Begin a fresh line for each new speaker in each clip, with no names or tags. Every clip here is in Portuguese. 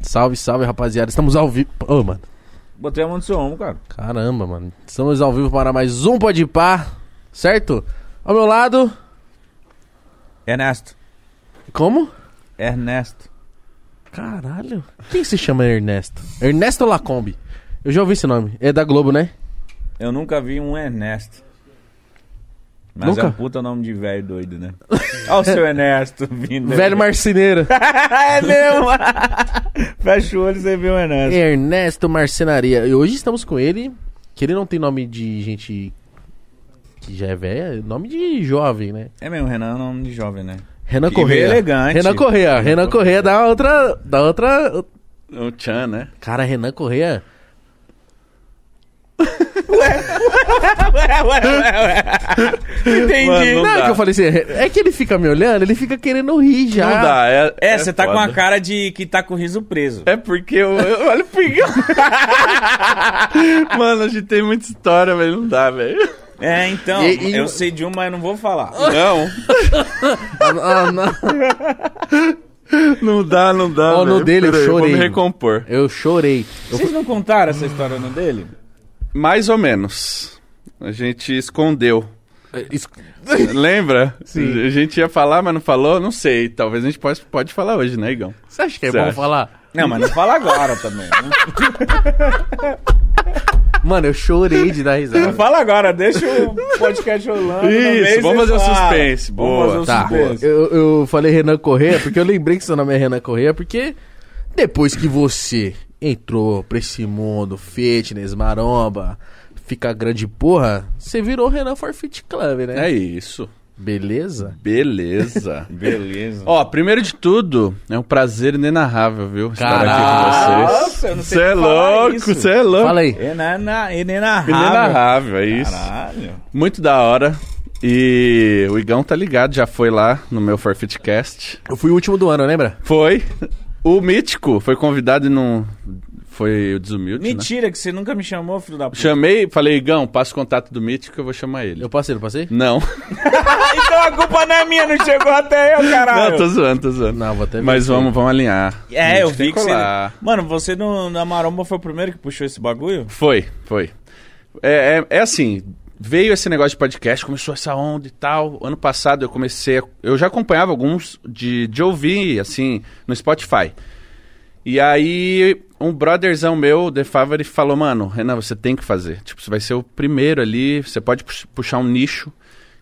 Salve, salve, rapaziada. Estamos ao vivo. Ô, mano.
Botei a mão no seu ombro, cara.
Caramba, mano. Estamos ao vivo para mais um Pode Par, certo? Ao meu lado.
Ernesto.
Como?
Ernesto.
Caralho. Quem se chama Ernesto? Ernesto Lacombe. Eu já ouvi esse nome. É da Globo, né?
Eu nunca vi um Ernesto. Mas
Nunca?
é um puta nome de velho doido, né? Olha o seu Ernesto vindo. aí.
Velho marceneiro.
é mesmo! Fecha o olho e você vê o Ernesto.
Ernesto Marcenaria. E hoje estamos com ele, que ele não tem nome de gente que já é velha, é nome de jovem, né?
É mesmo, Renan é um nome de jovem, né?
Renan
Que
Correia.
veio elegante.
Renan Correia. Renan Correia dá outra, dá outra.
O Chan, né?
Cara, Renan Correia.
Ué, ué, ué, ué. Entendi.
Mano,
Não,
Não
é
dá.
que eu falei assim, é que ele fica me olhando, ele fica querendo rir já.
Não dá, é.
é, você tá com
foda.
uma cara de que tá com o riso preso.
É porque eu. eu olha o pingão. Mano, a gente tem muita história, velho. Não dá, velho.
É, então,
E- e-
eu sei de uma, mas eu não vou falar.
Não.
Ah, não.
Não dá, não dá.
Ó, no
velho.
dele eu
Pera aí,
chorei.
Vou me recompor.
Eu chorei. Eu
Vocês não contaram essa história no dele?
Mais ou menos. A gente escondeu.
fui- É, es-
Lembra?
Sim.
A gente ia falar, mas não falou? Não sei. Talvez a gente possa, pode falar hoje, né, Igão?
Você acha que é
Você
bom
acha?
falar?
Não, mas não fala agora também. né?
Mano, eu chorei de dar
Não
risada.
fala agora, deixa o podcast rolando. no
Isso,
meio, vocês
vamos fazer o
falam.
suspense, boa.
Vamos fazer o
Tá,
suspense.
eu, eu falei Renan Correia porque eu lembrei que seu nome é Renan Correia porque depois que você entrou pra esse mundo fitness, maromba, fica grande porra, você virou Renan Forfeit Club, né?
É isso.
Beleza?
Beleza.
Beleza.
Ó, primeiro de tudo, é um prazer inenarrável, viu?
Caralho.
Estar aqui com vocês.
ah, Nossa, eu não sei
Cê é
falar
louco,
isso.
você é louco.
Fala aí.
Enana, enenarrável.
Inenarrável, é isso.
Caralho.
Muito da hora. E o Igão tá ligado, já foi lá no meu Forfeitcast.
Eu fui o último do ano, lembra?
Foi. O Mítico foi convidado e não. Foi o Desumilde. né?
Mentira, que você nunca me chamou, filho da puta.
Chamei, falei, Igão, passa o contato do Mítico, eu vou chamar ele.
Eu passei, não passei?
Não.
Então a culpa não é minha, não chegou até Ah, eu, caralho.
Não, tô zoando, tô zoando.
Não, vou até ver
Mas
aqui.
vamos, vamos alinhar.
É, eu
Mítico tem
vi que você...
colar.
Mano, você no, na Maromba foi o primeiro que puxou esse bagulho?
Foi, foi. É, é, é assim, veio esse negócio de podcast, começou essa onda e tal. Ano passado eu comecei. a- eu já acompanhava alguns de, de ouvir, assim, no Spotify. E aí, um brotherzão meu, o The Favre, falou: Mano, Renan, você tem que fazer. Tipo, você vai ser o primeiro ali, você pode pux- puxar um nicho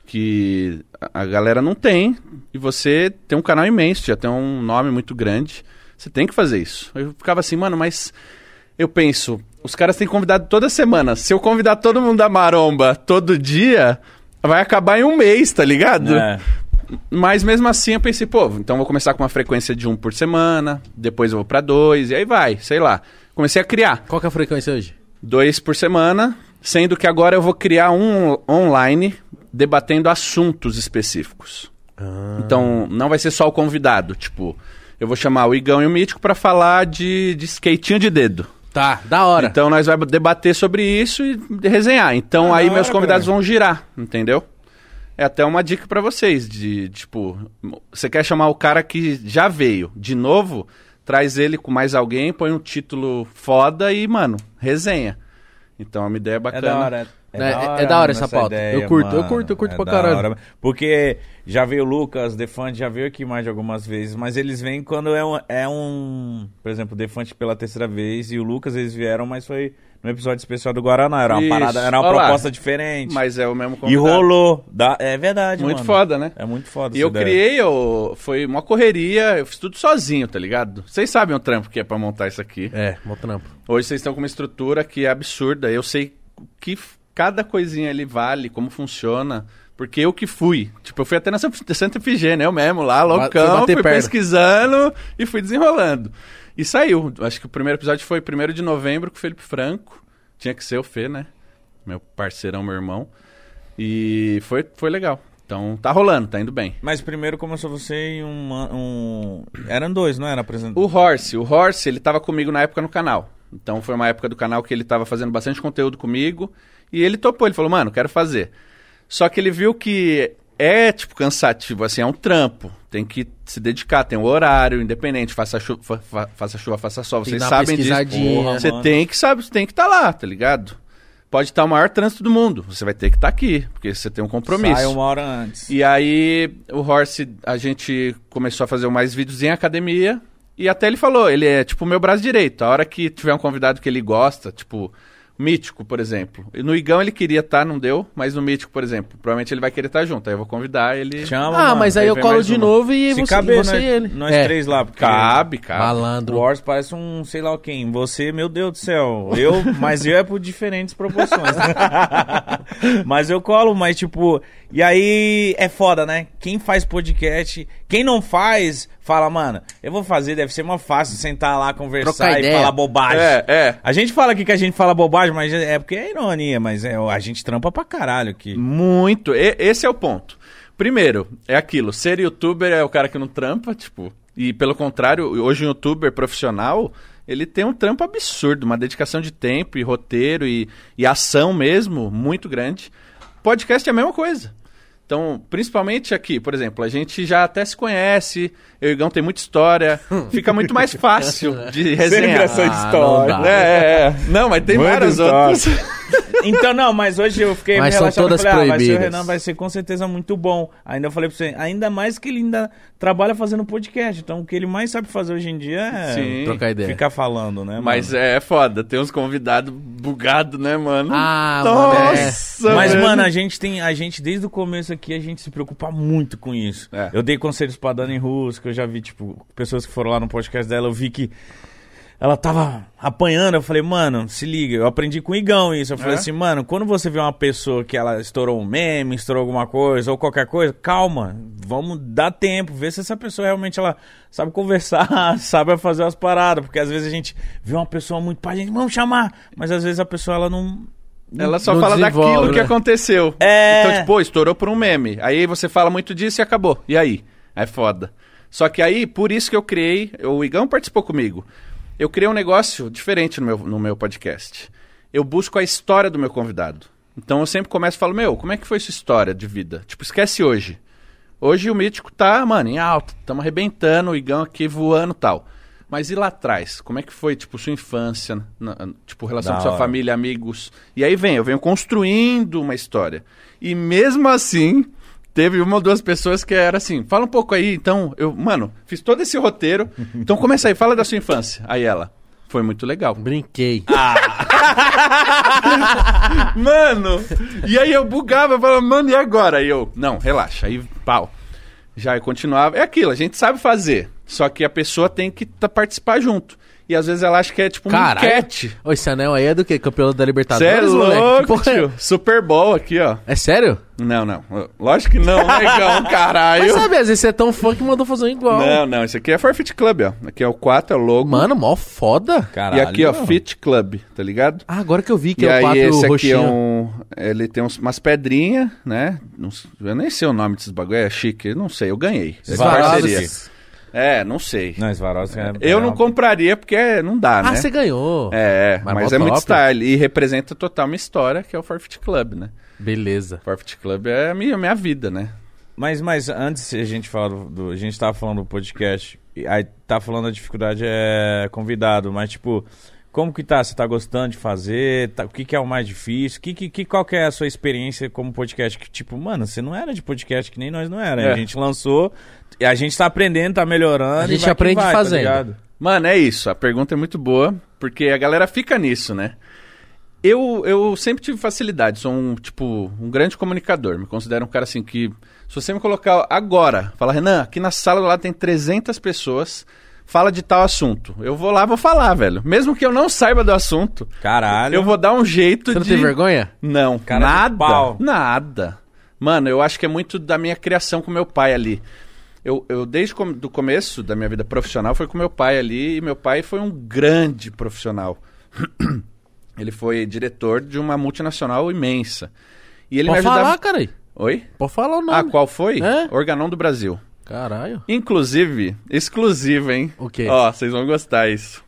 que a- a galera não tem. E você tem um canal imenso, já tem um nome muito grande. Você tem que fazer isso. Eu ficava assim, mano, mas eu penso, os caras têm convidado toda semana. Se eu convidar todo mundo da maromba todo dia, vai acabar em um mês, tá ligado?
É.
Mas mesmo assim eu pensei, pô, então vou começar com uma frequência de um por semana, depois eu vou pra dois, e aí vai, sei lá. Comecei a criar
Qual que é a frequência hoje?
dois por semana, sendo que agora eu vou criar um online debatendo assuntos específicos.
Ah.
Então, não vai ser só o convidado, tipo, eu vou chamar o Igão e o Mítico pra falar de, de skatinho de dedo.
Tá, da hora.
Então nós vamos debater sobre isso e resenhar. Então
Ah,
aí
da
meus
hora,
convidados
cara.
vão girar, entendeu? É até uma dica pra vocês de tipo, você quer chamar o cara que já veio de novo, traz ele com mais alguém, põe um título foda e mano, resenha. Então é uma ideia
É
bacana.
da hora.
É- é da hora essa pauta. Eu curto, eu
mano. É
curto, eu curto pra
da
caralho.
hora. Porque já veio o Lucas, Defante, já veio aqui mais de algumas vezes, mas eles vêm quando é um. É um por exemplo, o Defante pela terceira vez e o Lucas eles vieram, mas foi no episódio especial do Guaraná. Era uma
Isso.
parada, era uma
Olha lá.
proposta diferente.
Mas é o
e
mesmo
tá?
convidado.
rolou. Dá- é verdade,
Muito
mano.
foda, né?
É muito foda.
E
essa
eu
ideia.
criei, eu, foi uma correria, eu fiz tudo sozinho, tá ligado? Vocês sabem o trampo que é pra montar isso aqui.
É, mó trampo.
Hoje vocês estão com uma estrutura que é absurda. Eu sei o que f- cada coisinha ali vale, como funciona. Porque eu que fui. Tipo, eu fui até na Santa Santa Efigênia, eu mesmo lá,
foi
loucão,
bater
fui
perna.
pesquisando e fui desenrolando. E saiu. Acho que o primeiro episódio foi 1 de novembro com o Felipe Franco. Tinha que ser o Fê, né? Meu parceirão, meu irmão. E foi, foi legal. Então tá rolando, tá indo bem.
Mas primeiro começou você e um, man- um. Eram dois, não era? Apresentando.
Uhum.
O Horse, o Horse, ele tava comigo na época no canal. Então foi uma época do canal que ele tava fazendo bastante conteúdo comigo. E ele topou, ele falou, mano, quero fazer. Só que ele viu que é, tipo, cansativo, assim, é um trampo. Tem que se dedicar, tem um horário, independente, faça, chu fa- fa- faça chuva, faça sol,
que
vocês
dar uma
sabem disso.
pesquisadinha. né?
Porra,
Você
mano.
tem que saber, você tem que estar lá, tá ligado? Pode estar o maior trânsito do mundo, você vai ter que estar aqui, porque você tem um compromisso.
Sai uma hora antes.
E aí, o Horse, a gente começou a fazer mais vídeos em academia. E até ele falou, ele é tipo o meu braço direito. A hora que tiver um convidado que ele gosta, tipo, Mítico, por exemplo. E No Igão ele queria estar, não deu, mas no Mítico, por exemplo, provavelmente ele vai querer estar junto. Aí eu vou convidar ele.
Chama,
Ah,
mano.
mas aí
aí
eu
vem
colo
mais
de
uma.
novo e
Se
você,
caber
e você
nós,
e ele.
nós
É.
três lá. Porque
Cabe, cabe.
O
Malandro.
Wars parece um sei lá quem. Você, meu Deus do céu. Eu, mas eu é por diferentes proporções. né? mas eu colo, mas tipo. E aí é foda, né? Quem faz podcast, quem não faz, fala, mano, eu vou fazer, deve ser uma fácil sentar lá,
Trocar
conversar e
ideia.
falar bobagem.
É, é.
A gente fala aqui que a gente fala bobagem, mas é porque é ironia, mas é, a gente trampa pra caralho aqui.
Muito. E- esse é o ponto. Primeiro, é aquilo. Ser youtuber é o cara que não trampa, tipo. E pelo contrário, hoje um youtuber profissional, ele tem um trampo absurdo, uma dedicação de tempo e roteiro e, e ação mesmo, muito grande. Podcast é a mesma coisa. Então, principalmente aqui, por exemplo, a gente já até se conhece, eu e o Igão tem muita história, fica muito mais fácil de resenhar.
essa história.
Ah, não dá. É, é, é. Não, mas tem
Muita
várias
história.
outras.
Então, não, mas hoje eu fiquei
Mas são
relaxado e
todas
falei, ah, vai ser o
proibidas.
Renan, vai ser com certeza muito bom. Ainda eu falei pra você, ainda mais que ele ainda trabalha fazendo podcast. Então, o que ele mais sabe fazer hoje em dia é
Sim.
Trocar ideia.
ficar falando, né?
Mas
mano?
é foda, tem uns convidados bugados, né, mano?
Ah, mano, é.
Nossa,
Mas,
velho.
mano, a gente tem. A gente, desde o começo aqui, a gente se preocupa muito com isso.
É.
Eu dei conselhos pra Dani Russo, que eu já vi, tipo, pessoas que foram lá no podcast dela, eu vi que. Ela tava apanhando, eu falei, mano, se liga, eu aprendi com o Igão isso. Eu falei
É?
assim, mano, quando você vê uma pessoa que ela estourou um meme, estourou alguma coisa ou qualquer coisa, calma, vamos dar tempo, ver se essa pessoa realmente ela sabe conversar, sabe fazer as paradas, porque às vezes a gente vê uma pessoa muito pra gente, vamos chamar, mas às vezes a pessoa ela não
Ela só
Não
fala
desenvolve,
daquilo que
né?
aconteceu.
É.
Então, tipo, pô, estourou por um meme. Aí você fala muito disso e acabou. E aí? É foda. Só que aí, por isso que eu criei. O Igão participou comigo. Eu criei um negócio diferente no meu, no meu podcast. Eu busco a história do meu convidado. Então eu sempre começo e falo: Meu, como é que foi sua história de vida? Tipo, esquece hoje. Hoje o mítico tá, mano, em alta. Estamos arrebentando, o Igão aqui voando e tal. Mas e lá atrás? Como é que foi, tipo, sua infância? na- tipo, relação
Da
com sua
hora.
família? família, amigos. E aí vem, eu venho construindo uma história. E mesmo assim, teve uma ou duas pessoas que era assim: fala um pouco aí, então, eu, mano, fiz todo esse roteiro. Então começa aí, fala da sua infância. Aí ela. Foi muito legal.
Brinquei.
Ah.
Ah.
Mano! E aí eu bugava, eu falava, mano, e agora? Aí eu, não, relaxa. Aí, pau. Já eu continuava. É aquilo, a gente sabe fazer. Só que a pessoa tem que tá- participar junto. E às vezes ela acha que é tipo um
Caralho.
enquete.
Ô, esse anel aí é do quê? Campeonato da
Você é
Libertadores, moleque? Que
louco,
porra é?
tio. Super Bowl aqui, ó.
É sério?
Não, não. Lógico que não, negão,
Mas
caralho.
sabe, às vezes você é tão fã que mandou fazer um igual.
Não, não. Esse aqui é Forfeit Club, ó. Aqui é o 4, é o logo.
Mano, mó foda.
e aqui, ó, Fit Club, tá ligado?
Ah, agora que eu vi que
e
é o
aí
quatro
esse aqui é
roxinho.
um... Ele tem uns- umas pedrinhas, né? Não s- eu nem sei o nome desses bagulho. É chique, eu não sei. Eu ganhei. É
Esvarado,
parceria.
sim.
É, não sei.
Não, Svarovski é-
eu
é
não
uma-
compraria porque não dá,
Ah,
né?
você ganhou.
É,
Mas
mas,
mó
é muito
top.
style. E representa total uma história, que é o Forfeit Club, né?
Beleza.
Forfeit Club é a minha, minha vida, né?
Mas, mas antes a gente falar do, do- A gente tava falando do podcast. e Aí tá falando a dificuldade é convidado, mas tipo, como que tá? Você tá gostando de fazer? Tá- o que, que é o mais difícil? Que, que, que- qual que é a sua experiência como podcast? Que, tipo, mano, você não era de podcast que nem nós não era. né?
É.
A gente lançou, e a gente tá aprendendo, tá melhorando.
A
e
gente
vai que
aprende
vai,
fazendo.
Tá ligado?
Mano, é isso. A pergunta é muito boa, porque a galera fica nisso, né? Eu, eu sempre tive facilidade, sou um, tipo, um grande comunicador. Me considero um cara assim que. Se você me colocar agora, fala, Renan, aqui na sala lá tem 300 pessoas, fala de tal assunto. Eu vou lá, vou falar, velho. Mesmo que eu não saiba do assunto,
Caralho.
eu vou dar um jeito
Você não
de.
tem vergonha?
Não,
Cara de
nada.
pau.
Nada. Mano, eu acho que é muito da minha criação com meu pai ali. Eu, eu desde com, do começo da minha vida profissional foi com meu pai ali e meu pai foi um grande profissional. ele foi diretor de uma multinacional imensa. E ele
Pode
me ajudava.
falar, caralho.
Oi?
Pode falar o
Ah,
nome.
qual foi?
É?
Organon do Brasil.
Caralho.
Inclusive, exclusivo, hein?
O quê?
Ó, vocês vão gostar isso.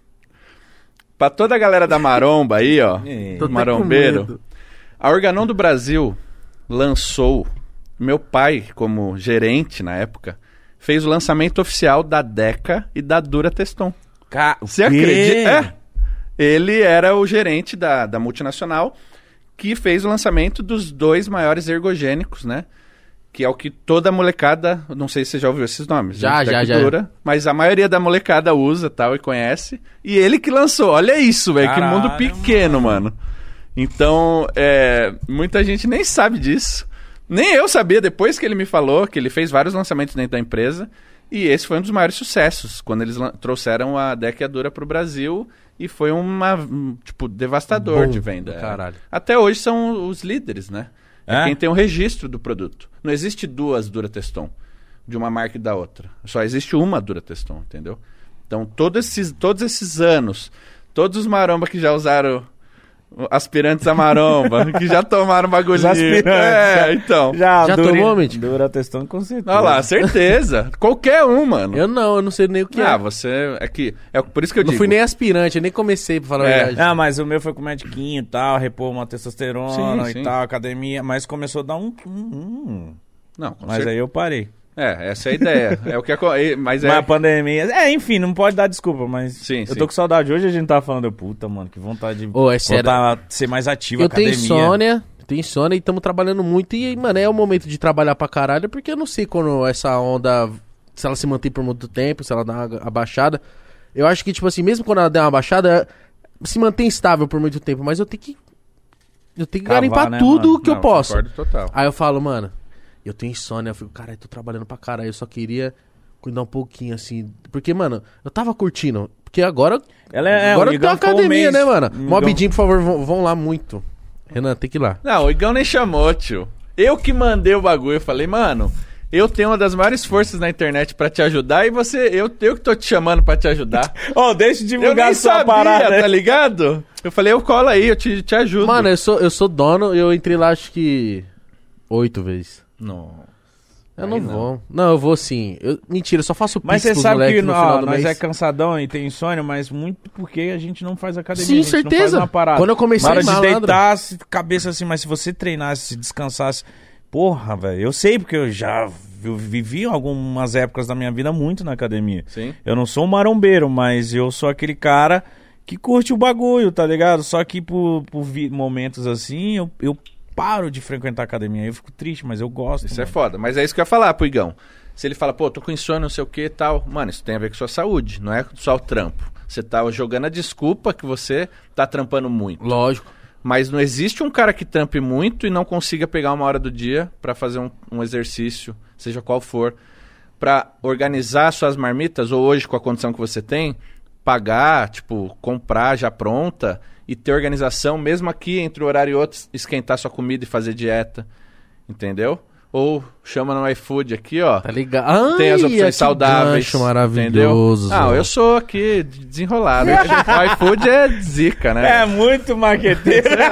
Pra toda a galera da Maromba aí, ó,
Ih.
Tô até com
marombeiro,
medo.
a Organon do Brasil lançou meu pai, como gerente na época, fez o lançamento oficial da Deca e da Dura Teston.
Ca...
Você acredita? É. Ele era o gerente da, da multinacional que fez o lançamento dos dois maiores ergogênicos, né? Que é o que toda molecada, não sei se você já ouviu esses nomes,
Já,
né?
já, já.
Tectura, Mas a maioria da molecada usa, tal e conhece. E ele que lançou. Olha isso, velho, que
Caralho,
mundo pequeno, mano. Então, é, muita gente nem sabe disso. Nem eu sabia depois que ele me falou que ele fez vários lançamentos dentro da empresa. E esse foi um dos maiores sucessos, quando eles lan- trouxeram a Deca e a Dura pro Brasil. E foi uma, um, tipo, devastador
Bom
de venda. É.
do caralho.
Até hoje são os líderes, né? É,
É?
quem tem o registro do produto. Não existe duas Dura Teston de uma marca e da outra. Só existe uma Dura Teston, entendeu? Então, todos esses, todos esses anos, todos os maromba que já usaram aspirantes a maromba, que já tomaram bagulho.
Os aspirantes,
É,
é.
então.
Já,
Já
dura,
tomou, Mitch?
Dura testando com certeza.
Olha lá, certeza. Qualquer um, mano.
Eu não, eu não sei nem o que
ah,
é.
você é que é por isso que eu
Não
digo.
fui nem aspirante, eu nem comecei pra falar
É.
a verdade.
Ah, mas o meu foi com mediquinho e tal, repor uma testosterona
Sim,
e
sim.
tal, academia, mas começou a dar um. um- um.
Não, com
mas
cer-
aí eu parei.
É, essa é a ideia. é o que aco- e- mas é
Mas a pandemia. É, enfim, não pode dar desculpa, mas.
Sim,
eu
sim.
tô com saudade. Hoje a gente tava falando, eu, puta, mano, que vontade de
Ô, é sério.
voltar a ser mais ativo,
Eu tenho
academia.
insônia, eu tenho insônia e estamos trabalhando muito. E, mano, é o momento de trabalhar pra caralho, porque eu não sei quando essa onda. Se ela se mantém por muito tempo, se ela dá uma abaixada. Eu acho que, tipo assim, mesmo quando ela der uma abaixada, se mantém estável por muito tempo, mas eu tenho que. Eu tenho que
Cavar,
garimpar
né,
tudo
mano?
que eu
Não,
posso.
Concordo total.
Aí eu falo, mano, eu tenho insônia. Eu fico, cara, eu tô trabalhando pra caralho. Eu só queria cuidar um pouquinho, assim. Porque, mano, eu tava curtindo. Porque agora.
Ela é- é,
agora
o
eu tenho
Igão ficou um
academia,
mês.
né, mano?
Igão-
Mob Jim, por favor, vão, vão lá muito. Renan, tem que ir lá.
Não, o Igão nem chamou, tio. Eu que mandei o bagulho. Eu falei, mano, eu tenho uma das maiores forças na internet pra te ajudar e você, eu, eu que tô te chamando pra te ajudar.
Ô, deixa de
eu
divulgar
nem
sua
sabia,
parada.
tá ligado? Eu falei, eu colo aí, eu te, te ajudo.
né? Mano, eu sou, eu sou dono, eu entrei lá acho que. oito vezes.
não.
Eu
Aí
não,
não.
vou. Não, eu vou sim. Eu- mentira, eu só faço
Mas
pix
você
pros
sabe
moleque
que
no
ó,
final do
nós
mês.
é cansadão e tem insônia, mas muito porque a gente não faz academia.
Sim,
a gente Não faz
certeza.
uma parada.
Quando eu comecei,
Na hora de
malandro.
deitar, se- cabeça assim, mas se você treinasse, se descansasse. Porra, velho, eu sei porque eu já vi- eu vivi algumas épocas da minha vida muito na academia.
Sim.
Eu não sou um marombeiro, mas eu sou aquele cara que curte o bagulho, tá ligado? Só que por, por vi- momentos assim, eu, eu paro de frequentar a academia. Eu fico triste, mas eu gosto.
Isso é
mano.
foda. Mas é isso que eu ia falar pro Igão. Se ele fala, pô, tô com insônia, não sei o que e tal. Mano, isso tem a ver com sua saúde, não é só o trampo. Você tá jogando a desculpa que você tá trampando muito.
Lógico.
Mas não existe um cara que trampe muito e não consiga pegar uma hora do dia pra fazer um, um exercício, seja qual for, pra organizar suas marmitas, ou hoje com a condição que você tem, pagar, tipo, comprar já pronta e ter organização, mesmo aqui entre um horário e outro, esquentar sua comida e fazer dieta. Entendeu? Ou chama no iFood aqui, ó.
Tá ligado?
Tem as
Ai,
opções
que
saudáveis.
gancho
Entendeu?
maravilhoso.
Não, eu sou aqui desenrolado. o iFood é zica, né?
É muito marqueteiro.
é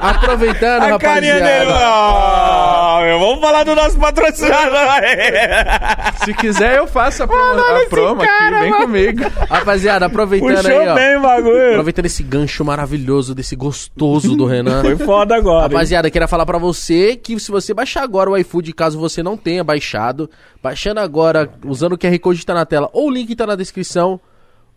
Aproveitando,
A carinha dele,
rapaziada.
ó, Ah, meu, vamos falar do nosso patrocinador.
Se quiser, eu faço a, pro, a promo aqui. Vem comigo.
Rapaziada, aproveitando
Puxou
aí, ó.
bem o bagulho.
Aproveitando esse gancho maravilhoso, desse gostoso do Renan.
Foi foda agora. hein?
Rapaziada, queria falar pra você que se você baixar agora o iFood, caso você não tenha baixado, baixando agora, usando o QR Code que tá na tela ou o link que tá na descrição,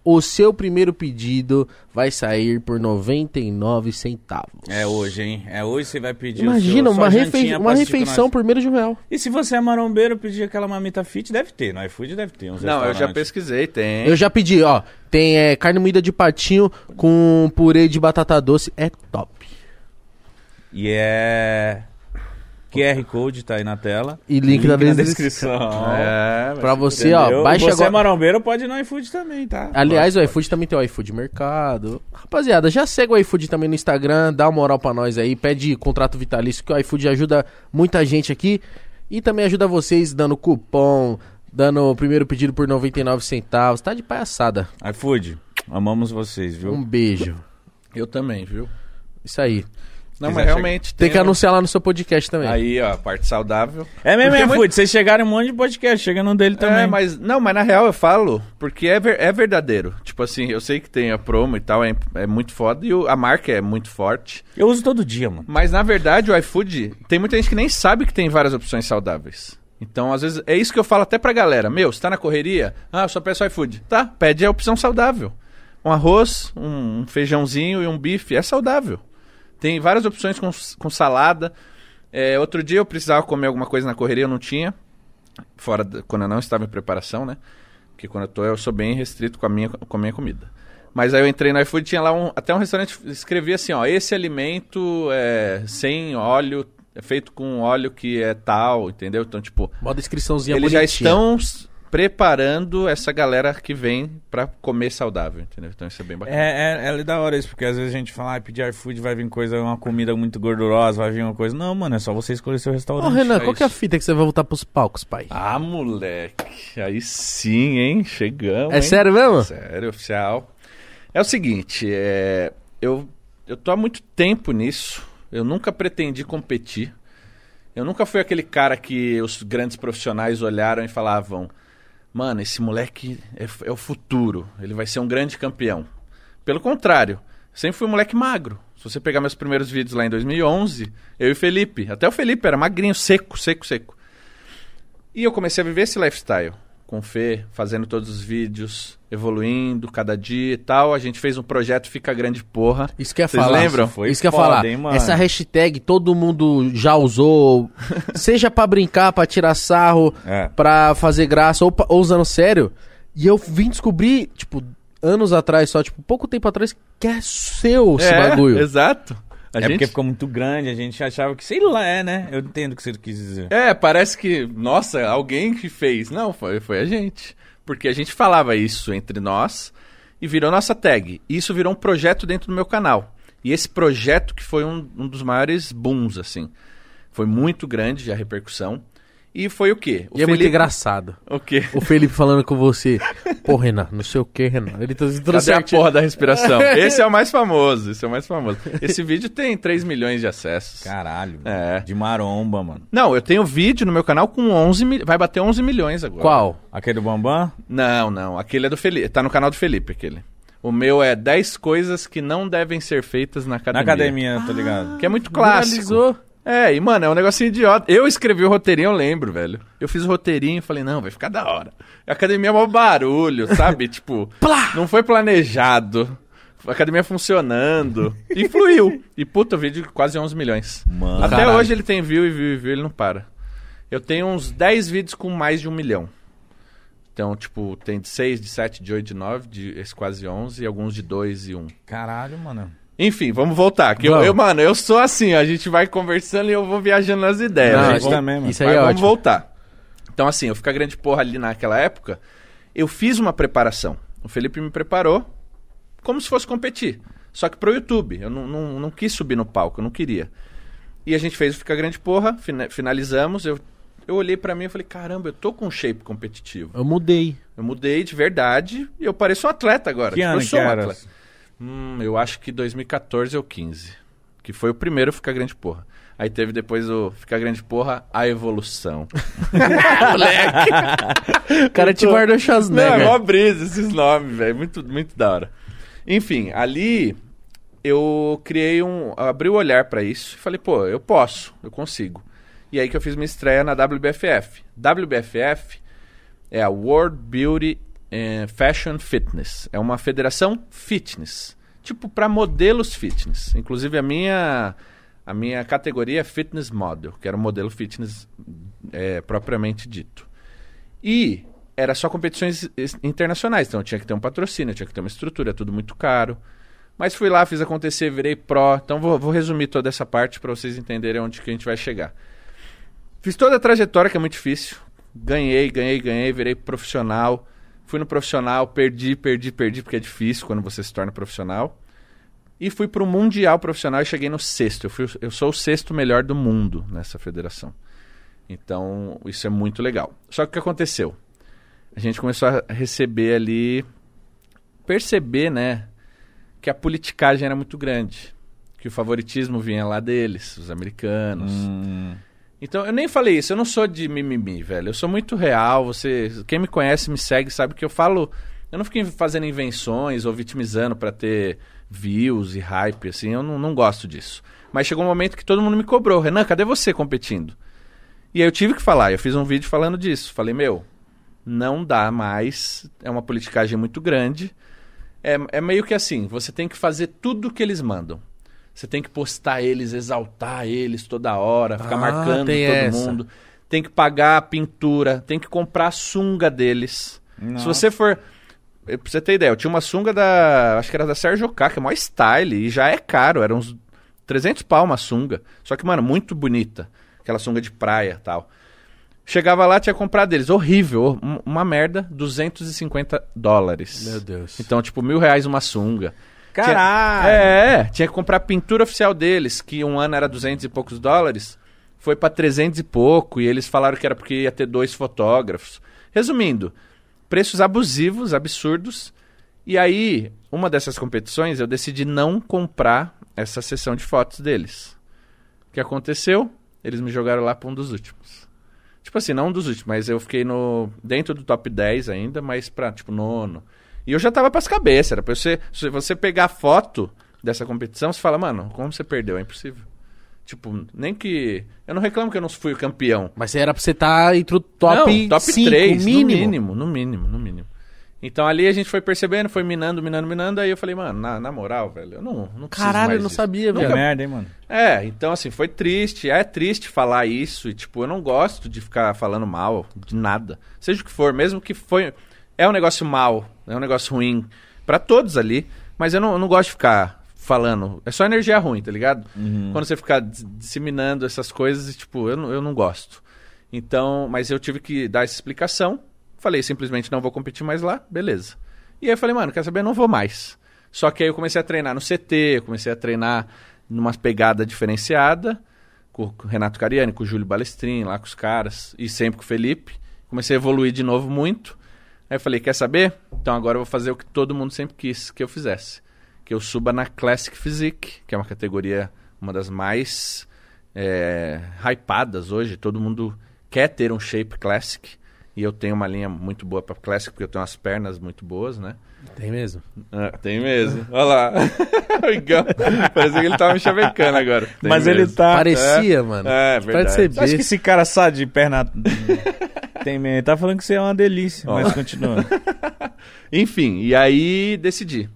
o seu primeiro pedido vai sair por 99 centavos.
É hoje, hein? É hoje você vai pedir
Imagina,
o seu, só
uma,
jantinha
refe-
pra
uma
assistir com
refeição
nós.
por menos de um real.
E se você é marombeiro, pedir aquela mamita fit, deve ter. No iFood deve ter uns
Não, eu já
restaurantes.
pesquisei, tem.
Eu já pedi, ó. Tem é, carne moída de patinho com purê de batata doce. É top.
E é... QR Code tá aí na tela.
E link na
na
descrição.
descrição.
É,
Pra
mas-
você,
Entendeu?
ó, baixa
você é
agora.
marombeiro, pode ir no iFood também, tá?
Aliás, o iFood também tem o iFood Mercado. Rapaziada, já segue o iFood também no Instagram, dá uma moral pra nós aí, pede contrato vitalício, que o iFood ajuda muita gente aqui e também ajuda vocês dando cupom, dando o primeiro pedido por 99 centavos. Tá de palhaçada.
iFood, amamos vocês, viu?
Um beijo.
Eu também, viu?
Isso aí.
Não,
Quiser
mas realmente
Tem que
um-
anunciar lá no seu podcast também.
Aí, ó, parte saudável.
É mesmo,
Porque
é
muito-
food. Vocês chegaram em um monte de podcast, chega no dele também.
É, mas não, mas na real eu falo porque é, ver- é verdadeiro. Tipo assim, eu sei que tem a promo e tal, é, é muito foda e o- a marca é muito forte.
Eu uso todo dia, mano.
Mas na verdade, o iFood tem muita gente que nem sabe que tem várias opções saudáveis. Então, às vezes, é isso que eu falo até pra galera. Meu, você tá na correria? Ah, eu só peço iFood. Tá, pede a opção saudável. Um arroz, um um feijãozinho e um bife. É saudável. Tem várias opções com, s- com salada. É, outro dia eu precisava comer alguma coisa na correria, eu não tinha. Fora da- quando eu não estava em preparação, né? Porque quando eu tô, eu sou bem restrito com a minha, com a minha comida. Mas aí eu entrei no iFood, tinha lá um, até um restaurante, escrevia assim, ó, esse alimento é sem óleo, é feito com óleo que é tal, entendeu? Então, tipo,
Uma descriçãozinha
eles já
bonitinha.
estão s- preparando essa galera que vem pra comer saudável, entendeu? Então isso é bem bacana.
É, é, é da hora isso, porque às vezes a gente fala, ah, pedir iFood vai vir coisa, uma comida muito gordurosa, vai vir uma coisa. Não, mano, é só você escolher seu
Ô,
restaurante.
Renan,
é
qual que é a
isso.
fita que você vai voltar pros palcos, pai?
Ah, moleque, aí sim, hein? Chegamos.
é
hein?
sério mesmo?
Sério, oficial. É o seguinte, é, eu, eu tô há muito tempo nisso. Eu nunca pretendi competir. Eu nunca fui aquele cara que os grandes profissionais olharam e falavam: Mano, esse moleque é, f- é o futuro. Ele vai ser um grande campeão. Pelo contrário, sempre fui um moleque magro. Se você pegar meus primeiros vídeos lá em 2011, eu e o Felipe. Até o Felipe era magrinho, seco, seco, seco. E eu comecei a viver esse lifestyle. Com o Fê, fazendo todos os vídeos, evoluindo cada dia e tal. A gente fez um projeto Fica Grande Porra.
Isso que eu ia
Vocês
falar.
lembram?
Foi
Isso que eu ia
foda,
falar.
hein, mano?
Essa hashtag todo mundo já usou, seja pra brincar, pra tirar sarro,
É.
pra fazer graça ou, pa- ou usando sério. E eu vim descobrir, tipo, anos atrás, só, tipo, pouco tempo atrás, que é seu esse
É,
bagulho.
Exato. A
é
gente-
porque ficou muito grande, a gente achava que, sei lá, é, né? Eu entendo o que você quis dizer.
É, parece que, nossa, alguém que fez. Não, foi, foi a gente. Porque a gente falava isso entre nós e virou nossa tag. E isso virou um projeto dentro do meu canal. E esse projeto que foi um, um dos maiores booms, assim. Foi muito grande a repercussão. E foi o quê? O
E é muito
Felipe-
engraçado.
O quê?
O Felipe falando com você. Pô, Renan, não sei o que, Renan. Ele trouxe
Cadê a
certinho.
porra da respiração? Esse é o mais famoso, esse é o mais famoso. Esse vídeo tem 3 milhões de acessos.
Caralho,
É.
de maromba, mano.
Não, eu tenho vídeo no meu canal com 11 mil... Vai bater 11 milhões agora.
Qual?
Aquele do Bambam?
Não, não. Aquele é do Felipe. Tá no canal do Felipe, aquele. O meu é 10 coisas que não devem ser feitas na
Na
academia.
academia, tá ligado?
Que é muito clássico.
Viralizou.
É, e mano, é um negocinho idiota. Eu escrevi o roteirinho, eu lembro, velho. Eu fiz o roteirinho e falei, não, vai ficar da hora. A academia é mó barulho, sabe? tipo,
Plá!
não foi planejado. A academia funcionando. E fluiu. E puta, o vídeo de quase 11 milhões.
Mano.
Até
Caralho.
hoje ele tem view e view e view, ele não para. Eu tenho uns 10 vídeos com mais de um milhão. Então, tipo, tem de 6, de 7, de 8, de 9, de esse quase 11, e alguns de 2 e 1.
Caralho, mano.
Enfim, vamos voltar. Que eu-
Vamos.
eu, mano, eu sou assim, ó, a gente vai conversando e eu vou viajando nas ideias.
Não,
né?
gente
isso-
também, mano.
Isso aí
Mas
é
vamos
ótimo.
voltar. Então, assim, eu ficar grande porra ali naquela época, eu fiz uma preparação. O Felipe me preparou como se fosse competir. Só que pro YouTube. Eu não, não, não quis subir no palco, eu não queria. E a gente fez o Fica Grande Porra, fina- finalizamos. Eu, eu olhei pra mim e falei, caramba, eu tô com um shape competitivo.
Eu mudei.
Eu mudei de verdade e eu pareço um atleta agora.
Que
Tipo,
ano
eu
que
sou um
era?
atleta. Hum, eu acho que 2014 ou 15. Que foi o primeiro Fica Grande Porra. Aí teve depois o Fica Grande Porra, a evolução. Moleque!
O cara te guardou
Não, é mó
Schwarzenegger.
brisa esses nomes, velho. Muito, muito da hora. Enfim, ali eu criei um. abri o olhar pra isso e falei, pô, eu posso, eu consigo. E aí que eu fiz minha estreia na WBFF. WBFF é a World Beauty and Fashion Fitness. É uma federação fitness. Tipo, pra modelos fitness. Inclusive, a minha, a minha categoria é fitness model, que era o modelo fitness é, propriamente dito. E era só competições es- internacionais, então eu tinha que ter um patrocínio, eu tinha que ter uma estrutura, é tudo muito caro. Mas fui lá, fiz acontecer, virei pró. Então vou, vou resumir toda essa parte para vocês entenderem onde que a gente vai chegar. Fiz toda a trajetória, que é muito difícil. Ganhei, ganhei, ganhei, virei profissional. Fui no profissional, perdi, perdi, perdi, porque é difícil quando você se torna profissional. E fui pro Mundial Profissional e cheguei no sexto. Eu, fui, o- eu sou o sexto melhor do mundo nessa federação. Então, isso é muito legal. Só que o que aconteceu? A gente começou a receber ali. Perceber, né? Que a politicagem era muito grande. que o favoritismo vinha lá deles, os americanos.
Hum.
Então, eu nem falei isso, eu não sou de mimimi, velho. Eu sou muito real, você, quem me conhece, me segue, sabe que eu falo, eu não fico fazendo invenções ou vitimizando pra ter views e hype assim, eu não, não gosto disso. Mas chegou um momento que todo mundo me cobrou, Renan, cadê você competindo? E aí eu tive que falar, eu fiz um vídeo falando disso. Falei, meu, não dá mais, é uma politicagem muito grande. É, é meio que assim, você tem que fazer tudo o que eles mandam. Você tem que postar eles, exaltar eles toda hora, ficar
Ah,
marcando todo
tem essa.
mundo. Tem que pagar a pintura, tem que comprar a sunga deles. Se
Nossa.
você for. eh, Pra você ter ideia, eu tinha uma sunga da. Acho que era da Sérgio K, que é maior style, e já é caro, era uns 300 pau uma sunga. Só que, mano, muito bonita. Aquela sunga de praia e tal. Chegava lá, tinha comprado deles. Horrível, um- uma merda, 250 dólares.
Meu Deus.
Então, tipo, mil reais uma sunga.
Caralho!
É, é, tinha que comprar a pintura oficial deles, que um ano era 200 e poucos dólares, foi pra 300 e pouco, e eles falaram que era porque ia ter dois fotógrafos. Resumindo, preços abusivos, absurdos. E aí, uma dessas competições, eu decidi não comprar essa sessão de fotos deles. O que aconteceu? Eles me jogaram lá pra um dos últimos. Tipo assim, não um dos últimos, mas eu fiquei no dentro do top 10 ainda, mas pra, tipo, nono. E eu já tava pras cabeças, era pra você... Se você pegar a foto dessa competição, você fala, mano, como você perdeu? É impossível. Tipo, nem que... Eu não reclamo que eu não fui o campeão.
Mas era pra você estar entre o top,
Não, top
cinco,
3,
mínimo.
no mínimo, no mínimo, no mínimo. Então ali a gente foi percebendo, foi minando, minando, minando, aí eu falei, mano, na, na moral, velho, eu não, não preciso
Caralho,
mais
eu não
disso.
sabia,
Que
velho.
merda, hein, mano?
É, então assim, foi triste, é triste falar isso, e tipo, eu não gosto de ficar falando mal de nada, seja o que for, mesmo que foi, é um negócio mal, é um negócio ruim pra todos ali, mas eu não, eu não gosto de ficar falando, é só energia ruim, tá ligado?
Uhum.
Quando você ficar dis- disseminando essas coisas, tipo, eu não, eu não gosto. Então, mas eu tive que dar essa explicação. Falei, simplesmente não vou competir mais lá, beleza. E aí eu falei, mano, quer saber? Não vou mais. Só que aí eu comecei a treinar no CT, eu comecei a treinar numa pegada diferenciada, com com o Renato Cariani, com o Júlio Balestrin, lá com os caras, e sempre com o Felipe. Comecei a evoluir de novo muito. Aí eu falei, quer saber? Então agora eu vou fazer o que todo mundo sempre quis que eu fizesse. Que eu suba na Classic Physique, que é uma categoria, uma das mais é, hypadas hoje. Todo mundo quer ter um shape Classic. E eu tenho uma linha muito boa pra Classic, porque eu tenho umas pernas muito boas, né?
Tem mesmo?
Ah, tem mesmo. Olha lá. o Igão. Parecia que ele tava me chavecando agora. Tem
Mas ele
mesmo.
tá.
Parecia, mano.
É, verdade.
Parece
Você acha que
ser
esse cara sabe de perna. Tem medo. Ele Tá falando que você é uma delícia,
Ó.
mas continua.
Enfim, e aí decidi.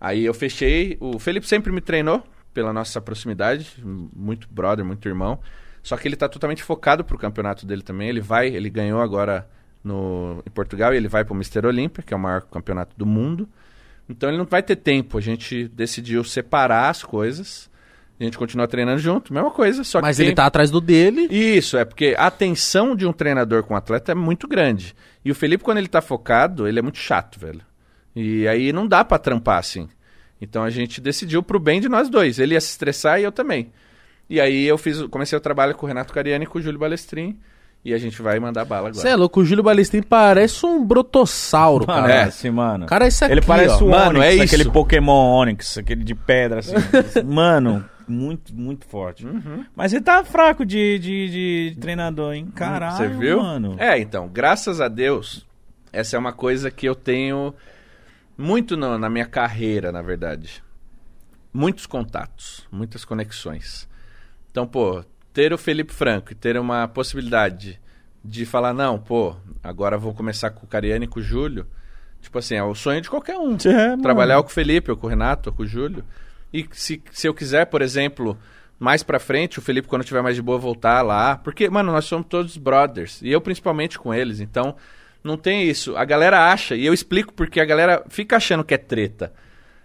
Aí eu fechei. O Felipe sempre me treinou pela nossa proximidade, m- muito brother, muito irmão. Só que ele tá totalmente focado pro campeonato dele também. Ele vai, ele ganhou agora no em Portugal e ele vai pro Mister Olímpia, que é o maior campeonato do mundo. Então ele não vai ter tempo. A gente decidiu separar as coisas. A gente continua treinando junto, mesma coisa, só que
Mas
tem-
ele tá atrás do dele.
isso, é porque a atenção de um treinador com um atleta é muito grande. E o Felipe, quando ele tá focado, ele é muito chato, velho. E aí não dá pra trampar assim. Então a gente decidiu pro bem de nós dois. Ele ia se estressar e eu também. E aí eu fiz, o- comecei o trabalho com o Renato Cariani e com o Júlio Balestrin. E a gente vai mandar bala agora.
Você é louco, o Júlio Balestrin parece um brotossauro, cara.
Parece, assim, mano.
O Cara, é isso aqui,
ele parece
ó.
o
tá Mano,
Onix,
é
aquele
isso.
Pokémon Onix, aquele de pedra, assim. mano, muito, muito
Hum?
forte.
Uhum.
Mas ele tá fraco de, de, de treinador, hein? Caralho,
Hum, Você viu?
mano.
É, então, graças a Deus, essa é uma coisa que eu tenho muito na- na minha carreira, na verdade. Muitos contatos, muitas conexões. Então, pô, ter o Felipe Franco e ter uma possibilidade de falar, não, pô, agora vou começar com o Cariani e com o Júlio. Tipo assim, é o sonho de qualquer um.
É,
Hum.
mano.
Trabalhar ou com o Felipe, ou com o Renato, ou com o Júlio. E se, se eu quiser, por exemplo, mais pra frente, o Felipe, quando tiver mais de boa, voltar lá. Porque, mano, nós somos todos brothers. E eu principalmente com eles. Então, não tem isso. A galera acha, e eu explico porque a galera fica achando que é treta.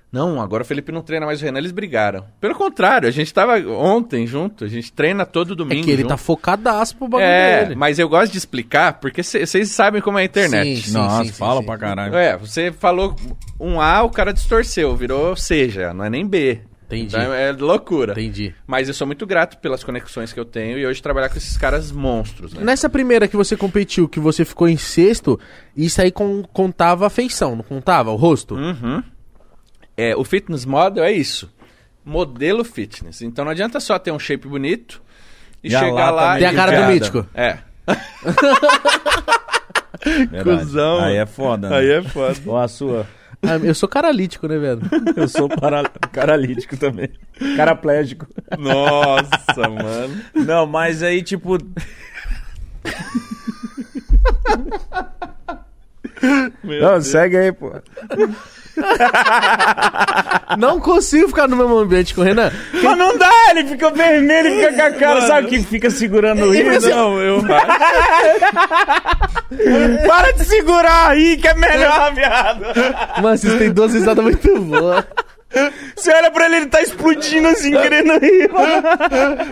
Não, agora o Felipe não treina mais o Renan, eles brigaram. Pelo contrário, a gente tava ontem junto, a gente treina todo domingo.
É que ele
junto.
tá focadaço pro bagulho
É,
dele.
mas eu gosto de explicar porque vocês sabem como é a internet.
Sim, sim,
Nossa,
sim,
fala
sim.
pra caralho.
É, você falou um A, o cara distorceu, virou C já, não é nem B.
Entendi.
Então é loucura.
Entendi.
Mas eu sou muito grato pelas conexões que eu tenho e hoje trabalhar com esses caras monstros, né?
Nessa primeira que você competiu, que você ficou em sexto, isso aí con-
Hum,
contava a feição, não contava? O rosto?
Uhum. É, o fitness model é isso. modelo fitness. Então não adianta só ter um shape bonito e
E a lata
chegar lá
meio
Tem a
e-
cara do
piada.
mítico.
É.
Verdade.
Cusão,
Aí
mano.
é foda, né?
Aí é foda.
Ou a sua.
Ah, Eu sou caralítico, né, velho?
Eu sou para... caralítico também. Caraplégico.
Nossa, mano.
Não, mas aí, tipo.
Meu
Não,
Deus.
segue aí, pô.
Não consigo ficar no mesmo ambiente com o Renan.
Mas não dá, ele fica vermelho, ele fica com a cara, sabe que fica segurando o
fica
rio?
assim,
Não, eu. Para de segurar aí, que é melhor, viado.
Mas vocês têm duas risadas muito boas.
Você olha pra ele, ele tá explodindo assim, querendo rir.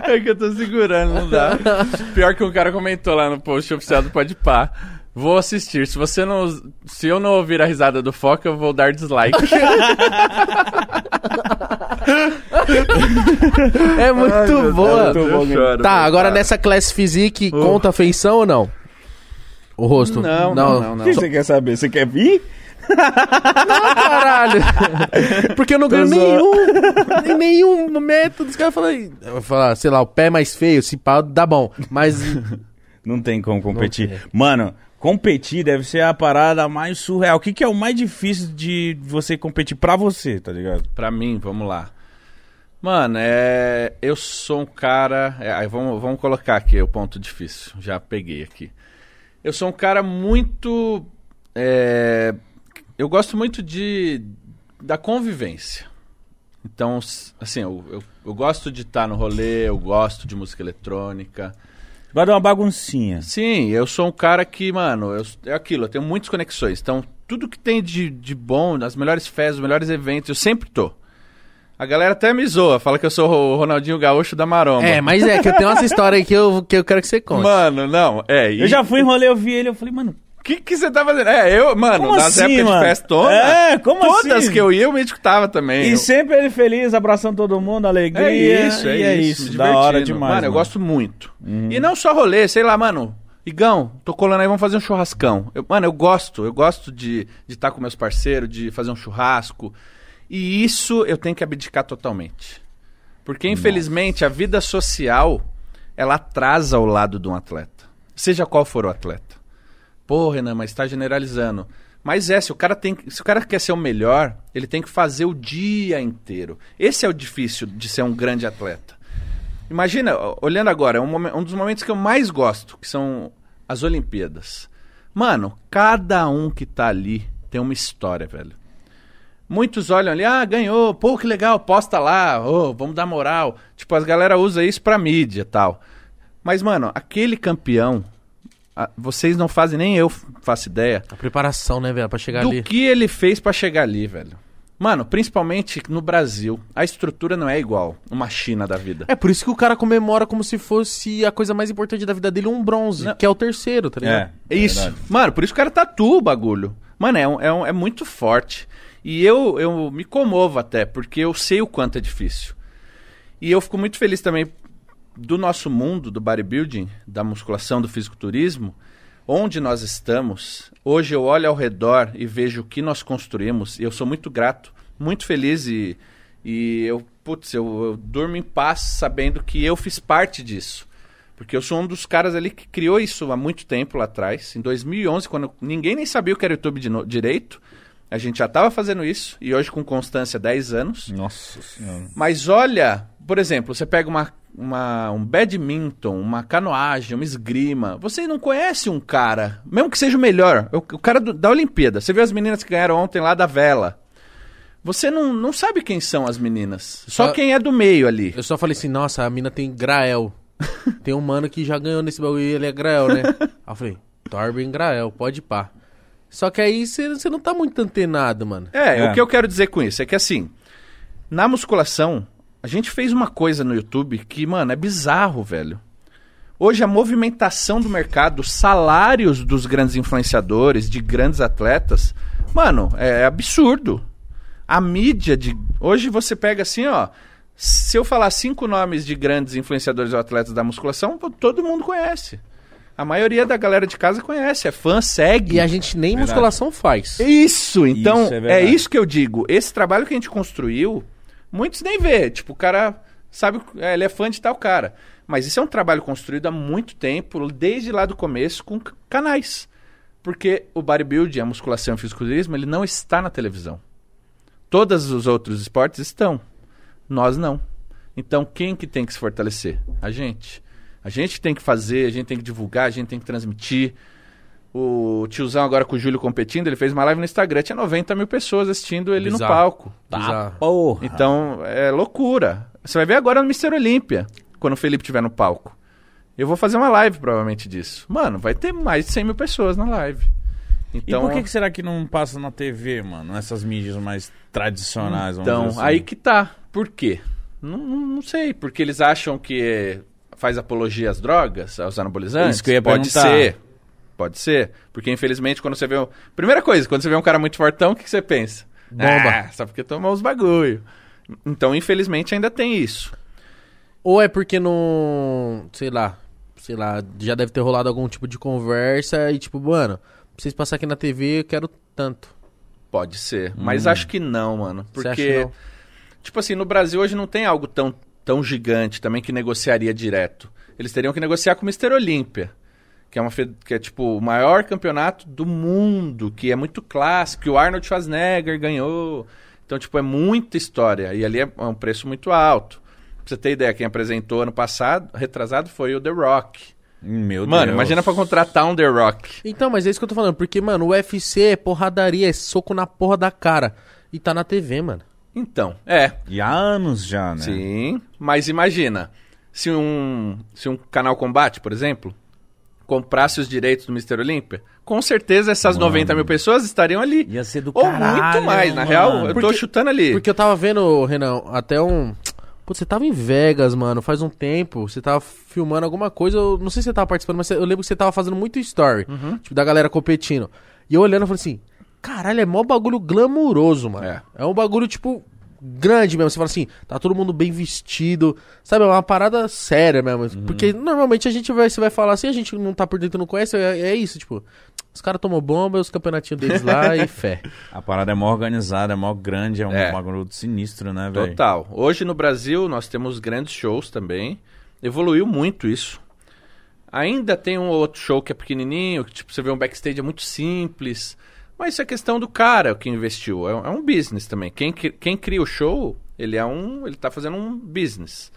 É que eu tô segurando, não dá. Pior que um cara comentou lá no post oficial do Pode Pá. Vou assistir. Se você não. Se eu não ouvir a risada do Foca, eu vou dar dislike.
É muito boa.
Deus, muito bom,
Eu choro,
Tá,
mano.
agora nessa classe physique, conta a feição ou não? O rosto?
Não, não, não,
O
não.
que você quer saber? Você quer vir?
Caralho. Porque eu não ganho nenhum, em nenhum método. Os caras falam, aí- eu vou falar, sei lá, o pé mais feio, se pá, dá bom. Mas
Não tem como competir.
tem.
Mano, competir deve ser a parada mais surreal. O que, que é o mais difícil de você competir pra você, tá ligado?
Pra mim, vamos lá. Mano, é. Eu sou um cara. é, aí vamos, vamos colocar aqui o ponto difícil. Já peguei aqui. Eu sou um cara muito. é, Eu gosto muito de. da convivência. Então, s- assim, eu, eu, eu gosto de estar no rolê, eu gosto de música eletrônica.
Vai dar uma baguncinha.
Sim, eu sou um cara que, mano, eu, é aquilo, eu tenho muitas conexões. Então, tudo que tem de, de bom, nas melhores festas, os melhores eventos, eu sempre tô. A galera até me zoa, fala que eu sou o Ronaldinho Gaúcho da Maromba.
é, mas é que eu tenho essa história aí que eu, que eu quero que você conte.
Mano, não, é.
Eu já fui em rolê, eu vi ele, eu falei, mano,
O que, que você tá fazendo? É, eu, mano,
como
nas
assim,
épocas
mano?
de festona,
É, como
todas
assim?
que eu ia, eu me escutava também.
E
Eu-
sempre ele feliz, abraçando todo mundo, alegria.
É isso, é,
e é
isso.
isso.
me
da hora
divertindo.
demais. Uhum.
Mano, eu gosto muito. E não só rolê, sei lá, mano. Igão, tô colando aí, vamos fazer um churrascão. Eu- mano, eu gosto, eu gosto de estar com meus parceiros, de fazer um churrasco. E isso eu tenho que abdicar totalmente. Porque, infelizmente, a vida social, ela atrasa o lado de um atleta. Seja qual for o atleta. Pô, Renan, mas tá generalizando. Mas é, se o cara tem, que- se o cara quer ser o melhor, ele tem que fazer o dia inteiro. Esse é o difícil de ser um grande atleta. Imagina, ó, olhando agora, é um, momen- um dos momentos que eu mais gosto, que são as Olimpíadas. Mano, cada um que tá ali tem uma história, velho. Muitos olham ali, ah, ganhou, pô, que legal, posta lá, ô, vamos dar moral. Tipo, as galera usa isso pra mídia e tal. Mas, mano, aquele campeão, a- Ah, vocês não fazem, nem eu f- faço ideia,
A preparação, né, velho, pra chegar
do
ali.
que ele fez pra chegar ali, velho. Mano, principalmente no Brasil, a estrutura não é igual uma China da vida.
É por isso que o cara comemora como se fosse a coisa mais importante da vida dele um bronze, que é o terceiro, tá ligado?
É,
É Isso.
verdade.
Mano, por isso que o cara tatua o bagulho. Mano, é, um- é um- é muito forte. E eu, eu me comovo até, porque eu sei o quanto é difícil. E eu fico muito feliz também do nosso mundo, do bodybuilding, da musculação, do fisiculturismo, onde nós estamos. Hoje eu olho ao redor e vejo o que nós construímos. E eu sou muito grato, muito feliz e, e eu, putz, eu, eu durmo em paz sabendo que eu fiz parte disso. Porque eu sou um dos caras ali que criou isso há muito tempo lá atrás, em 2011, quando ninguém nem sabia o que era YouTube de no- direito. A gente já estava fazendo isso, e hoje com constância 10 anos.
Nossa senhora.
Mas olha, por exemplo, você pega uma, uma- um badminton, uma canoagem, uma esgrima. Você não conhece um cara, mesmo que seja o melhor, o, o cara do- da Olimpíada. Você viu as meninas que ganharam ontem lá da vela. Você não, não sabe quem são as meninas. Só
Ah.
quem é do meio ali.
Eu só falei assim, nossa, a mina tem Grael. Tem um mano que já ganhou nesse bagulho e ele é Grael, né? Aí eu falei, Torben Grael, pode pá. Só que aí você você não tá muito antenado, mano.
É,
É.
o que eu quero dizer com isso é que assim, na musculação, a gente fez uma coisa no YouTube que, mano, é bizarro, velho. Hoje a movimentação do mercado, os salários dos grandes influenciadores, de grandes atletas, mano, é absurdo. A mídia de. Hoje você pega assim, ó. Se eu falar cinco nomes de grandes influenciadores ou atletas da musculação, pô, todo mundo conhece. A maioria da galera de casa conhece, é fã, segue.
E a gente nem musculação faz.
Isso, então
Isso é
é,
verdade.
isso que eu digo. Esse trabalho que a gente construiu, Muitos nem vê. Tipo, o cara sabe, é, ele é fã de tal cara. Mas isso é um trabalho construído há muito tempo, desde lá do começo, com c- canais. Porque o bodybuilding, a musculação e o fisiculturismo, ele não está na televisão. Todos os outros esportes estão. Nós não. Então, quem que tem que se fortalecer? A gente. A gente tem que fazer, a gente tem que divulgar, a gente tem que transmitir. O tiozão agora com o Júlio competindo, ele fez uma live no Instagram, tinha 90 mil pessoas assistindo ele
Bizarro.
no palco.
Tá,
Bizarro.
porra.
Então, é loucura. Você vai ver agora no Mr. Olímpia, quando o Felipe estiver no palco. Eu vou fazer uma live, provavelmente, disso. Mano, vai ter mais de 100 mil pessoas na live.
e
Então,
por que, que será que não passa na TV, mano? Essas mídias mais tradicionais, vamos
então
dizer assim.
aí que tá. Por quê? Não, não- não sei. Porque eles acham que faz apologia às drogas, aos anabolizantes?
Isso que eu ia
Pode
perguntar.
ser. Pode ser. Porque, infelizmente, quando você vê... Um... Primeira coisa, quando você vê um cara muito fortão, o que que você pensa?
Bomba.
Ah, só porque tomou uns bagulho. Então, infelizmente, ainda tem isso.
Ou é porque não. Sei lá. Sei lá, já deve ter rolado algum tipo de conversa e tipo, mano, pra vocês passarem aqui na TV, eu quero tanto.
Pode ser,
Hum.
mas acho que não, mano.
Você acha
Porque,
não?
tipo assim, no Brasil hoje não tem algo tão, tão gigante também que negociaria direto. Eles teriam que negociar com o Mr. Olímpia, que é, uma, fe- que é tipo o maior campeonato do mundo, que é muito clássico, que o Arnold Schwarzenegger ganhou. Então, tipo, é muita história. E ali é é um preço muito alto. Pra você ter ideia, quem apresentou ano passado, retrasado, foi o The Rock.
Meu
Mano,
Deus.
imagina pra contratar um The Rock.
Então, mas é isso que eu tô falando, porque, mano, o UFC é porradaria, é soco na porra da cara. E tá na TV, mano.
Então, é,
E há anos já, né?
Sim, mas imagina, se um, se um canal combate, por exemplo, comprasse os direitos do Mr. Olímpia, com certeza essas 90 mil pessoas estariam ali.
Ia ser é do
Ou
caralho,
muito mais, na
mano.
real, eu tô
Porque-
chutando ali.
Porque eu tava vendo, Renan, até um. Putz, você tava em Vegas, mano, faz um tempo. Você tava filmando alguma coisa. Eu não sei se você tava participando, mas eu lembro que você tava fazendo muito story. Tipo, da galera competindo. E eu olhando, eu falei assim: caralho, é mó bagulho glamuroso, mano.
É.
É. um bagulho, tipo, grande mesmo. Você fala assim: tá todo mundo bem vestido. Sabe, é uma parada séria mesmo. Porque normalmente a gente vai, você vai falar assim, a gente não tá por dentro, não conhece. É, é isso, tipo. Os caras tomam bomba, os campeonatinhos deles lá e fé.
A parada é mó organizada, é mó grande, é um
É.
bagulho sinistro, né, velho?
Total. Hoje no Brasil nós temos grandes shows também. Evoluiu muito isso. Ainda tem um ou outro show que é pequenininho, que tipo, você vê um backstage é muito simples. Mas isso é questão do cara que investiu. É, um- é um business também. Quem, cri- quem cria o show, ele é um. ele tá fazendo um business.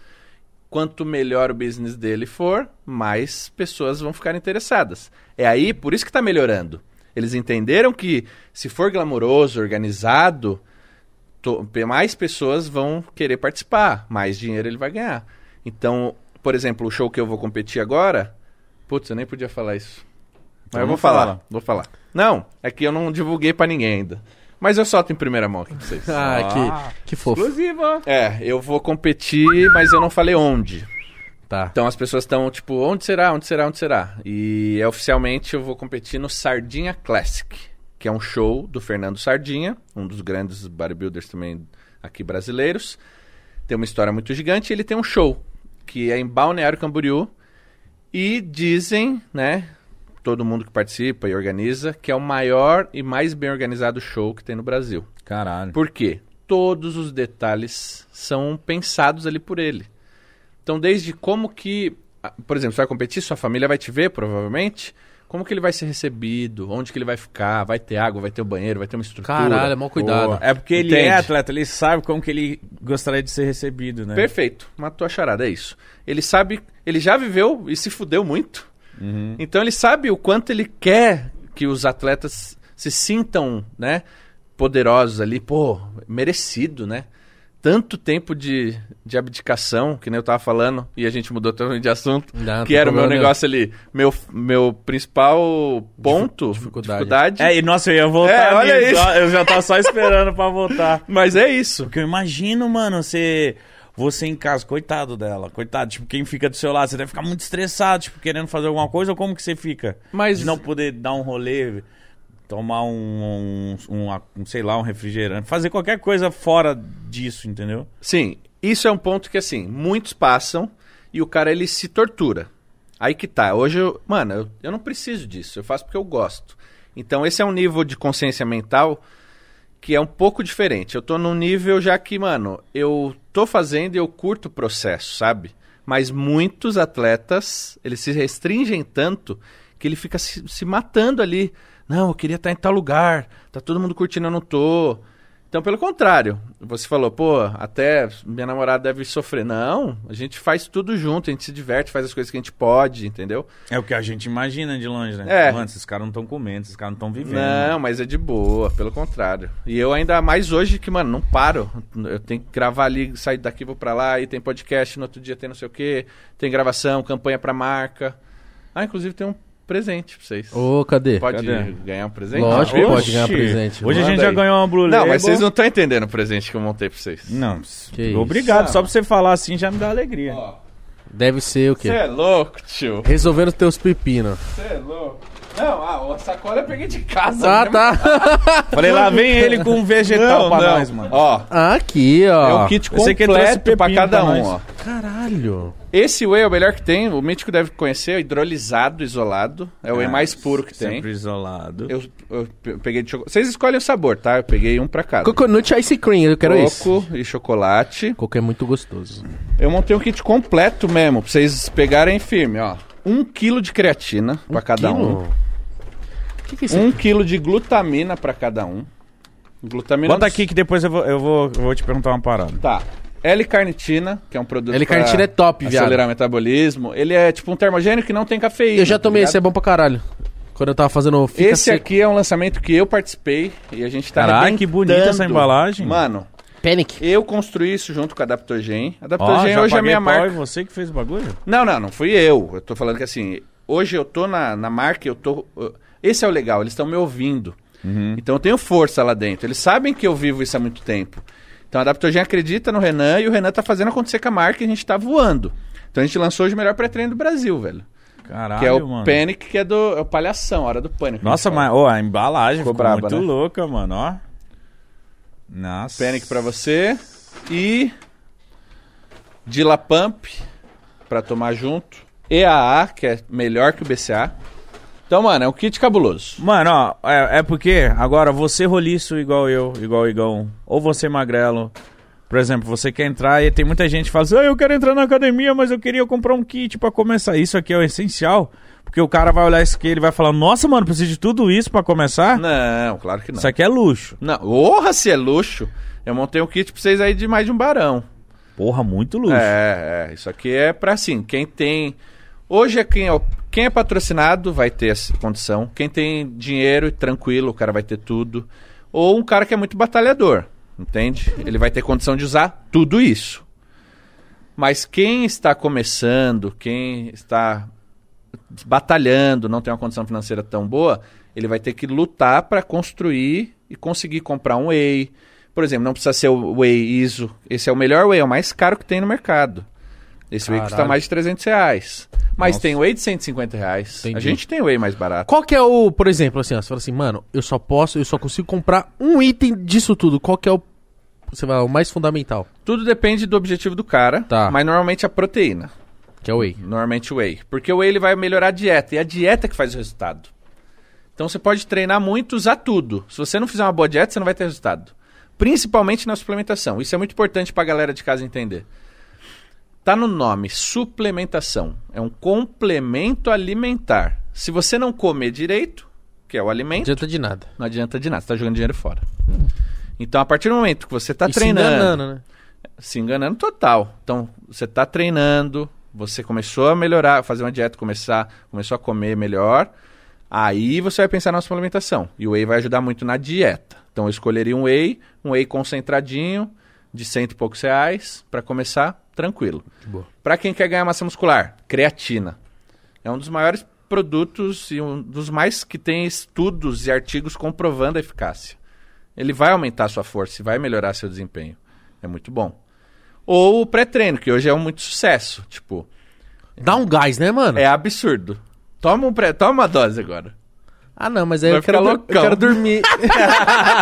Quanto melhor o business dele for, mais pessoas vão ficar interessadas. É aí, por isso que tá melhorando. Eles entenderam que se for glamouroso, organizado, to- pe- mais pessoas vão querer participar, mais dinheiro ele vai ganhar. Então, por exemplo, o show que eu vou competir agora. Putz, eu nem podia falar isso. Mas
Então
eu
não
vou falar,
fala.
vou falar. Não, é que eu não divulguei pra ninguém ainda. Mas eu solto em primeira mão aqui pra vocês.
ah, que, que fofo.
Exclusiva.
é, eu vou competir, mas eu não falei onde.
Tá.
Então as pessoas estão tipo, onde será, onde será, onde será? E é, oficialmente eu vou competir no Sardinha Classic, que é um show do Fernando Sardinha, um dos grandes bodybuilders também aqui brasileiros. Tem uma história muito gigante. e Ele tem um show que é em Balneário Camboriú e dizem, né, todo mundo que participa e organiza, que é o maior e mais bem organizado show que tem no Brasil.
Caralho.
Por quê? Todos os detalhes são pensados ali por ele. Então, desde como que, ah, por exemplo, você vai competir, sua família vai te ver, provavelmente. Como que ele vai ser recebido? Onde que ele vai ficar? Vai ter água, vai ter o banheiro, vai ter uma estrutura.
Caralho, é mó cuidado.
Boa. É porque ele
Entende?
é atleta, ele sabe como que ele gostaria de ser recebido, né?
Perfeito, matou a charada, é isso. Ele sabe, ele já viveu e se fudeu muito.
Uhum.
Então ele sabe o quanto ele quer que os atletas se sintam, né, poderosos ali, pô, merecido, né? Tanto tempo de, de abdicação, que nem eu tava falando, e a gente mudou totalmente de assunto,
Ah,
Não, não
tá
que era o
tem
meu
problema
negócio ali, meu, meu principal ponto,
dificuldade.
dificuldade.
É, e nossa, eu ia voltar.
É, olha
nisso,
isso.
ó, Eu já tava só esperando pra voltar.
Mas é isso.
Porque eu imagino, mano, você. Você em casa, coitado dela, coitado. Tipo, quem fica do seu lado, você deve ficar muito estressado, tipo, querendo fazer alguma coisa, ou como que você fica?
Mas
De não poder dar um rolê, tomar um, um, um- um, sei lá, um refrigerante, fazer qualquer coisa fora disso, entendeu?
Sim, isso é um ponto que, assim, muitos passam e o cara, ele se tortura. Aí que tá. Hoje, eu, mano, eu, eu não preciso disso. Eu faço porque eu gosto. Então, esse é um nível de consciência mental que é um pouco diferente. Eu tô num nível já que, mano, eu tô fazendo e eu curto o processo, sabe? Mas muitos atletas, eles se restringem tanto que ele fica se, se matando ali. Não, eu queria estar em tal lugar, tá todo mundo curtindo, eu não tô. Então, pelo contrário, você falou, pô, até minha namorada deve sofrer. Não, a gente faz tudo junto, a gente se diverte, faz as coisas que a gente pode, entendeu?
É o que a gente imagina de longe, né?
É.
Mano, esses caras não estão comendo, esses caras não estão vivendo.
Não, mas é de boa, pelo contrário. E eu ainda mais hoje que, mano, não paro. Eu tenho que gravar ali, sair daqui, vou pra lá, e tem podcast, no outro dia tem não sei o quê, tem gravação, campanha pra marca. Ah, inclusive tem um presente pra vocês.
Ô, cadê?
Pode
cadê?
ganhar um presente?
Lógico que
Ah,
pode ganhar presente.
Hoje a gente
Manda
já
aí.
ganhou uma é Blue
Não,
Label.
mas vocês não estão entendendo o presente que eu montei pra vocês.
Não,
Que
obrigado.
isso.
Só pra você falar assim já me dá alegria.
Deve ser o quê?
Você é louco, tio.
Resolvendo teus pepinos.
Você é louco. Não, ah, a sacola eu peguei de casa.
Ah,
né,
tá.
Falei, lá vem ele com um vegetal
Não,
pra
não.
nós, mano.
Ó,
Ah, Aqui,
é
ó.
um kit
Pensei que ele trouxe
completo pra
pepino
cada
pra
um,
nós.
ó.
Caralho.
Esse whey é o melhor que tem, o Mítico deve conhecer, é o hidrolisado, isolado. É o
Ah,
whey mais puro que tem.
Sempre isolado.
Eu, eu pe- peguei de chocolate. Vocês escolhem o sabor, tá? Eu peguei um pra cada.
Coconut Ice Cream, eu quero isso.
Coco e chocolate.
Coco é muito gostoso.
Eu montei um kit completo mesmo, pra vocês pegarem firme, ó. Um quilo de creatina pra cada um.
O que, que é isso?
Um quilo de glutamina pra cada um. Glutamina...
Bota aqui que depois eu vou, eu vou, eu vou te perguntar uma parada.
Tá. L-carnitina, que é um produto
L-carnitina
pra
é top, viado.
acelerar o metabolismo. Ele é tipo um termogênico que não tem cafeína.
Eu já
tá
tomei,
ligado?
esse é bom pra caralho. Quando eu tava fazendo fica
Esse
seco.
aqui é um lançamento que eu participei e a gente tá
Caralho, que bonita
arrebentando.
essa embalagem.
Mano,
Panic.
eu construí isso junto com a Adaptogen.
Ó,
Adaptogen
já
hoje é
paguei
a minha
pau
marca.
e você que fez o bagulho?
Não, não, não fui eu. Eu tô falando que assim, hoje eu tô na, na marca, eu tô. eu- Esse é o legal, eles estão me ouvindo.
Uhum.
Então eu tenho força lá dentro. Eles sabem que eu vivo isso há muito tempo. Então a Adaptogen acredita no Renan e o Renan tá fazendo acontecer com a marca e a gente tá voando. Então a gente lançou hoje o melhor pré-treino do Brasil, velho.
Caralho,
que é o
mano.
Panic, que é do. É o palhação, a hora do pânico. Então,
Nossa,
a gente fala.
mas ó, a embalagem
Ficou
ficou,
braba,
muito
né?
louca, mano, ó. Nossa.
Panic pra você e Dilapump pra tomar junto. EAA, que é melhor que o BCA. Então, mano, é um kit cabuloso.
Mano, ó, é, é porque agora você roliço igual eu, igual o Igão, ou você magrelo. Por exemplo, você quer entrar e tem muita gente que fala assim: ah, eu quero entrar na academia, mas eu queria comprar um kit pra começar. Isso aqui é o essencial. Porque o cara vai olhar isso aqui e ele vai falar: nossa, mano, preciso de tudo isso pra começar?
Não, claro que não.
Isso aqui é luxo.
Não, orra se é luxo. Eu montei um kit pra vocês aí de mais de um barão.
Porra, muito luxo.
É, é, isso aqui é pra assim, quem tem. Hoje é quem é, o- quem é patrocinado vai ter essa condição. Quem tem dinheiro, tranquilo, o cara vai ter tudo. Ou um cara que é muito batalhador, entende? Ele vai ter condição de usar tudo isso. Mas quem está começando, quem está batalhando, não tem uma condição financeira tão boa, ele vai ter que lutar para construir e conseguir comprar um whey. Por exemplo, não precisa ser o whey ISO. Esse é o melhor whey, é o mais caro que tem no mercado. Esse whey custa
Caralho.
mais de 300 reais. Mas
Nossa.
tem whey de 150 reais. A
Entendi.
gente tem whey mais barato.
Qual que é o, por exemplo, assim, ó, você fala assim, mano, eu só posso, eu só consigo comprar um item disso tudo. Qual que é o, você vai, o mais fundamental?
Tudo depende do objetivo do cara,
Tá.
mas normalmente a proteína.
Que é o whey.
Normalmente o whey. Porque o whey ele vai melhorar a dieta. E é a dieta que faz o resultado. Então você pode treinar muito, usar tudo. Se você não fizer uma boa dieta, você não vai ter resultado. Principalmente na suplementação. Isso é muito importante pra galera de casa entender. Tá no nome, suplementação. É um complemento alimentar. Se você não comer direito, que é o
Não
alimento,
adianta de nada.
não adianta de nada. Você tá jogando dinheiro fora. Então, a partir do momento que você tá
E se
treinando
enganando, né?
se enganando total. Então, você tá treinando, você começou a melhorar, fazer uma dieta, começar, começou a comer melhor, aí você vai pensar na suplementação. E o whey vai ajudar muito na dieta. Então, eu escolheria um whey, um whey concentradinho, de cento e poucos reais, para começar tranquilo.
De boa.
Para quem quer ganhar massa muscular, creatina. É um dos maiores produtos e um dos mais que tem estudos e artigos comprovando a eficácia. Ele vai aumentar a sua força e vai melhorar seu desempenho. É muito bom. Ou o pré-treino, que hoje é um muito sucesso. Tipo,
Dá um gás, né, mano?
é absurdo. Toma, um pré, toma uma dose agora.
Ah, não, mas aí
Vai
eu quero,
ficar
dur- eu
loucão.
quero dormir.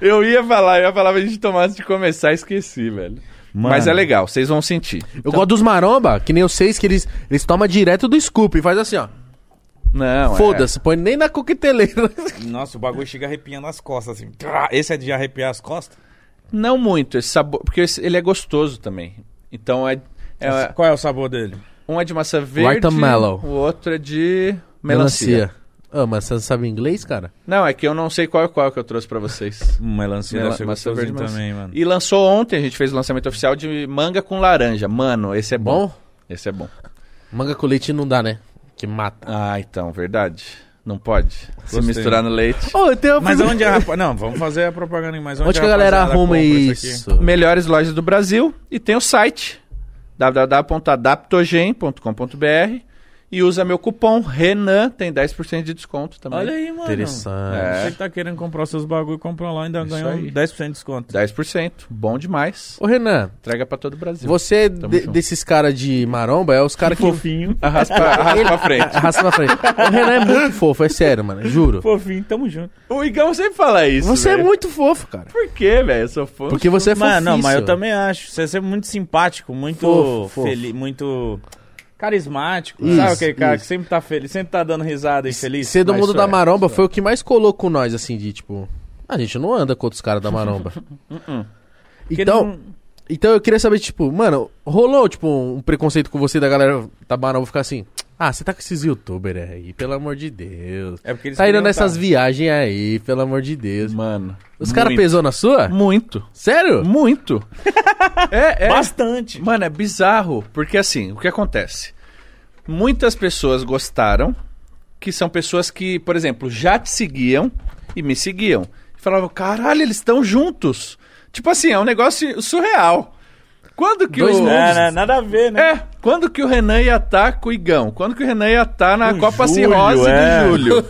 Eu ia falar, eu ia falar pra gente tomar antes de começar, esqueci, velho.
Mano.
Mas é legal, vocês vão sentir.
Eu gosto dos maromba, que nem eu sei que eles, eles tomam direto do scoop e faz assim, ó.
Não, é-
Foda-se, põe nem na coqueteleira.
Nossa, o bagulho chega arrepiando as costas, assim. Trá! Esse é de arrepiar as costas?
Não muito, esse sabor. Porque esse- ele é gostoso também. Então é. é-
Qual é o sabor dele?
um é de maçã verde.
Watermelon.
O outro é de melancia.
Ah, mas você não sabe inglês, cara?
Não, é que eu não sei qual é qual que eu trouxe pra vocês.
Hum, Melancia
Mela-
deve ser
maçã verde,
gostosinho também,
melancia.
mano.
E lançou ontem, a gente fez o lançamento oficial de manga com laranja. Mano, esse é bom.
Bom?
Esse é bom.
Manga com leite não dá, né? Que mata.
Ah, então, verdade. Não pode.
Gostei.
Se misturar no leite.
Ô, eu tenho uma
Mas
pergunta.
onde é a rapaz... Não, vamos fazer a propaganda em mais onde,
Onde que a galera
rapaziada
arruma
compra
isso?
aqui?
Melhores lojas do Brasil. E tem o site www.adaptogen.com.br e usa meu cupom RENAN, tem 10% de desconto também.
Olha aí, mano.
Interessante.
É.
Você que tá querendo comprar os seus bagulho, compra lá, ainda
Isso
ganha um
aí.
10% de desconto.
10%, bom demais.
Ô, Renan,
Entrega pra todo o Brasil.
você é
Tamo
de-
junto.
desses caras de maromba é os caras que.
Fofinho.
Arraspa, arraspa pra frente.
Arrasta pra frente. O Renan é muito fofo, é sério, mano. Juro.
Fofinho, tamo junto.
O Igão sempre fala isso,
Você é
velho.
muito fofo, cara.
Por quê, velho? Eu sou fã.
Porque você é
Mano,
fofíssimo.
não, mas eu também acho. Você é sempre muito simpático, muito
Fofo, fofo.
feliz, muito carismático.
Isso,
sabe aquele cara
isso.
que sempre tá feliz, sempre tá dando risada e feliz?
Ser do
Mas
mundo
isso
da
é,
maromba foi o que mais colou com nós, assim, de tipo. A gente não anda com outros caras da maromba.
Uh-uh.
Porque
então,
não-
então eu queria saber, tipo, mano, rolou, tipo, um preconceito com você da galera da maromba ficar assim. Ah, você tá com esses youtubers aí, pelo amor de Deus.
É porque eles
Tá indo
queriam
nessas
tá.
viagens aí, pelo amor de Deus.
Mano.
Os caras
muito.
pesou na sua?
Muito.
Sério?
Muito. é, é.
Bastante.
Mano, é bizarro, porque assim, o que acontece? Muitas pessoas gostaram, que são pessoas que, por exemplo, já te seguiam e me seguiam. E falavam, caralho, eles estão juntos. Tipo assim, é um negócio surreal. Quando que
Dois
o...
mundos.
É, né, nada a ver, né?
É, quando que o Renan ia estar com o Igão? Quando que o Renan ia estar na
Com
Copa
julho,
Cirrose
é.
de julho?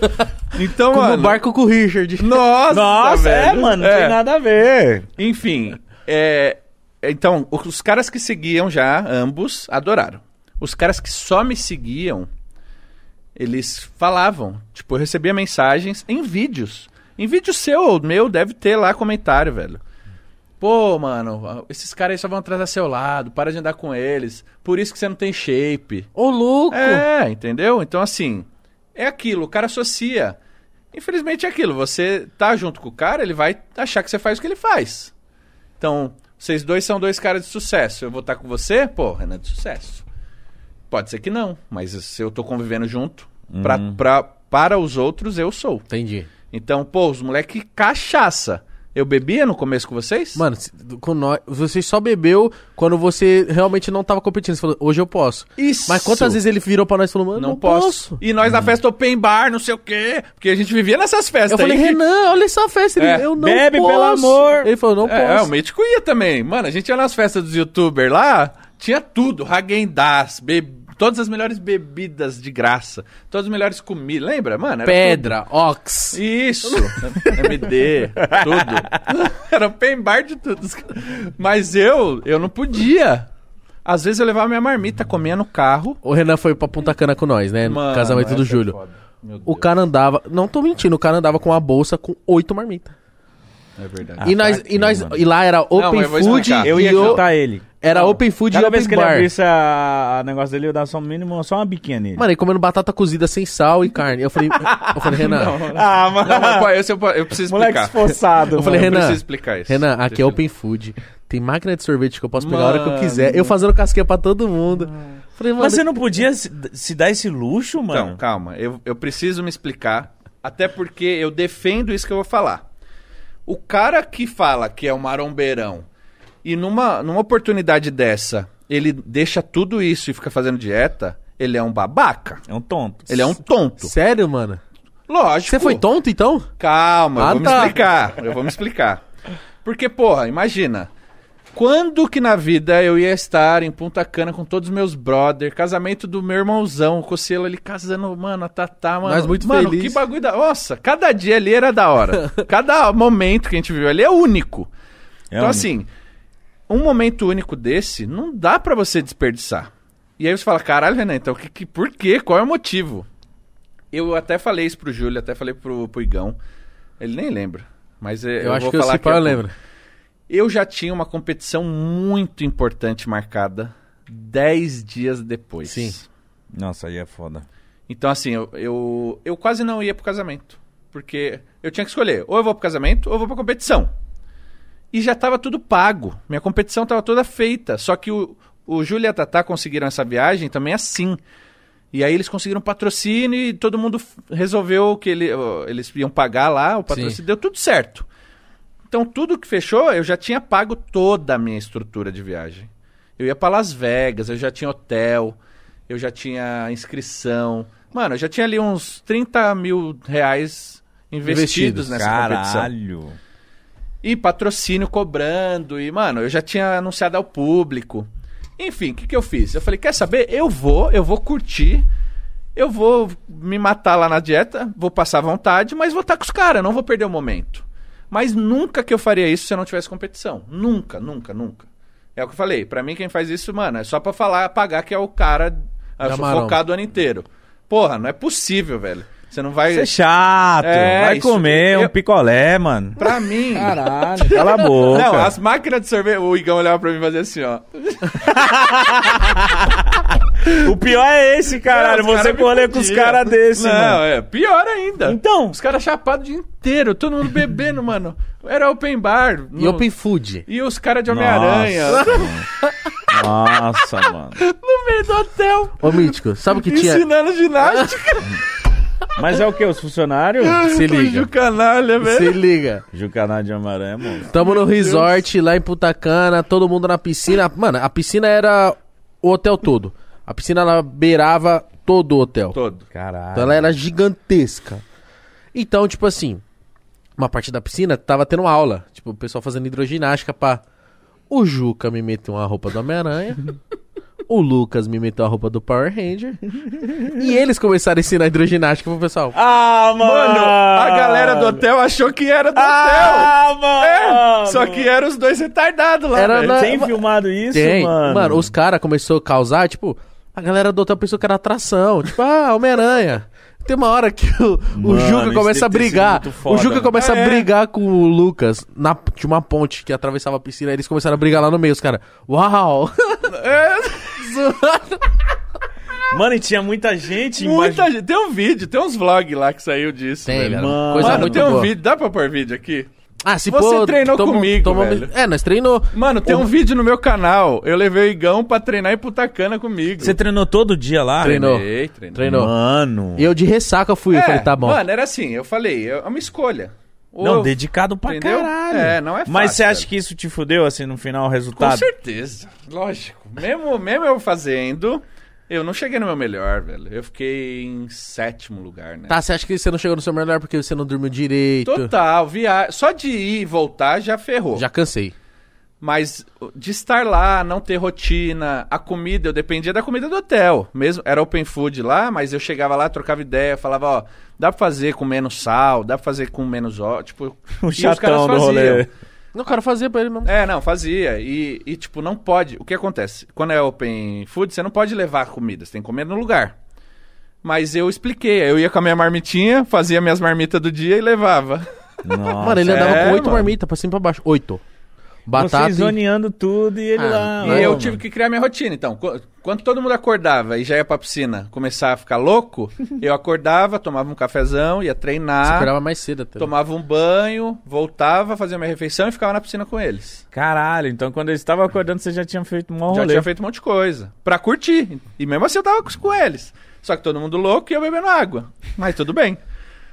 Então,
Como
mano...
o barco com o Richard.
Nossa,
Nossa, é,
velho.
mano, não tem nada a ver.
Enfim, é, então, os caras que seguiam já, ambos, adoraram. Os caras que só me seguiam, eles falavam. Tipo, eu recebia mensagens em vídeos. Em vídeo seu ou meu, deve ter lá comentário, velho. Pô, mano, esses caras aí só vão atrasar seu lado, para de andar com eles. Por isso que você não tem shape.
Ô, louco!
É, entendeu? Então, assim, é aquilo, o cara associa. Infelizmente é aquilo, você tá junto com o cara, ele vai achar que você faz o que ele faz. Então, vocês dois são dois caras de sucesso. Eu vou estar com você, pô, Renan é de sucesso. Pode ser que não, mas se eu tô convivendo junto, pra,
Uhum.
pra- para os outros eu sou.
Entendi.
Então, pô, os moleque cachaça. Eu bebia no começo com vocês?
Mano, se- com nós, você só bebeu quando você realmente não tava competindo. Você falou, hoje eu posso.
Isso.
Mas quantas vezes ele virou pra nós e falou, mano,
não, posso. E nós na festa open bar, não sei o quê. Porque a gente vivia nessas festas
Uhum. Eu falei,
aí. que-
Renan, olha essa festa. Ele,
É,
eu não
bebe,
posso.
pelo amor.
Ele falou, não
É, é, o
posso.
Mítico ia também. Mano, a gente ia nas festas dos youtubers lá, tinha tudo. Hagendaz, todas as melhores bebidas de graça, todas as melhores comidas. Lembra, mano? Era
Pedra, ox.
é tudo. Isso. MD, tudo. Era open bar de tudo. Mas eu, eu não podia. Às vezes eu levava minha marmita, comia no carro.
O Renan foi pra Punta Cana com nós, né? No
Mano,
casamento
essa
do
é
Júlio.
foda. Meu
o
Deus,
cara andava, não tô mentindo, o cara andava com uma bolsa com oito marmitas.
é verdade.
e nós,
tá
e nós,
aqui, mano.
e lá era open
mas eu vou
food
explicar.
e
Eu ia
o-
chutar ele.
era open food e
Cada
open
vez que
bar.
ele abrisse a, a negócio dele, eu dava só um mínimo, só uma biquinha nele.
Mano, e comendo batata cozida sem sal e carne. Eu falei, eu falei, Renan,
ah, mano.
Não, mas, pô, esse eu, eu preciso
Moleque
explicar.
esforçado.
Eu falei,
mano.
eu
Renan,
preciso explicar isso.
Renan, aqui é
Deixa eu-
open food. Tem máquina de sorvete que eu posso pegar a hora que eu
Mano.
quiser. Eu fazendo casquinha pra todo mundo. Falei, mano,
Mas você não podia se, se dar esse luxo, mano?
Então, calma, eu, eu preciso me explicar, até porque eu defendo isso que eu vou falar. O cara que fala que é um marombeirão e numa, numa oportunidade dessa ele deixa tudo isso e fica fazendo dieta, ele é um babaca.
É um tonto.
Ele é um tonto.
sério, mano?
Lógico.
Você foi tonto, então?
Calma, eu
Ah,
vou
tá.
me explicar. Eu vou me explicar. Porque, porra, imagina. Quando que na vida eu ia estar em Punta Cana com todos os meus brother, casamento do meu irmãozão, o Cocielo ali casando, mano, a Tatá, mano.
Nós muito
mano,
feliz.
que bagulho da... Nossa, cada dia ali era da hora. Cada momento que a gente viveu ali é único.
É
então,
um-
assim, um momento único desse não dá pra você desperdiçar. E aí você fala, caralho, Renan, então que, que- por quê? Qual é o motivo? Eu até falei isso pro Júlio, até falei pro, pro Igão. Ele nem lembra. Mas é,
Eu,
eu,
acho
vou
que eu
falar
sei
aqui
qual eu
a pouco.
lembro.
Eu já tinha uma competição muito importante marcada dez dias depois.
Sim.
um, Nossa, aí é foda.
Então, assim, eu, eu, eu quase não ia pro casamento. Porque eu tinha que escolher, ou eu vou pro casamento, ou eu vou pra competição. E já tava tudo pago. Minha competição tava toda feita. Só que o, o Júlio e a Tatá conseguiram essa viagem também assim. E aí eles conseguiram um patrocínio e todo mundo f- resolveu que ele- ó, eles iam pagar lá o patrocínio.
Sim.
Deu tudo certo. Então tudo que fechou, eu já tinha pago toda a minha estrutura de viagem. Eu ia pra Las Vegas, eu já tinha hotel, eu já tinha inscrição. Mano, eu já tinha ali uns 30 mil reais
Investidos.
investidos, nessa competição.
Caralho.
E patrocínio cobrando. E, mano, eu já tinha anunciado ao público. Enfim, o que, que eu fiz? Eu falei, quer saber? Eu vou, eu vou curtir. Eu vou me matar lá na dieta, vou passar vontade, mas vou estar com os caras, não vou perder o momento. Mas nunca que eu faria isso se eu não tivesse competição. Nunca, nunca, nunca. É o que eu falei. Pra mim, quem faz isso, mano, é só pra falar, pagar que é o cara. ah, Eu sou
Camarão.
focado o ano inteiro. Porra, não é possível, velho. Você não vai.
Você é chato.
É,
Vai
isso-
comer um
eu-
picolé, mano.
Pra mim.
Caralho.
Cala a boca.
Não, as máquinas de sorvete, o Igão olhava pra mim e fazia assim, ó.
O pior é esse, caralho.
Não, os
Você
cara me
correr com os
fudia.
caras desse,
Não,
mano.
é pior ainda.
Então.
Os caras chapados o dia inteiro, todo mundo bebendo, mano. Era open bar.
E
no-
Open Food.
E os caras de Homem-Aranha.
Nossa, mano.
No meio do hotel.
Ô, Mítico, sabe o que tinha?
ensinando ginástica.
Mas é o que? Os funcionários?
Se liga.
Ju canalha,
Se
velho.
liga.
Jucaná de Amaré, mano.
Tamo no resort lá em Punta Cana, todo mundo na piscina. Mano, a piscina era o hotel todo. A piscina ela beirava todo o hotel.
Todo.
Então
é
Caralho.
ela era gigantesca. Então, tipo assim, uma parte da piscina tava tendo aula. Tipo, o pessoal fazendo hidroginástica pra. O Juca me meteu uma roupa do Homem-Aranha. o Lucas me meteu a roupa do Power Ranger. e eles começaram a ensinar hidroginástica pro pessoal.
Ah, mano.
Mano, a galera do hotel achou que era do hotel.
Ah,
É,
mano.
só que eram os dois retardados lá,
Era
velho.
na-
Tem filmado isso,
Tem.
mano?
Mano, os caras começaram a causar, tipo, a galera do hotel pensou que era atração. Tipo, ah, Homem-Aranha. Tem uma hora que o, o
Mano,
Juca
isso
começa a
deve ter sido
brigar.
muito foda,
o Juca
mano.
começa
Ah,
a
é?
brigar com o Lucas na, de uma ponte que atravessava a piscina. Eles começaram a brigar lá no meio, os caras. Uau!
É.
Zoado.
Mano, e tinha muita gente
Muita gente. Tem um vídeo, tem uns vlogs lá que saiu disso.
Tem,
velho.
velho.
Mano.
Coisa
Mano,
muito
tem um
boa.
vídeo, dá pra pôr vídeo aqui?
Ah, se
Você
pô,
treinou comigo, velho.
É, nós treinou.
Mano, tem um vídeo no meu canal. Eu levei o Igão pra treinar em Putacana comigo.
Você treinou todo dia lá?
Treinou.
Treinei, treinei.
Treinou.
Mano.
E eu de ressaca fui. eu
É,
falei, tá bom.
Mano, era assim, eu falei, é uma escolha. Ou
Não,
eu-
dedicado pra
Entendeu?
caralho.
É, não é
Mas
fácil,
você acha
velho.
que isso te fudeu, assim, no final, o
Com
resultado?
certeza, lógico. Mesmo, mesmo eu fazendo, eu não cheguei no meu melhor, velho. Eu fiquei em sétimo lugar, né?
Tá, você acha que você não chegou no seu melhor porque você não dormiu direito?
Total, viagem. Só de ir e voltar já ferrou.
Já cansei.
Mas de estar lá, não ter rotina, a comida, eu dependia da comida do hotel. Mesmo era open food lá, mas eu chegava lá, trocava ideia, falava, ó, dá pra fazer com menos sal, dá pra fazer com menos óleo, tipo, e
O
os
chatão
caras
do rolê.
Não quero fazer pra ele mesmo.
É, não, fazia. E, e, tipo, não pode. O que acontece? Quando é open food, você não pode levar comida, você tem que comer no lugar. Mas eu expliquei, eu ia com a minha marmitinha, fazia minhas marmitas do dia e levava.
Nossa.
mano, ele
é,
andava com oito
mano.
marmitas pra cima e pra baixo. Oito. Batata.
Vocês zoneando tudo e ele
Ah,
lá.
e
mano.
E eu tive que criar minha rotina. Então, Qu- quando todo mundo acordava e já ia pra piscina começar a ficar louco, eu acordava, tomava um cafezão, ia
Você
treinar,
esperava mais cedo até.
tomava um banho, voltava, fazia minha refeição e ficava na piscina com eles.
Caralho, então quando eles estavam acordando, você já tinha feito um maior
Já
rolê.
tinha feito um monte de coisa. Pra curtir. E mesmo assim eu tava com- com eles. Só que todo mundo louco e eu bebendo água. Mas tudo bem.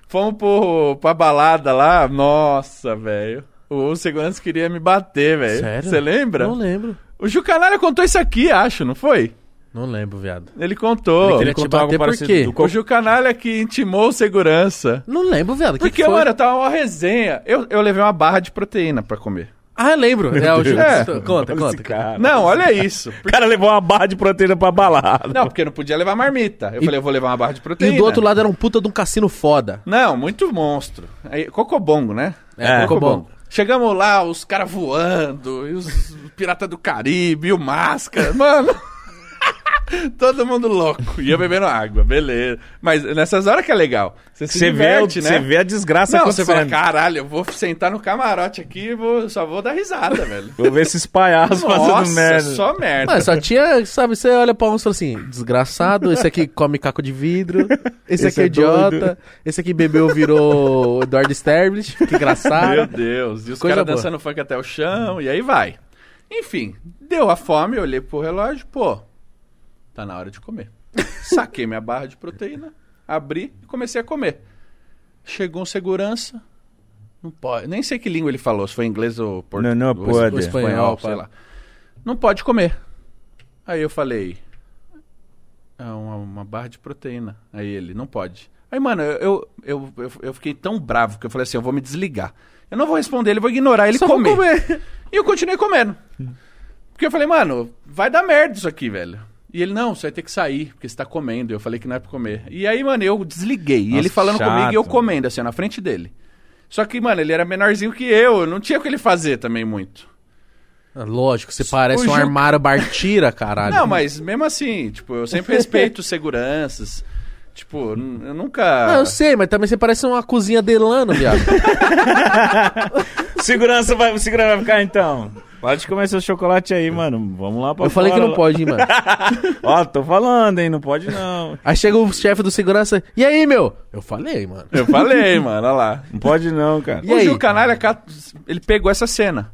Fomos pro, pra balada lá. Nossa, velho. O segurança queria me bater, velho.
Sério?
Você lembra?
Não lembro.
O Ju Canalha contou isso aqui, acho, não foi?
Não lembro, viado.
Ele contou.
Ele queria te bater por quê?
do
O
co-
Ju Canalha é que intimou o segurança.
Não lembro, viado. Que
Porque,
que foi?
mano, tava uma resenha. Eu, eu levei uma barra de proteína pra comer.
Ah, eu lembro. É, o
Deus.
é.
É.
Conta,
Olha esse
conta.
cara.
Não, olha isso.
O cara levou uma barra de proteína pra balada.
Não, porque não podia levar marmita. Eu falei, eu vou levar uma barra de
E
proteína.
do outro lado era um puta de um cassino foda.
Não, muito monstro. Aí, Cocobongo, né?
É, Cocobongo.
Chegamos lá, os caras voando, e os Pirata do Caribe, e o Máscara. Mano, Todo mundo louco. E eu bebendo água, beleza. Mas nessas horas que é legal. Você se
Você vê,
diverte,
você
né?
vê a desgraça
Não, você
acontecendo.
fala, caralho, eu vou sentar no camarote aqui e vou, só vou dar risada, velho.
Vou ver esses palhaços fazendo
Nossa, é
merda.
só merda.
Mas só tinha, sabe, você olha pra um e fala assim, desgraçado, esse aqui come caco de vidro, esse,
Esse
aqui é,
é
idiota,
doido.
esse aqui bebeu virou Eduardo Sterblich, que
Meu
engraçado.
Deus, e os
Coisa
caras
boa.
dançando funk até o chão, e aí vai. Enfim, deu a fome, eu olhei pro relógio, pô, tá na hora de comer. Saquei minha barra de proteína, abri e comecei a comer. Chegou um segurança, não pode, nem sei que língua ele falou, se foi inglês ou português.
Não, não pode.
Espanhol,
espanhol, sei
pá.
lá. Não pode comer. Aí eu falei, é uma, uma barra de proteína. Aí ele, não pode. Aí, mano, eu, eu, eu, eu fiquei tão bravo que eu falei assim, eu vou me desligar. Eu não vou responder, ele vou ignorar ele
Só vou
comer.
comer. Hum.
E eu continuei comendo. Porque eu falei, mano, vai dar merda isso aqui, velho. E ele, não, você vai ter que sair, porque você tá comendo. Eu falei que não é pra comer. E aí, mano, eu desliguei. e
Nossa,
ele falando
chato.
comigo e eu comendo, assim, ó, na frente dele. Só que, mano, ele era menorzinho que eu, não tinha o que ele fazer também muito.
Ah, Lógico, você parece
O
um
Ju-
armário Bartira, caralho.
Não, mas mesmo assim, tipo, eu sempre respeito seguranças. Tipo, n- eu nunca.
Ah, eu sei, mas também você parece uma cozinha delano, viado.
Segurança vai, o segurança vai ficar então. Pode comer seu chocolate aí, mano. Vamos lá pra
Eu falei que
fora
não
lá.
pode, hein, mano.
Ó, tô falando, hein? Não pode não.
Aí chega o chefe do segurança, e aí, meu? Eu falei, mano.
Eu falei, mano, olha lá.
Não pode não, cara.
E
o
aí?
Gil Canalha, ca- ele pegou essa cena.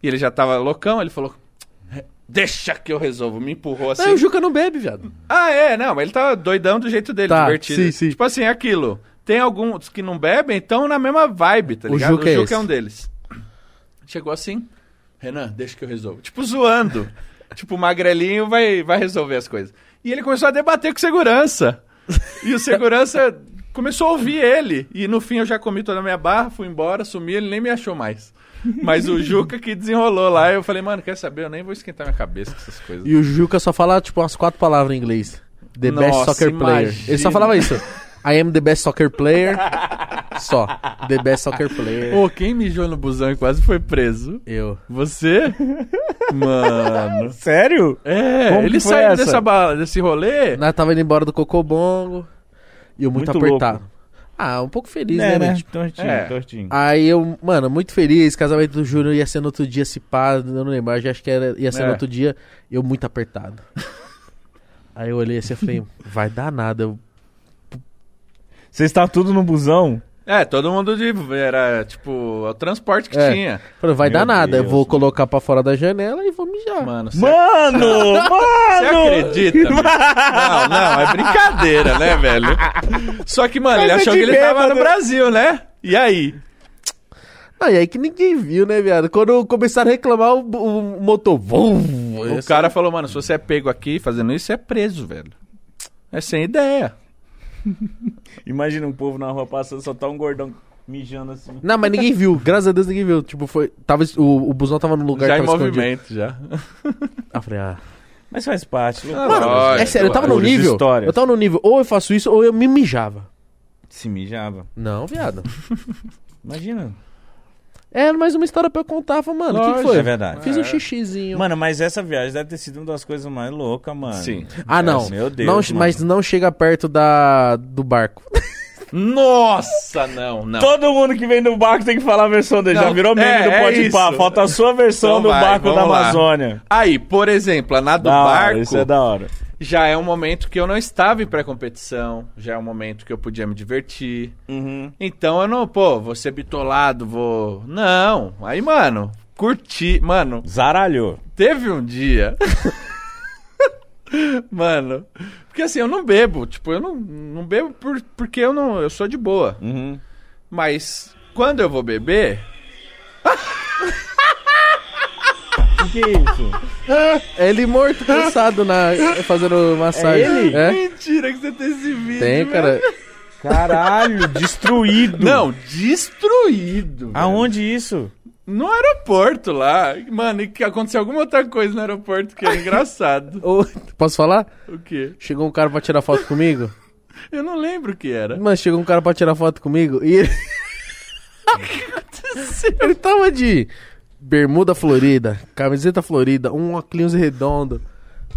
E ele já tava loucão, ele falou. Deixa que eu resolvo. Me empurrou assim.
Aí o Juca não bebe, viado.
Ah, é, não, mas ele tava doidão do jeito dele,
Tá,
divertido.
sim, sim.
Tipo assim, é aquilo. Tem alguns que não bebem, então na mesma vibe, tá
O
ligado?
Juca é esse.
é um deles. Chegou assim, Renan, deixa que eu resolvo. Tipo, zoando. tipo, o magrelinho vai, vai resolver as coisas. E ele começou a debater com segurança. E o segurança começou a ouvir ele. E no fim eu já comi toda a minha barra, fui embora, sumi, ele nem me achou mais. Mas o Juca que desenrolou lá, eu falei, mano, quer saber? Eu nem vou esquentar minha cabeça com essas coisas.
E o Juca só fala, tipo, umas quatro palavras em inglês. The best
Nossa,
soccer player.
imagina.
Ele só falava isso. I am the best soccer player. Só. The best soccer player.
Ô, quem mijou no busão e quase foi preso?
Eu.
Você?
Tá
Mano.
Sério?
É,
Como que
ele
foi
saiu
essa?
dessa bala, desse rolê.
Nós tava indo embora do Cocobongo. E eu muito,
Muito
apertado. Ah, um pouco feliz, né,
É, né?
né?
Tortinho,
É.
tortinho.
Aí eu, mano, muito feliz. Casamento do Júnior ia ser no outro dia, se pá, eu não lembro. mas Acho que era, ia ser
É.
no outro dia. Eu muito apertado. Aí eu olhei assim e falei, vai dar nada. Eu
Vocês estão tudo no busão?
É, todo mundo de. Era tipo, o transporte que
É.
tinha.
falei, vai
Meu
dar nada. eu
Deus,
vou
mano.
colocar pra fora da janela e vou mijar.
Mano, você
Mano!
você
mano!
acredita? meu? não, não, é brincadeira, né, velho? Só que, mano,
Mas
ele
é
achou
de
que ele tava
bêbado.
no Brasil, né? E aí?
Ah, e aí que ninguém viu, né, viado? Quando começaram a reclamar, o, o motor. Vum,
O cara falou, mano, se você é pego aqui fazendo isso, você é preso, velho. É sem ideia.
Imagina um povo na rua passando, só tá um gordão mijando assim.
Não, mas ninguém viu, graças a Deus ninguém viu. Tipo, foi. Tava, o, o busão tava num lugar
já
que
em
tava
movimento, já.
Ah, eu falei, ah.
Mas faz parte.
Ah,
Mano,
lógico,
é sério, eu tava no
lógico.
nível.
História.
Eu tava no nível, ou eu faço isso, ou eu me mijava.
Se mijava.
Não, viado.
Imagina.
É, mais uma história pra eu contar. Eu Falei, mano, o que que,
Lógico,
foi?
é verdade.
Fiz um
É.
xixizinho.
Mano, mas essa viagem deve ter sido uma das coisas mais loucas, mano.
Sim.
ah, não.
Meu Deus,
não
mano.
mas não chega perto da, do barco.
Nossa, não, não.
Todo mundo que vem do barco tem que falar a versão dele.
Não,
Já virou meme
é,
do
é
Pode Pá.
isso.
Falta a sua versão
Então
do
vai,
barco da
vamos lá.
Amazônia.
Aí, por exemplo, a na do
Da hora,
barco
Isso é da hora.
já é um momento que eu não estava em pré-competição, já é um momento que eu podia me divertir.
Uhum.
Então eu não, pô, vou ser bitolado, vou. Não. Aí, mano, curti. Mano,
Zaralhou.
teve um dia. mano. Porque assim, eu não bebo. Tipo, eu não, não bebo por, porque eu não. Eu sou de boa.
Uhum.
Mas quando eu vou beber.
O que é isso?
É ele morto, cansado, na, fazendo massagem.
É ele?
É.
Mentira que você tem esse vídeo. né?
Tem, cara.
Caralho, destruído.
Não, destruído. velho.
Aonde isso?
No aeroporto lá. Mano, e que aconteceu alguma outra coisa no aeroporto que é engraçado.
Ô, Posso falar?
o quê?
Chegou um cara pra tirar foto comigo.
Eu não lembro o que era.
Mano, chegou um cara pra tirar foto comigo e ele. ele tava de bermuda florida, camiseta florida, um óculos redondo,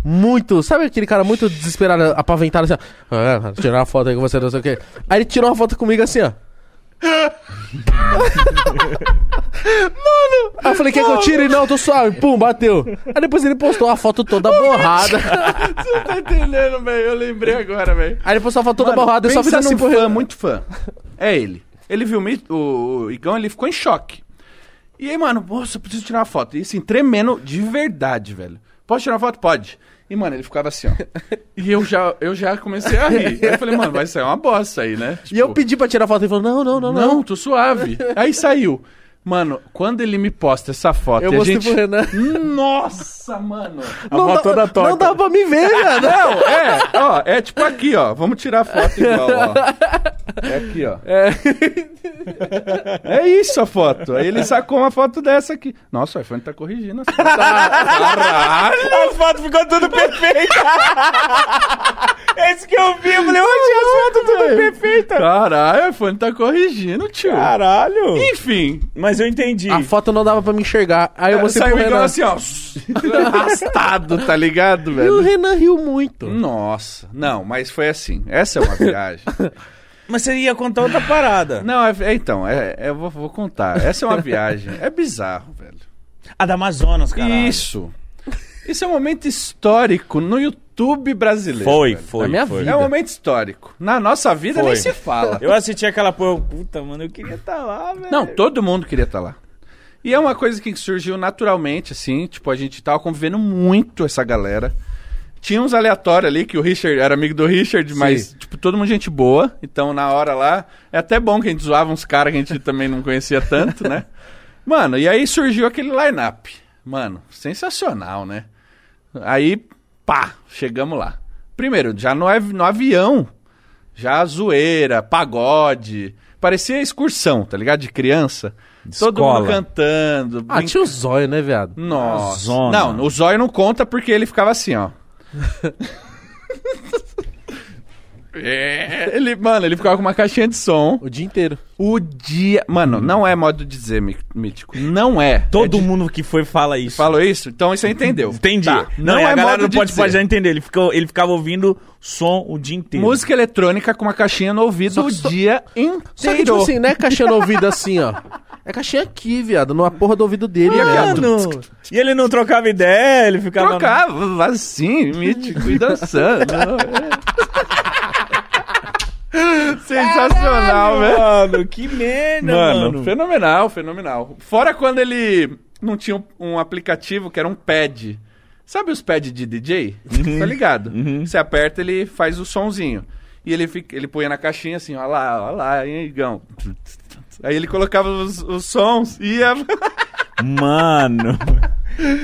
muito. Sabe aquele cara muito desesperado, apaventado assim, ó. Ah, tirar uma foto aí com você, não sei o quê. Aí ele tirou uma foto comigo assim, ó. Mano! Aí eu falei, quer que eu tire? Não, tô suave. Pum, bateu. Aí depois ele postou a foto toda borrada.
Você não tá entendendo, velho. Eu lembrei agora, velho.
Aí ele postou a foto toda borrada. Eu só fiz
pensa
assim
num
por
fã, muito fã. É ele. Ele viu o mi- o, o Igão, ele ficou em choque. E aí, mano, nossa, eu preciso tirar uma foto. E assim, tremendo de verdade, velho. Posso tirar uma foto? Pode. E, mano, ele ficava assim, ó. E eu já, eu já comecei a rir. Aí eu falei, mano, vai sair uma bosta aí, né?
E eu
Tipo,
pedi pra tirar a foto. Ele falou, não, não, não, não.
Não, tô suave. Aí saiu. Mano, quando ele me posta essa foto
Eu
e a
mostrei
gente...
pro Renan.
Nossa, mano!
A
não,
foto toda torta.
não dá pra me ver, velho.
Não, é, ó, é tipo aqui, ó. Vamos tirar a foto igual, ó. É aqui, ó.
É.
É isso a foto. Aí ele sacou uma foto dessa aqui. Nossa, o iPhone tá corrigindo as fotos. Caralho!
As fotos Ah, ficou tudo perfeita. Esse que eu vi, eu falei, hoje as fotos tudo perfeita.
Caralho, o iPhone tá corrigindo, tio.
Caralho.
Enfim.
Mas eu entendi.
A foto não dava pra me enxergar. Aí eu mostrei
Saiu
pro
o Igão
Renan.
assim, ó. Arrastado, tá ligado,
E o
velho?
Renan riu muito.
Nossa, não, mas foi assim. Essa é uma viagem.
Mas você ia contar outra parada.
Não, é, é então, é, é, eu vou, vou contar. Essa é uma viagem. É bizarro, velho.
A da Amazonas, cara.
Isso. Isso é um momento histórico no YouTube brasileiro.
Foi,
velho.
foi.
A minha
foi.
vida.
É um momento histórico. Na nossa vida
Foi.
nem se fala.
Eu assisti aquela porra. Puta, mano, eu queria estar tá lá, velho.
Não, todo mundo queria estar lá. E é uma coisa que surgiu naturalmente, assim. Tipo, a gente tava convivendo muito essa galera. Tinha uns aleatórios ali, que o Richard era amigo do Richard, mas, tipo, todo mundo gente boa. Então, na hora lá, é até bom que a gente zoava uns caras que a gente também não conhecia tanto, né? Mano, e aí surgiu aquele line-up. Mano, sensacional, né? Aí, pá, chegamos lá. Primeiro, já no, av- no avião, já zoeira, pagode. Parecia excursão, tá ligado? De criança. Todo
escola.
mundo cantando.
Ah,
brin-
tinha o zóio, né, viado?
Nossa.
Zona.
Não, o zóio não conta porque ele ficava assim, ó. É, ele, mano, ele ficava com uma caixinha de som.
O dia inteiro.
O dia. Mano, não é modo de dizer, mí- mítico. Não é. é
Todo
de-
mundo que foi fala isso.
Falou isso? Então isso você entendeu.
Entendi.
Tá.
Não, é e a galera
modo
não
de
pode,
dizer.
pode já entender. Ele, ficou, ele ficava ouvindo som o dia inteiro.
Música eletrônica com uma caixinha no ouvido
Só que
o
só-
dia inteiro.
Só que, tipo assim, não é caixinha no ouvido assim, ó. É caixinha aqui, viado. Numa porra do ouvido dele, viado.
Mano, e ele não trocava ideia, ele ficava...
Trocava assim, mítico e dançando. Sensacional, velho.
Mano, que merda,
Mano,
né? mano.
fenomenal, fenomenal. Fora quando ele não tinha um, um aplicativo que era um pad. Sabe os pads de DJ?
Uhum.
Tá ligado? Você aperta, ele faz o sonzinho. E ele, fica, ele põe na caixinha assim, ó lá, ó lá, hein, Igão. Aí ele colocava os, os sons e ia...
Mano.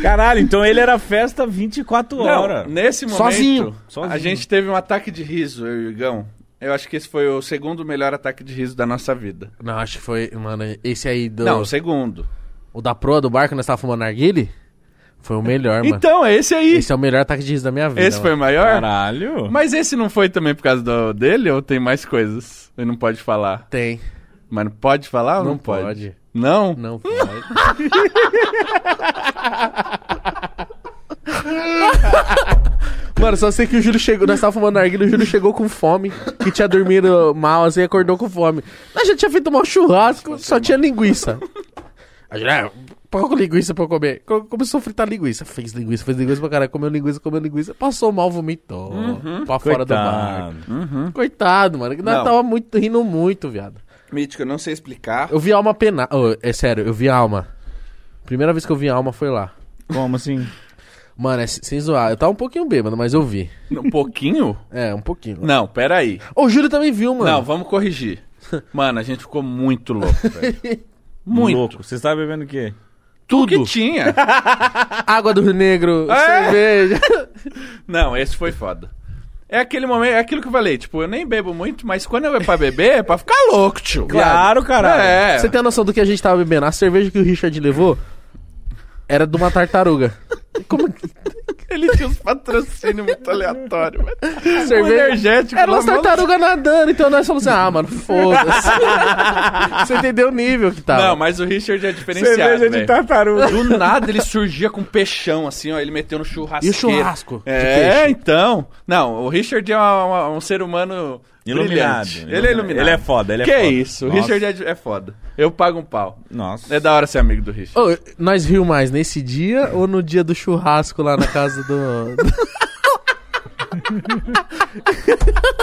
Caralho, então ele era festa 24 horas.
Não, nesse momento,
Sozinho.
Sozinho.
a gente teve um ataque de riso, eu e o Igão. Eu acho que esse foi o segundo melhor ataque de riso da nossa vida.
Não, acho que foi, mano, esse aí do.
Não, o segundo.
O da proa do barco, nós tava fumando narguile? Foi o melhor, mano.
Então, é esse aí. Esse,
Esse é o melhor ataque de riso da minha vida.
foi
mano.
o maior?
Caralho.
Mas esse não foi também por causa do- dele ou tem mais coisas? Ele não pode falar.
Tem.
Mas não pode falar ou não,
Não
pode?
pode.
Não?
Não pode. Mano, só sei que o Júlio chegou, nós tava fumando narguilha, o Júlio chegou com fome, que tinha dormido mal, assim, acordou com fome. Nós já tinha feito um churrasco, só tinha linguiça. Aí, né, pouco linguiça pra eu comer. Co- Começou a fritar linguiça, fez linguiça, fez linguiça pra caralho, comeu linguiça, comeu linguiça, passou mal, vomitou, pra fora do bar.
Coitado.
Coitado, mano, que nós
Não.
tava muito, rindo muito, viado.
Mítico, eu não sei explicar.
Eu vi alma penal. Ô, é sério, eu vi alma. Primeira vez que eu vi alma foi lá.
Como assim?
Mano, é se- sem zoar. Eu tava um pouquinho bêbado, mas eu vi.
Um pouquinho?
É, um pouquinho.
Não, peraí.
Ô, O Júlio também viu, mano.
Não, vamos corrigir. Mano, a gente ficou muito louco, velho. Muito.
Louco. Você estava bebendo o quê?
Tudo. que tinha.
Água do Rio Negro,
É?
cerveja.
Não, esse foi foda. É aquele momento, é aquilo que eu falei, tipo, eu nem bebo muito, mas quando eu é pra beber, é pra ficar louco, tio.
Claro, caralho.
É.
Você tem a noção do que a gente tava bebendo? A cerveja que o Richard levou era de uma tartaruga. Como que-
Ele tinha uns patrocínios muito aleatórios, velho.
Cerveja.
Um energético,
Era umas
lá, mano.
tartarugas nadando, então nós falamos assim, ah, mano, foda-se. Você entendeu o nível que tava.
Não, mas o Richard é diferenciado,
Cerveja de
velho.
tartaruga.
Do nada ele surgia com peixão, assim, ó. Ele meteu no churrasco.
E o churrasco?
É, então. Não, o Richard é uma- uma- um ser humano.
Iluminado,
brilhante.
iluminado.
Ele é iluminado.
Ele é foda, ele é
que
foda.
isso, o
Nossa.
Richard é, é foda. Eu pago um pau.
Nossa.
É da hora ser amigo do Richard.
Ô, nós riu mais nesse dia ou no dia do churrasco lá na casa do.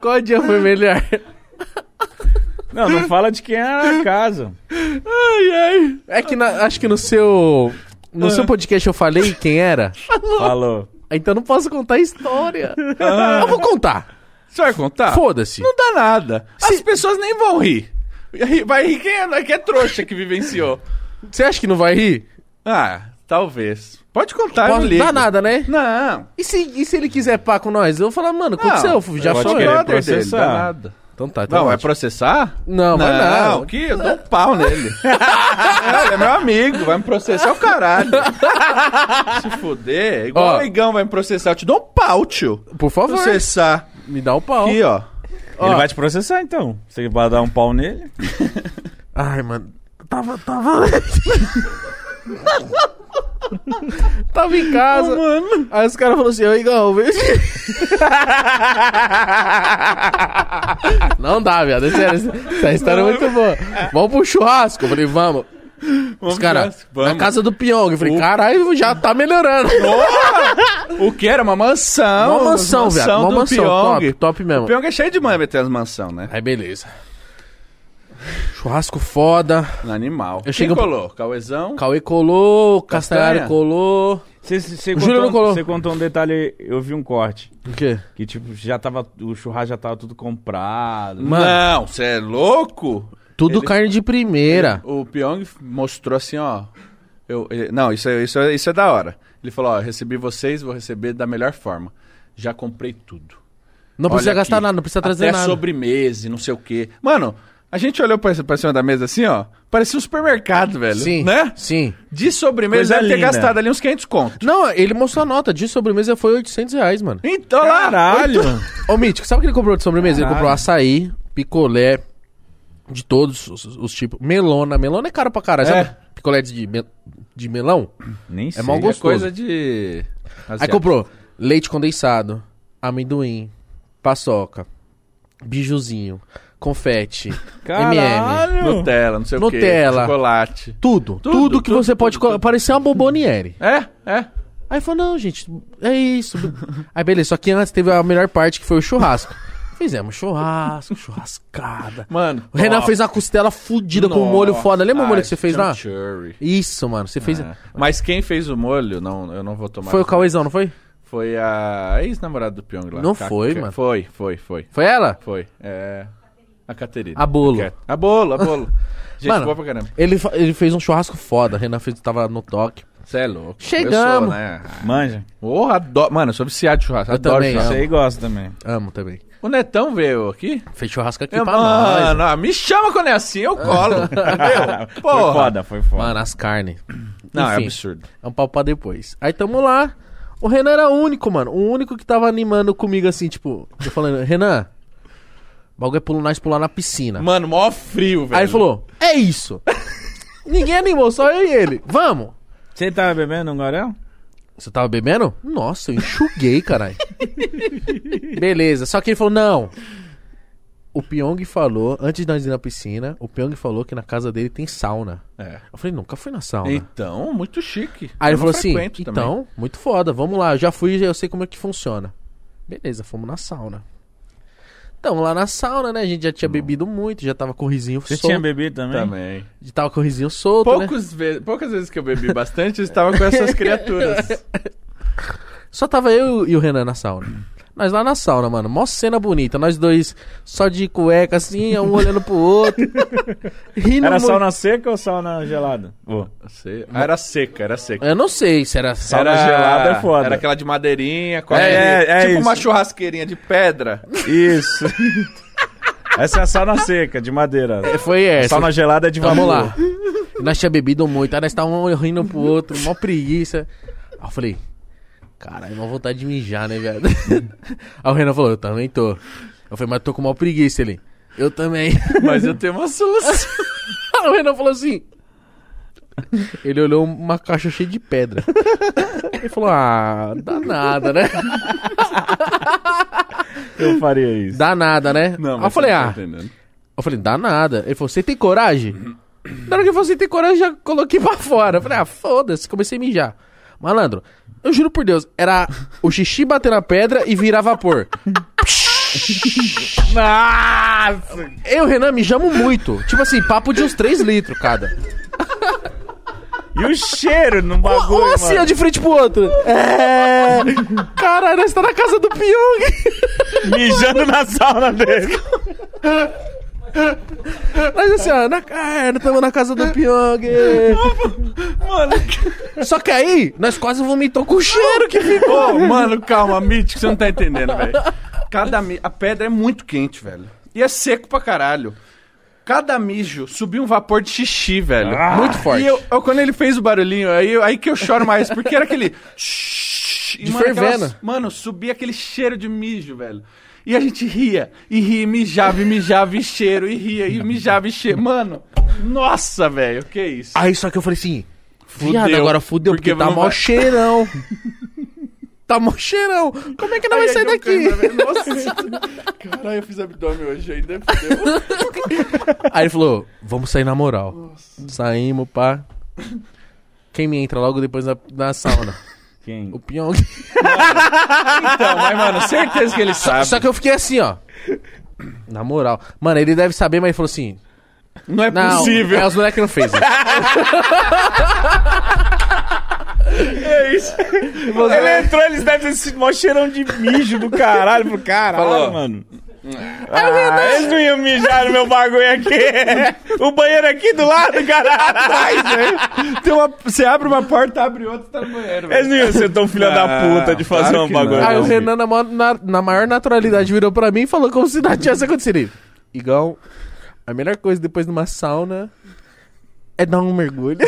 Qual dia foi melhor?
Não, não fala de quem era a casa.
Ai, ai.
É que na- acho que no seu. No
Ah.
seu podcast eu falei quem era,
Falou.
então não posso contar a história.
Ah.
Eu vou contar.
Você vai contar?
Foda-se.
Não dá nada. As
Se-
pessoas nem vão rir. Ri- Vai rir quem é, que é trouxa que vivenciou.
Você acha que não vai rir?
Ah, talvez. Pode contar, Ah, eu
Posso-
não ligo.
dá nada, né?
Não.
E se, e se ele quiser pá com nós? Eu vou falar, mano, aconteceu,
Não,
já
eu sou
foi.
querer
brother dele,
processar.
dá nada.
Então tá, então
Não, é vai
ótimo.
processar?
Não, vai não.
que eu dou um pau nele. Não, ele é meu amigo, vai me processar o caralho. Se fuder, igual
Ó.
o Igão vai me processar, eu te dou um pau, tio.
Por favor,
Processar.
me dá o pau.
Aqui, ó.
Ele vai te processar então. Você vai dar um pau nele?
Ai, mano. Tava, tava. tava em casa.
mano.
Aí os caras falaram assim, ô Igão, vem. Não dá, viado. é Sério, essa história é muito boa. Vamos pro churrasco. Eu falei, vamos. Os caras, na casa do Pyong. Eu falei, caralho, já tá melhorando.
O que era? Uma mansão.
Uma mansão, viado. Uma
do
mansão, top,
Pyong.
top mesmo.
O Pyong é cheio de mãe meter as mansão, né?
Aí beleza. Churrasco foda.
Animal. Quem
É. chego-
colou? Cauezão?
Cauê colou,
Castanha?
Castanhari colou.
Você, você,
Júlio
contou,
não colou.
você contou um detalhe, eu vi um corte.
O quê?
Que tipo, já tava. O churrasco já tava tudo comprado.
Mano.
Não, você é louco?
Tudo
Ele-
carne de primeira.
O Pyong mostrou assim, ó. Eu, ele- não, isso, é- isso, é- isso é da hora. Ele falou, ó, eu recebi vocês, vou receber da melhor forma. Já comprei tudo.
Não
Olha
precisa gastar
aqui,
nada, não precisa trazer
até
nada.
sobremesa e não sei o quê. Mano, a gente olhou pra, pra cima da mesa assim, ó. Parecia um supermercado, velho.
Sim,
Né?
sim.
De
Coisa
sobremesa, deve ter
linda.
gastado ali uns 500 conto.
Não, ele mostrou a nota. De sobremesa foi 800 reais, mano.
Então,
Caralho!
lá,
Ô, Mítico, sabe o que ele comprou de sobremesa? Ele
Caralho.
comprou açaí, picolé, de todos os, os tipos. Melona. Melona é caro pra caralho.
É. Tá
Sabe picolé de, mel- de melão?
Nem sei.
mau
oito-
gostoso.
é coisa de...
Aí comprou leite condensado, amendoim, paçoca, bijuzinho, confete, MM,
Caralho!
Nutella, não sei o quê.
Nutella.
Chocolate.
tudo. Tudo, que
tudo,
você pode...
tudo,
co- Parecia uma bomboniere.
É, é.
Aí falou, não, gente, é isso. Aí beleza, só que antes teve a melhor parte que foi o churrasco. Fizemos churrasco, churrascada.
Mano.
O Renan
top.
fez uma costela fudida com um molho
Nossa.
foda. Lembra o molho
Ah,
que você fez lá?
chimichurri.
Isso, mano, você fez...
É. Mas quem fez o molho, não, eu não vou tomar.
Foi o Cauêzão, não foi?
Foi a ex-namorada do Pyong lá.
Não
Ca-
foi,
Ca-
mano.
Foi, foi, foi.
Foi ela?
Foi. É. A Caterina.
A Bolo.
Ok. A bolo, a bolo. Gente,
Mano.
boa pra caramba.
Ele, fa- ele fez um churrasco foda. Renan fez, tava no toque.
Você é louco.
Chegamos.
Eu sou, né?
Manja.
Porra, adoro. Mano, eu sou viciado de churrasco.
Eu
adoro
também,
churrasco.
Você aí gosta também.
Amo também.
O Netão veio aqui.
Fez churrasco aqui
Eu-
pra nós.
É, mano, ah, me chama quando é assim, eu colo. Entendeu?
Foi
Porra.
foda, foi foda.
Mano, as carnes.
Não, é
Enfim,
absurdo.
é um pau pra depois. Aí tamo lá. O Renan era o único, mano. O único que tava animando comigo assim, tipo, eu falando, Renan, o bagulho é pulo nós pular na piscina.
Mano, mó frio, Hum, velho.
Tá. Aí ele falou, é isso. Ninguém animou, só eu e ele. Vamos.
Você tava bebendo um gorel?
Você tava bebendo? Nossa, eu enxuguei, caralho. Beleza, só que ele falou, não. O Pyong falou, antes de nós ir na piscina, o Pyong falou que na casa dele tem sauna.
É.
Eu falei, nunca fui na sauna.
Então, muito chique.
né?" Aí
Eu
ele
não
falou assim,
frequento
então,
também.
muito foda, vamos lá, eu já fui, eu sei como é que funciona. Beleza, fomos na sauna. Tamo lá na sauna, né? A gente já tinha bebido muito, já tava com o risinho
Você
solto.
tinha bebido também?
Também.
já Tava com o risinho solto, né?
Poucos ve- poucas vezes que eu bebi bastante, eu estava com essas criaturas.
Só tava eu e o Renan na sauna. Nós lá na sauna, mano, mó cena bonita. Nós dois só de cueca, assim, um olhando pro outro. Rindo
Era
muito.
sauna seca ou sauna gelada? Ô,
Sei. Ah, era seca, era seca.
Eu não sei se era sauna.
Sauna
era
gelada é foda.
Era aquela de madeirinha, com
É,
aquele-
é, é
tipo
isso.
uma churrasqueirinha de pedra.
Isso. Essa é a sauna seca, de madeira.
Foi essa. Então,
Sauna gelada é de
Vamos
vapor.
lá.
Hum.
Nós tinha bebido muito, aí nós estávamos um rindo pro outro, mó preguiça. Aí eu falei, Caralho, uma vontade de mijar, né, viado? Aí o Renan falou, eu também tô. Eu falei, mas tô com mal preguiça ele. Eu também.
Mas eu tenho uma solução.
o Renan falou assim. Ele olhou uma caixa cheia de pedra. Ele falou, ah, danada, né?
Eu faria isso.
Danada, né? Aí eu
mas
falei,
você não tá
ah.
entendendo.
Eu falei, danada. Ele falou, você tem coragem? Na hora que ele falou, você tem coragem, eu já coloquei pra fora. Eu falei, ah, foda-se, comecei a mijar. Malandro, eu juro por Deus, era o xixi bater na pedra e virar vapor.
Nossa!
Eu e o Renan mijamos muito. Tipo assim, papo de uns 3 litros cada.
E o cheiro no bagulho,
Ou assim, ó,
mano.
de frente pro outro. É. Caralho, nós tá na casa do Pyong.
Mijando na sauna dele.
Nós assim, ó, na carne, tamo na casa
É.
do Pyong.
Mano,
Só que aí, nós quase vomitou com o cheiro que ficou.
Ô, mano, calma, Mítico, você não tá entendendo, velho. Cada mi... A pedra é muito quente, velho. E é seco pra caralho. Cada mijo subiu um vapor de xixi, velho.
Ah,
Muito forte.
E eu, eu- quando ele fez o barulhinho, aí, eu- aí que eu choro mais, porque era aquele. De
fervendo.
mano, subia aquele cheiro de mijo, velho. E a gente ria, e ria, e mijava, e mijava, e cheiro, e ria, e mijava, e cheiro. Mano, nossa, velho, que isso?
Aí só que eu falei assim,
Fudeu.
viado, agora fudeu, porque,
Porque
tá
não
mó
vai-
cheirão. tá mó cheirão. Como é que não vai
Aí
sair
aqui eu
daqui?
né? canto, velho. Nossa, caralho, eu fiz abdômen hoje ainda. fudeu.
Aí ele falou, vamos sair na moral. Saímos, pá. Quem me entra logo depois na, na sauna?
Quem?
O Pyong.
Então, mas, mano, certeza que ele sabe.
Só que eu fiquei assim, ó. Na moral. Mano, ele deve saber, mas ele falou assim.
Não é
Não,
possível.
É, os moleques não fez.
É isso. Ele entrou, eles devem ter esse mó cheirão de mijo do caralho. Pro caralho,
Falou.
mano.
É
Ah, eles não iam mijar no meu bagulho aqui. O banheiro é aqui do lado, caralho.
Tem uma- você abre uma porta, abre outra, tá no banheiro, velho.
É
Eles não iam ser tão filha da
Ah,
puta de fazer
claro
um
que não.
bagulho.
Aí o
desse.
Renan, na, maior- na- na maior naturalidade, virou pra mim e falou como se nada tivesse acontecido. Ele, Igão, a melhor coisa depois de uma sauna é dar um mergulho.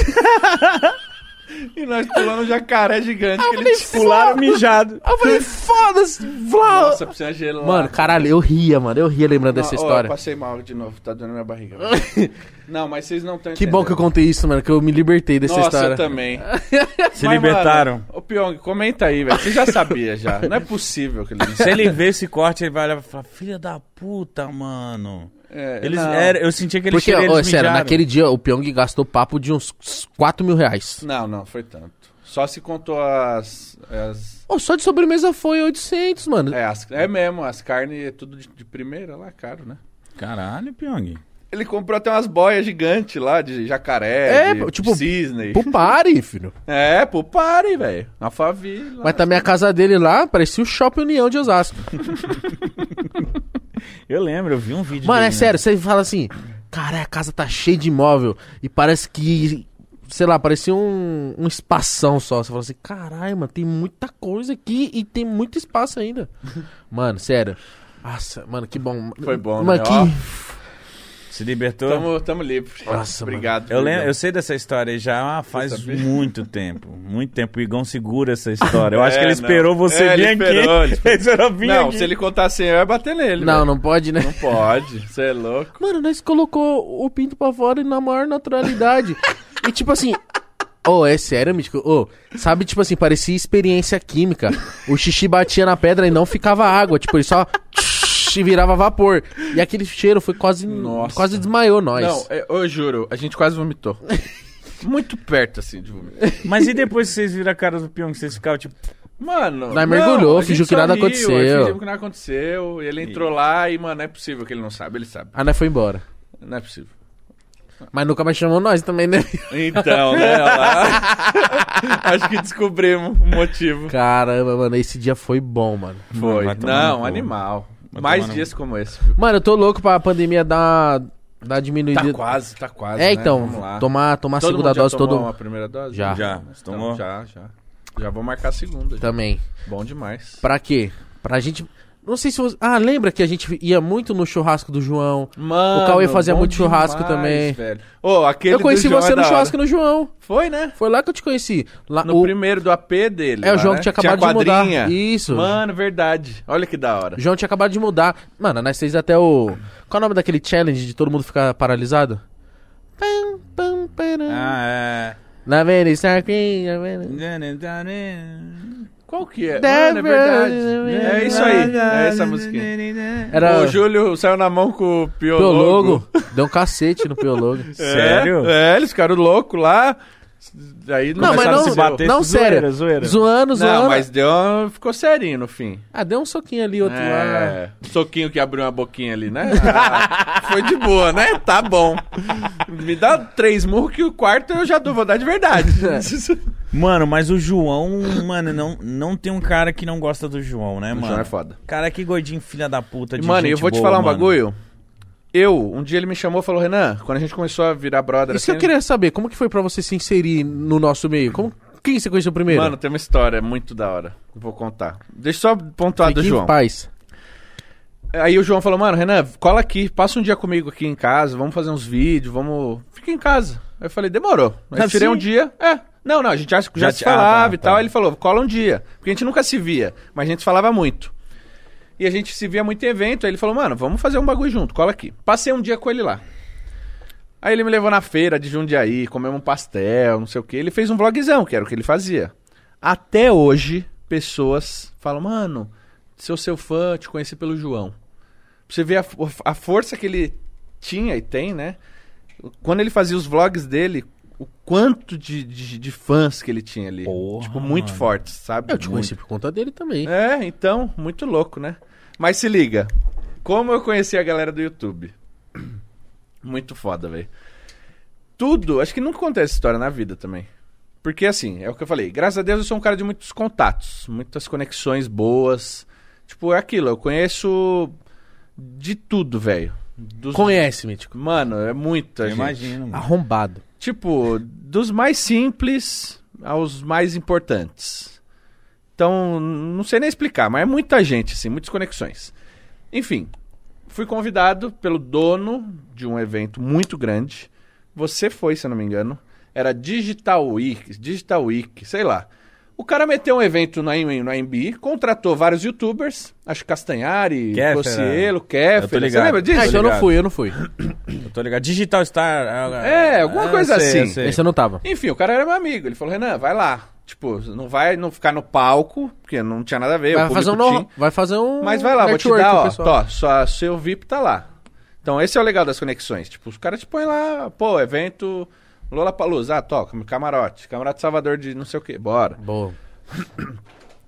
E nós pulando um jacaré gigante que ele
falei,
te
Pularam mijado.
Eu falei, foda-se, Vlau.
Nossa, precisa gelar.
Ah, Mano, caralho, eu ria, mano. Eu ria lembrando dessa
Não, Ah, ó,
história.
eu passei mal de novo, tá doendo minha barriga. não, mas vocês não estão
Que bom que eu contei isso, mano, que eu me libertei dessa
Nossa,
história.
eu também.
Se libertaram.
Mano, ô, Pyong, comenta aí, velho. Você já sabia, já. Não é possível que ele não
Se ele vê esse corte, ele vai olhar e falar, filha da puta, mano.
É,
Eles,
não.
era, eu sentia que eles
Porque,
cheiraram,
ó,
eles
sério,
mijaram.
naquele dia o Pyong gastou papo de uns 4 mil reais.
Não, não, foi tanto. Só se contou as... as...
Oh, só de sobremesa foi 800, mano.
É, as- é mesmo, as carnes, é tudo de, de primeira lá, caro, né?
Caralho, Pyong.
Ele comprou até umas boias gigantes lá, de jacaré,
É,
de
tipo,
cisne.
Pro pare, filho.
É, pô, pare, velho. Na favela.
Mas também a casa dele lá parecia o Shopping União de Osasco.
Eu lembro, eu vi um vídeo
Mano,
dele,
é
né?
sério, você fala assim, caralho, a casa tá cheia de imóvel e parece que, sei lá, parecia um, um espação só. Você fala assim, caralho, mano, tem muita coisa aqui e tem muito espaço ainda. mano, sério. Nossa, mano, que bom.
Foi bom,
mano,
né?
que...
Se libertou.
Tamo, tamo livre.
Nossa,
Obrigado.
Eu, lembro,
Fernando.
eu sei dessa história já faz
sabia?
muito tempo. Muito tempo. O Igão segura essa história. Eu acho
É,
que ele
não.
esperou você
É,
vir
ele
aqui.
esperou, ele
Ele esperou vir
Não,
aqui.
se ele contar sem eu, ia bater nele.
Não,
velho.
não pode, né?
Não pode. Você é louco.
Mano, nós colocou o pinto pra fora e na maior naturalidade. e tipo assim. Oh, é sério, Mítico? Ô, sabe, tipo assim, parecia experiência química. O xixi batia na pedra e não ficava água. Tipo, ele só tsh, e virava vapor. E aquele cheiro foi quase.
Nossa.
Quase desmaiou nós.
Não, é- eu juro, a gente quase vomitou. Muito perto, assim, de vomitar.
Mas e depois que vocês viram a cara do Pyong, vocês ficaram tipo.
Mano.
Nós mergulhou,
a gente
fingiu que
só
nada
riu,
aconteceu.
aí Fingiu que nada aconteceu. E ele entrou lá e, mano, não é possível que ele não sabe. Ele sabe.
Aí Ah, nós foi embora.
Não é possível.
Mas nunca mais chamou nós também, né?
Então, né? olha lá. Acho que descobrimos o motivo.
Caramba, mano, esse dia foi bom, mano.
Foi.
Vai tomar no
Não,
cu.
animal.
Vai
Mais
tomar no-
dias como esse, viu?
Mano, eu tô louco pra pandemia dar, dar diminuída.
Tá quase, tá quase.
É,
né? Vamos
então,
lá.
tomar, tomar a
Todo
segunda
mundo já
dose
tomou
todo.
a primeira dose?
Já.
Já.
Então,
Tomou?
Tá.
Já, já. Já vou marcar a segunda. já.
Também.
Bom demais.
Pra quê? Pra gente Não sei se você. Ah, lembra que a gente ia muito no churrasco do João?
Mano,
O Cauê fazia
bom
muito churrasco também.
velho. Ô, aquele
Eu conheci
do João
você
é
no
da hora.
churrasco no João.
Foi, né?
Foi lá que eu te conheci. Lá,
No
o-
primeiro do AP dele.
É, o
lá,
João
né?
que tinha acabado
tinha
de mudar.
quadrinha.
Isso.
Mano, é verdade. Olha que da hora.
O João tinha acabado de mudar. Mano, nós fez até o. Qual é o nome daquele challenge de todo mundo ficar paralisado? Pam, pam, param.
Ah,
Na Venice, aqui, na Venice.
é.
Qual que é?
Deve-
Mano, é verdade. É isso aí. É essa musiquinha.
Era
O Júlio saiu na mão com o Piologo.
Piologo. Deu um cacete no Piologo.
É,
Sério?
É, eles ficaram loucos lá. Aí
Não, mas
começaram
não,
a se bater.
não
Zoeira,
sério.
zoeira.
Zoando, zoando.
Não, mas deu uma- ficou serinho no fim.
Ah, deu um soquinho ali, outro lá.
É, soquinho que abriu uma boquinha ali, né? Ah, foi de boa, né? Tá bom. Me dá três murros que o quarto eu já dou, vou dar de verdade.
Mano, mas o João, mano, não, não tem um cara que não gosta do João, né, mano?
João é foda.
Cara, que gordinho filha da puta de
mano,
gente
eu vou te
boa,
falar um
mano.
bagulho. Eu, um dia ele me chamou e falou, Renan, quando a gente começou a virar brother assim,
Isso que eu queria saber, como que foi pra você se inserir no nosso meio? Como... Quem você conheceu primeiro?
Mano, tem uma história muito da hora. Vou contar. Deixa eu só pontuar
Fique
tá do
em
João.
paz.
Aí o João falou, mano, Renan, cola aqui, passa um dia comigo aqui em casa, vamos fazer uns vídeos, vamos. Fica em casa. Aí eu falei, demorou. Aí
Assim?
tirei um dia. É. Não, não, a gente já, já,
Já
se
te- ah,
falava
tá,
e tal.
tá.
Aí ele falou, cola um dia. Porque a gente nunca se via, mas a gente se falava muito. E a gente se via muito em evento. Aí ele falou, mano, vamos fazer um bagulho junto, cola aqui. Passei um dia com ele lá. Aí ele me levou na feira de Jundiaí, comemos um pastel, não sei o quê. Ele fez um vlogzão, que era o que ele fazia. Até hoje, pessoas falam, mano, sou seu fã, te conheci pelo João. Pra você ver a, fo- a força que ele tinha e tem, né? Quando ele fazia os vlogs dele, o quanto de, de, de fãs que ele tinha ali.
Porra,
tipo, muito
mano.
fortes, sabe?
Eu te
Muito.
conheci por conta dele também.
É, então, muito louco, né? Mas se liga, como eu conheci a galera do YouTube? Muito foda, velho. Tudo, acho que nunca contei essa história na vida também. Porque assim, é o que eu falei, graças a Deus eu sou um cara de muitos contatos, muitas conexões boas. Tipo, é aquilo, eu conheço de tudo, velho. Dos- Hum.
Conhece-me, tipo,
Mano, é muita
Eu
gente.
imagino, mano.
arrombado.
Tipo, dos mais simples aos mais importantes. Então, não sei nem explicar, mas é muita gente, assim, muitas conexões. Enfim, fui convidado pelo dono de um evento muito grande. Você foi, se eu não me engano. Era Digital Week, Digital Week, sei lá. O cara meteu um evento no AMB, contratou vários youtubers, acho que Castanhari,
Kéfera.
Cocielo, Kéfera.
tô
Você
ligado.
lembra disso?
Ah,
Tô
esse eu não
ligado.
fui, eu não fui.
Eu tô ligado. Digital Star.
Ah.
ah,
É, alguma coisa assim.
Esse eu não tava.
Enfim, o cara era meu amigo. Ele falou, Renan, vai lá. Tipo, não vai não ficar no palco, porque não tinha nada a ver.
Vai
o
fazer, um
público
no- vai fazer um.
Mas vai lá, vou te
network
dar,
pro
ó.
pessoal.
Tó, só, seu VIP tá lá. Então, esse é o legal das conexões. Tipo, os caras te põem lá, pô, evento Lollapalooza, ah, toca, camarote, camarote Salvador de não sei o quê, bora.
Boa.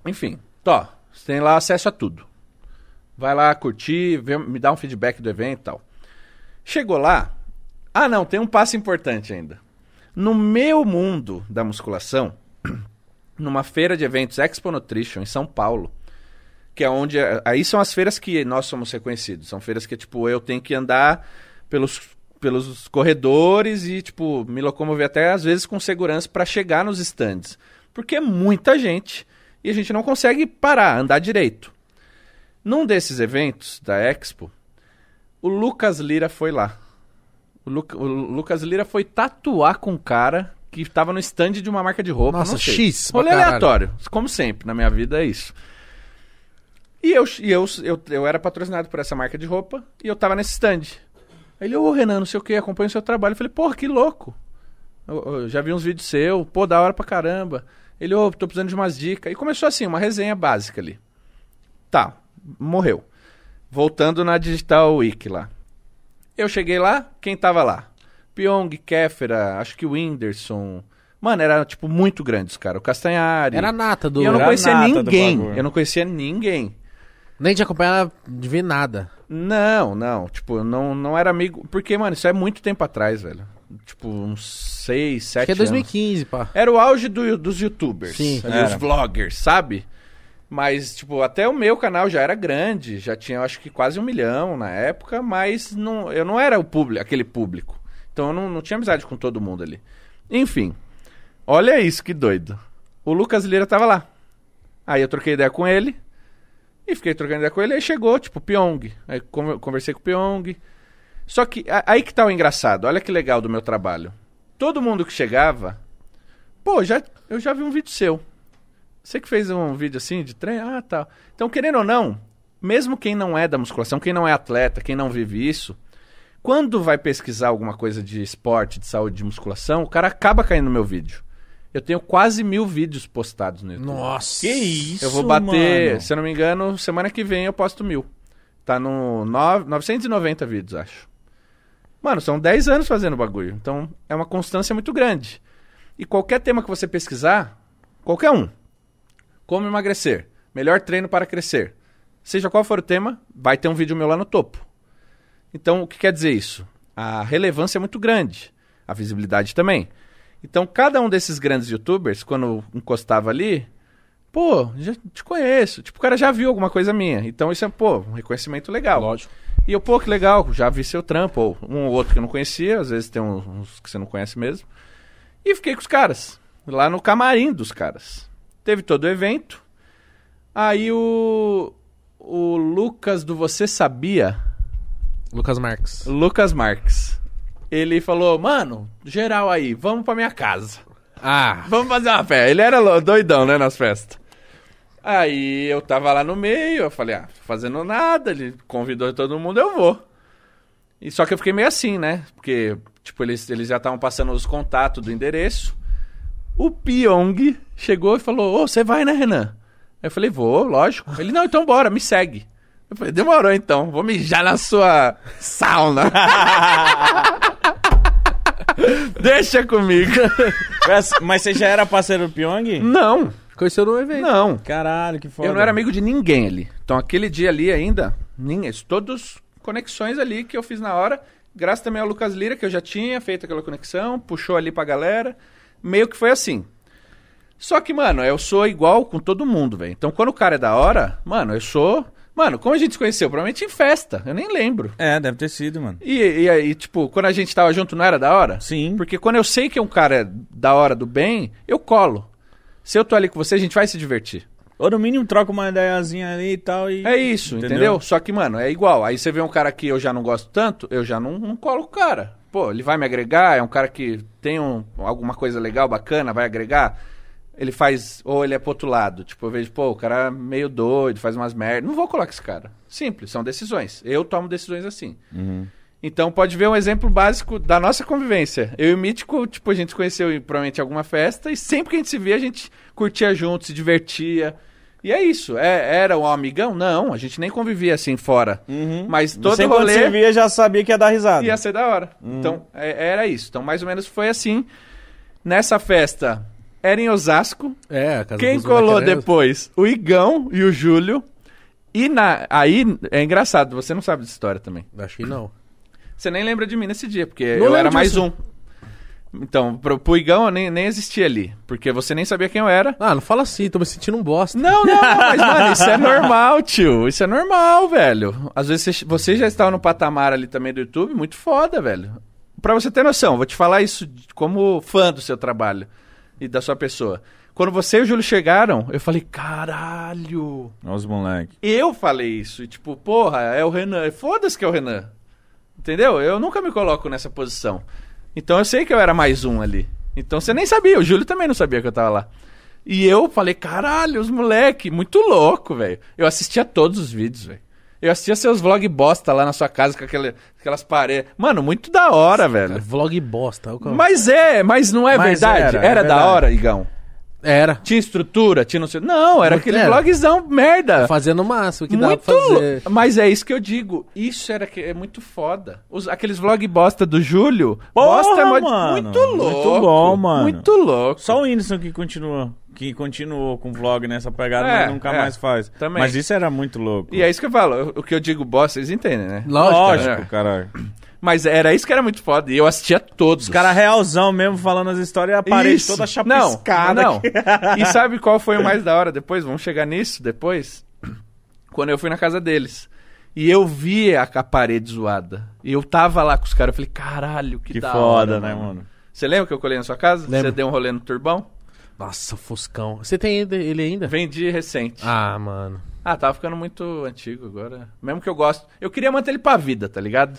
Enfim, tó, você tem lá acesso a tudo. Vai lá curtir, vê- me dá um feedback do evento e tal. Chegou lá. Ah, não, tem um passo importante ainda. No meu mundo da musculação, numa feira de eventos Expo Nutrition em São Paulo, que é onde. Aí são as feiras que nós somos reconhecidos. São feiras que, tipo, eu tenho que andar pelos, pelos corredores e, tipo, me locomover até às vezes com segurança para chegar nos stands. Porque é muita gente e a gente não consegue parar, andar direito. Num desses eventos da Expo, o Lucas Lira foi lá. O, Luca- o Lucas Lira foi tatuar com um cara que estava no stand de uma marca de roupa.
Nossa,
não sei.
X pra
Rolê
caralho.
aleatório. Como sempre, na minha vida é isso. E eu, e eu, eu, eu era patrocinado por essa marca de roupa e eu tava nesse stand. Aí ele, ô Renan, não sei o que, acompanha o seu trabalho. Eu falei, porra, que louco. Eu, eu já vi uns vídeos seu, pô, da hora pra caramba. Ele, ô, tô precisando de umas dicas. E começou assim, uma resenha básica ali. Tá, morreu. Voltando na Digital Week lá. Eu cheguei lá, quem tava lá? Pyong, Kéfera, acho que o Whindersson. Mano, era, tipo, muito grande os caras. O Castanhari.
Era a nata do.
E eu não
Era
conhecia
nata do
ninguém.
bagulho.
Eu não conhecia ninguém.
Nem te acompanhava de ver nada.
Não, não. Tipo, eu não, não era amigo. Porque, mano, isso é muito tempo atrás, velho. Tipo, uns 6, 7
Acho que é
anos.
2015, pá.
Era o auge do- dos youtubers.
Sim.
ali,
Era.
os vloggers, sabe? Mas, tipo, até o meu canal já era grande, já tinha, eu acho que quase um milhão na época, mas não, eu não era o público, aquele público. Então eu não, não tinha amizade com todo mundo ali. Enfim, olha isso, que doido. O Lucas Lira tava lá. Aí eu troquei ideia com ele. E fiquei trocando ideia com ele, aí chegou, tipo, Pyong. Aí con- conversei com o Pyong. Só que a- aí que tá o engraçado, olha que legal do meu trabalho. Todo mundo que chegava, pô, já, eu já vi um vídeo seu. Você que fez um vídeo assim de trem? Ah, tá. Então, querendo ou não, mesmo quem não é da musculação, quem não é atleta, quem não vive isso, quando vai pesquisar alguma coisa de esporte, de saúde, de musculação, o cara acaba caindo no meu vídeo. Eu tenho quase mil vídeos postados no YouTube.
Nossa.
Que isso,
Eu vou bater,
mano?
se eu não me engano, semana que vem eu posto mil. Tá no nove- 990 vídeos, acho. Mano, são 10 anos fazendo bagulho. Então é uma constância muito grande. E qualquer tema que você pesquisar, qualquer um. Como emagrecer? Melhor treino para crescer. Seja qual for o tema, vai ter um vídeo meu lá no topo. Então, o que quer dizer isso? A relevância é muito grande, a visibilidade também. Então, cada um desses grandes youtubers, quando um encostava ali, pô, já te conheço. Tipo, o cara já viu alguma coisa minha. Então, isso é, pô, um reconhecimento legal.
Lógico.
E eu, pô, que legal, já vi seu trampo, ou um ou outro que eu não conhecia, às vezes tem uns, uns que você não conhece mesmo. E fiquei com os caras, lá no camarim dos caras. Teve todo o evento. Aí o, o Lucas do Você Sabia,
Lucas Marques.
Lucas Marques, ele falou, mano, geral aí, vamos pra minha casa.
Ah.
Vamos fazer uma festa. Ele era lo- doidão, né, nas festas. Aí eu tava lá no meio, eu falei, ah, fazendo nada, ele convidou todo mundo, eu vou. E só que eu fiquei meio assim, né? Porque, tipo, eles, eles já estavam passando os contatos do endereço. O Pyong chegou e falou, ô, você vai, né, Renan? Aí eu falei, vou, lógico. Ele, não, então bora, me segue. Eu falei, demorou então, vou mijar na sua sauna. Deixa comigo.
Mas- Mas você já era parceiro do Pyong?
Não,
Conheceu no evento.
não.
Caralho, que foda.
Hum. Eu não era amigo de ninguém ali. Então aquele dia ali ainda, ninguém, todos conexões ali que eu fiz na hora, graças também ao Lucas Lira que eu já tinha feito aquela conexão, puxou ali pra galera, meio que foi assim. Só que, mano, eu sou igual com todo mundo, velho. Então quando o cara é da hora, mano, eu sou, mano, como a gente se conheceu, provavelmente em festa, eu nem lembro.
É, deve ter sido, mano.
E, e aí, tipo, quando a gente tava junto não era da hora?
Sim.
Porque quando eu sei que é um cara da hora do bem, eu colo. Se eu tô ali com você, a gente vai se divertir.
Ou no mínimo troca uma ideiazinha ali e tal e...
É isso, entendeu? Só que, mano, é igual. Aí você vê um cara que eu já não gosto tanto, eu já não, não colo o cara. Pô, ele vai me agregar, é um cara que tem um- alguma coisa legal, bacana, vai agregar. Ele faz, ou ele é pro outro lado. Tipo, eu vejo, pô, o cara é meio doido, faz umas merdas. Não vou colar com esse cara. Simples, são decisões. Eu tomo decisões assim.
Uhum.
Então pode ver um exemplo básico da nossa convivência. Eu e o Mítico, tipo, a gente se conheceu em provavelmente alguma festa e sempre que a gente se via, a gente curtia junto, se divertia. E é isso. É- era um amigão? Não, a gente nem convivia assim fora.
Uhum.
Mas todo
Você quando você
rolê
via Uhum. já sabia que ia dar risada.
ia ser da hora. Então, é- era isso. Então, mais ou menos foi assim. Nessa festa, era em Osasco.
É, a casa
Quem
dos
colou
Macarenos.
depois? O Igão e o Júlio. E na, aí, é engraçado, você não sabe dessa história também.
Acho que não.
Você nem lembra de mim nesse dia, porque
Não
eu era
lembro
mais
disso.
um. Então, pro, pro Igão eu nem, nem existia ali, porque você nem sabia quem eu era.
Ah, não fala assim, tô me sentindo um bosta.
Não, não, não, mas, mano, isso é normal, tio. Isso é normal, velho. Às vezes você, você já estava no patamar ali também do YouTube, muito foda, velho. Pra você ter noção, vou te falar isso de- como fã do seu trabalho e da sua pessoa. Quando você e o Júlio chegaram, eu falei, caralho.
Olha os moleque.
Eu falei isso, e tipo, porra, é o Renan. Foda-se que é o Renan. Entendeu? Eu nunca me coloco nessa posição. Então eu sei que eu era mais um ali. Então você nem sabia, o Júlio também não sabia que eu tava lá. E eu falei, caralho, os moleque, muito louco, velho. Eu assistia todos os vídeos, velho. Eu assistia seus vlog bosta lá na sua casa com aquela- aquelas paredes. Mano, muito da hora, velho.
Vlog bosta. olha como-
Mas é, mas não é
Mas
verdade.
era,
Era,
é
da
verdade.
hora, Igão.
Era.
Tinha estrutura, tinha não sei. Não, era
Não
aquele
é.
era.
vlogzão merda.
Fazendo o máximo que dá
muito
pra fazer.
lou- Mas é isso que eu digo. Isso era que é muito foda. Os- aqueles vlog bosta do Júlio.
Porra,
bosta é mo-
mano.
muito louco.
Muito bom, mano.
Muito louco.
Só o Whindersson que continua, que continuou com vlog nessa pegada,
É,
mas nunca
é.
mais faz.
Também.
Mas isso era muito louco.
E é isso que eu falo. Eu- O que eu digo bosta, vocês entendem, né?
Lógico.
Lógico,
né?
caralho.
Mas era isso que era muito foda. E eu assistia todos.
Os caras realzão mesmo falando as histórias e a parede
Isso.
toda chapiscada.
Não, não.
aqui.
e sabe qual foi o mais da hora depois? Vamos chegar nisso depois? Quando eu fui na casa deles. E eu vi a, a parede zoada. E eu tava lá com os caras. Eu falei, caralho, que,
Que
da
foda,
hora,
né, mano?
Você lembra que eu colhei na sua casa?
Lembro.
Você deu um rolê no turbão?
Nossa, Fuscão. Você tem ainda- ele ainda?
Vendi recente. Ah.
Ah, mano.
tava ficando muito antigo agora. Mesmo que eu gosto. Eu queria manter ele pra vida, tá ligado?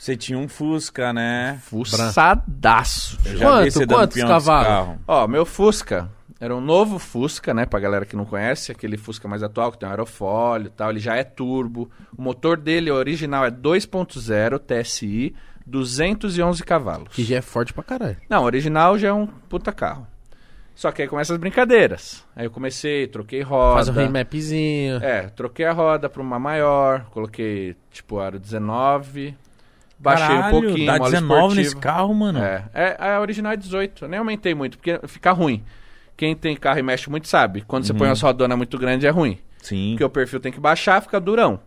Você tinha um Fusca, né? Eu
Fuçadaço. tio.
já vi
Quanto-
você dando
quantos
pião nesse
cavalos?
carro.
Ó, meu Fusca. Era um novo Fusca, né? Pra galera que não conhece, aquele Fusca mais atual, que tem um aerofólio e tal. Ele já é turbo. O motor dele, o original, é 2.0 TSI, 211 cavalos.
Que já é forte pra caralho.
Não, original já é um puta carro. Só que aí começam as brincadeiras. Aí eu comecei, troquei roda.
Faz um remapzinho.
É, troquei a roda pra uma maior, coloquei tipo aro 19, baixei um pouquinho,
dá
mola
19 nesse
esportiva.
carro, mano.
É, é, a original é 18, eu nem aumentei muito, porque fica ruim. Quem tem carro e mexe muito sabe, quando você põe uma rodona muito grande é ruim,
Uhum. Sim.
porque o perfil tem que baixar, fica durão.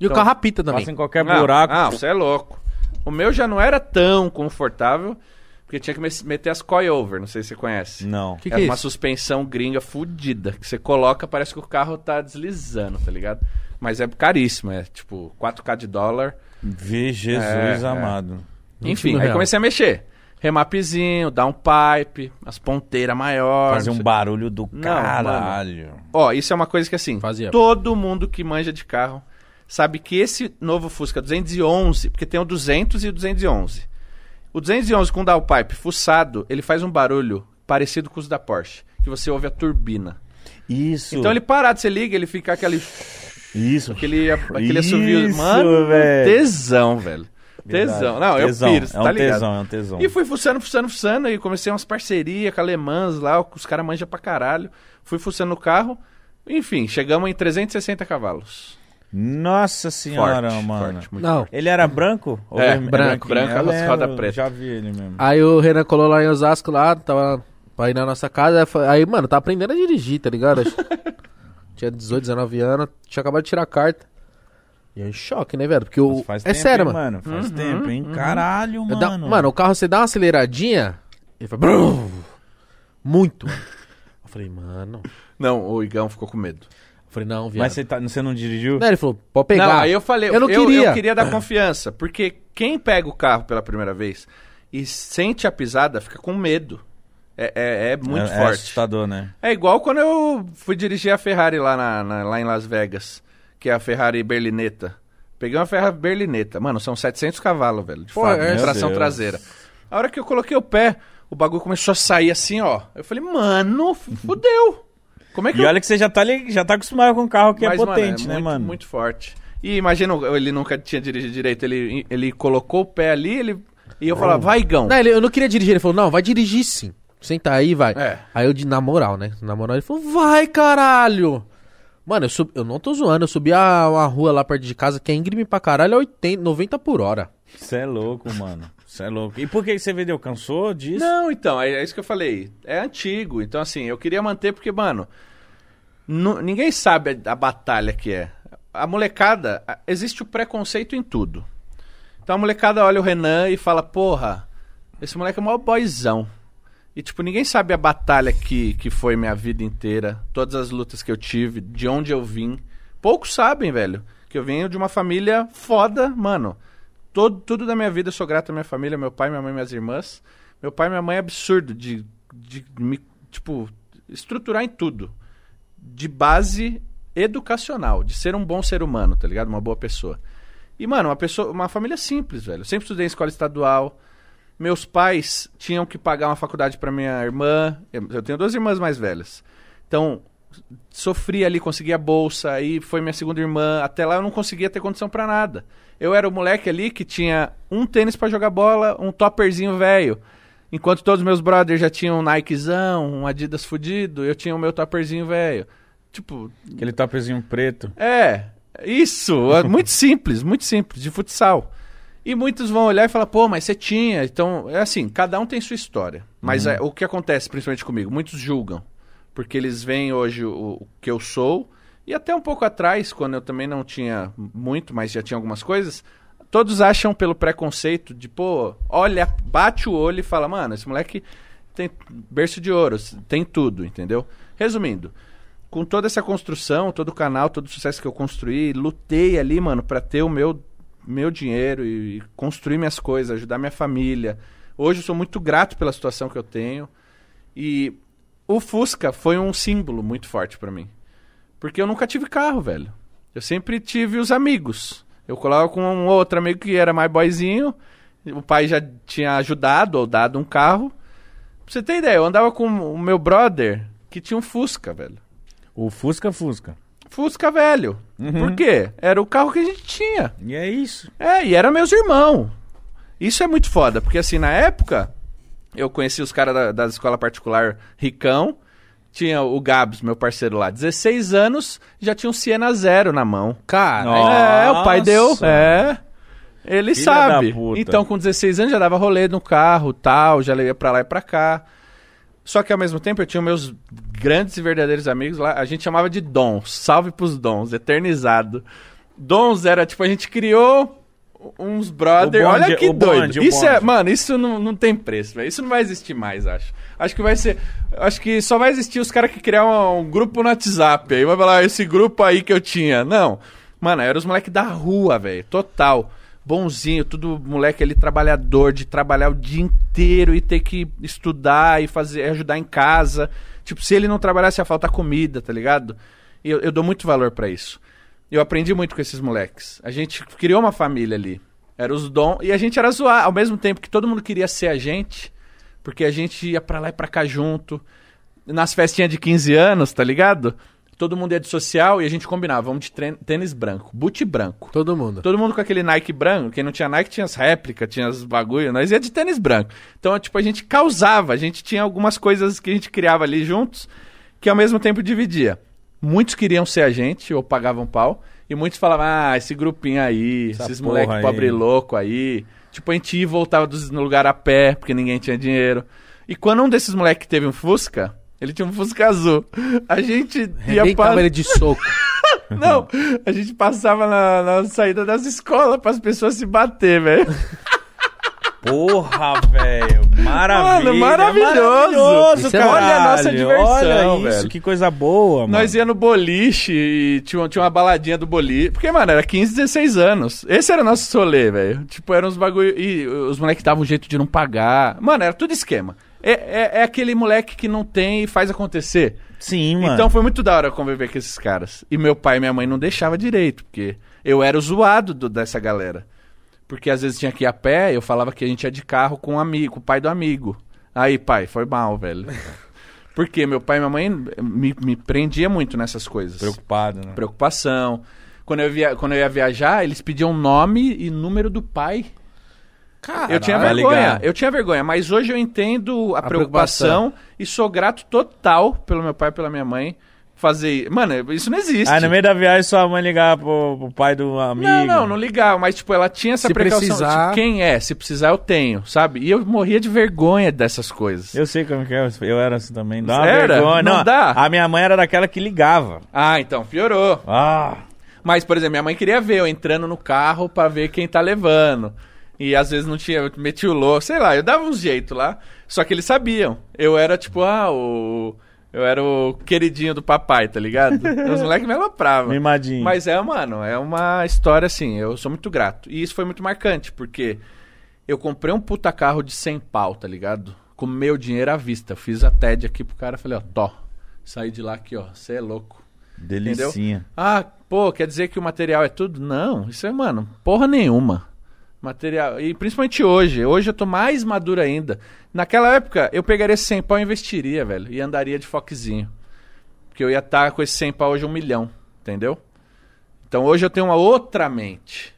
E o
Então,
carro apita também.
Passa em qualquer
Ah,
buraco.
Ah, você é louco. O meu já não era tão confortável, porque tinha que me- meter as coilover, não sei se você conhece.
Não.
Que
é
que é
uma
isso?
suspensão gringa fudida. Que você coloca, parece que o carro tá deslizando, tá ligado? Mas é caríssimo, é tipo 4K de dólar.
Vê
É,
Jesus
é.
amado.
Vinte
Enfim,
mil
aí
real.
comecei a mexer. Remapzinho, downpipe, as ponteiras maiores.
Fazer um barulho do
Não,
caralho.
Ó, isso é uma coisa que assim,
Fazia.
todo mundo que manja de carro sabe que esse novo Fusca 211, porque tem o 200 e o 211. O 211 com downpipe fuçado, ele faz um barulho parecido com os da Porsche, que você ouve a turbina.
Isso.
Então ele parado, você liga, ele fica aquele
Isso.
Aquele, aquele
Isso,
assovio. Mano,
velho.
tesão, velho. Tesão. Não, eu
tesão.
piro, você
É um
tá ligado?
tesão, é um tesão.
E fui fuçando, fuçando, fuçando. E comecei umas parcerias com alemãs lá, os caras manjam pra caralho. Fui fuçando o carro. Enfim, chegamos em 360 cavalos.
Nossa senhora,
forte,
mano.
forte, muito
Não.
Ele era branco? Ou
É,
vermelho?
branco, branco,
Eu
as rodas
lembro,
pretas.
Já vi ele mesmo.
Aí o Renan colou lá em Osasco lá, tava pra ir na nossa casa. aí foi- Aí, mano, tá aprendendo a dirigir, tá ligado? Acho- tinha 18, 19 anos, tinha acabado de tirar a carta. E eu em choque, né, velho? Porque o.
Mas faz
é
tempo,
sério,
hein,
mano. Uhum,
mano. Faz tempo, hein? Caralho,
Eu
mano.
dá- Mano. o carro você dá uma aceleradinha, ele faz. brum, Muito. mano. Eu falei, mano. Eu
Não, o Igão ficou com medo.
falei, não, viado.
Mas você, tá, você não dirigiu?
É,
Não, ele falou, pode pegar.
Não, aí eu falei,
Eu não queria.
Eu queria dar confiança, porque quem pega o carro pela primeira vez e sente a pisada fica com medo. É, é- é muito
é, É
forte.
assustador, né?
É igual quando eu fui dirigir a Ferrari lá, na, na- lá em Las Vegas, que é a Ferrari Berlineta. Peguei uma Ferrari Berlineta. Mano, são 700 cavalos, velho, de
Pô,
fábrica,
é-
tração
Meu Deus.
traseira. A hora que eu coloquei o pé, o bagulho começou a sair assim, ó. Eu falei, mano, f- fudeu. Como é que
Uhum. E
eu...
olha que você já tá, li- já tá acostumado com um carro que é
Mas, mano,
potente, né,
muito,
mano?
Muito forte. E imagina, ele nunca tinha dirigido direito. Ele, ele colocou o pé ali ele... e eu falava, vai, Igão.
Não, ele- eu não queria dirigir. Ele falou, não, vai dirigir sim. Senta aí, vai.
É.
Aí eu, de- na moral, né? Na moral, ele falou, vai, caralho! Mano, eu, sub- eu não tô zoando, eu subi a, uma rua lá perto de casa que é íngreme pra caralho, é 80, 90 por hora.
Você é louco, mano. Você é louco. E por que você vendeu? Cansou disso?
Não, então, é, é isso que eu falei. É antigo. Então, assim, eu queria manter porque, mano, nu- ninguém sabe a, a batalha que é. A molecada, a- existe o preconceito em tudo. Então a molecada olha o Renan e fala, porra, esse moleque é o maior boyzão. E, tipo, ninguém sabe a batalha que, que foi minha vida inteira, todas as lutas que eu tive, de onde eu vim. Poucos sabem, velho, que eu venho de uma família foda, mano. Todo, tudo da minha vida eu sou grato à minha família, meu pai, minha mãe, minhas irmãs. Meu pai e minha mãe é absurdo de, de me, tipo, estruturar em tudo. De base educacional, de ser um bom ser humano, tá ligado? Uma boa pessoa. E, mano, uma, pessoa, uma família simples, velho. Eu sempre estudei em escola estadual. Meus pais tinham que pagar uma faculdade pra minha irmã. Eu eu tenho duas irmãs mais velhas. Então, sofri ali, consegui a bolsa, aí foi minha segunda irmã. Até lá eu não conseguia ter condição pra nada. Eu era o moleque ali que tinha um tênis pra jogar bola, um topperzinho velho. Enquanto todos meus brothers já tinham um Nikezão, um Adidas fudido, eu tinha o meu topperzinho velho. Tipo,
Aquele topzinho preto.
é, isso, é muito simples, muito simples, de futsal. E muitos vão olhar e falar, pô, mas você tinha. Então, é assim, cada um tem sua história. Mas é, o que acontece, principalmente comigo, muitos julgam. Porque eles veem hoje o, o que eu sou. E até um pouco atrás, quando eu também não tinha muito, mas já tinha algumas coisas, todos acham pelo preconceito de, pô, olha, bate o olho e fala, mano, esse moleque tem berço de ouro, tem tudo, entendeu? Resumindo, com toda essa construção, todo o canal, todo o sucesso que eu construí, lutei ali, mano, pra ter o meu, meu dinheiro e, e construir minhas coisas, ajudar minha família. Hoje eu sou muito grato pela situação que eu tenho. E o Fusca foi um símbolo muito forte pra mim. Porque eu nunca tive carro, velho. Eu sempre tive os amigos. Eu colava com um outro amigo que era mais boyzinho. O pai já tinha ajudado ou dado um carro. Pra você ter ideia, eu andava com o meu brother que tinha um Fusca, velho.
O Fusca Fusca.
Fusca velho.
Uhum.
Por quê? Era o carro que a gente tinha.
E é isso.
É, e eram meus irmãos. Isso é muito foda, porque assim, na época, eu conheci os caras da, das escola particular Ricão. Tinha o Gabs, meu parceiro lá, 16 anos, já tinha um Siena Zero na mão.
Cara,
É, o pai deu.
Nossa.
É. Ele
Filha
sabe.
da puta.
Então, com 16 anos, já dava rolê no carro tal, já ia pra lá e pra cá. Só que ao mesmo tempo eu tinha meus grandes e verdadeiros amigos lá, a gente chamava de Dons. Salve pros Dons, eternizado. Dons era tipo, a gente criou uns brother.
O bonde,
Olha que
o
doido.
bonde, o
isso é,
bonde.
mano, isso não, não tem preço, velho. Isso não vai existir mais, acho. Acho que vai ser. Acho que só vai existir os caras que criar um, um grupo no WhatsApp. Aí vai falar, esse grupo aí que eu tinha. Não. Mano, eram os moleques da rua, velho. Total. Bonzinho, tudo moleque ali trabalhador, de trabalhar o dia inteiro e ter que estudar e fazer, ajudar em casa. Tipo, se ele não trabalhasse, ia faltar comida, tá ligado? E eu, eu dou muito valor pra isso. Eu aprendi muito com esses moleques. A gente criou uma família ali. Era os dom. E a gente era zoar. Ao mesmo tempo que todo mundo queria ser a gente, porque a gente ia pra lá e pra cá junto. Nas festinhas de 15 anos, tá ligado? Todo mundo ia de social e a gente combinava. Vamos de tren- tênis branco, boot branco.
todo mundo.
Todo mundo com aquele Nike branco. Quem não tinha Nike tinha as réplicas, tinha as bagulho. Nós ia de tênis branco. Então, tipo, a gente causava. A gente tinha algumas coisas que a gente criava ali juntos que ao mesmo tempo dividia. Muitos queriam ser a gente ou pagavam pau. E muitos falavam, ah, esse grupinho aí,
Essa
esses
porra
moleque
aí."
pobre louco aí. Tipo, a gente ia e voltava dos- no lugar a pé, porque ninguém tinha dinheiro. E quando um desses moleques teve um Fusca, ele tinha um Fusca azul. A gente ia
Ninguém tava
pra...
ele de soco.
Não, a gente passava na, na saída das escolas para as pessoas se bater, velho.
Porra, velho. Maravilha.
Mano, maravilhoso.
maravilhoso
Isso é-
Olha a nossa diversão,
diversão,
Olha isso,
velho.
que coisa boa, mano.
Nós ia no boliche e tinha, tinha uma baladinha do boliche. Porque, mano, era 15, 16 anos. Esse era o nosso solê, velho. Tipo, eram uns bagulho. E os moleques davam um jeito de não pagar. Mano, era tudo esquema. É, é- é aquele moleque que não tem e faz acontecer.
Sim, mano.
Então foi muito da hora conviver com esses caras. E meu pai e minha mãe não deixava direito, porque eu era o zoado do- dessa galera. Porque às vezes tinha que ir a pé, eu falava que a gente ia de carro com um amigo, com o pai do amigo. Aí, pai, foi mal, velho. Porque meu pai e minha mãe eh, me, me prendia muito nessas coisas.
Preocupado, né?
Preocupação. Quando eu, via, quando eu ia viajar, eles pediam nome e número do pai. eu tinha
vai
vergonha,
ligar.
eu tinha vergonha, mas hoje eu entendo a,
A
preocupação, e sou grato total pelo meu pai e pela minha mãe fazer. Mano, isso não existe.
Aí Ah, no meio da viagem sua mãe ligava pro, pro pai do é amigo.
Não, não, não ligava, mas tipo, ela tinha essa
Se
precaução.
precisar-
tipo, quem é? Se precisar, eu tenho, sabe? E eu morria de vergonha dessas coisas.
Eu sei como que é, eu era assim também. Dá uma
Era?
vergonha.
Não dá?
A minha mãe era daquela que ligava.
Ah, então, piorou.
Ah,
Mas, por exemplo, minha mãe queria ver eu entrando no carro pra ver quem tá levando. E às vezes não tinha, eu meti o louco, sei lá, eu dava um jeito lá. Só que eles sabiam. Eu era tipo, ah, o. Eu era o queridinho do papai, tá ligado? Os moleques me alopravam.
mimadinho.
Mas é, mano, é uma história assim, eu sou muito grato. E isso foi muito marcante, porque eu comprei um puta carro de 100 pau, tá ligado? Com meu dinheiro à vista. Eu Fiz a TED aqui pro cara, falei, ó, tó. Saí de lá aqui, ó, você é louco.
Delicinha.
Ah, pô, quer dizer que o material é tudo? Não, isso é, mano, porra nenhuma. Material. E principalmente hoje. Hoje eu tô mais maduro ainda. Naquela época, eu pegaria esse 100 pau e investiria, velho. E andaria de foquezinho. Porque eu ia estar com esse 100 pau hoje um milhão, entendeu? Então hoje eu tenho uma outra mente.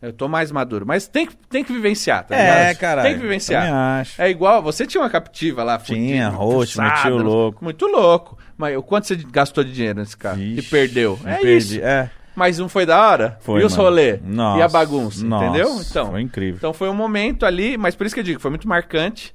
Eu tô mais maduro. Mas tem que, tem que vivenciar, tá ligado?
É, caralho.
Tem que vivenciar.
Também acho.
É igual, você tinha uma captiva lá,
Tinha,
fudida,
roxo,
fuçada,
metia o louco.
Muito louco. Mas o quanto você gastou de dinheiro nesse carro? E
Vixe,
É, perdeu.
me
É
perdi.
isso.
É,
Mas não foi da hora?
foi.
E os
mano.
rolê?
Nossa,
E a bagunça,
nossa,
entendeu? Então,
Foi incrível.
então foi um momento ali, mas por isso que eu digo, foi muito marcante.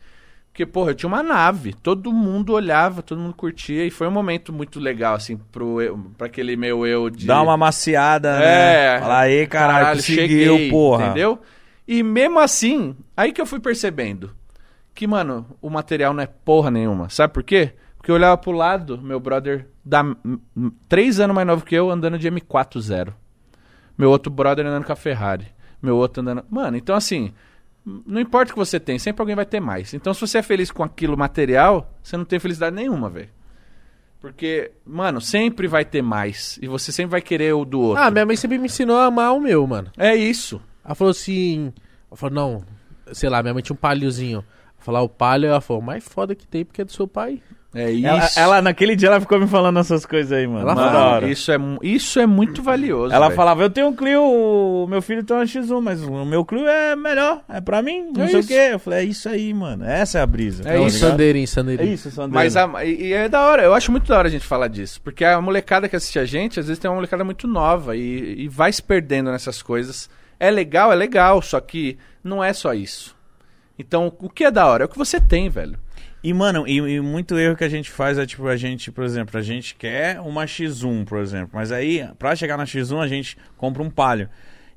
Porque, porra, eu tinha uma nave, todo mundo olhava, todo mundo curtia, e foi um momento muito legal, assim, pro eu, pra aquele meu eu de.
Dá uma maciada, né?
É.
Fala aí, caralho, conseguiu,
cheguei,
porra.
Entendeu? E mesmo assim, aí que eu fui percebendo que, mano, o material não é porra nenhuma. Sabe por quê? Porque eu olhava pro lado, meu brother, da, m- m- três anos mais novo que eu, andando de M4-0. Meu outro brother andando com a Ferrari. Meu outro andando. Mano, então assim. Não importa o que você tem, sempre alguém vai ter mais. Então, se você é feliz com aquilo material, você não tem felicidade nenhuma, velho. Porque, mano, sempre vai ter mais. E você sempre vai querer o do outro.
Ah, minha mãe sempre me ensinou a amar o meu, mano.
É isso.
Ela falou assim. Ela falou, não, sei lá, minha mãe tinha um palhozinho. Falar o palho, ela falou, mais foda que tem porque é do seu pai.
É
Ela,
isso.
ela- naquele dia, ela ficou me falando essas coisas aí, mano.
Ela
Na
fala,
hora.
Isso é, mu- isso é muito valioso.
Ela
velho.
falava, eu tenho um Clio, o meu filho tem uma X1, mas o meu Clio é melhor, é pra mim, não
É
sei
isso.
o quê. Eu falei, é isso aí, mano, essa é a brisa.
É
Tá
um
isso.
ligado?
sandeirinho,
É
sandeirinho.
isso, Sandro.
Mas a- e e é da hora, eu acho muito da hora a gente falar disso. Porque a molecada que assiste a gente, às vezes tem uma molecada muito nova e, e vai se perdendo nessas coisas. É legal, é legal, só que não é só isso. Então, o que é da hora? É o que você tem, velho.
E, mano, e, e muito erro que a gente faz é, tipo, a gente, por exemplo, a gente quer uma X1, por exemplo. Mas aí, pra chegar na X1, a gente compra um palio.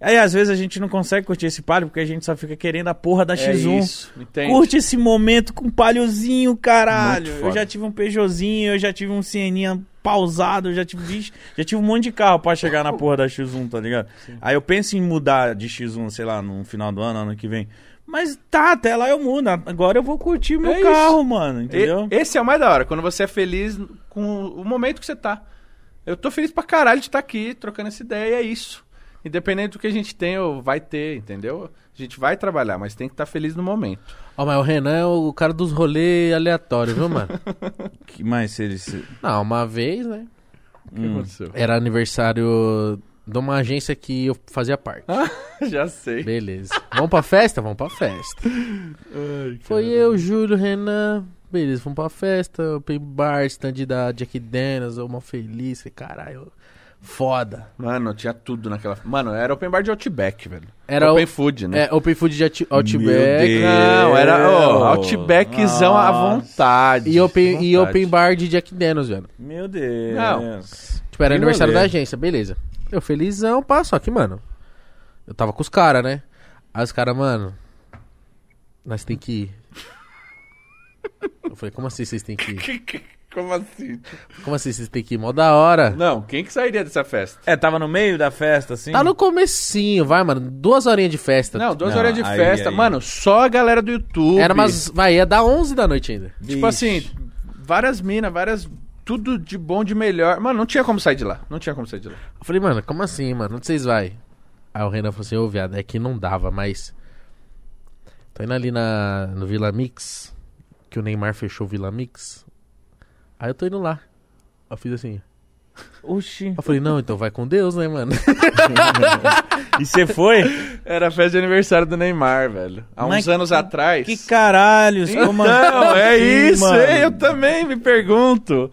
Aí, às vezes, a gente não consegue curtir esse palio porque a gente só fica querendo a porra da
É
X1.
isso, entende?
Curte esse momento com um palhozinho, caralho.
Muito foda.
Eu já tive um Peugeotzinho, eu já tive um Sieninha pausado, eu já tive, vixe, já tive um monte de carro pra chegar na porra da X1, tá ligado? Aí eu penso em mudar de X1, sei lá, no final do ano, ano que vem. Mas tá, até lá eu mudo. Agora eu vou curtir meu
É isso.
carro, mano,
E-
entendeu?
esse é o mais da hora, quando você é feliz com o momento que você tá. Eu tô feliz pra caralho de estar aqui trocando essa ideia, é isso. Independente do que a gente tem ou vai ter, entendeu? A gente vai trabalhar, mas tem que estar feliz no momento.
Ó, mas o Renan é o cara dos rolês aleatórios, viu, mano?
Que mais se eles. se-
não, uma vez, né?
O que aconteceu?
Era aniversário de uma agência que eu fazia parte.
Ah.
Já sei.
Beleza. Vamos pra festa? Vamos pra festa. Foi eu, Júlio, Renan. Beleza, fomos pra festa. Open bar, stand da Jack Dennis, eu mó feliz. falei, Caralho, foda.
Mano, tinha tudo naquela. Mano, era open bar de Outback, velho.
Era
open
o-
food, né?
É, Open Food de Ati-
Meu
Outback.
Deus.
Não, era ó, Outbackzão à
Nossa.
vontade.
E open, e
Vontade.
open bar de Jack Daniels, velho.
Meu Deus.
Não.
Tipo, era
Que
aniversário
rolê.
da agência, beleza. Eu felizão, pá, só que, mano, eu tava com os caras, né? Aí os caras, mano, nós tem que ir. Eu falei, como assim vocês tem que ir?
Como assim?
Como assim vocês tem que ir? Mó da hora.
Não, quem que sairia dessa festa?
É, tava no meio da festa, assim.
Tá no comecinho, vai, mano. Duas horinhas de festa.
Não, duas
Não,
horas de
aí,
festa.
aí.
Mano, só a galera do YouTube.
Era umas... Vai, ia dar 11 da noite ainda.
Tipo assim, várias minas, várias. Tudo de bom, de melhor. Mano, não tinha como sair de lá. Não tinha como sair de lá.
Eu falei, mano, como assim, mano? Onde vocês vai? Aí o Renan falou assim, ô, viado, é que não dava, mas... Tô indo ali na, no Vila Mix, que o Neymar fechou o Vila Mix. Aí eu tô indo lá. Eu fiz assim.
Oxi.
Eu falei, não, então vai com Deus, né, mano?
E você foi?
Era a festa de aniversário do Neymar, velho. Há
Mas
uns anos
que-
atrás.
Que caralho, como
Não, é
assim,
isso,
mano?
é, eu também me pergunto.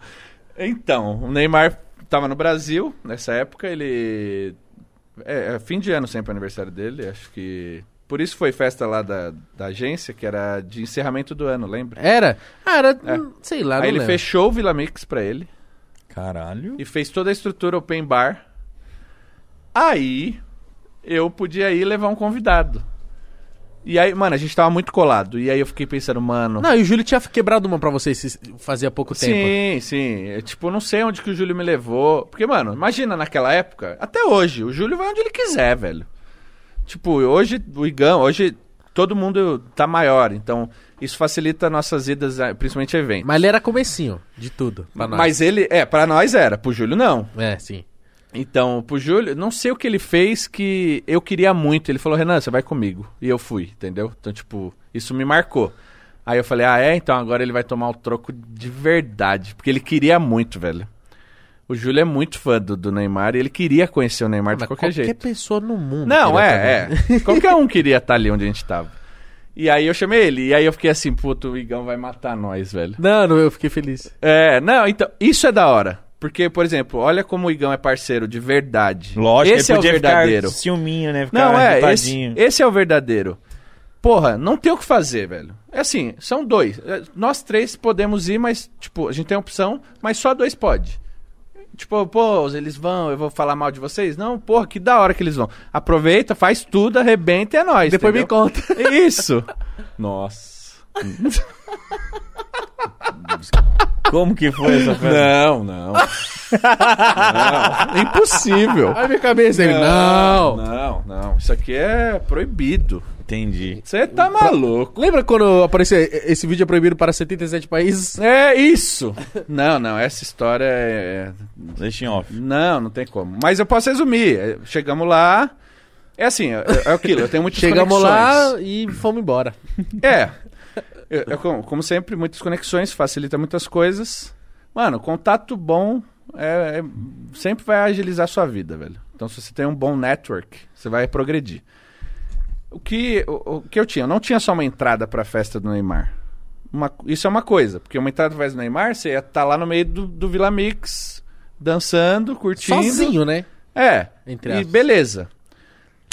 Então, o Neymar tava no Brasil nessa época, ele. É, é fim de ano sempre o aniversário dele, acho que. Por isso foi festa lá da, da agência, que era de encerramento do ano, lembra?
Era? Ah, era,
É.
hum, sei lá, não
Aí ele
lembro.
fechou o Vila Mix pra ele
Caralho.
e fez toda a estrutura open bar. Aí eu podia ir levar um convidado. E aí, mano, a gente tava muito colado. E aí eu fiquei pensando, mano.
Não, e o Júlio tinha quebrado uma pra vocês se- fazia pouco tempo.
Sim, sim. É, tipo, eu não sei onde que o Júlio me levou. Porque, mano, imagina naquela época, até hoje, o Júlio vai onde ele quiser, velho. Tipo, hoje o Igão, hoje todo mundo tá maior, então isso facilita nossas idas, a- principalmente a eventos.
Mas ele era comecinho de tudo pra nós.
Mas ele, é, pra nós era, pro Júlio não.
É, sim.
Então, pro Júlio, não sei o que ele fez que eu queria muito. Ele falou, Renan, você vai comigo. E eu fui, entendeu? Então, tipo, isso me marcou. Aí eu falei, ah, é? Então agora ele vai tomar o troco de verdade. Porque ele queria muito, velho. O Júlio é muito fã do, do Neymar e ele queria conhecer o Neymar de
Ah, Mas
qualquer, jeito.
pessoa no mundo.
Não,
queria
é,
também.
é. Qualquer um queria estar ali onde a gente tava. E aí eu chamei ele. E aí eu fiquei assim, puto, o Igão vai matar nós, velho.
Não, não, eu fiquei feliz.
É, não, então, isso é da hora. Porque, por exemplo, olha como o Igão é parceiro de verdade.
Lógico,
esse
ele
é o
podia
verdadeiro.
ficar ciúminho, né? Ficar
Não, é, esse,
irritadinho.
esse é o verdadeiro. Porra, não tem o que fazer, velho. É assim, são dois. É, Nós três podemos ir, mas, tipo, a gente tem opção, mas só dois pode. Tipo, pô, eles vão, eu vou falar mal de vocês? Não, porra, que da hora que eles vão. Aproveita, faz tudo, arrebenta e é nóis.
Depois
entendeu?
me conta.
Isso. Nossa.
Como que foi essa festa?
Não, não. não. É Impossível.
Aí minha cabeça, ele, não.
Não, não. Isso aqui é proibido.
Entendi.
Você tá maluco.
Lembra quando apareceu "E- esse vídeo é proibido para 77 países?
É isso.
Não, não, essa história é.
Deixa em off.
Não, não tem como. Mas eu posso resumir. É, Chegamos lá. É assim, é, é aquilo, eu tenho muitas
Chegamos
conexões.
lá e fomos embora.
É. Eu- eu, como, como sempre, muitas conexões, facilita muitas coisas. Mano, contato bom é, é- sempre vai agilizar a sua vida, velho. Então, se você tem um bom network, você vai progredir. O que, o, o que eu tinha? Eu não tinha só uma entrada pra festa do Neymar. Uma- isso é uma coisa, porque uma entrada pra festa do Neymar, você ia estar lá no meio do, do Vila Mix, dançando, curtindo.
Sozinho, né?
É.
Entre
e
aspas.
beleza.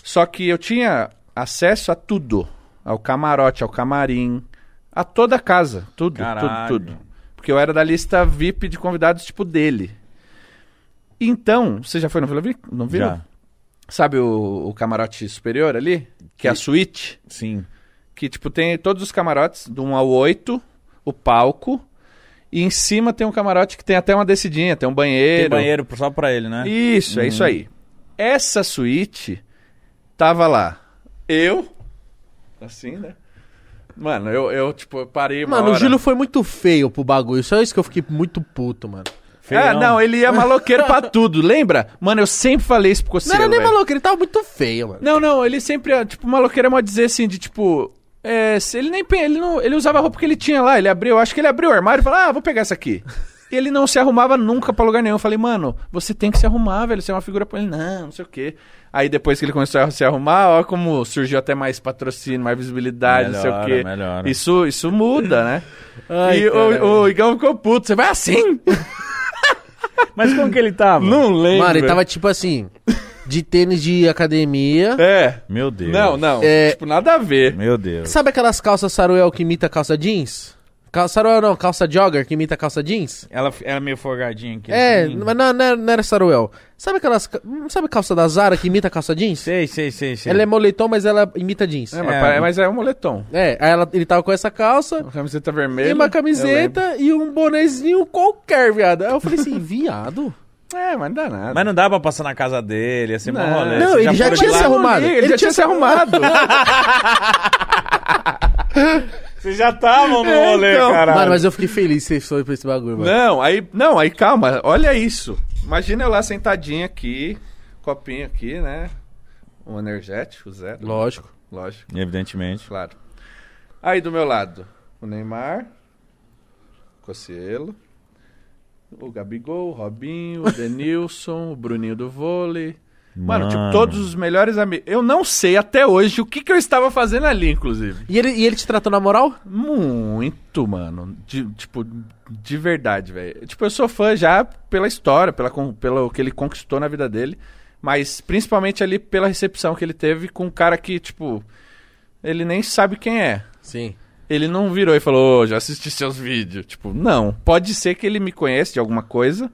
Só que eu tinha acesso a tudo. Ao camarote, ao camarim, a toda a casa. Tudo,
Caralho.
tudo, tudo. Porque eu era da lista VIP de convidados, tipo, dele. Então, você já foi no Vila Vic? Não viu?
Já.
Sabe o, o camarote superior ali? Que é a suíte?
Sim.
Que, tipo, tem todos os camarotes, do 1 ao 8, o palco. E em cima tem um camarote que tem até uma descidinha, tem um
Tem
banheiro.
banheiro só pra ele, né?
Isso, é isso
Uhum.
aí. Essa suíte tava lá. Eu. Assim, né? Mano, eu, eu tipo, eu parei. Uma
Mano, o
hora.
Júlio foi muito feio pro bagulho. Só isso que eu fiquei muito puto, mano.
Ah,
Feião.
não, ele ia maloqueiro pra tudo, lembra? Mano, eu sempre falei isso pro
Não
Coceiro,
era nem
velho.
maluco, ele tava muito feio, mano.
Não, não, ele sempre, ah, tipo, maloqueiro é mó dizer assim, de tipo. é, se ele nem. pe- Ele, não, ele usava a roupa que ele tinha lá, ele abriu, acho que ele abriu o armário e falou, ah, vou pegar essa aqui. E ele não se arrumava nunca pra lugar nenhum. Eu falei, mano, você tem que se arrumar, velho, você é uma figura. pra Ele, não, não sei o quê. Aí depois que ele começou a se arrumar, ó, como surgiu até mais patrocínio, mais visibilidade, não
Melhora,
sei o quê.
melhora.
Isso, isso muda, né?
Ai,
e
cara.
o, o Igão ficou puto, você vai assim?
Mas como que ele tava?
Não lembro.
Mano, ele tava tipo assim, de tênis de academia.
É.
Meu Deus.
Não, não.
É.
Tipo, nada a ver.
Meu
É.
Deus.
Sabe aquelas calças saruel que imita calça jeans? Calça saruel não, calça jogger que imita calça jeans?
Ela
é
era meio forgadinha aqui.
É,
assim.
mas não, não, era, não era saruel. Sabe aquelas. ca- hum, Sabe calça da Zara que imita calça jeans?
Sei, sei, sei, sei.
Ela é moletom, mas ela imita jeans.
É,
É,
mas,
É.
pare- mas é um moletom.
aí ela, ele tava com essa calça,
Uma camiseta vermelha. É
e uma camiseta e um bonezinho qualquer, viado. Aí eu falei assim, viado?
É, mas não dá nada.
Mas não dá pra passar na casa dele, ia ser mó
Não.
rolê.
Não,
Vocês
ele já
foram
tinha
de lá?
se arrumado.
Ele, já tinha se arrumado.
Vocês já estavam no rolê,
então.
caralho.
Mano, mas eu fiquei feliz que você foi pra esse bagulho, mano.
não, aí, não, aí calma, olha isso. Imagina eu lá sentadinho aqui, copinho aqui, né? Um energético, zero.
Lógico.
Lógico,
Evidentemente.
claro. Aí do meu lado, o Neymar, o Cocielo, o Gabigol, o Robinho, o Denilson, o Bruninho do vôlei. Mano, tipo, todos os melhores amigos. Eu não sei até hoje o que, que eu estava fazendo ali, inclusive.
E ele, e ele te tratou na moral?
Muito, mano. De- tipo, de verdade, velho. Tipo, eu sou fã já pela história, pela, con- pelo que ele conquistou na vida dele. Mas principalmente ali pela recepção que ele teve com um cara que, tipo, ele nem sabe quem é.
Sim.
Ele não virou e falou, "Ô, já assisti seus vídeos. Tipo, não. Pode ser que ele me conhece de alguma coisa,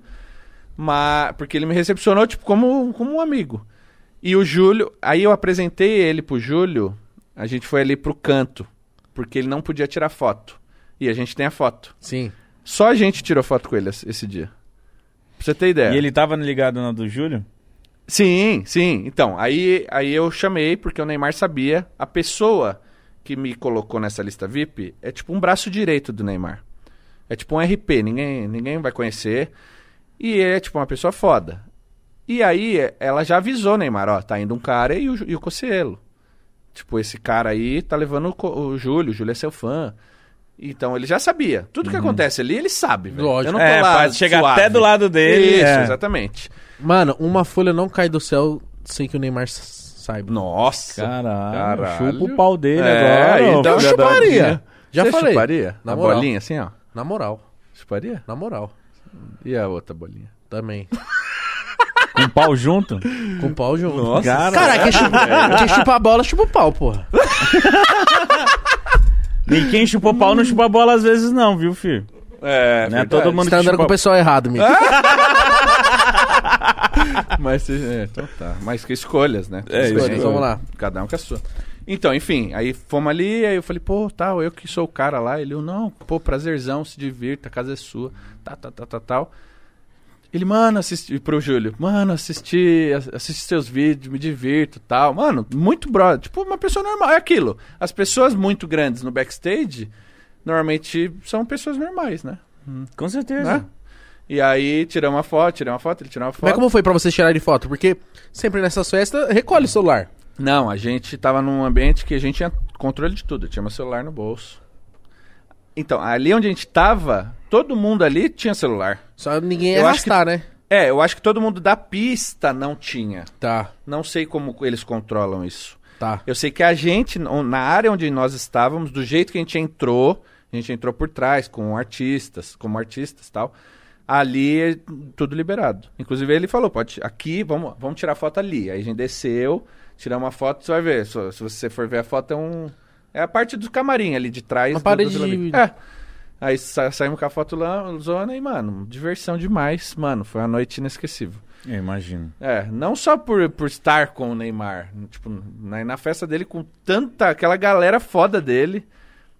mas. Porque ele me recepcionou, tipo, como, como um amigo. E o Júlio. Aí eu apresentei ele pro Júlio. A gente foi ali pro canto. Porque ele não podia tirar foto. E a gente tem a foto.
Sim.
Só a gente tirou foto com ele esse esse dia. Pra você ter ideia.
E ele tava ligado na do Júlio?
Sim, sim. Então, aí, aí eu chamei, porque o Neymar sabia. A pessoa que me colocou nessa lista VIP é tipo um braço direito do Neymar. É tipo um RP, ninguém, ninguém vai conhecer. E ele é tipo uma pessoa foda. E aí é, ela já avisou o Neymar, ó, tá indo um cara e o, Ju- e o Cossielo. Tipo, esse cara aí tá levando o, Co- o Júlio, o Júlio é seu fã. Então ele já sabia. Tudo que acontece ali, ele sabe, velho.
Lógico.
Eu não tô
Uhum. é,
lá
pra chegar
suave.
até do lado dele.
Isso,
é.
exatamente.
Mano, uma folha não cai do céu sem que o Neymar sa- saiba.
Nossa.
Caralho,
Caralho.
chupa o pau dele
É,
agora.
aí
ô,
dá
Eu
uma
filha da-
chupada.
então, chuparia. Já
Você
falei.
chuparia?
Na
Na
moral.
bolinha, assim, ó.
Na moral.
Chuparia?
Na moral.
E a outra bolinha?
Também.
Com Um pau junto?
Com o pau junto.
Nossa.
Cara, quem chupa, quem chupa a bola, chupa o pau, porra.
E quem chupou pau não chupa bola às vezes, não, viu, filho?
É,
Não é todo mundo
Você tá
que
andando com
chupa
o pessoal errado, amigo.
Mas, é, então tá. Mas que escolhas, né?
É,
Escolhas.
escolhas,
vamos lá.
Cada um com a sua. Então, enfim, aí fomos ali, aí eu falei, pô, tal, eu que sou o cara lá. Ele, não, pô, prazerzão, se divirta, a casa é sua, tá, tá, tá, tá, tal. Ele, mano, assisti pro Júlio, mano, assisti, assisti seus vídeos, me divirto e tal. Mano, muito brother. Tipo, uma pessoa normal. É aquilo. As pessoas muito grandes no backstage normalmente são pessoas normais, né?
Com certeza.
né? E aí tiramos uma foto, tiramos uma foto, ele tirou uma foto.
Mas como foi pra vocês tirarem foto? Porque sempre nessas festas recolhe o celular.
Não, a gente tava num ambiente que a gente tinha controle de tudo. Tinha meu celular no bolso. Então, ali onde a gente tava, todo mundo ali tinha celular.
Só ninguém ia
Eu acho
arrastar, né?
É, eu acho que todo mundo da pista não tinha.
Tá,
Não sei como eles controlam isso.
tá.
Eu sei que a gente, no- na área onde nós estávamos, do jeito que a gente entrou, a gente entrou por trás, com artistas, como artistas e tal. Ali é tudo liberado. Inclusive ele falou, pode, aqui, vamos, vamos tirar foto ali. Aí a gente desceu, tiramos uma foto, você vai ver. Se, se você for ver a foto, é um... É a parte do camarim ali de trás.
Uma
do-
parede
do Vila
de-
Mix. É. Aí sa- saímos com a foto lá, zona, e mano, diversão demais. Mano, foi uma noite inesquecível.
Eu imagino.
É, não só por, por estar com o Neymar, tipo, na, na festa dele com tanta, aquela galera foda dele,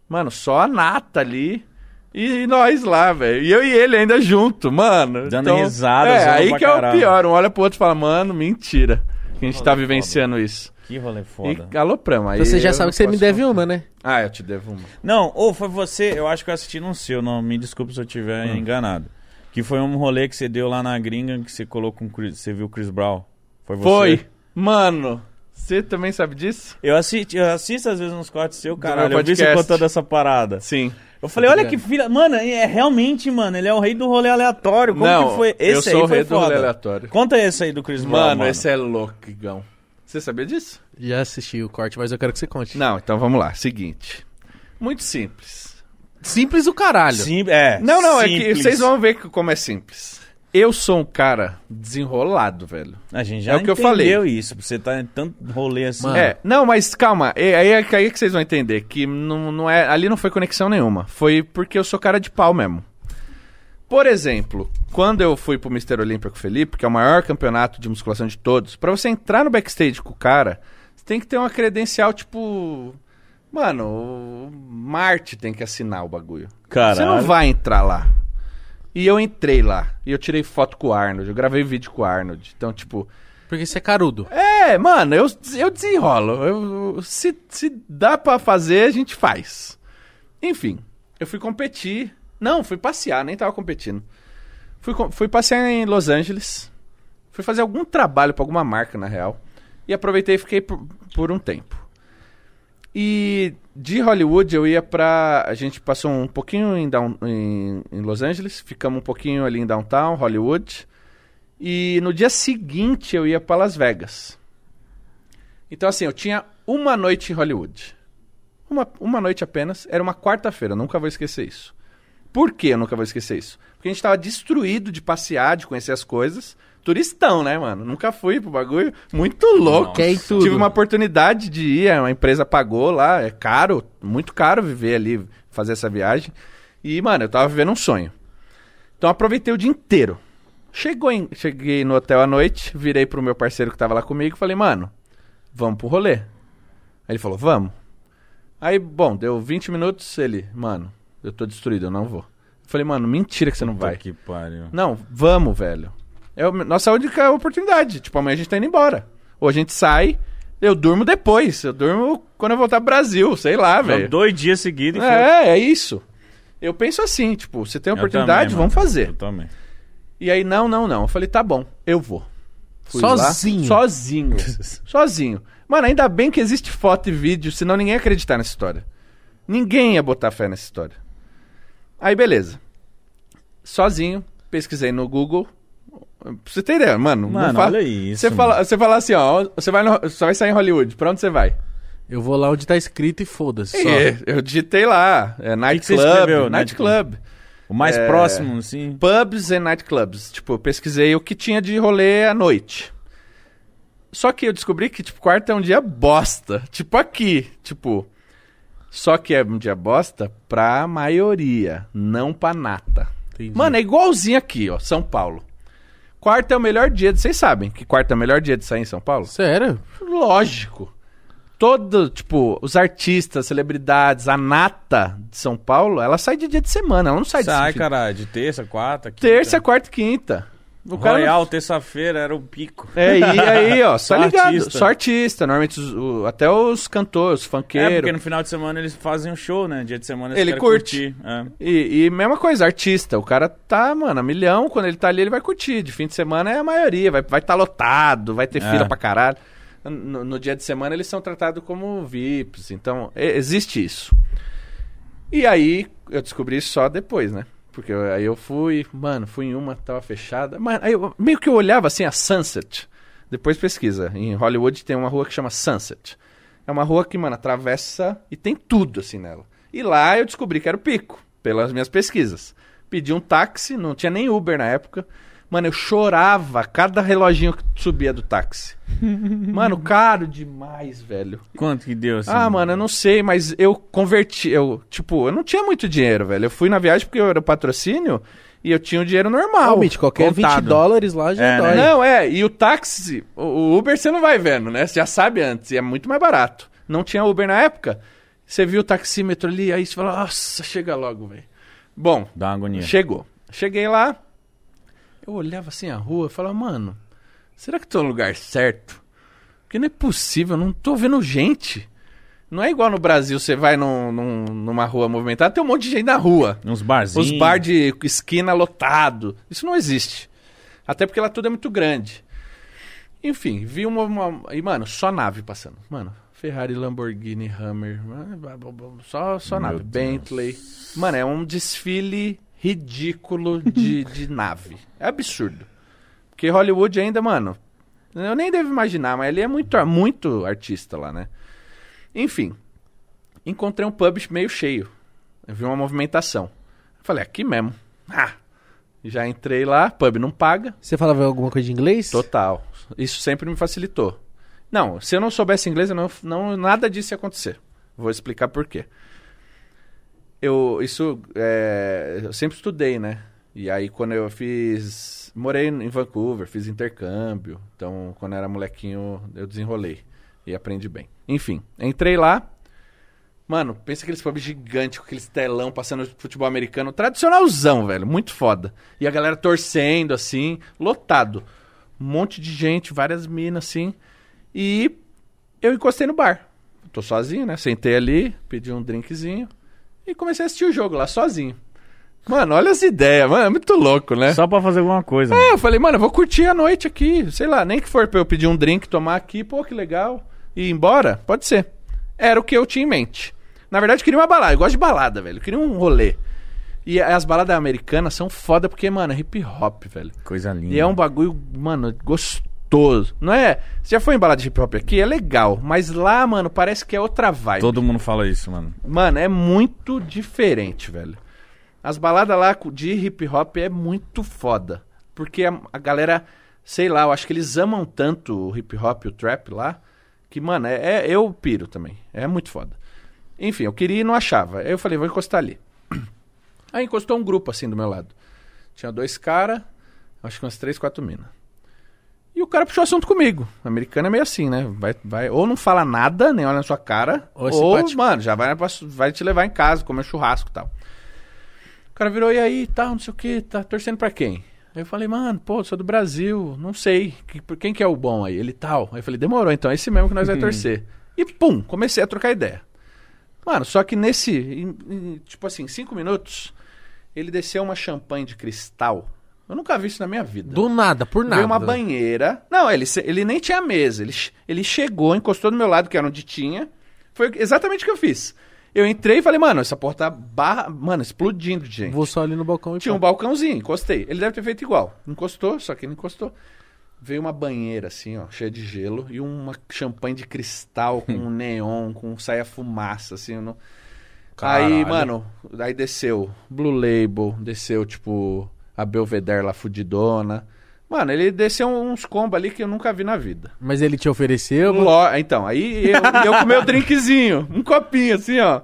mano, só a nata ali e, e nós lá, velho, e eu e ele ainda junto, mano.
Dando risada,
é,
zoando
aí
pra
que é o
caralho.
pior, um olha pro outro e fala, mano, mentira, que a gente tá vivenciando isso.
Que rolê foda.
E aloprama. aí
Então você já
eu
sabe
não
que você me
posso
deve
contar.
uma, né?
Ah, eu te devo uma.
Não, ou foi você, eu acho que eu assisti num seu, não, me desculpe se eu estiver
Hum.
enganado. Que foi um rolê que você deu lá na gringa que você colocou um Chris, você viu o Chris Brown. Foi você?
Foi, mano, você também sabe disso?
Eu, assisti, eu assisto às vezes uns cortes seu, caralho.
meu
Eu vi você
podcast.
contando essa parada.
Sim.
Eu falei, olha que filha. Mano, é realmente, mano, ele é o rei do rolê aleatório. Como
não,
que foi?
eu
Esse
sou
aí
o rei
foi
do rolê
foda.
aleatório.
Conta esse aí do Chris Brown.
Mano, esse é louco, Igão. Você sabia disso?
Já assisti o corte, mas eu quero que você conte.
Não, então vamos lá. Seguinte. Muito simples.
Simples o caralho.
Sim, é.
Não, não, é
simples.
que vocês vão ver que- como é simples. Eu sou um cara desenrolado, velho.
A gente já
É o que eu
entendeu isso. Você tá em tanto rolê assim.
Mano.
É, não, mas calma, é- aí é, que- aí é que vocês vão entender que não, não é, ali não foi conexão nenhuma. Foi porque eu sou cara de pau mesmo. Por exemplo, quando eu fui pro Mister Olímpia com o Felipe, que é o maior campeonato de musculação de todos, pra você entrar no backstage com o cara, você tem que ter uma credencial tipo. Mano, o Marte tem que assinar o bagulho.
Caralho.
Você não vai entrar lá. E eu entrei lá. E eu tirei foto com o Arnold. Eu gravei vídeo com o Arnold. Então, tipo.
Porque você é carudo.
É, mano, eu, eu desenrolo. Eu- eu- se, se dá pra fazer, a gente faz. Enfim, eu fui competir. Não, fui passear, nem tava competindo. Fui, co- fui passear em Los Angeles. Fui fazer algum trabalho pra alguma marca, na real. E aproveitei e fiquei por, por um tempo. E de Hollywood eu ia pra. A gente passou um pouquinho em, down, em, em Los Angeles, ficamos um pouquinho ali em downtown, Hollywood. E no dia seguinte eu ia pra Las Vegas. Então, assim, eu tinha uma noite em Hollywood. Uma, uma noite apenas. Era uma quarta-feira, eu nunca vou esquecer isso. Por que eu nunca vou esquecer isso? Porque a gente tava destruído de passear, de conhecer as coisas. Turistão, né, mano? Nunca fui pro bagulho. Muito louco.
Quer ir tudo.
Tive uma oportunidade de ir, a empresa pagou lá, é caro, muito caro viver ali, fazer essa viagem. E, mano, eu tava vivendo um sonho. Então aproveitei o dia inteiro. Chegou em- cheguei no hotel à noite, virei pro meu parceiro que tava lá comigo e falei, mano, vamos pro rolê. Aí ele falou, vamos. Aí, bom, deu 20 minutos, ele, mano, eu tô destruído, eu não vou. Eu falei, mano, mentira que você não
Puta
vai.
que pariu.
Não, vamos, velho. É a nossa única oportunidade. Tipo, amanhã a gente tá indo embora. Ou a gente sai, eu durmo depois. Eu durmo quando eu voltar pro Brasil, sei lá,
Não,
velho.
dois dias seguidos e foi-
É, é isso. Eu penso assim, tipo, você tem
Eu
oportunidade,
também,
vamos
mano.
fazer.
Eu também.
E aí, não, não, não. Eu falei, tá bom, eu vou. lá,
Sozinho.
sozinho. sozinho. Mano, ainda bem que existe foto e vídeo, senão ninguém ia acreditar nessa história. Ninguém ia botar fé nessa história. Aí, beleza. Sozinho, pesquisei no Google. Pra você ter ideia, mano. não
Mano,
fa-
olha isso,
Você fala,
mano.
você fala assim, ó. Você vai, no- você vai sair em Hollywood. Pra onde você vai?
Eu vou lá onde tá escrito e foda-se. só.
É, eu digitei lá. É
que você
nightclub.
escreveu,
nightclub.
O mais
É.
próximo, sim.
Pubs and nightclubs. Tipo, eu pesquisei o que tinha de rolê à noite. Só que eu descobri que, tipo, quarta é um dia bosta. Tipo aqui, tipo... Só que é um dia bosta pra maioria, não pra nata.
Entendi.
Mano, é igualzinho aqui, ó, São Paulo. Quarta é o melhor dia, de- vocês sabem que quarta é o melhor dia de sair em São Paulo?
Sério?
Lógico. Todo, tipo, os artistas, celebridades, a nata de São Paulo, ela sai de dia de semana, ela não sai, de
Sai,
de
caralho, de terça, quarta, quinta.
Terça, quarta e quinta. O cara não-
Royal, terça-feira, era o pico.
É, e aí, ó,
Só
só ligado.
artista.
Só artista. Normalmente os- o- até os cantores, os
É,
funkeiros.
porque no final de semana eles fazem um show, né? Dia de semana eles
Ele
querem
curte.
curtir, é.
E, e mesma coisa, artista. O cara tá, mano, a milhão. Quando ele tá ali, ele vai curtir. De fim de semana é a maioria. Vai vai tá lotado, vai ter
É.
fila pra caralho. No, no dia de semana eles são tratados como VIPs. Então, e- existe isso. E aí, eu descobri isso só depois, né? Porque eu- aí eu fui, mano, fui em uma, tava fechada. Mano, aí eu, meio que eu olhava assim a Sunset. Depois pesquisa. Em Hollywood tem uma rua que chama Sunset. É uma rua que, mano, atravessa e tem tudo assim nela. E lá eu descobri que era o pico, pelas minhas pesquisas. Pedi um táxi, não tinha nem Uber na época. Mano, eu chorava a cada reloginho que subia do táxi. Mano, caro demais, velho.
Quanto que deu, assim?
Ah, mano, eu não sei, mas eu converti. Eu, tipo, eu não tinha muito dinheiro, velho. Eu fui na viagem porque eu era patrocínio e eu tinha o dinheiro normal.
Realmente, qualquer 20 dólares lá já
É, né?
dói.
Não, é, e o táxi, o- o Uber você não vai vendo, né? Você já sabe antes, e é muito mais barato. Não tinha Uber na época. Você viu o taxímetro ali, aí você fala, nossa, chega logo, velho. Bom,
Dá uma agonia.
Chegou. Cheguei lá, eu olhava assim a rua e falava, mano, será que tô no lugar certo? Porque não é possível, eu não tô vendo gente. Não é igual no Brasil, você vai num- num- numa rua movimentada, tem um monte de gente na rua.
Uns barzinhos.
Os bar de esquina lotado. Isso não existe. Até porque lá tudo é muito grande. Enfim, vi uma, uma- E, mano, só nave passando. Mano, Ferrari, Lamborghini, ah, Hammer. Só, só
Meu
nave.
Deus.
Bentley. Mano, é um desfile ridículo de, de nave. É absurdo. Porque Hollywood ainda, mano. Eu nem devo imaginar, mas ele é muito, muito artista lá, né? Enfim, encontrei um pub meio cheio. Eu vi uma movimentação. Eu Falei, aqui mesmo. Ah! Já entrei lá, pub não paga.
Você falava alguma coisa de inglês?
Total. Isso sempre me facilitou. Não, se eu não soubesse inglês, eu não, não- nada disso ia acontecer. Vou explicar por quê. Eu, isso, é, eu sempre estudei, né? E aí, quando eu fiz. Morei em Vancouver, fiz intercâmbio. Então, quando eu era molequinho, eu desenrolei. E aprendi bem. Enfim, entrei lá. Mano, pensa aqueles pubs gigantes, com aqueles telão passando futebol americano. Tradicionalzão, velho. Muito foda. E a galera torcendo, assim, lotado. Um monte de gente, várias minas, assim. E eu encostei no bar. Tô sozinho, né? Sentei ali, pedi um drinkzinho. E comecei a assistir o jogo lá, sozinho. Mano, olha as ideias, mano. É muito louco, né?
Só pra fazer alguma coisa. mano.
É, eu falei, mano, eu vou curtir a noite aqui. Sei lá, nem que for pra eu pedir um drink, tomar aqui, pô, que legal. E ir embora, pode ser. Era o que eu tinha em mente. Na verdade, eu queria uma balada. Eu gosto de balada, velho. Eu queria um rolê. E as baladas americanas são foda porque, mano, é hip hop, velho.
Coisa linda.
E é um bagulho, mano, gostoso. Não é? Você já foi em balada de hip hop aqui? É legal. Mas lá, mano, parece que é outra vibe.
Todo mundo fala isso, mano.
Mano, é muito diferente, velho. As baladas lá co- de hip hop é muito foda. Porque a, a galera, sei lá, eu acho que eles amam tanto o hip hop e o trap lá. Que, mano, é, é- eu piro também. É muito foda. Enfim, eu queria e não achava. Aí eu falei, vou encostar ali. Aí encostou um grupo assim do meu lado. Tinha dois caras, acho que umas três, quatro minas. E o cara puxou assunto comigo. O americano é meio assim, né? Vai, vai, ou não fala nada, nem olha na sua cara.
Ou
Ou,
é simpático.
mano, já vai, pra- vai te levar em casa, comer churrasco e tal. O cara virou, e aí, tal, não sei o que, tá torcendo pra quem? Aí eu falei, mano, pô, sou do Brasil, não sei. que- por Quem que é o bom aí? Ele tal. Aí eu falei, demorou, então, é esse mesmo que nós
Uhum.
vai torcer. E pum, comecei a trocar ideia. Mano, só que nesse. em- em, tipo assim, cinco minutos, ele desceu uma champanhe de cristal. Eu nunca vi isso na minha vida.
Do nada, por nada.
Veio uma banheira. Não, ele, se- ele nem tinha mesa. Ele, che- ele chegou, encostou do meu lado, que era onde tinha. Foi exatamente o que eu fiz. Eu entrei e falei, mano, essa porta tá barra. Mano, explodindo, de gente.
Vou só ali no balcão e
Tinha um
pá.
balcãozinho, encostei. Ele deve ter feito igual. Encostou, só que ele encostou. Veio uma banheira, assim, ó, cheia de gelo, e uma champanhe de cristal com um neon, com saia fumaça, assim. eu não- Aí,
Caralho.
mano, aí desceu Blue Label, desceu, tipo, a Belvedere lá fudidona. Mano, ele desceu uns combos ali que eu nunca vi na vida.
Mas ele te ofereceu, mano.
Lo- Então, aí eu, eu com meu drinkzinho, um copinho assim, ó.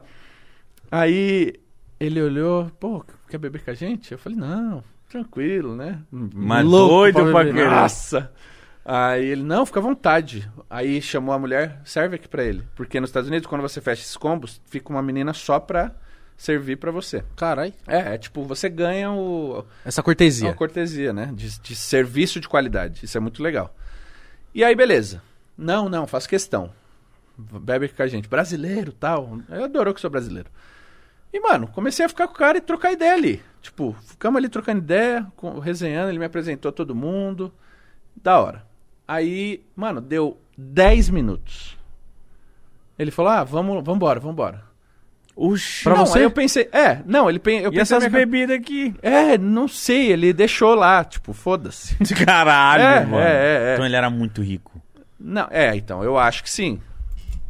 Aí ele olhou, pô, quer beber com a gente? Eu falei, não, tranquilo, né?
Mas
Louco
doido
pra
pra
beber.
querer.
Nossa! Aí ele, não, fica à vontade. Aí chamou a mulher, serve aqui pra ele. Porque nos Estados Unidos, quando você fecha esses combos, fica uma menina só pra servir pra você.
Caralho.
É, é tipo, você ganha o,
Essa
é
cortesia.
uma cortesia, né? De, de serviço de qualidade. Isso é muito legal. E aí, beleza. Não, não, faço questão. Bebe aqui com a gente. Brasileiro tal. Eu adorou que sou brasileiro. E, mano, comecei a ficar com o cara e trocar ideia ali. Tipo, ficamos ali trocando ideia, com- resenhando, ele me apresentou a todo mundo. Da hora. Aí, mano, deu 10 minutos. Ele falou: ah, vamos, vambora, vambora.
Oxi.
não,
você?
aí eu pensei, é, não, ele pen- eu
E
pensei.
essas
minha-
bebidas aqui?
É, não sei, ele deixou lá, tipo, foda-se.
Caralho,
É,
mano.
é, é, é.
Então ele era muito rico.
Não, é, então, eu acho que sim.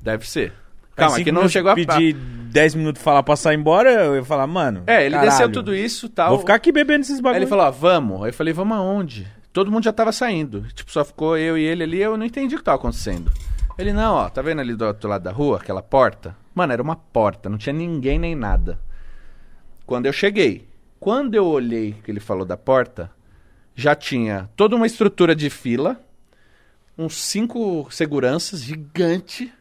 Deve ser. Calma, é que não chegou a
pedir 10 minutos falar pra sair embora, eu ia falar, mano.
É, ele
caralho,
desceu tudo isso e tal.
Vou ficar aqui bebendo esses
Aí
bagulho.
ele falou, ó, vamos. Aí eu falei, vamos aonde? Todo mundo já tava saindo. Tipo, só ficou eu e ele ali, eu não entendi o que tava acontecendo. Ele, não, ó, tá vendo ali do outro lado da rua, aquela porta? Mano, era uma porta, não tinha ninguém nem nada. Quando eu cheguei, quando eu olhei que ele falou da porta, já tinha toda uma estrutura de fila, uns cinco seguranças gigante,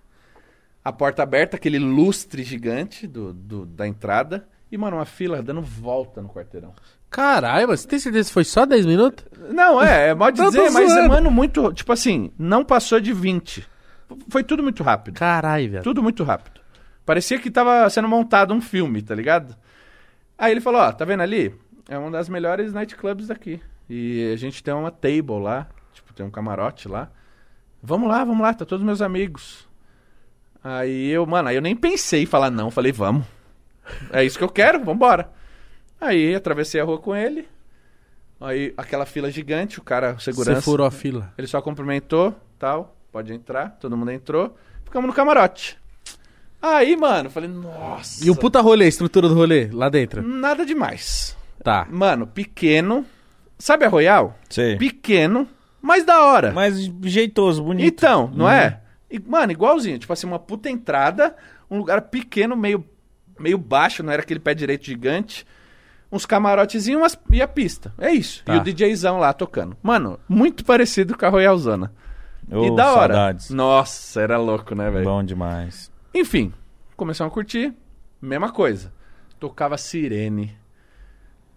a porta aberta, aquele lustre gigante do, do- da entrada, e, mano, uma fila dando volta no quarteirão.
Caralho, mas você tem certeza que foi só 10 minutos?
Não, é, é mal
Tô- tô
dizer, mas,
zoando.
mano, muito. Tipo assim, não passou de 20. Foi tudo muito rápido.
Caralho, velho.
Tudo muito rápido. Parecia que tava sendo montado um filme, tá ligado? Aí ele falou: Ó, tá vendo ali? É uma das melhores nightclubs daqui. E a gente tem uma table lá, tipo, tem um camarote lá. Vamos lá, vamos lá, tá todos meus amigos. Aí eu, mano, aí eu nem pensei em falar não, falei, vamos. É isso que eu quero, vambora. Aí atravessei a rua com ele. Aí aquela fila gigante, o cara, o segurança.
Você furou a fila.
Ele só cumprimentou, tal, pode entrar, todo mundo entrou. Ficamos no camarote. Aí, mano, falei, nossa.
E o puta rolê, a estrutura do rolê, lá dentro.
Nada demais.
Tá.
Mano, pequeno. Sabe a Royal?
Sei.
É.
Pequeno, mas da hora.
Mas jeitoso, bonito.
Então, não
Uhum.
é? E, mano, igualzinho. Tipo assim, uma puta entrada, um lugar pequeno, meio, meio baixo, não era aquele pé direito gigante. Uns camarotezinhos umas- e a pista. É isso.
Tá.
E o DJzão lá tocando. Mano, muito parecido com a Royal Zona.
Ô,
e da hora.
Saudades.
Nossa, era louco, né, velho?
Bom demais.
Enfim, começamos a curtir, mesma coisa. Tocava sirene.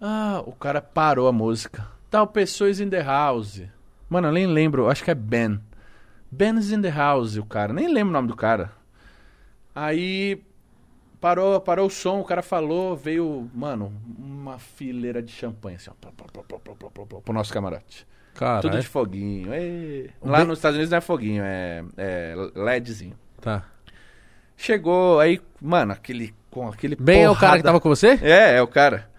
Ah, o cara parou a música. Tal pessoas in the house. Mano, eu nem lembro, acho que é Ben. Ben's in the house, o cara. Nem lembro o nome do cara. Aí parou, parou o som, o cara falou, veio, mano, uma fileira de champanhe assim, ó, plop, plop, plop, plop, plop, plop, plop, pro nosso camarote. Tudo
Caralho.
de foguinho. ê.
O
Lá
Ben-
nos Estados Unidos não é foguinho, é, é LEDzinho.
Tá.
Chegou, aí, mano, aquele. Com aquele
Bem é o cara
porrada-
que tava com você?
É, é o cara.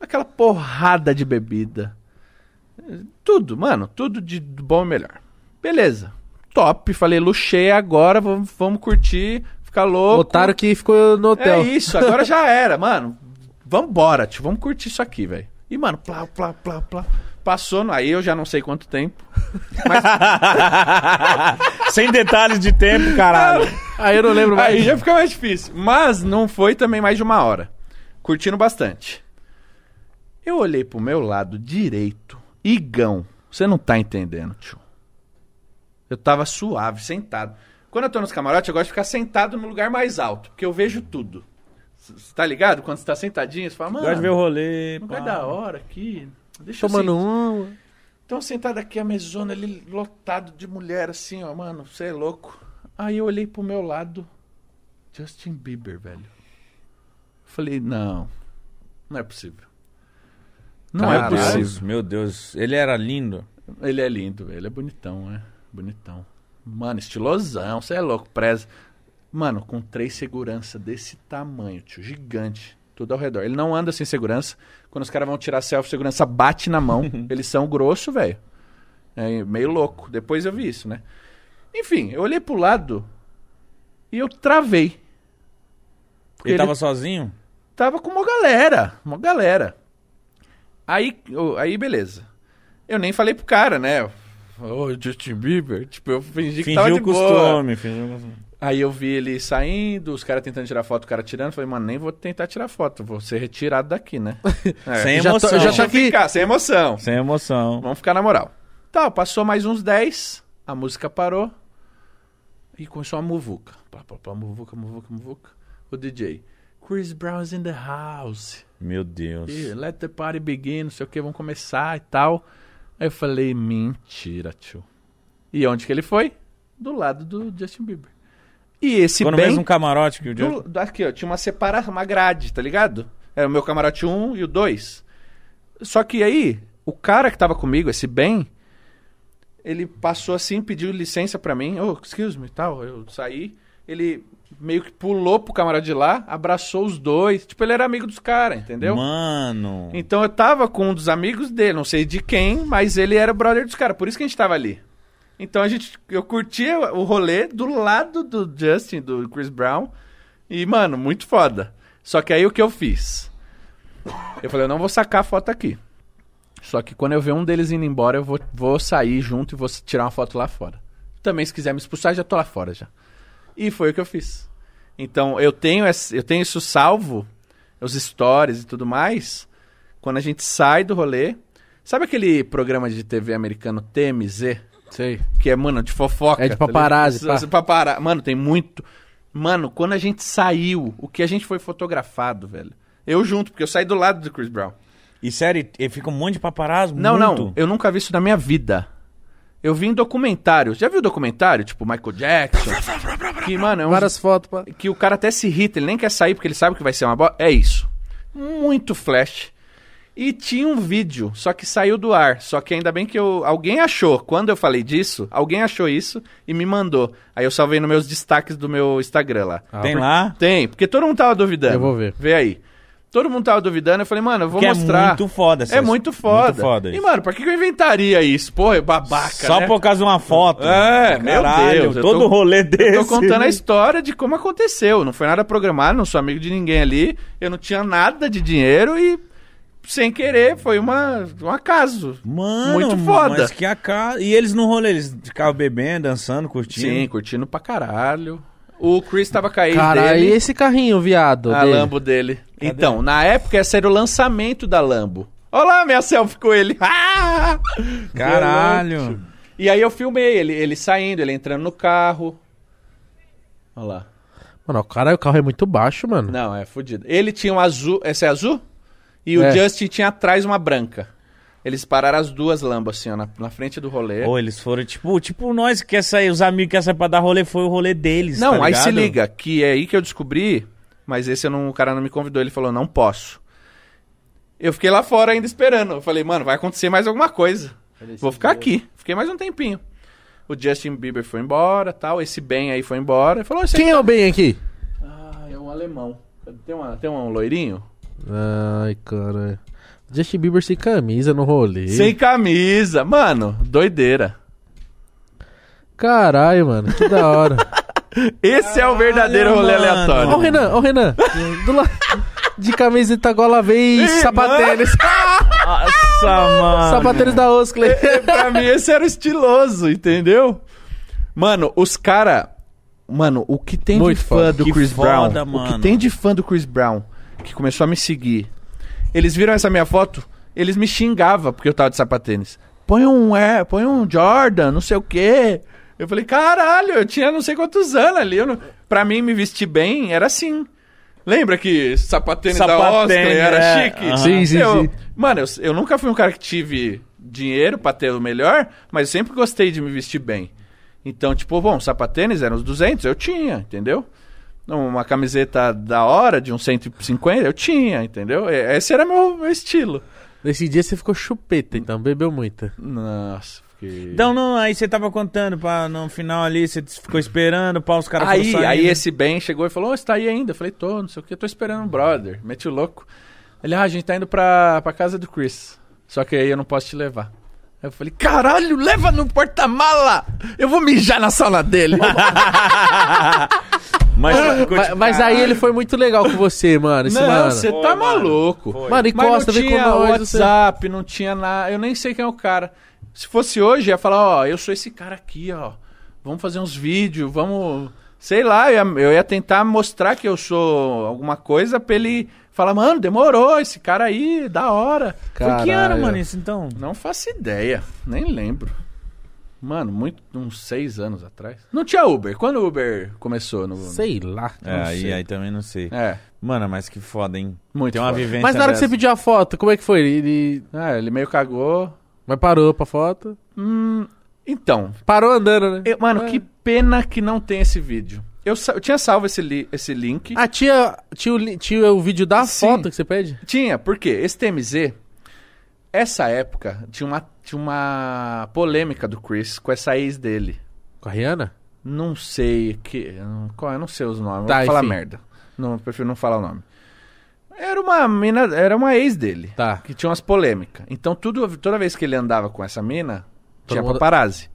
Aquela porrada de bebida. Tudo, mano, tudo de bom e melhor. Beleza. Top, falei, luxei agora, vamos, vamos curtir, ficar louco.
Otário que ficou no hotel.
É isso, agora já era, mano. Vambora, tio, vamos curtir isso aqui, velho. E, mano, plá, plá, plá, plá. Passou, no- aí eu já não sei quanto tempo.
Sem detalhes de tempo, caralho.
Aí eu não lembro mais.
Aí já fica mais difícil. Mas não foi também mais de uma hora. Curtindo bastante. Eu olhei pro meu lado direito. Igão. Você não tá entendendo, tio. Eu tava suave, sentado. Quando eu tô nos camarotes, eu gosto de ficar sentado no lugar mais alto, porque eu vejo tudo. Você tá ligado? Quando você tá sentadinho, você fala, mano, um
Gosto de ver o rolê.
lugar
pá.
da hora aqui. Deixa eu
Tomando
sentar.
um.
Então, sentado aqui, a mesona ali, lotado de mulher, assim, ó, mano, você é louco. Aí eu olhei pro meu lado, Justin Bieber, velho. Falei, não, não é possível. Não
Meu
é
Deus,
possível.
Meu Deus, ele era lindo.
Ele é lindo, ele é bonitão, né? Bonitão. Mano, estilosão, você é louco, preza. Mano, com três segurança desse tamanho, tio, gigante, tudo ao redor. Ele não anda sem segurança. Quando os caras vão tirar selfie, segurança bate na mão. Eles são grosso, velho. É meio louco. Depois eu vi isso, né? Enfim, eu olhei pro lado e eu travei. Porque
Ele,
ele-
tava sozinho?
Tava com uma galera, uma galera. Aí, eu- aí beleza. Eu nem falei pro cara, né? Ô, Justin Bieber. Tipo, eu fingi que tava
Fingiu
de
o
boa.
costume, fingiu o costume.
Aí eu vi ele saindo, os caras tentando tirar foto, o cara tirando. Falei, mano, nem vou tentar tirar foto, vou ser retirado daqui, né? É.
Sem
Já tô-
emoção.
eu já
Deixa eu
tô- aqui.
ficar, sem emoção.
Sem emoção.
Vamos ficar na moral. Tá, passou mais uns 10, a música parou e começou a muvuca. Pá, pá, pá, muvuca, muvuca, muvuca. O DJ. Chris Brown's in the house.
Meu Deus.
E let the party begin, não sei o que, vão começar e tal. Aí eu falei, mentira, tio. E onde que ele foi? Do lado do Justin Bieber. E esse
Ficou no
bem...
mesmo camarote que o
do-
Justin.
do- aqui, ó, tinha uma separação, uma grade, tá ligado? Era o meu camarote 1 e o 2. Só que aí, o cara que tava comigo, esse Ben, ele passou assim, pediu licença pra mim, oh, excuse me, tal, eu saí. Ele meio que pulou pro camarote de lá, abraçou os dois. Tipo, ele era amigo dos caras, entendeu?
Mano.
Então eu tava com um dos amigos dele, não sei de quem, mas ele era o brother dos caras, por isso que a gente tava ali. Então a gente, eu curtia o rolê do lado do Justin, do Chris Brown, e mano, muito foda. Só que aí o que eu fiz? Eu falei, eu não vou sacar a foto aqui. Só que quando eu ver um deles indo embora, eu vou, vou sair junto e vou tirar uma foto lá fora. Também se quiser me expulsar, já tô lá fora já. E foi o que eu fiz. Então eu tenho, esse- eu tenho isso salvo, os stories e tudo mais, quando a gente sai do rolê. Sabe aquele programa de TV americano TMZ?
Sei.
Que é, mano, de fofoca.
É de
tá ligado?
paparazzi, pá.
Isso, papara- Mano, tem muito. Mano, quando a gente saiu, o que a gente foi fotografado, velho. Eu junto, porque eu saí do lado do Chris Brown.
E sério, e fica um monte de paparazzo?
Não,
muito.
não, eu nunca vi isso na minha vida. Eu vi em documentário. Já viu documentário? Tipo Michael Jackson. que, mano, é um
Várias fotos, pá.
que o cara até se irrita, ele nem quer sair porque ele sabe que vai ser uma bola. É isso. Muito flash. E tinha um vídeo, só que saiu do ar. Só que ainda bem que eu, alguém achou. Quando eu falei disso, alguém achou isso e me mandou. Aí eu salvei nos meus destaques do meu Instagram lá.
Ah,
Tem
por-
lá.
Tem, porque todo mundo tava duvidando.
Eu vou ver.
Vê aí. Todo mundo tava duvidando, eu falei, mano, eu vou
que
mostrar.
é muito foda.
É
essas-
muito foda.
Muito foda
E,
isso.
mano, pra que que eu inventaria isso? Porra, eu babaca,
Só
né?
por causa de uma foto.
É, meu
Caralho,
Deus, eu
todo
tô-
rolê desse.
Eu tô contando a história de como aconteceu. Não foi nada programado, não sou amigo de ninguém ali. Eu não tinha nada de dinheiro e, sem querer, foi uma, um acaso.
Mano,
Muito foda.
Mas que a ca... E eles no rolê, eles ficavam bebendo, dançando, curtindo.
Sim, curtindo pra caralho. O Chris tava caindo
Cara, e
dele,
esse carrinho, viado?
a
dele?
Lambo dele. Então, na época, esse era o lançamento da Lambo. Olha lá, minha selfie com ele. Ah!
Caralho.
E aí eu filmei ele, ele saindo, ele entrando no carro. Olha lá.
Mano, o cara, o carro é muito baixo, mano.
Não, é fudido. Ele tinha um azul, esse é azul? E o
É.
Justin tinha atrás uma branca. Eles pararam as duas lambas assim, ó, na, na frente do rolê.
Ou eles foram, tipo, tipo, nós que quer sair, os amigos que quer sair pra dar rolê, foi o rolê deles.
não,
tá
aí se
ligado?
liga, que é aí que eu descobri, mas esse eu não, o cara não me convidou, ele falou, não posso. Eu fiquei lá fora ainda esperando. Eu falei, mano, vai acontecer mais alguma coisa. Vou ficar aqui. Fiquei mais um tempinho. O Justin Bieber foi embora, tal. Esse Ben aí foi embora. Ele falou, esse
Quem é o bem aqui?
Ah, é um alemão. Tem, uma, tem um loirinho?
Ai, cara. Justin Bieber sem camisa no rolê.
Sem camisa. Mano, doideira.
Caralho, mano, que da hora.
Esse é o verdadeiro rolê
mano.
Ó o
aleatório.
Renan, ó o Renan. Do la... De camiseta gola V e
Ih, Ah,
sapatênis.
Nossa, mano.
sapatênis da Oscley.
pra mim, esse era o estiloso, entendeu? Mano, os cara... Mano, o que tem
Muito
de fã
foda.
do
Que
Chris
foda,
Brown... O que
mano.
tem de fã do Chris Brown que começou a me seguir... Eles viram essa minha foto, eles me xingavam porque eu tava de sapatênis. Põe um Air, põe um Jordan, não sei o quê. Eu falei, caralho, eu tinha não sei quantos anos ali. Eu não... Pra mim, me vestir bem era assim. Lembra que sapatênis, da Oscar
Sapatênis,
era
é.
chique?
Aham.
Sim, sim,
eu,
sim.
Mano, eu, eu nunca fui um cara que tive dinheiro pra ter o melhor, mas eu sempre gostei de me vestir bem. Então, tipo, bom, sapatênis eram uns 200, eu tinha, entendeu? Uma camiseta da hora, de uns 150, eu tinha, entendeu? E- Esse era meu, meu estilo.
Nesse dia você ficou chupeta, então bebeu muita.
Nossa, fiquei...
Então, não, aí você tava contando, pá, no final ali, você ficou esperando, pá, os caras
aí,
foram
aí
saindo.
esse Ben chegou e falou, ô, você tá aí ainda? Eu falei, tô, não sei o que, tô esperando o brother. Meti o louco. Ele, ah, a gente tá indo pra, pra casa do Chris. Só que aí eu não posso te levar. Aí eu falei, caralho, leva no porta-mala! Eu vou mijar na sala dele.
Mas,
Ah,
tipo,
Mas, mas aí ele foi muito legal com você, mano. Esse
não,
mano.
você
Foi,
tá
mano.
maluco.
Foi.
Mano, e
Mas
Costa,
não
vem com
tinha
nós. você-
WhatsApp, não tinha nada. Eu nem sei quem é o cara. Se fosse hoje, eu ia falar, ó, eu sou esse cara aqui, ó. Vamos fazer uns vídeos, vamos... Sei lá, eu ia, eu ia tentar mostrar que eu sou alguma coisa pra ele falar, mano, demorou, esse cara aí, da hora.
Foi que ano,
Caralho.
mano, isso então?
Não faço ideia, nem lembro. Mano, muito, uns seis anos atrás. Não tinha Uber. Quando o Uber começou? No...
Sei lá.
É, aí,
sei.
aí também não sei.
É.
Mano, mas que foda, hein?
Muito
Tem uma
foda.
vivência
Mas na hora que
dessa.
você pediu a foto, como é que foi? Ele.
Ah, ele meio cagou.
Mas parou pra foto.
Hum, então,
Parou andando, né?
eu- mano,
É.
que pena que não tem esse vídeo. Eu, sa- eu tinha salvo esse, li- esse link.
Ah, tinha, tinha, o, li- tinha o vídeo da
Sim.
foto que você pede?
Tinha, por quê? Esse TMZ, essa época, tinha uma, tinha uma polêmica do Chris com essa ex dele.
Com a Rihanna?
Não sei que. Qual, eu não sei os nomes.
Tá,
vou falar
enfim.
merda. Não, prefiro não falar o nome. Era uma mina. Era uma ex dele.
Tá.
Que tinha umas polêmicas. Então tudo, toda vez que ele andava com essa mina,
Todo
tinha
mundo-
paparazzi.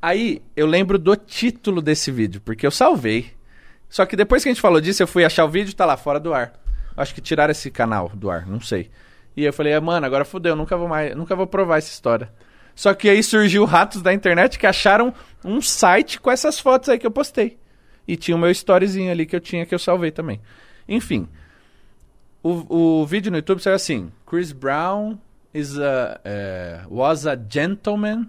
Aí eu lembro do título desse vídeo, porque eu salvei. Só que depois que a gente falou disso, eu fui achar o vídeo tá lá fora do ar. Acho que tiraram esse canal do ar, não sei. E eu falei, "Ah, mano, agora fudeu, nunca vou mais, nunca vou provar essa história. Só que aí surgiu ratos da internet que acharam um site com essas fotos aí que eu postei. E tinha o meu storyzinho ali que eu tinha que eu salvei também. Enfim, o, o vídeo no YouTube saiu assim: Chris Brown is a, eh, was a gentleman.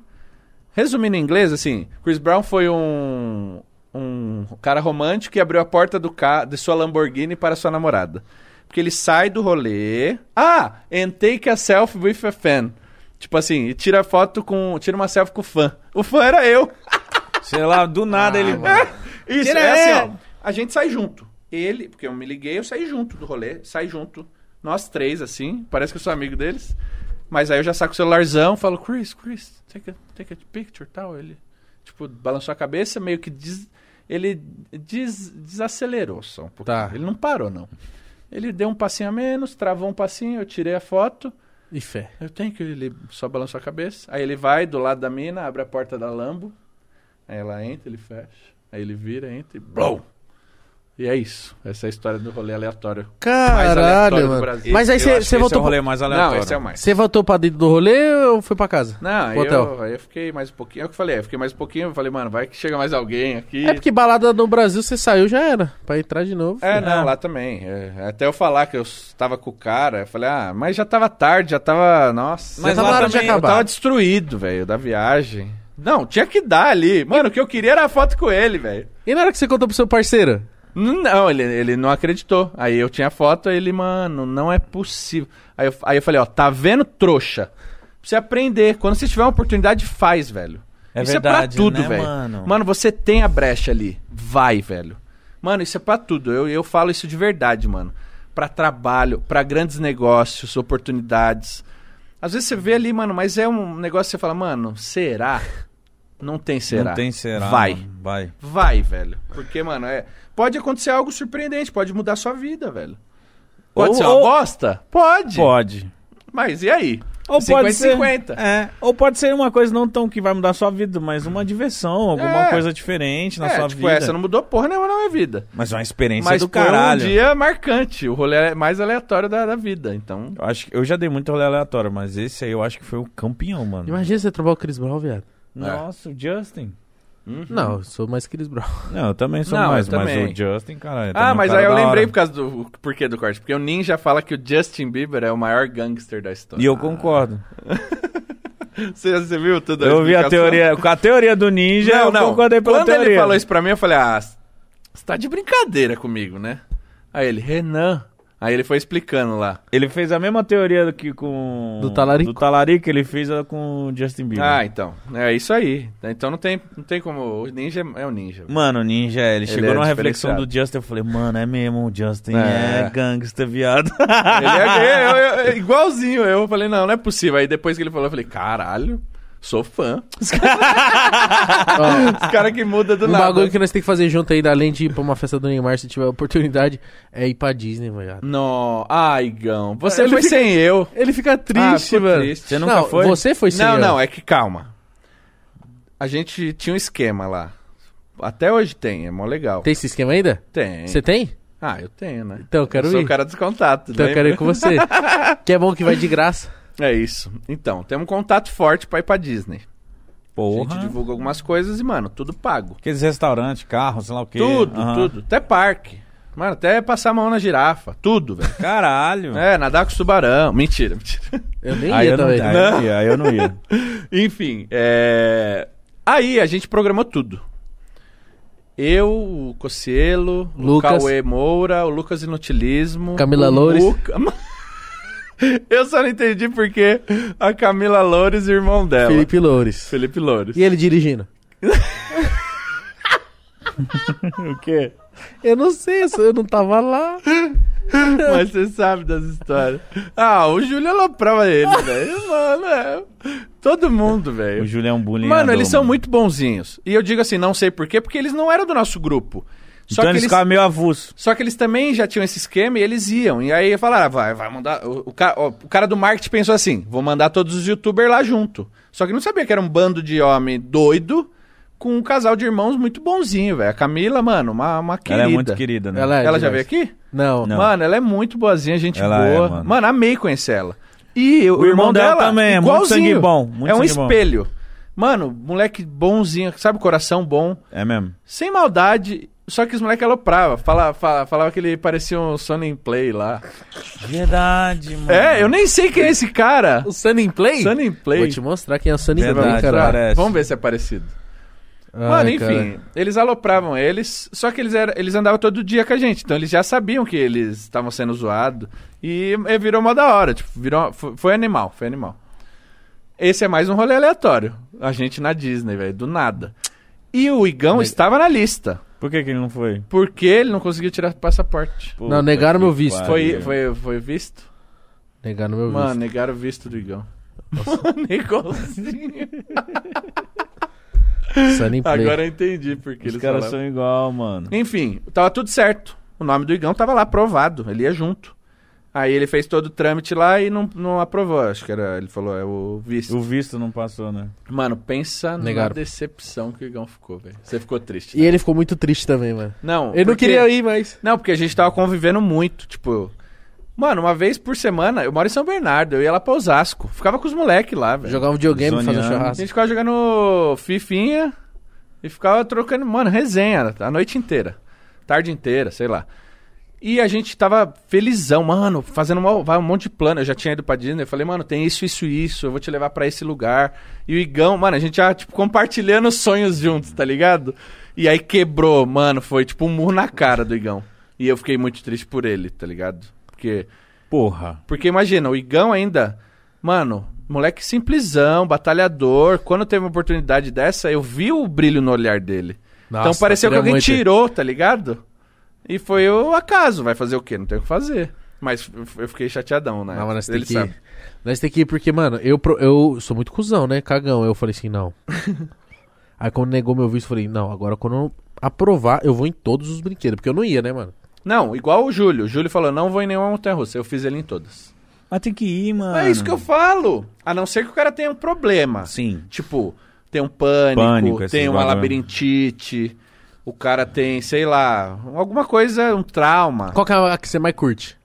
Resumindo em inglês, assim, Chris Brown foi um, um cara romântico que abriu a porta do ca de sua Lamborghini para sua namorada. Porque ele sai do rolê. Ah! And take a selfie with a fan. Tipo assim, e tira foto com. Tira uma selfie com o fã. O fã era eu.
Sei lá, do nada ele.
Isso,
Tira
é
ela.
assim, ó. A gente sai junto. Ele, porque eu me liguei, eu saí junto do rolê, saí junto. Nós três, assim, parece que eu sou amigo deles. Mas aí eu já saco o celularzão, falo, Chris, Chris, take a, take a picture tal. Ele, tipo, balançou a cabeça, meio que des, ele des- desacelerou só um pouquinho.
Tá.
Ele não parou, não. Ele deu um passinho a menos, travou um passinho, eu tirei a foto.
E fé.
Eu tenho que ele só balançou a cabeça. Aí ele vai do lado da mina, abre a porta da Lambo. Aí ela entra, ele fecha. Aí ele vira, entra e blow. E é isso. Essa é a história do rolê aleatório. aleatório
Caralho,
do
mano.
Brasil.
Mas aí
Eu
você
acho que
você
esse é o
voltou. pra-
rolê mais aleatório.
Não, esse é o mais.
Você voltou pra dentro do rolê ou foi pra casa?
Não, aí
Hotel.
eu, aí eu fiquei mais um pouquinho. É o que eu falei, eu fiquei mais um pouquinho. Eu falei, mano, vai que chega mais alguém aqui.
É porque balada no Brasil você saiu já era. Pra entrar de novo.
É, não, lá também. É, até eu falar que eu tava com o cara, eu falei, ah, mas já tava tarde, já tava. Nossa,
Mas
tá
lá
na hora de
também-
Eu
acabar.
tava destruído, velho, da viagem. Não, tinha que dar ali. Mano, o que eu queria era a foto com ele, velho.
E na hora que você contou pro seu parceiro?
N- Não, ele, ele não acreditou. Aí eu tinha a foto, aí ele, mano, não é possível. Aí eu, aí eu falei, ó, tá vendo, trouxa? Pra você aprender. Quando você tiver uma oportunidade, faz, velho.
É
isso é pra
verdade,
tudo,
né,
velho.
mano?
você tem a brecha ali. Vai, velho. Mano, isso é pra tudo. Eu, eu falo isso de verdade, mano. Pra trabalho, pra grandes negócios, oportunidades. Às vezes você vê ali, mano, mas é um negócio que você fala, mano, será? Não tem será.
Não tem será.
Vai.
mano. Vai.
Vai, velho. Porque, mano, é. Pode acontecer algo surpreendente, pode mudar a sua vida, velho. Pode
Ou-
ser uma
ou-
bosta? Pode.
Pode.
Mas e aí?
Ou
50,
pode ser.
50.
É, ou pode ser uma coisa não tão que vai mudar a sua vida, mas uma diversão, alguma
É.
coisa diferente na
é,
sua
tipo,
vida.
essa não mudou porra nenhuma na minha vida.
Mas é uma experiência
Mas
do
foi um
caralho.
dia marcante, o rolê é mais aleatório da, da vida. Então,
Eu, acho que, eu já dei muito rolê aleatório, mas esse aí eu acho que foi o campeão, mano.
Imagina você trovar o Chris Brown, viado.
É. Nossa, o Justin.
Não, eu sou mais Chris Brown.
Não, eu também sou
Não,
mais,
eu
mas
também.
o Justin, caralho. é também
Ah,
um
mas
cara
aí eu
da hora.
lembrei por causa do porquê do corte. Porque o Ninja fala que o Justin Bieber é o maior gangster da história.
E eu concordo.
Você, você viu tudo
eu vi a
explicação?
teoria. Com a teoria do ninja,
Não,
eu
não.
concordei pela
Quando
teoria.
ele falou isso pra mim, eu falei, ah, você tá de brincadeira comigo, né? Aí ele, Renan. Aí ele foi explicando lá.
Ele fez a mesma teoria do que com.
Do talarico?
Do talarico, ele fez a com o Justin Bieber.
Ah, então. É isso aí. Então não tem, não tem como. O ninja é é o ninja.
Mano, o Ninja, ele, chegou
é
numa reflexão
diferenciado.
do Justin, eu falei, mano, é mesmo, o Justin é,
É.
gangsta, viado.
Ele é, eu- eu- eu- igualzinho. Eu falei, não, não é possível. Aí depois que ele falou, eu falei, caralho, sou fã. Os caras que mudam do
um
nada.
bagulho que nós temos que fazer junto ainda, além de ir pra uma festa do Neymar, se tiver oportunidade, é ir pra Disney, viado.
Não, ai, Gão. Você
Ele
foi
fica-
sem eu.
Ele fica
Ah,
triste,
ficou
mano.
triste.
Você nunca
não,
foi?
você foi sim.
Não,
ó.
não, é que calma. A gente tinha um esquema lá. Até hoje tem, é mó legal.
Tem esse esquema ainda?
Tem.
Você tem?
Ah, eu tenho, né?
Então, eu quero
eu sou
ir.
o cara dos contatos,
Então eu
lembra?
quero ir com você. que é bom que vai de graça.
É isso. Então, tem um contato forte pra ir pra Disney. A
Porra.
gente divulga algumas coisas e, mano, tudo pago.
Aqueles restaurantes, carro, sei lá o quê.
Tudo,
Aham.
tudo. Até parque. Mano, até passar a mão na girafa. Tudo, velho.
Caralho.
é, nadar com os tubarão. Mentira, mentira.
Eu nem
Aí
ia
eu, não,
também.
aí eu não ia, aí eu não ia.
Enfim, é... aí a gente programou tudo. Eu, o Cocielo,
Lucas.
o Cauê Moura, o Lucas Inutilismo.
Camila
o
Loures.
Luca- Eu só não entendi porque a Camila Loures e o irmão dela. Felipe,
Felipe Loures.
Loures.
E ele dirigindo?
O quê?
Eu não sei, eu só- eu não tava lá.
Mas você sabe das histórias. Ah, o Júlio aloprava ele, velho. Mano, é... Todo mundo, velho.
O Júlio é um bullying.
Mano, eles são muito bonzinhos. E eu digo assim, não sei porquê, porque eles não eram do nosso grupo. Só,
Então
que
eles
eles,
ficavam meio avulso.
só que eles também já tinham esse esquema e eles iam. E aí eu falava, ah, vai, vai mandar. O, o ca- ó, o cara do marketing pensou assim: vou mandar todos os youtubers lá junto. Só que não sabia que era um bando de homem doido com um casal de irmãos muito bonzinho, velho. A Camila, mano, uma, uma querida.
Ela é muito querida, né?
Ela é.
Ela já veio
demais.
aqui?
Não.
Não.
Mano, ela é muito boazinha, gente
Ela
boa.
é, mano.
mano. amei conhecer ela. E o,
irmão dela também é muito
igualzinho.
sangue bom, muito
é um
sangue bom.
espelho. Mano, moleque bonzinho, sabe, coração bom,
É mesmo.
sem maldade. Só que os moleques aloprava, fala, fala, falava que ele parecia um Sony Play lá.
Verdade, mano.
É, eu nem sei quem é esse cara.
O Sunny Play?
Sunny
Vou
Play.
te mostrar quem é o Sunny Play,
Verdade,
cara.
parece.
Vamos ver se é parecido.
Ai,
Mano, enfim,
cara.
eles alopravam eles, só que eles, era- eles andavam todo dia com a gente, então eles já sabiam que eles estavam sendo zoados. E eh, virou mó da hora, tipo, virou, fo- foi animal, foi animal. Esse é mais um rolê aleatório. A gente na Disney, velho, do nada. E o Igão estava na lista,
Por que, que ele não foi?
porque ele não conseguiu tirar o passaporte.
Não, negaram
que
meu visto.
pariu.
Foi, foi, foi visto?
Negar no meu
é- Mano,
visto.
negaram o visto do Igão. Negócio.
Sunny Play.
Agora eu entendi porque
Os
eles
caras
falaram.
são igual, mano.
Enfim, tava tudo certo. O nome do Igão tava lá aprovado, ele ia junto. Aí ele fez todo o trâmite lá e não, não aprovou. Acho que era, ele falou, é o vice.
O visto não passou, né?
Mano, pensa
Negaram.
na decepção que o Igão ficou, velho. Você ficou triste. né?
E ele ficou muito triste também, mano.
Não,
Ele não
porque-
queria ir mais.
Não, porque a gente tava convivendo muito, tipo... Mano, uma vez por semana, eu moro em São Bernardo, eu ia lá pra Osasco. Ficava com os moleques lá, velho.
Jogar um videogame, fazer um
Zoneando.
A
churrasco.
gente ficava jogando fifinha e ficava trocando, mano, resenha a noite inteira. Tarde inteira, sei lá. E a gente tava felizão, mano, fazendo uma- vai um monte de plano. Eu já tinha ido pra Disney, eu falei, mano, tem isso, isso, isso, eu vou te levar pra esse lugar. E o Igão, mano, a gente já, tipo, compartilhando os sonhos juntos, tá ligado? E aí quebrou, mano, foi tipo um murro na cara do Igão. E eu fiquei muito triste por ele, tá ligado? Porque
Porra.
porque imagina, o Igão ainda. Mano, moleque simplesão, batalhador. Quando teve uma oportunidade dessa, eu vi o brilho no olhar dele.
Nossa,
então pareceu que
queria
alguém
muito.
tirou, tá ligado? E foi o acaso. Vai fazer o quê? Não tem o que fazer. Mas eu f- eu fiquei chateadão, né?
Não, mas nós tem
Ele
que
sabe.
ir. Nós tem que ir porque, mano, eu, pro- eu sou muito cuzão, né? Cagão. Eu falei assim, não. Aí quando negou meu visto, eu falei, não, agora quando eu aprovar, eu vou em todos os brinquedos. Porque eu não ia, né, mano?
Não, igual o Júlio. O Júlio falou: não vou em nenhuma montanha russa. Eu fiz ele em todas.
Mas tem que ir, mano.
É isso que eu falo. A não ser que o cara tenha um problema.
Sim.
Tipo, tem um pânico,
Pânico, esses
tem uma
bagulho.
labirintite, o cara tem, sei lá, alguma coisa, um trauma.
Qual que é a que você mais curte?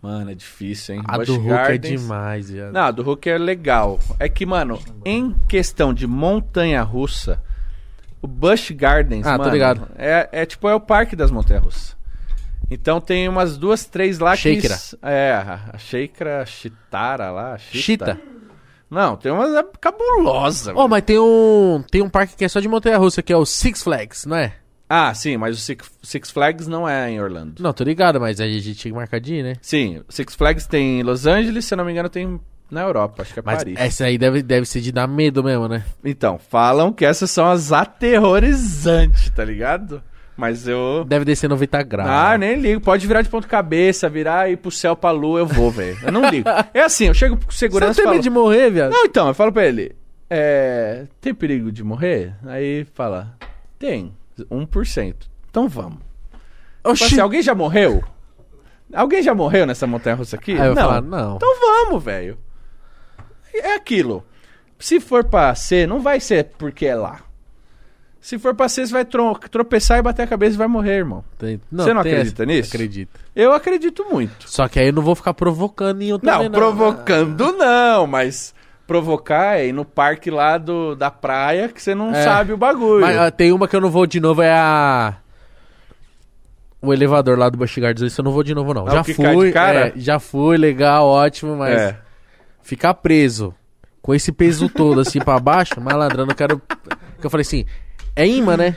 Mano, é difícil, hein?
A
Busch
do Hulk é
Gardens.
demais, viado.
Não, a do Hulk é legal. É que, mano, em questão de montanha-russa, o Busch Gardens,
Ah, tô
mano,
ligado.
É, é tipo, é o parque das montanhas-russas. Então tem umas duas, três lá
Sheikra.
que... É, a a Sheikra, a Chitara lá, a Chita.
Chita.
Não, tem umas é, cabulosa.
Ó, mas tem um, tem um parque que é só de montanha-russa, que é o Six Flags, não é?
Ah, sim, mas o Six, Six Flags não é em Orlando.
Não, tô ligado, mas a gente tinha que marcar de ir, né?
Sim, o Six Flags tem em Los Angeles, se eu não me engano, tem na Europa, acho que é
Mas
Paris.
essa aí deve, deve ser de dar medo mesmo, né?
Então, falam que essas são as aterrorizantes, tá ligado? Mas eu.
Deve descer 90 graus.
Ah, nem ligo. Pode virar de ponta cabeça, virar e ir pro céu, pra lua, eu vou, velho. Eu não ligo. É assim, eu chego pro
Você não
segurança e
tem
falo...
medo de morrer, viado?
Não, então, eu falo pra ele, é, tem perigo de morrer? Aí fala, tem, 1%. Então vamos. Fala
Oxi.
assim, alguém já morreu? Alguém já morreu nessa montanha-russa aqui?
Aí eu vou falar, não.
Então vamos, velho. É aquilo. Se for pra ser, não vai ser porque é lá. Se for pra ser, você vai tro- tropeçar e bater a cabeça e vai morrer, irmão.
Tem-
Você não
tem
acredita nisso?
Acredito.
Eu acredito muito.
Só que aí eu não vou ficar provocando em outra
Não, provocando não, mas provocar é ir no parque lá do, da praia que você não
É.
sabe o bagulho.
Mas, ah, tem uma que eu não vou de novo, é a. O elevador lá do Busch Gardens, isso eu não vou de novo, não.
Ah,
já
o que
fui,
cai de cara?
é, já fui, legal, ótimo, mas
É.
ficar preso com esse peso todo assim pra baixo, malandrando, eu quero. Que eu falei assim, é imã, né?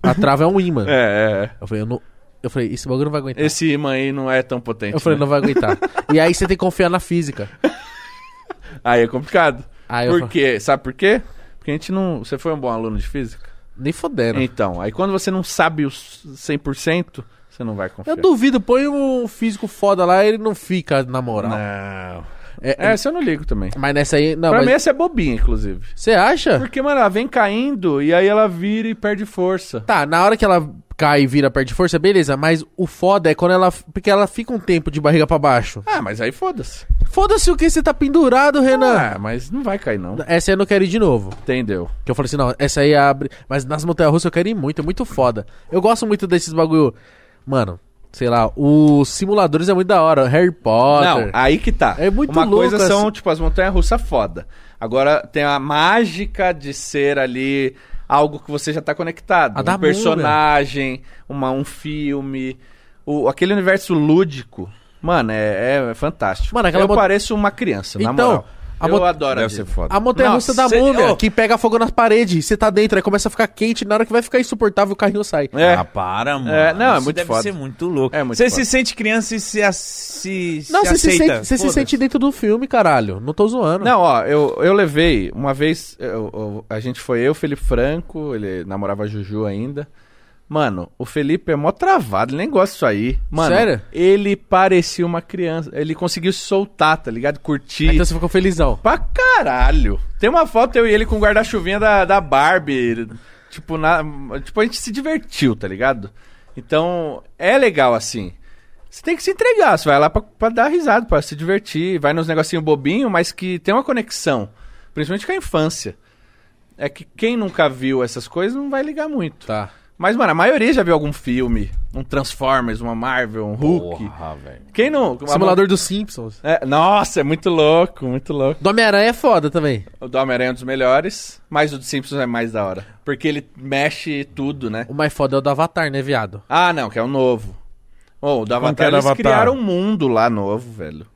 A trava é um imã.
É, é.
Eu falei, eu não. Eu falei, esse bagulho não vai aguentar.
Esse imã aí não é tão potente.
Eu falei,
né?
não vai aguentar. e aí você tem que confiar na física.
Aí é complicado.
Aí eu
por
falo-
quê? Sabe por quê? Porque a gente não. Você foi um bom aluno de física?
Nem fodendo.
Então, aí quando você não sabe os 100%, você não vai confiar.
Eu duvido, põe um físico foda lá ele não fica na moral.
Não.
É, é-
Essa eu não ligo também.
mas nessa aí. Não,
Né. pra
mas-
mim, essa é bobinha, inclusive.
Você acha?
Porque, mano, ela vem caindo e aí ela vira e perde força.
Tá, na hora que ela cai e vira perde força, beleza, mas o foda é quando ela. Porque ela fica um tempo de barriga pra baixo.
Ah, mas aí foda-se.
Foda-se o que você tá pendurado, Renan.
Ah, mas não vai cair, não.
Essa aí eu não quero ir de novo.
Entendeu?
Que eu falei assim, não, essa aí abre. Mas nas montanhas russas eu quero ir muito, é muito foda. Eu gosto muito desses bagulho. Mano, sei lá, os simuladores é muito da hora. Harry Potter.
Não, aí que tá.
É muito
Uma
louco
coisa
essa-
são, tipo, as montanhas-russas foda. Agora tem a mágica de ser ali algo que você já tá conectado.
A da
um personagem, uma, um filme. O, aquele universo lúdico. Mano, é, é- é fantástico.
Mano, aquela
eu
mont-
pareço uma criança, na
Então,
moral.
a
eu
mont-
adoro a
Deve ser
Disney.
foda.
A montanha russa da
Nossa, cê-
múmia,
ô.
que pega fogo na parede, você tá dentro, aí começa a ficar quente, na hora que vai ficar insuportável, o carrinho sai.
É.
Ah, para, mano.
É, não, é muito
deve
foda.
ser muito louco.
É muito
você
foda.
se sente criança e se, a- se,
Não,
se
você se,
aceita.
sente, você se
Foda-se.
sente dentro do filme, caralho. Não tô zoando.
Não, ó, eu, eu levei uma vez, eu- eu- a gente foi eu, Felipe Franco, ele namorava a Juju ainda. Mano, o Felipe é mó travado, ele nem gosta disso aí. Mano,
Sério?
ele parecia uma criança. Ele conseguiu se soltar, tá ligado? Curtir.
Então você ficou felizão.
Pra caralho. Tem uma foto eu e ele com o guarda-chuvinha da, da Barbie. Tipo, na, tipo, a gente se divertiu, tá ligado? Então, é legal assim. Você tem que se entregar, você vai lá pra, pra dar risada, pra se divertir. Vai nos negocinho bobinho, mas que tem uma conexão. Principalmente com a infância. É que quem nunca viu essas coisas não vai ligar muito.
Tá.
Mas, mano, a maioria já viu algum filme. Um Transformers, uma Marvel, um Hulk.
Porra, velho.
Quem não?
Simulador dos Simpsons.
É, nossa, é muito louco, muito louco.
Do Homem-Aranha é foda também.
O do Homem-Aranha é um dos melhores, mas o do Simpsons é mais da hora. Porque ele mexe tudo, né?
O mais foda é o do Avatar, né, viado?
Ah, não, que é o novo. Ô, o do
que
Avatar,
era
eles
Avatar?
criaram um mundo lá novo, velho.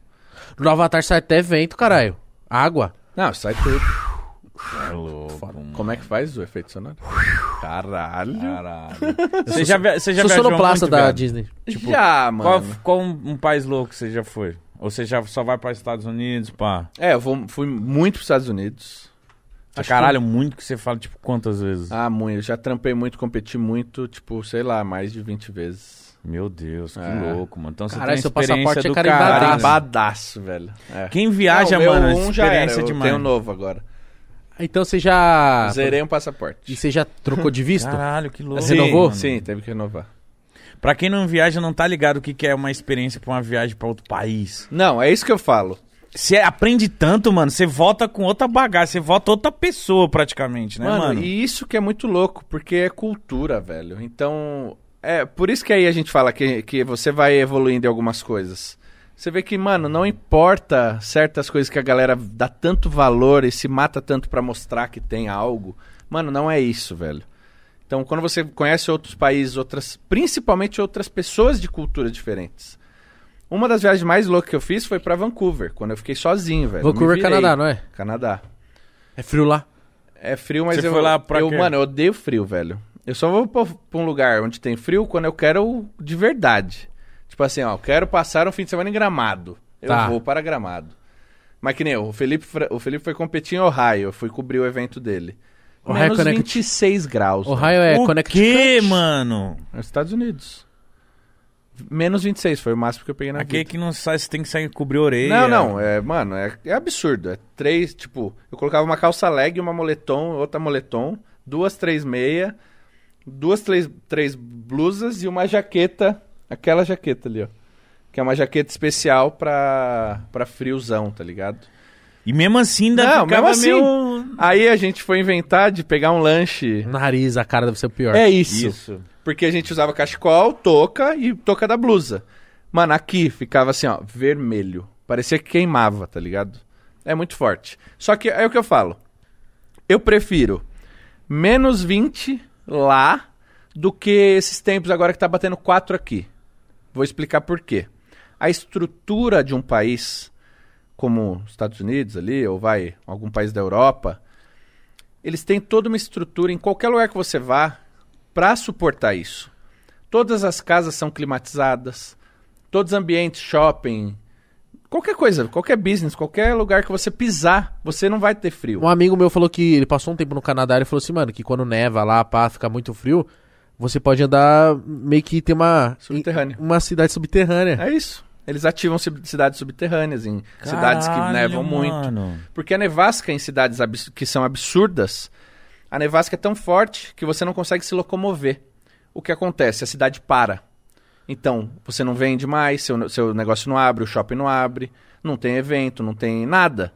No Avatar sai até vento, caralho. Água.
Não, sai tudo.
É louco, mano.
Como é que faz o efeito sonoro? Caralho.
Caralho. Você já, via- você já
Sou
viajou
sonoplasta
muito,
da
viado?
Disney.
já,
Tipo, Qual,
mano.
qual um, um país louco você já foi? Ou você já só vai para Estados Unidos, pá?
É, eu vou- fui muito pros Estados Unidos. Acho
Caralho, muito que você fala, tipo, quantas vezes?
Ah, muito. Eu já trampei muito, competi muito, tipo, sei lá, mais de 20 vezes.
Meu Deus, que
É.
louco, mano. Então você
Caralho,
tem
seu
experiência
passaporte é
do
carimbadinho.
caralho.
Carabadaço, velho. É.
Quem viaja,
Não, o meu
mano, é
um já era,
experiência
eu
demais. Ah,
tenho um novo agora.
Então você já.
Zerei um passaporte.
E você já trocou de visto?
Caralho, que louco.
Você renovou?
mano.
Sim, teve que renovar.
Pra quem não viaja, não tá ligado o que, que é uma experiência pra uma viagem pra outro país.
Não, é isso que eu falo.
Você aprende tanto, mano, você volta com outra bagagem, você volta outra pessoa praticamente, né, mano?
mano, e isso que é muito louco, porque é cultura, velho. Então, é por isso que aí a gente fala que, que você vai evoluindo em algumas coisas. Você vê que, mano, não importa certas coisas que a galera dá tanto valor e se mata tanto pra mostrar que tem algo. Mano, não é isso, velho. Então, quando você conhece outros países, outras, principalmente outras pessoas de culturas diferentes. Uma das viagens mais loucas que eu fiz foi pra Vancouver, quando eu fiquei sozinho, velho. Eu me
Vancouver,
virei.
Canadá, não é?
Canadá.
É frio lá.
É frio, mas
Você
eu.
foi lá pra
eu
quê?
Mano, eu odeio frio, velho. Eu só vou pra, pra um lugar onde tem frio quando eu quero de verdade. Tipo assim, ó, eu quero passar um fim de semana em gramado. Eu
Tá.
vou para gramado. Mas que nem eu, o Felipe, Fra- o Felipe foi competir em Ohio, eu fui cobrir o evento dele.
é
Ohio
Menos
Connect-
26 graus.
Ohio é
o
Connecticut.
que, mano?
né? Nos Estados Unidos. Menos 26, foi o máximo que eu peguei na
Aquele é
vida.
que não sai, você tem que sair cobrir a orelha.
Não, não, é, mano, é, é absurdo. É três, tipo, eu colocava uma calça leg, uma moletom, outra moletom, duas, três meia, duas, três, três blusas e uma jaqueta, aquela jaqueta ali, ó. Que é uma jaqueta especial pra, pra friozão, tá ligado?
E mesmo assim ainda
Não,
ficava
mesmo
meio...
Aí a gente foi inventar de pegar um lanche.
Nariz, a cara deve ser o pior.
É isso. Porque a gente usava cachecol, touca e touca da blusa. Mano, aqui ficava assim, ó, vermelho. Parecia que queimava, tá ligado? É muito forte. Só que é o que eu falo. Eu prefiro menos 20 lá do que esses tempos agora que tá batendo 4 aqui. Vou explicar por quê. A estrutura de um país, como os Estados Unidos ali, ou vai, algum país da Europa, eles têm toda uma estrutura. Em qualquer lugar que você vá, para suportar isso. Todas as casas são climatizadas, todos os ambientes, shopping, qualquer coisa, qualquer business, qualquer lugar que você pisar, você não vai ter frio.
Um amigo meu falou que ele passou um tempo no Canadá e falou assim, mano, que quando neva lá, pá, fica muito frio, você pode andar meio que ter uma.
Subterrâneo.
Uma cidade subterrânea.
É isso. Eles ativam cib- cidades subterrâneas em cidades que
Caralho,
nevam muito.
mano.
Porque a nevasca em cidades abs- que são absurdas, a nevasca é tão forte que você não consegue se locomover. O que acontece? A cidade para. Então, você não vende mais, seu, ne- seu negócio não abre, o shopping não abre, não tem evento, não tem nada.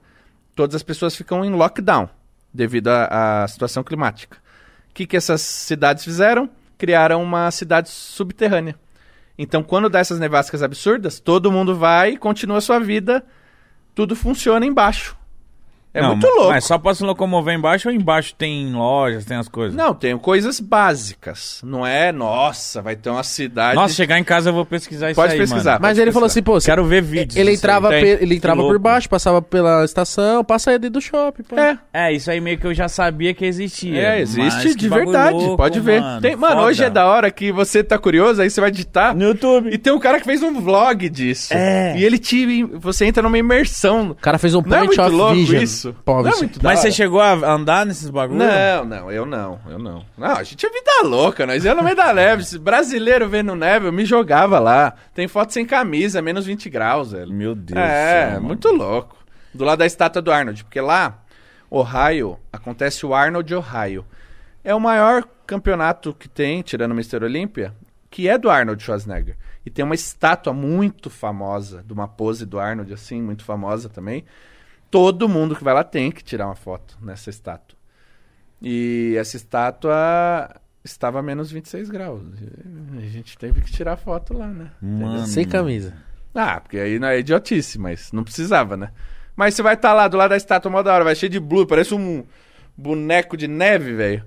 Todas as pessoas ficam em lockdown devido à à situação climática. O que, que essas cidades fizeram? Criaram uma cidade subterrânea. Então, quando dá essas nevascas absurdas, todo mundo vai e continua a sua vida, tudo funciona embaixo. É
Não,
muito
mas-
louco.
Mas só pra se locomover embaixo ou embaixo tem lojas, tem as coisas?
Não, tem coisas básicas. Não é, nossa, vai ter uma cidade.
Nossa, chegar em casa eu vou pesquisar isso
Pode
aí,
pesquisar.
mano.
Ah,
Mas
pode
ele falou assim,
pensar.
pô, você-
Quero ver vídeos.
ele
disso aí.
entrava,
Tem.
pe- ele entrava
Que
por
louco.
baixo, passava pela estação, passa dentro do shopping, pô.
É,
É, isso aí meio que eu já sabia que existia.
é, existe
Mas
de
que bagulho
verdade.
louco,
pode ver.
Mano,
Tem- mano, hoje
Foda.
é da hora que você tá curioso, aí você vai digitar.
No YouTube.
E tem um cara que fez um vlog disso.
É.
E ele te. Você entra numa imersão.
O cara fez um
Não é
point
muito
of
louco
vision.
isso?
Pô,
Não é
isso-
muito da
Mas
hora?
você chegou a andar nesses bagulhos?
Não, não, eu não, eu não. Não, a gente é vida louca, nós ia no meio da neve. Se Brasileiro vendo neve, eu me jogava lá. Tem foto sem camisa, menos 20 graus, velho.
Meu Deus. do
É,
céu,
muito louco. Do lado da estátua do Arnold, porque lá, Ohio, acontece o Arnold Ohio. É o maior campeonato que tem, tirando o Mr. Olímpia, que é do Arnold Schwarzenegger. E tem uma estátua muito famosa, de uma pose do Arnold, assim, muito famosa também. Todo mundo que vai lá tem que tirar uma foto nessa estátua. E essa estátua estava a menos 26 graus. E A gente teve que tirar foto lá, né?
Mano.
Sem camisa.
Ah, porque aí não é idiotice, mas não precisava, né? Mas você vai estar lá do lado da estátua mó da hora, vai cheio de blue, parece um boneco de neve, velho.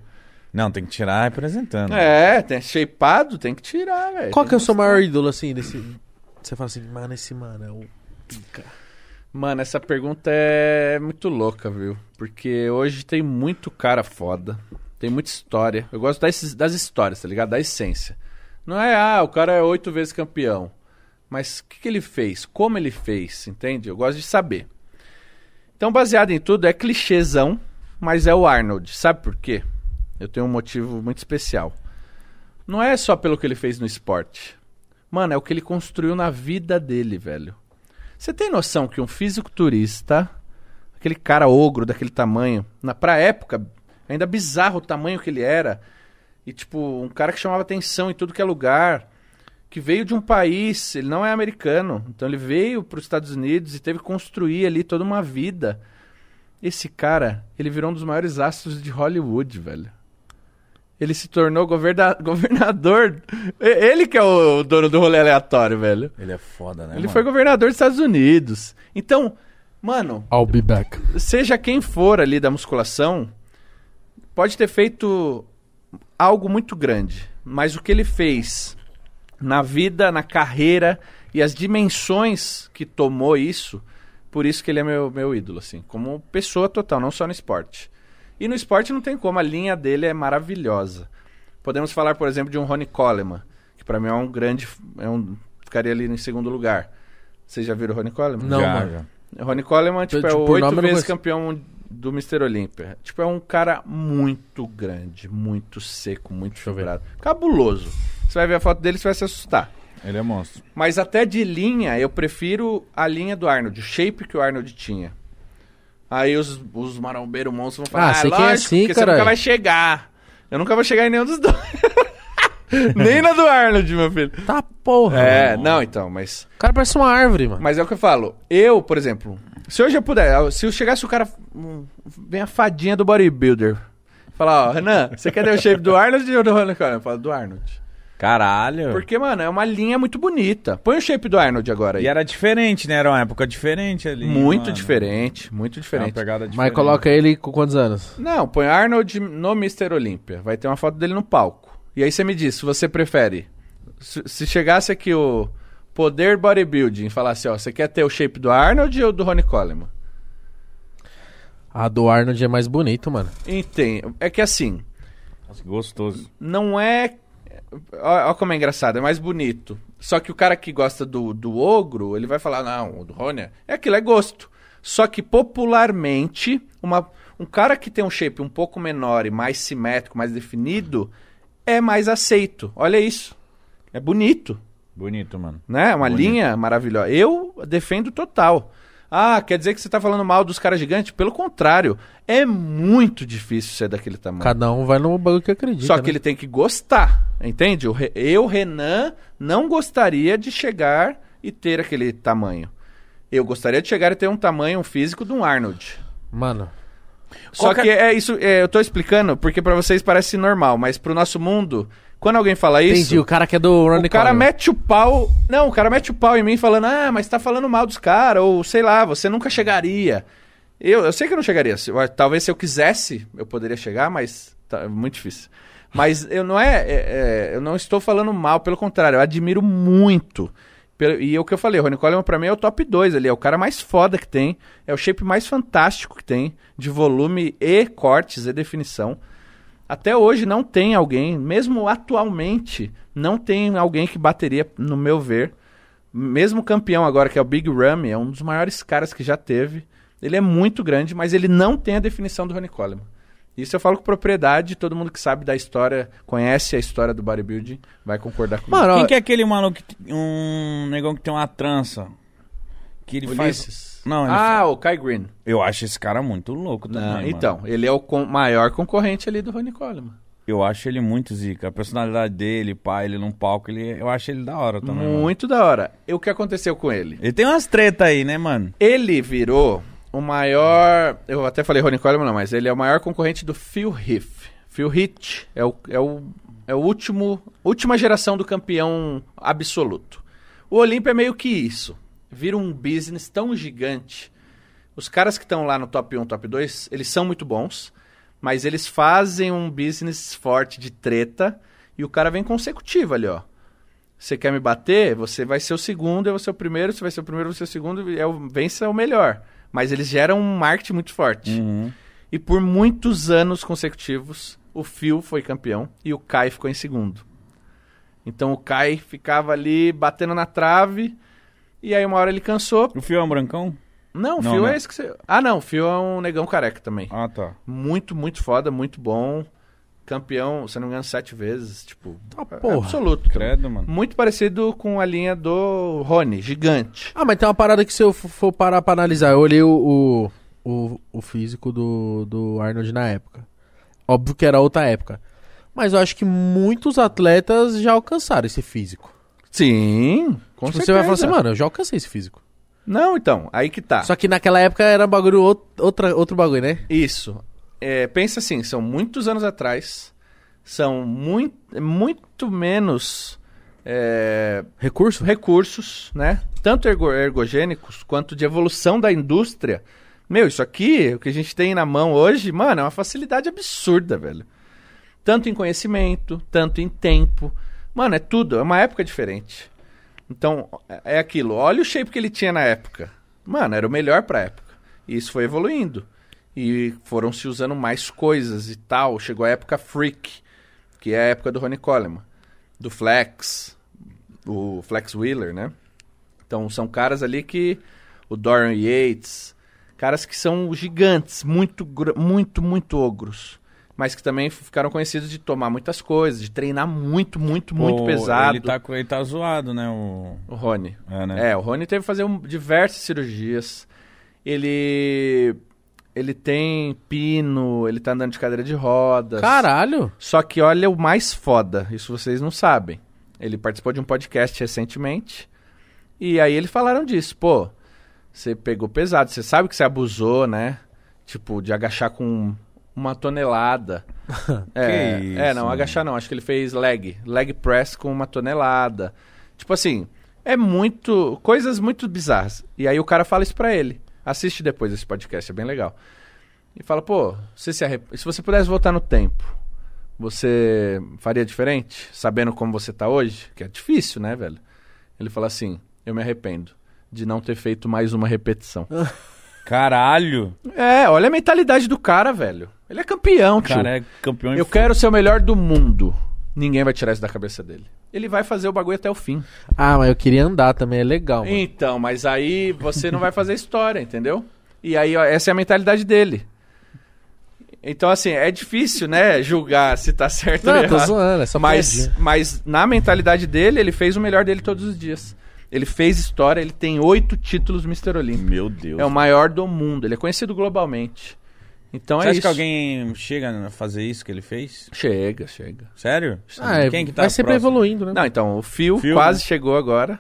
Não, tem que tirar representando.
É, tem shapeado, tem que tirar, velho.
Qual que é
Tem
o seu maior ídolo, assim, desse... Você fala assim, mano, esse mano é o...
Mano, essa pergunta é muito louca, viu? Porque hoje tem muito cara foda, tem muita história. Eu gosto das, das histórias, tá ligado? Da essência. Não é, ah, o cara é oito vezes campeão. Mas o que, que ele fez? Como ele fez? Entende? Eu gosto de saber. Então, baseado em tudo, é clichêzão, mas é o Arnold. Sabe por quê? Eu tenho um motivo muito especial. Não é só pelo que ele fez no esporte. Mano, é o que ele construiu na vida dele, velho. Você tem noção que um fisiculturista, aquele cara ogro daquele tamanho, na pra época, ainda bizarro o tamanho que ele era, e tipo, um cara que chamava atenção em tudo que é lugar, que veio de um país, ele não é americano, então ele veio para os Estados Unidos e teve que construir ali toda uma vida. Esse cara, ele virou um dos maiores astros de Hollywood, velho. Ele se tornou governa- governador. E- Ele que é o dono do rolê aleatório, velho.
Ele é foda, né?
Ele
mano?
foi governador dos Estados Unidos. Então, mano,
I'll be back.
seja quem for ali da musculação, pode ter feito algo muito grande. Mas o que ele fez na vida, na carreira e as dimensões que tomou isso, por isso que ele é meu, meu ídolo, assim, como pessoa total, não só no esporte. E no esporte não tem como, a linha dele é maravilhosa. Podemos falar, por exemplo, de um Ronnie Coleman, que pra mim é um grande. É um, ficaria ali em segundo lugar. Vocês já viram o Ronnie Coleman?
Não,
Já,
mano.
já.
Ronnie Coleman, tipo, é
Tipo,
o
por
oito
nome eu não
vezes
conheço.
campeão do Mr. Olímpia. Tipo, é um cara muito grande, muito seco, muito
eu ver.
chorado. Cabuloso. Você vai ver a foto dele, você vai se assustar.
Ele é monstro.
Mas até de linha, eu prefiro a linha do Arnold, o shape que o Arnold tinha. Aí os, os marombeiros monstros vão falar,
Ah,
ah,
sei que é
lógico,
assim,
porque você
caralho."
nunca vai chegar. Eu nunca vou chegar em nenhum dos dois. Nem na do Arnold, meu filho.
Tá porra.
É,
mano.
não, então, mas...
O cara parece uma árvore, mano.
Mas é o que eu falo. Eu, por exemplo, se hoje eu puder, se eu chegasse o cara, hum, vem a fadinha do bodybuilder, falar, ó, Renan, você quer ter o shape do Arnold ou do Ronald Coleman? Eu falo, do Arnold.
Caralho.
Porque, mano, é uma linha muito bonita. Põe o shape do Arnold agora aí.
E era diferente, né? Era uma época diferente ali.
muito
mano.
diferente, muito
Era uma
diferente.
pegada diferente.
Mas coloca ele com quantos anos?
Não, põe Arnold no Mr. Olímpia. Vai ter uma foto dele no palco. E aí você me diz, se você prefere. Se, se chegasse aqui o Poder Bodybuilding e falasse, ó, você quer ter o shape do Arnold ou do Ronnie Coleman?
A do Arnold é mais bonito, mano.
Entendo. É que assim,
Nossa, que gostoso.
não é. Olha como é engraçado, é mais bonito. Só que o cara que gosta do, do ogro, ele vai falar, não, o do Ronya, é aquilo, é gosto. Só que popularmente, uma, um cara que tem um shape um pouco menor e mais simétrico, mais definido, é mais aceito. Olha isso. É bonito,
Bonito, mano.
né? Uma linha maravilhosa. Eu defendo total. Ah, quer dizer que você tá falando mal dos caras gigantes? Pelo contrário, é muito difícil ser daquele tamanho.
Cada um vai no bagulho que acredita.
Só que
né?
ele tem que gostar, entende? O Re- Eu, Renan, não gostaria de chegar e ter aquele tamanho. Eu gostaria de chegar e ter um tamanho, um físico de um Arnold.
Mano,
Só que é isso, é, eu tô explicando porque pra vocês parece normal, mas pro nosso mundo, quando alguém fala isso,
entendi. O cara que é do Ronnie
o cara
Coleman.
mete o pau. Não, o cara mete o pau em mim falando, ah, mas tá falando mal dos caras, ou sei lá, você nunca chegaria. Eu, eu sei que eu não chegaria. se- eu- Talvez se eu quisesse, eu poderia chegar, mas tá é muito difícil. Mas eu não é, é- é, Eu não estou falando mal, pelo contrário, eu admiro muito. Pelo- E é o que eu falei, o Ronnie Coleman pra mim é o top 2 ali, é o cara mais foda que tem, é o shape mais fantástico que tem, de volume e cortes e definição. Até hoje não tem alguém, mesmo atualmente, não tem alguém que bateria, no meu ver. Mesmo o campeão agora, que é o Big Ramy, é um dos maiores caras que já teve. Ele é muito grande, mas ele não tem a definição do Ronnie Coleman. Isso eu falo com propriedade, todo mundo que sabe da história, conhece a história do bodybuilding, vai concordar comigo.
Mano, ó,
Quem que é aquele maluco, que t- um negão que tem uma trança? Que ele faz... Não, ele fa-
ah, o Kai Green.
eu acho esse cara muito louco também,
Não,
mano.
então, ele é o con- maior concorrente ali do Ronnie Coleman.
Eu acho ele muito zica. A personalidade dele, pá, ele num palco, ele... eu acho ele da hora também, mano.
Muito da hora. E o que aconteceu com ele?
Ele tem umas treta aí, né, mano?
Ele virou o maior. Eu até falei Ronnie Coleman, não, mas ele é o maior concorrente do Phil Heath. Phil Heath é o, é o, é o último, última geração do campeão absoluto. O Olimpo é meio que isso. Vira um business tão gigante. Os caras que estão lá no top 1, top 2, eles são muito bons, mas eles fazem um business forte de treta e o cara vem consecutivo ali, ó. Você quer me bater? Você vai ser o segundo, eu vou ser o primeiro, você vai ser o primeiro, eu vou ser o segundo, e é o, vence é o melhor. Mas eles geram um marketing muito forte.
Uhum.
E por muitos anos consecutivos, o Phil foi campeão e o Kai ficou em segundo. Então o Kai ficava ali batendo na trave, e aí uma hora ele cansou.
O fio é um brancão?
Não, o
Não,
Phil
né?
não.
é esse que você. Ah, não, o Phil é um negão careca também.
Ah, tá.
Muito, muito foda, muito bom. Campeão, se não me engano, sete vezes. Tipo,
Tá porra.
absoluto.
Credo, mano.
Muito parecido com a linha do Rony, gigante.
Ah, mas tem uma parada que se eu f- for parar pra analisar, eu olhei o, o, o, o físico do, do Arnold na época. Óbvio que era outra época. Mas eu acho que muitos atletas já alcançaram esse físico.
Sim, com
Tipo, você vai falar assim, mano, eu já alcancei esse físico.
Não, então, aí que tá.
Só que naquela época era um bagulho, out- outra, outro bagulho, né?
Isso. É, pensa assim, são muitos anos atrás, são muito, muito menos é,
Recurso?
recursos, né? Tanto ergo- ergogênicos quanto de evolução da indústria. Meu, isso aqui, o que a gente tem na mão hoje, mano, é uma facilidade absurda, velho. Tanto em conhecimento, tanto em tempo. Mano, é tudo, é uma época diferente. Então, é aquilo. Olha o shape que ele tinha na época. Mano, era o melhor pra época. E isso foi evoluindo. E foram se usando mais coisas e tal. Chegou a época freak, que é a época do Ronnie Coleman, do Flex, o Flex Wheeler, né? Então são caras ali que. O Dorian Yates. Caras que são gigantes, muito, gr- muito, muito ogros. Mas que também ficaram conhecidos de tomar muitas coisas, de treinar muito, muito, muito
Pô,
pesado.
Ele tá, com- ele tá zoado, né? O...
O Rony.
É, né?
É, o Rony teve que fazer um- diversas cirurgias. Ele. Ele tem pino, ele tá andando de cadeira de rodas.
Caralho!
Só que olha o mais foda, isso vocês não sabem. Ele participou de um podcast recentemente. E aí eles falaram disso, pô. Você pegou pesado, você sabe que você abusou, né? Tipo, de agachar com uma tonelada. é,
Que
é,
isso,
não,
mano.
agachar não. Acho que ele fez leg. Leg press com uma tonelada. Tipo assim, é muito. Coisas muito bizarras. E aí o cara fala isso pra ele. Assiste depois esse podcast, é bem legal. E fala, pô, você se, arrep... se você pudesse voltar no tempo, você faria diferente? Sabendo como você tá hoje? Que é difícil, né, velho? Ele fala assim: eu me arrependo de não ter feito mais uma repetição.
Caralho!
É, olha a mentalidade do cara, velho. Ele é campeão, tio.
um
Cara, é campeão em
Eu
fu-
quero ser o melhor do mundo. Ninguém vai tirar isso da cabeça dele. Ele vai fazer o bagulho até o fim.
Ah, mas eu queria andar também, é legal. Mano.
Então, mas aí você não vai fazer história, entendeu? E aí, ó, essa é a mentalidade dele. Então, assim, é difícil, né, julgar se tá certo ou
Não, eu tô
errado.
zoando, é só
mas,
piadinha.
mas na mentalidade dele, ele fez o melhor dele todos os dias. Ele fez história, ele tem oito títulos Mr. Olímpico.
Meu Deus.
É o maior do mundo, ele é conhecido globalmente. Então
Você
é
acha
isso.
que alguém chega a fazer isso que ele fez?
Chega, chega.
Sério?
Ah,
Quem
é,
que tá
vai sempre
próximo?
evoluindo, né?
Não, então, o Phil,
Phil,
quase
né?
chegou agora.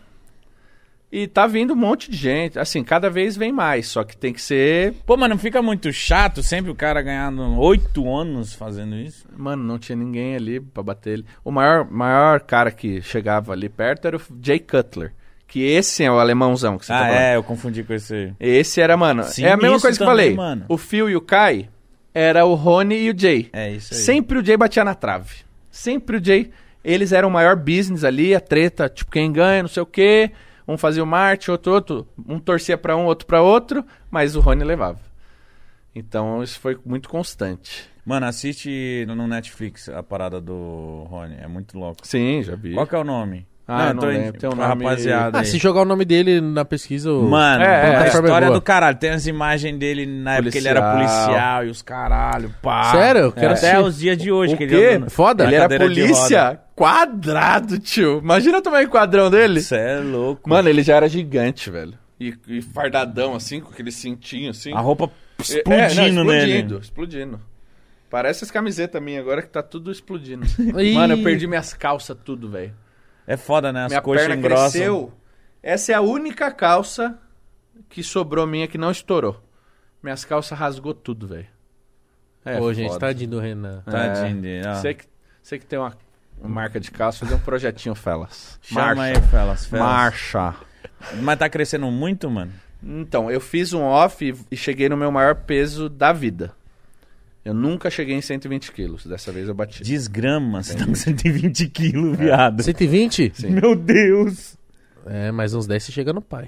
E tá vindo um monte de gente. Assim, cada vez vem mais, só que tem que ser
Pô, mas não fica muito chato sempre o cara ganhando oito anos fazendo isso?
Mano, não tinha ninguém ali pra bater ele. O maior, maior cara que chegava ali perto era o Jay Cutler. Que esse é o alemãozão que você tá
ah,
falando.
é, eu confundi com esse.
Esse era, mano.
Sim,
é a mesma
isso
coisa que eu
também,
falei.
mano.
O Phil e o Kai era o Rony e o Jay.
É isso aí.
Sempre o Jay batia na trave. Sempre o Jay. Eles eram o maior business ali, a treta, tipo, quem ganha, não sei o quê. Um fazia o marketing, outro, outro. Um torcia pra um, outro pra outro, mas o Rony levava. Então isso foi muito constante.
Mano, assiste no no Netflix a parada do Rony. É muito louco.
Sim, já vi.
Qual que é o nome?
Ah, eu não
tô
lembro, tem um
pra
nome-
Rapaziada.
Ah,
aí.
se jogar o nome dele na pesquisa. eu-
Mano,
É, é,
a
é.
história
É boa.
do caralho. Tem as imagens dele na época que ele era
Policial.
policial e os caralho, pá. É.
Sério? Eu quero
Até
assistir.
os dias de hoje
O
que
quê?
ele anda.
É Foda?
Ele é
Na
era
cadeira de
polícia quadrado, tio. Imagina o tamanho quadrão dele.
Você é louco.
Mano, ele já era gigante, velho. E, e fardadão, assim, com aquele cintinho, assim.
a roupa
É,
explodindo,
é, não,
nele.
Explodindo, explodindo. Parece as camisetas minhas agora que tá tudo explodindo.
Ih.
Mano, eu perdi minhas calças tudo, velho.
É foda, né? As
Minha
coxas
perna
engrossam.
cresceu. Essa é a única calça que sobrou minha que não estourou. Minhas calças rasgou tudo, velho. É,
Ô, gente,
foda.
tadinho do Renan.
Tadinho dele. ó.
É. Você que, você que tem uma marca de calça, fazer um projetinho, Felas.
Chama
Marcha.
aí, Felas. Felas.
Marcha.
Mas tá crescendo muito, mano.
Então, eu fiz um off e- e cheguei no meu maior peso da vida. Eu nunca cheguei em 120 quilos. Dessa vez eu bati.
Desgrama, você tá com 120 quilos, viado.
120?
É. Sim.
Meu Deus.
É, mais uns 10 você chega no pai.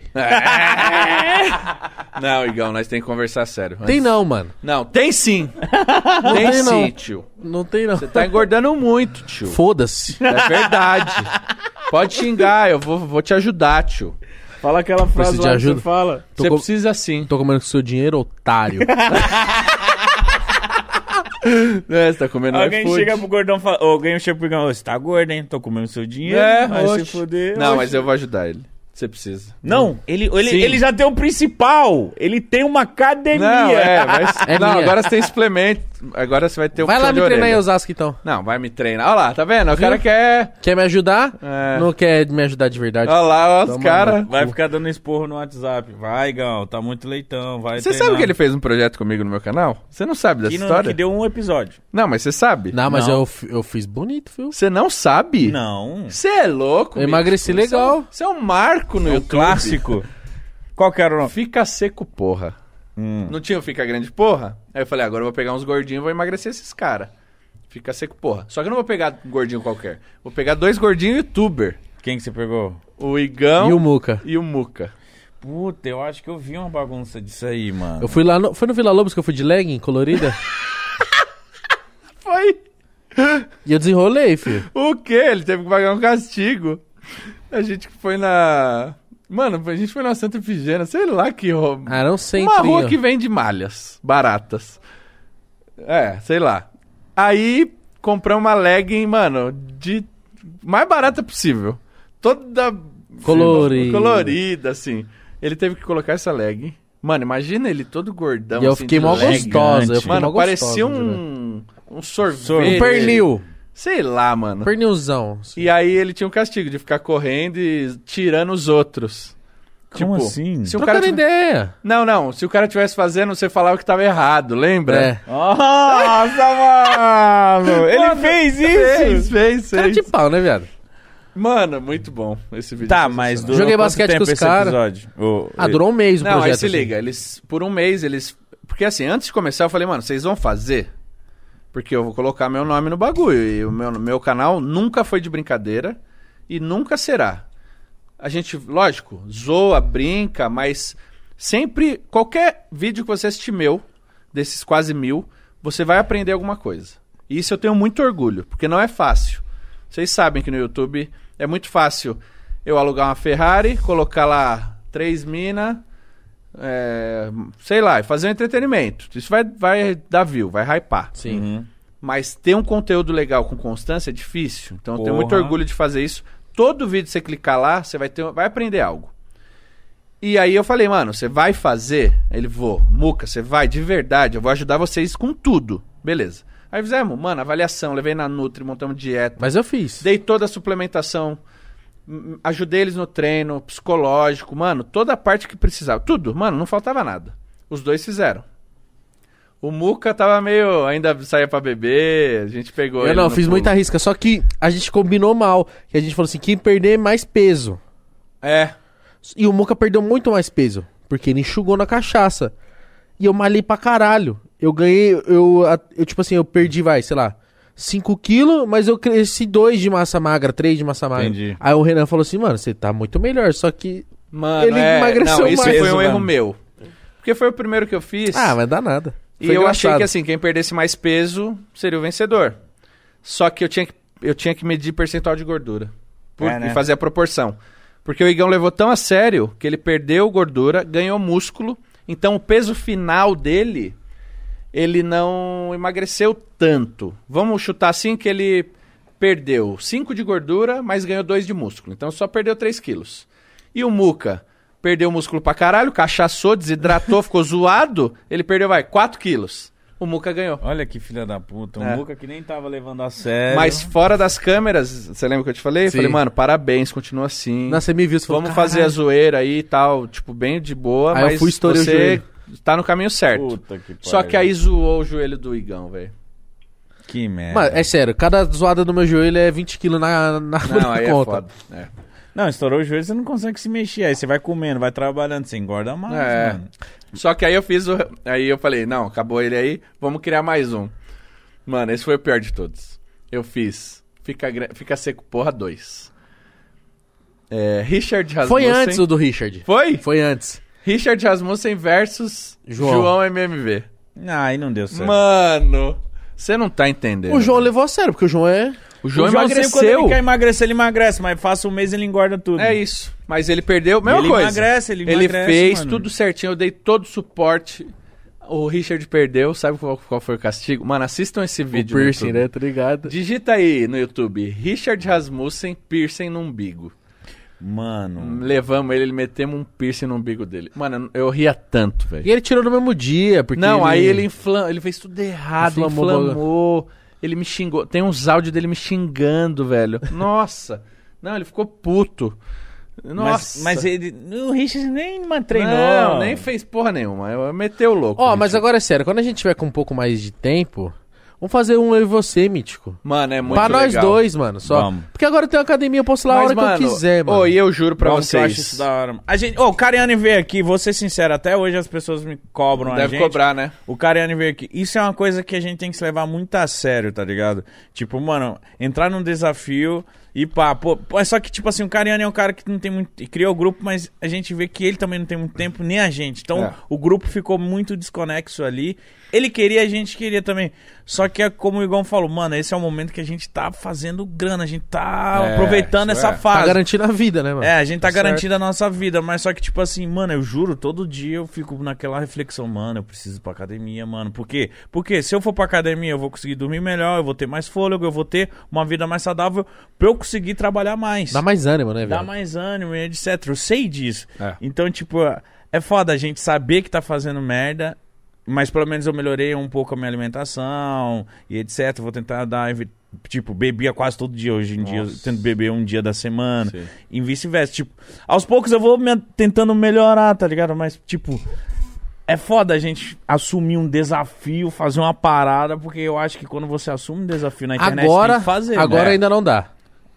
Não, Igão, nós tem que conversar sério.
Tem
Antes-
não, mano.
Não, tem sim. tem
tem, não.
sim, tio.
Não tem não.
Você tá engordando muito, tio.
Foda-se.
É verdade. Pode xingar, eu vou, vou te ajudar, tio.
Fala aquela frase
de
lá que
ajuda?
você fala.
Tô
Você
com-
precisa sim.
Tô comendo com seu dinheiro, otário.
É, você tá comendo
Alguém
iFood.
chega pro gordão e fala. ou Alguém chega pro gordão, "Ô, você tá gordo, hein? Tô comendo seu dinheiro.
É,
vai
oxe.
se foder.
Não,
oxe."
mas eu vou ajudar ele. Você precisa.
Não, ele, ele,
Sim.
ele já tem o principal. Ele tem uma academia.
Não, é, mas...
É
não,
minha.
agora você tem suplemento. Agora você vai ter o
Vai lá
puxão de
me treinar em
orelha.
Osasco, então.
Não, vai me treinar. Olha lá, tá vendo? O cara quer.
Quer me ajudar?
É. Ah,
Não quer me ajudar de verdade.
Olha lá, olha os
Toma,
caras.
Vai ficar dando esporro no WhatsApp. Vai, Gal, tá muito leitão. Vai
Você sabe que ele fez um projeto comigo no meu canal? Você não sabe dessa
que, não,
história?
que deu um episódio.
Não, mas você sabe?
Não, mas
Não.
Eu, f- eu fiz bonito, viu?
Você não sabe?
Não.
Você é louco,
Eu
bicho.
emagreci
Você é um-
legal.
Você é um marco no
É o
YouTube.
clássico. Qual que era o nome?
Fica seco, porra.
Hum.
Não tinha o Fica Grande Porra? Aí eu falei, agora eu vou pegar uns gordinhos e vou emagrecer esses caras. Fica seco, porra. Só que eu não vou pegar um gordinho qualquer. Vou pegar dois gordinhos youtuber.
Quem que você pegou?
O Igão
E o Muca?
e o Muca.
Puta, eu acho que eu vi uma bagunça disso aí, mano.
Eu fui lá no... Foi no Vila Lobos que eu fui de legging colorida?
Foi.
e eu desenrolei, filho.
O quê? Ele teve que pagar um castigo. A gente que foi na. Mano, a gente foi na Santa Efigênia, sei lá que roubo.
Ah, não sei.
Uma rua que vende malhas baratas. É, sei lá. Aí compramos uma legging, mano, de mais barata possível. Toda
Colorida.
colorida assim. Ele teve que colocar essa legging. Mano, imagina ele todo gordão
E eu
assim,
fiquei
de
mó
legging.
gostosa. Eu fiquei
Mano,
mó gostosa,
parecia
de verdade.
um um sorvete.
Um pernil.
Sei lá, mano.
Pernilzão.
E aí ele tinha um castigo de ficar correndo e tirando os outros.
Como
tipo,
assim?
se o cara
Trocando
tiver-
ideia.
Não, não. Se o cara tivesse fazendo, você falava que tava errado, lembra?
É.
Ah, é
Nossa, mano! Ele fez
Fez,
isso!
fez,
Cara
fez.
de pau, né, viado?
tipo, Mano, muito bom esse vídeo.
Tá, mas durou
Joguei
quanto
basquete
tempo
com os
esse
cara.
episódio? O-
Ah, durou um mês o
Não,
projeto.
aí se
assim.
liga. Eles, por um mês, eles... Porque assim, antes de começar, eu falei, mano, vocês vão fazer? Porque eu vou colocar meu nome no bagulho. E o meu, meu canal nunca foi de brincadeira e nunca será. A gente, lógico, zoa, brinca, mas sempre... Qualquer vídeo que você assistir meu, desses quase mil... você vai aprender alguma coisa. E isso eu tenho muito orgulho, porque não é fácil. Vocês sabem que no YouTube é muito fácil eu alugar uma Ferrari, colocar lá três minas, sei lá, e fazer um entretenimento. Isso vai, vai dar view, vai hypar.
Sim.
Uhum.
Mas ter um conteúdo legal com constância é difícil. Então eu tenho muito
Porra.
orgulho de fazer isso. Todo vídeo que você clicar lá, você vai, ter, um, vai aprender algo. E aí eu falei, mano, você vai fazer? Ele, vou. Muca, você vai, de verdade, eu vou ajudar vocês com tudo. Beleza. Aí fizemos, mano, avaliação, levei na Nutri, montamos dieta.
Mas eu fiz.
Dei toda a suplementação. m- Ajudei eles no treino, psicológico, mano, toda a parte que precisava. Tudo, mano, não faltava nada. Os dois fizeram. O Muca tava meio. ainda saía pra beber, a gente pegou.
Eu
ele
não,
no
fiz
pulo.
muita risca, só que a gente combinou mal. Que a gente falou assim, quem perder mais peso.
É.
E o Muca perdeu muito mais peso, porque ele enxugou na cachaça. E eu malhei pra caralho. Eu ganhei, eu, a- eu tipo assim, eu perdi, vai, sei lá, 5 quilos, mas eu cresci 2 de massa magra, 3 de massa magra.
Entendi.
Aí o Renan falou assim, mano, você tá muito melhor, só que...
Mano,
Ele
é,
emagreceu
não, isso
mais.
foi um erro
Mano.
meu. Porque foi o primeiro que eu fiz.
Ah, mas dá nada.
E
Foi
eu achei
engraçado.
que assim, quem perdesse mais peso seria o vencedor. Só que eu tinha que, eu tinha que medir percentual de gordura Por-
É, né?
e fazer a proporção. Porque o Igão levou tão a sério que ele perdeu gordura, ganhou músculo, então o peso final dele ele não emagreceu tanto. Vamos chutar assim que ele perdeu 5 de gordura, mas ganhou 2 de músculo. Então só perdeu 3 quilos. E o Muca perdeu músculo pra caralho, cachaçou, desidratou, ficou zoado. Ele perdeu, vai, 4 quilos. O Muca ganhou.
Olha que filha da puta. Um
É.
Luca que nem tava levando a sério.
Mas fora das câmeras, você lembra que eu te falei? Eu
É. Sim.
Falei, mano, parabéns, continua assim.
Nossa, você me viu, você falou,
Vamos fazer a
"Caralho".
zoeira aí e tal, tipo, bem de boa,
Aí eu
mas
fui, estourei o
você
joelho.
tá no caminho certo.
Puta que
Só
pariu.
que aí zoou o joelho do Igão, velho.
Que
assim,
merda.
né?
Mano, é sério, cada zoada do meu joelho é 20 quilos na, na,
Não,
na
aí
conta.
é foda. É.
Não, estourou o joelho, você não consegue se mexer. Aí você vai comendo, vai trabalhando, você engorda mais,
É.
mano.
Só que aí eu fiz o. Aí eu falei, não, acabou ele aí, vamos criar mais um. Mano, esse foi o pior de todos. Eu fiz. Fica, gra- fica seco, porra, dois. É, Richard Rasmussen.
Foi antes o do Richard.
Foi?
Foi antes.
Richard Rasmussen versus
João.
João, MMV.
Ah, aí não deu certo.
Mano, você não tá entendendo.
O João levou a sério, porque o João é...
o João
o sempre assim, quando
emagreceu.
ele quer emagrecer, ele emagrece, mas passa um mês ele engorda tudo.
É isso. Mas ele perdeu, mesma
Ele
coisa.
emagrece, ele emagrece,
fez
mano.
tudo certinho, eu dei todo o suporte. O Richard perdeu, sabe qual, qual foi o castigo? Mano, assistam esse vídeo.
o
no
piercing,
YouTube.
né? Tá ligado?
Digita aí no YouTube, Richard Rasmussen, piercing no umbigo.
Mano.
Levamos ele, ele metemos um piercing no umbigo dele. Mano, eu ria tanto, velho.
E ele tirou no mesmo dia, porque.
Não, aí ele infla... ele fez tudo errado,
Inflamou o
inflamou,
bagulho.
ele me xingou. Tem uns áudios dele me xingando, velho. Nossa. Não, ele ficou puto. Nossa.
Mas, mas ele. O Richard nem ma- treinou.
Não, nem fez porra nenhuma. Eu meteu o louco.
Ó, mas
Richard.
agora é sério, quando a gente tiver com um pouco mais de tempo, vamos fazer um eu e você, mítico.
Mano, é muito
pra nós
legal.
dois, mano, só.
Vamos.
Porque agora tem uma academia, eu posso ir lá a
Mas,
hora que eu quiser, mano.
ô, e eu juro pra
Como que
vocês.
Eu acho isso da hora. mano. A gente, ô, o Cariani veio aqui, vou ser sincero, até hoje as pessoas me cobram a
Deve
gente.
cobrar, né?
O Cariani veio aqui. Isso é uma coisa que a gente tem que se levar muito a sério, tá ligado? Tipo, mano, entrar num desafio e pá, pô, pô, é só que, tipo assim, o Cariani é um cara que não tem muito. e Criou o grupo, mas a gente vê que ele também não tem muito tempo, nem a gente. Então,
É.
o grupo ficou muito desconexo ali. Ele queria, a gente queria também. Só que, é como o Igão falou, mano, esse é o momento que a gente tá fazendo grana, a gente tá
É,
aproveitando
isso
essa
é.
Tá
fase.
garantindo a vida, né, mano?
É, a gente tá,
Tá certo.
garantindo a nossa vida, mas só que, tipo assim, mano, eu juro, todo dia eu fico naquela reflexão, mano, eu preciso ir pra academia, mano. Por quê? Porque se eu for pra academia, eu vou conseguir dormir melhor, eu vou ter mais fôlego, eu vou ter uma vida mais saudável pra eu conseguir trabalhar mais.
Dá mais ânimo, né, velho?
Dá mais ânimo e etc. Eu sei disso.
É.
Então, tipo, é foda a gente saber que tá fazendo merda, mas pelo menos eu melhorei um pouco a minha alimentação e etc. Vou tentar dar. evi- Tipo, bebia quase todo dia hoje em dia. Eu tento beber um dia da semana.
Sim.
E vice-versa. Tipo, aos poucos eu vou me- tentando melhorar, tá ligado? Mas, tipo. É foda a gente assumir um desafio, fazer uma parada, porque eu acho que quando você assume um desafio na internet,
Agora,
tem que fazer.
agora
né?
ainda não dá.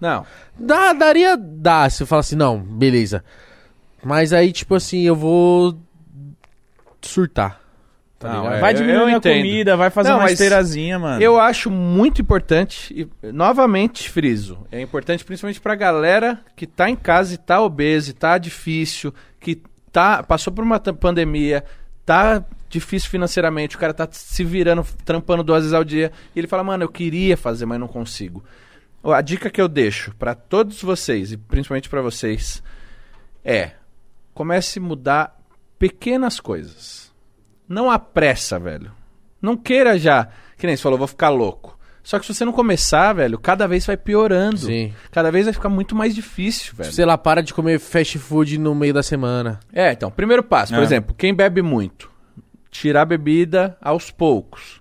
Não.
Dá, daria, dá, se eu falar assim, não, beleza. Mas aí, tipo assim, eu vou surtar. Tá
Não,
ligado?
é.
Vai
eu-
diminuindo
eu
a
entendo.
comida, vai fazer
Não,
uma
mas
esteirazinha, mano.
Eu acho muito importante, e novamente friso, é importante principalmente pra galera que tá em casa e tá obesa, e tá difícil, que tá, passou por uma tam- pandemia, tá difícil financeiramente, o cara tá se virando, trampando duas vezes ao dia, e ele fala, mano, eu queria fazer, mas não consigo. Ó, A dica que eu deixo pra todos vocês, e principalmente pra vocês, é comece a mudar pequenas coisas. Não há pressa, velho. Não queira já, que nem você falou, vou ficar louco. Só que se você não começar, velho, cada vez vai piorando.
Sim. Tipo,
Cada vez vai ficar muito mais difícil, velho.
Sei lá, para de comer fast food no meio da semana.
É, então, primeiro passo, por
É.
exemplo, quem bebe muito, tirar a bebida aos poucos.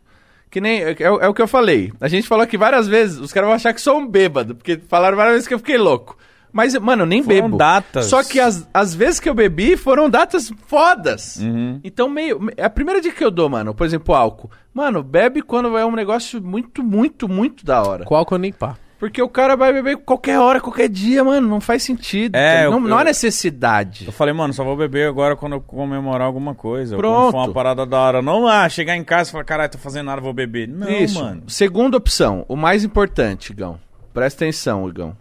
Que nem, é, é o- é o que eu falei. A gente falou aqui várias vezes, os caras vão achar que sou um bêbado, porque falaram várias vezes que eu fiquei louco. Mas, mano, eu nem
Foram
bebo.
datas.
Só que as, as vezes que eu bebi foram datas fodas.
Uhum.
Então, meio. me- A primeira dica que eu dou, mano, por exemplo, álcool. Mano, bebe quando é um negócio muito, muito, muito da hora.
Qual que eu nem pá.
Porque o cara vai beber qualquer hora, qualquer dia, mano. Não faz sentido.
É,
tá
eu-
ligado? não, não há
eu-
necessidade.
Eu falei, mano, só vou beber agora quando eu comemorar alguma coisa. ou Quando
Pronto.
for uma parada da hora. Não, ah, chegar em casa e falar, caralho, tô fazendo nada, vou beber. Não,
Isso.
mano.
Segunda opção, o mais importante, Igão. Presta atenção, Igão.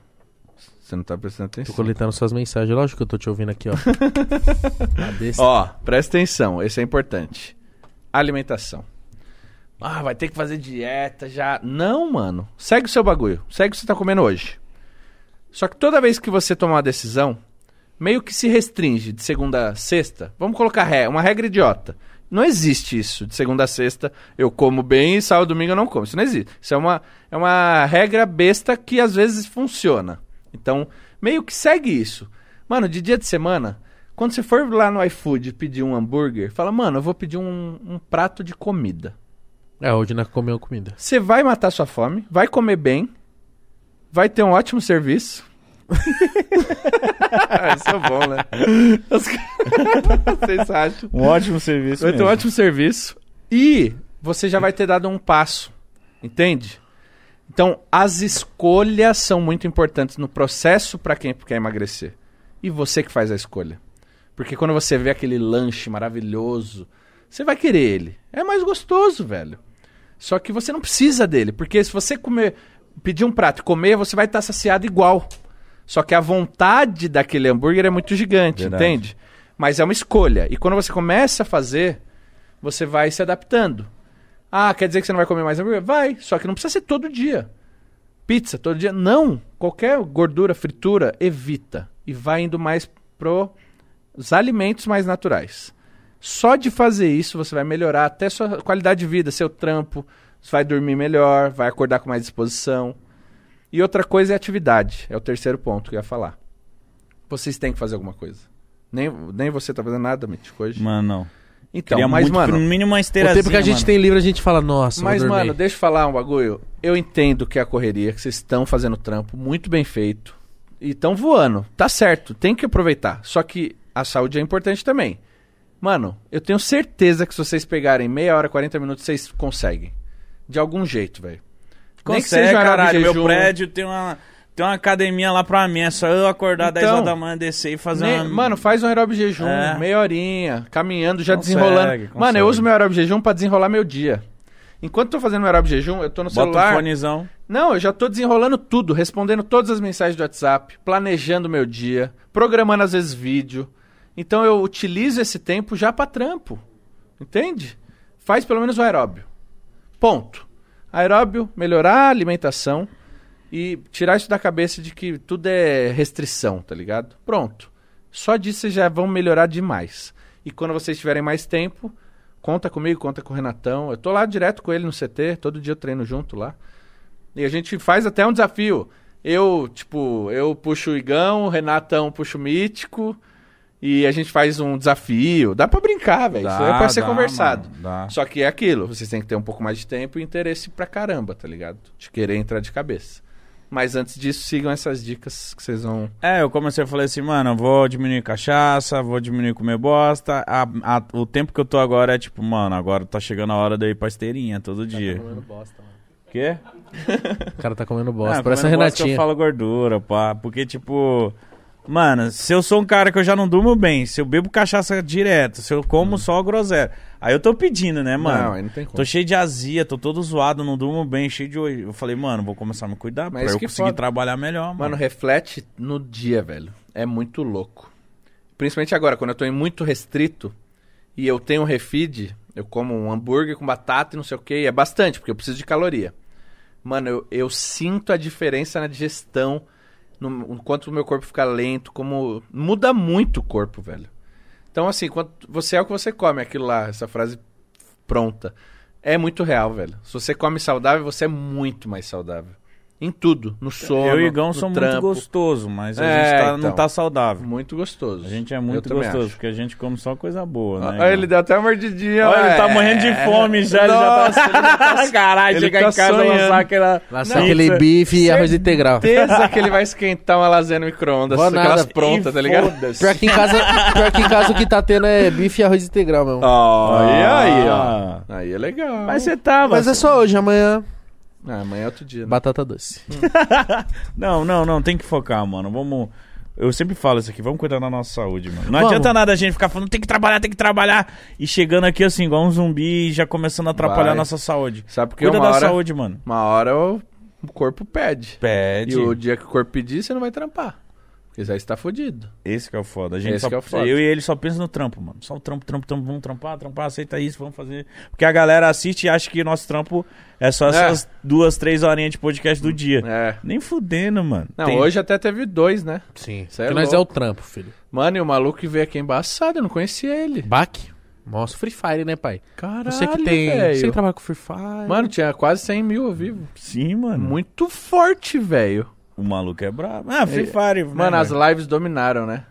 Você não tá prestando
Tô
atenção.
coletando suas mensagens. Lógico que eu tô te ouvindo aqui, ó. Ah, desse-
Ó, presta atenção, esse é importante. Alimentação. Ah, vai ter que fazer dieta já. Não, mano. Segue o seu bagulho. Segue o que você tá comendo hoje. Só que toda vez que você tomar uma decisão, meio que se restringe de segunda a sexta. Vamos colocar ré, uma regra idiota. Não existe isso. De segunda a sexta eu como bem e sábado e domingo eu não como. Isso não existe. Isso é uma, é uma regra besta que às vezes funciona. Então, meio que segue isso. Mano, de dia de semana, quando você for lá no iFood pedir um hambúrguer, fala, mano, eu vou pedir um- um prato de comida.
É, hoje não comeu comida.
Você vai matar sua fome, vai comer bem, vai ter um ótimo serviço. Isso é bom, né? Os caras- Vocês acham?
Um ótimo serviço.
Vai ter um ótimo serviço e você já vai ter dado um passo, entende? Então, as escolhas são muito importantes no processo para quem quer emagrecer. E você que faz a escolha. Porque quando você vê aquele lanche maravilhoso, você vai querer ele. É mais gostoso, velho. Só que você não precisa dele, porque se você comer, pedir um prato e comer, você vai estar saciado igual. Só que a vontade daquele hambúrguer é muito gigante,
Verdade.
entende? Mas é uma escolha. E quando você começa a fazer, você vai se adaptando. Ah, quer dizer que você não vai comer mais hambúrguer? Vai, só que não precisa ser todo dia. Pizza todo dia? Não. Qualquer gordura, fritura, evita. E vai indo mais pro os alimentos mais naturais. Só de fazer isso você vai melhorar até sua qualidade de vida, seu trampo, você vai dormir melhor, vai acordar com mais disposição. E outra coisa é atividade, é o terceiro ponto que eu ia falar. Vocês têm que fazer alguma coisa. Nem, nem você tá fazendo nada, Mítico, hoje.
Mano, não.
então,
Queria
mas
muito,
mano,
no mínimo uma
O
esteirazinha,
tempo que a gente
mano.
tem livre, a gente fala, nossa,
Mas,
vou dormir.
mano, deixa eu falar um bagulho. Eu entendo que é a correria, que vocês estão fazendo trampo, muito bem feito. E estão voando. Tá certo, tem que aproveitar. Só que a saúde é importante também. Mano, eu tenho certeza que se vocês pegarem meia hora, 40 minutos, vocês conseguem. De algum jeito, velho. Nem que
Consegue,
seja um aeróbio
caralho. Meu
jejum.
prédio tem uma, tem uma academia lá pra mim. É só eu acordar 10
Então,
horas da manhã, descer e fazer
Nem-
uma...
Mano, faz um aeróbio jejum,
tá É.
meia horinha, caminhando, já
Consegue,
desenrolando. Mano,
consegue.
eu uso meu aeróbio jejum pra desenrolar meu dia. Enquanto tô fazendo meu aeróbio jejum, eu tô no
Bota
celular.
um fonezão.
Não, eu já tô desenrolando tudo, respondendo todas as mensagens do WhatsApp, planejando meu dia, programando às vezes vídeo. Então eu utilizo esse tempo já pra trampo. Entende? Faz pelo menos o aeróbio. Ponto. Aeróbio, melhorar a alimentação e tirar isso da cabeça de que tudo é restrição, tá ligado? Pronto. Só disso vocês já vão melhorar demais. E quando vocês tiverem mais tempo, conta comigo, conta com o Renatão. Eu tô lá direto com ele no CT, todo dia eu treino junto lá. E a gente faz até um desafio. Eu, tipo, eu puxo o Igão, o Renatão puxa o Mítico. E a gente faz um desafio. Dá pra brincar, velho. Isso é pra ser conversado.
Ah.
Só que é aquilo, vocês têm que ter um pouco mais de tempo e interesse pra caramba, tá ligado? De querer entrar de cabeça. Mas antes disso, sigam essas dicas que vocês vão.
É, eu comecei a falar assim, mano, eu vou diminuir cachaça, vou diminuir comer bosta. A- a- o tempo que eu tô agora é tipo, mano, agora tá chegando a hora de eu ir pra esteirinha todo
Tá
dia. Quê?
O cara tá comendo bosta.
Ah,
Parece a
comendo bosta que
Renatinha.
Eu falo gordura, pá. Porque, tipo. Mano, se eu sou um cara que eu já não durmo bem, se eu bebo cachaça direto, se eu como só groselha. Aí eu tô pedindo, né, mano?
Hum. Não, aí não tem como.
Tô cheio de azia, tô todo zoado, não durmo bem, cheio de olho. Eu falei, mano, vou começar a me cuidar
Mas
pra eu
que
conseguir
foda.
trabalhar melhor,
Mano,
mano.
reflete no dia, velho. É muito louco. Principalmente agora, quando eu tô em muito restrito, e eu tenho um refeed, eu como um hambúrguer com batata e não sei o que, e é bastante, porque eu preciso de caloria. Mano, eu, eu sinto a diferença na digestão, no, enquanto o meu corpo fica lento, como. Muda muito o corpo, velho. Então, assim, quando você é o que você come, aquilo lá, essa frase pronta. É muito real, velho. Se você come saudável, você é muito mais saudável. Em tudo. No sono,
eu e o Igão
no
somos muito
trampo.
gostosos, mas a
É,
gente tá-
então.
não tá saudável.
Muito gostoso.
A gente é
Eu
muito
também
gostoso,
acho.
porque a gente come só coisa boa, né?
Olha, ele
Igão?
deu até uma mordidinha.
Olha, ele tá
é.
morrendo de fome já, ele já tá... Caralho,
ele
chega
tá
em casa,
sonhando.
lançar aquela...
Laçar
Não,
aquele
isso é-
bife e arroz integral.
certeza que ele vai esquentar uma lasanha no micro-ondas,
Vou nada.
aquelas prontas, tá ligado?
Foda-se.
Pior que, em casa, pior que em casa o que tá tendo é bife e arroz integral mesmo.
Ó, e aí, ó.
Ah.
Aí é legal.
um- Mas você tava.
Mas é só hoje, amanhã
Ah, amanhã é outro dia. né?
batata doce.
Não, não, não, tem que focar, mano. Vamos. Eu sempre falo isso aqui, vamos cuidar da nossa saúde, mano. Não
Vamos.
adianta nada a gente ficar falando, tem que trabalhar, tem que trabalhar. E chegando aqui assim, igual um zumbi, já começando a atrapalhar
Vai.
a nossa saúde.
Sabe porque
Cuida
uma
da
hora,
saúde, mano.
uma hora o o corpo pede.
Pede.
E o dia que o corpo pedir, você não vai trampar. Porque já está fudido.
Esse que é o foda. A gente
Esse
só...
que é o foda.
Eu e ele só pensa no trampo, mano. Só o trampo, trampo, trampo. Vamos trampar, trampar, aceita isso, vamos fazer. Porque a galera assiste e acha que nosso trampo é só essas duas, três horinhas de podcast do dia.
É.
Nem fudendo, mano.
Não,
Tem-
hoje até teve dois, né?
Sim.
Cê é
Porque nós
louco.
é o trampo, filho.
Mano, e o maluco que veio aqui é embaçado, eu não conhecia ele.
Baque? Mostra Free Fire, né, pai?
Caralho,
Você que tem. Você
velho.
que trabalha com Free Fire.
Mano, tinha quase 100 mil ao vivo.
Sim,
Hum.
mano.
Muito forte, velho.
O maluco é brabo. Ah, Free Fire, né,
Mano, as
velho?
lives dominaram, né?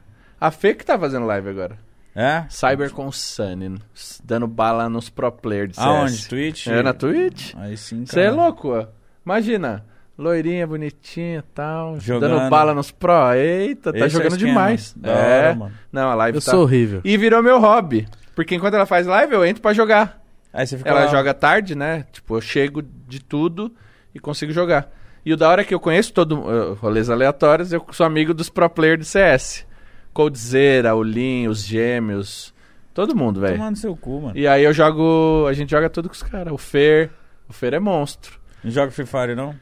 A Fê que tá fazendo live agora.
É?
Cyber com Sunny, dando bala nos pro players de CS.
Aonde? Twitch?
É na Twitch.
Aí sim,
Você é
cara.
louco, ó. Imagina, loirinha, bonitinha e tal,
Jogando.
dando bala nos pro. Eita, tá
Esse é o
jogando
esquema.
demais.
Da
é.
hora, mano.
Não, a live
Eu
tá...
sou horrível.
E virou meu hobby. Porque enquanto ela faz live, eu entro pra jogar.
Aí você fica
Ela
lá,
joga tarde, né? Tipo, eu chego de tudo e consigo jogar. E o da hora é que eu conheço todo eh, rolês aleatórios, eu sou amigo dos pro players de CS. Coldzera, Olin, os gêmeos, todo mundo, velho.
tomando seu cu, mano.
E aí eu jogo. A gente joga tudo com os caras. O Fer. O Fer é monstro.
Não joga Free Fire, não?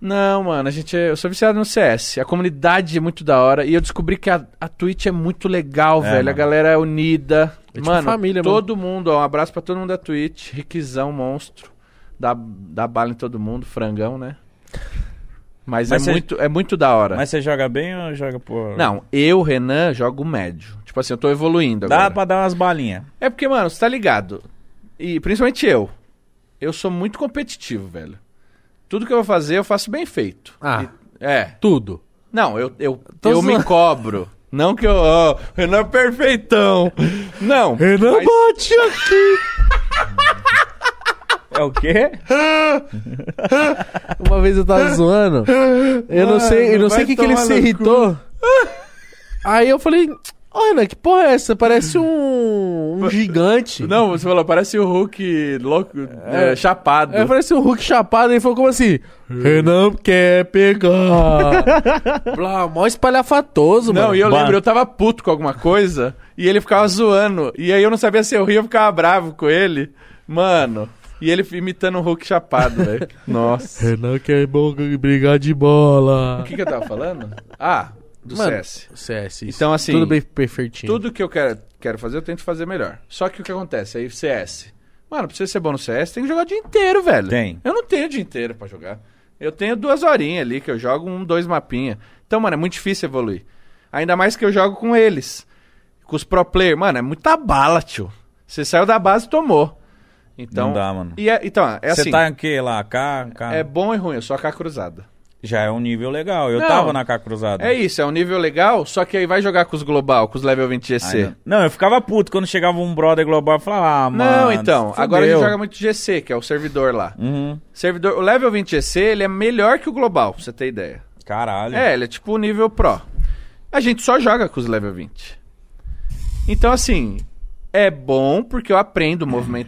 Não, mano, a gente. é- Eu sou viciado no CS. A comunidade é muito da hora. E eu descobri que a, a Twitch é muito legal,
É,
velho. A
mano.
galera é unida.
É tipo
mano,
família, mano.
todo mundo, ó. Um abraço pra todo mundo da Twitch. Riquizão, monstro. Dá, dá bala em todo mundo, frangão, né? Mas,
Mas
é,
cê-
muito, é muito da hora.
Mas você joga bem ou joga por...
Não, eu, Renan, jogo médio. Tipo assim, eu tô evoluindo
Dá
agora.
pra dar umas balinhas.
É porque, mano, você tá ligado. E principalmente eu. Eu sou muito competitivo, velho. Tudo que eu vou fazer, eu faço bem feito.
Ah.
E- é.
Tudo.
Não, eu, eu,
Tô
eu me
zoando.
cobro. Não que eu. ó, Renan é perfeitão. Não.
Renan é
mas-
bate
É o quê?
Uma vez eu tava zoando. Eu não sei, eu não
vai
sei o que, que ele
tomar
se
no cu.
irritou. Aí eu falei, ô Renan, que porra é essa? Parece um, um gigante.
Não, você falou, parece o Hulk louco, é, chapado.
Aí parece um Hulk chapado. Ele falou como assim? Renan quer pegar. Blá, mó espalhafatoso, mano.
Não, e eu
Bah.
lembro, eu tava puto com alguma coisa e ele ficava zoando. E aí eu não sabia se eu ria, eu ficava bravo com ele. Mano. E ele imitando o Hulk chapado, velho. Nossa.
Renan quer bo- brigar de bola.
O que, que eu tava falando? Ah, do
Mano,
CS.
CS. isso.
Então, assim,
Tudo bem perfeitinho.
Tudo que eu quero, quero fazer, eu tento fazer melhor. Só que o que acontece? Aí, CS. Mano, pra você ser bom no CS, tem que jogar o dia inteiro, velho.
Tem.
Eu não tenho o dia inteiro pra jogar. Eu tenho duas horinhas ali que eu jogo um, dois mapinha. Então, mano, é muito difícil evoluir. Ainda mais que eu jogo com eles. Com os pro player. Mano, é muita bala, tio. Você saiu da base e tomou. Então,
Não dá, mano.
E é- então, é
Você
assim.
tá em que lá? K, K?
É bom e ruim, eu sou a K cruzada.
Já é um nível legal. Eu
Não.
tava na K cruzada.
É isso, é um nível legal, só que aí vai jogar com os global, com os level 20 GC.
Ai, não. Não, eu ficava puto quando chegava um brother global e falava, ah, mano.
Não, então.
fudeu.
Agora a gente joga muito GC, que é o servidor lá.
Uhum.
Servidor, o level 20 GC, ele é melhor que o global, pra você ter ideia.
Caralho.
É, ele é tipo o nível pro. A gente só joga com os level 20. Então, assim, é bom porque eu aprendo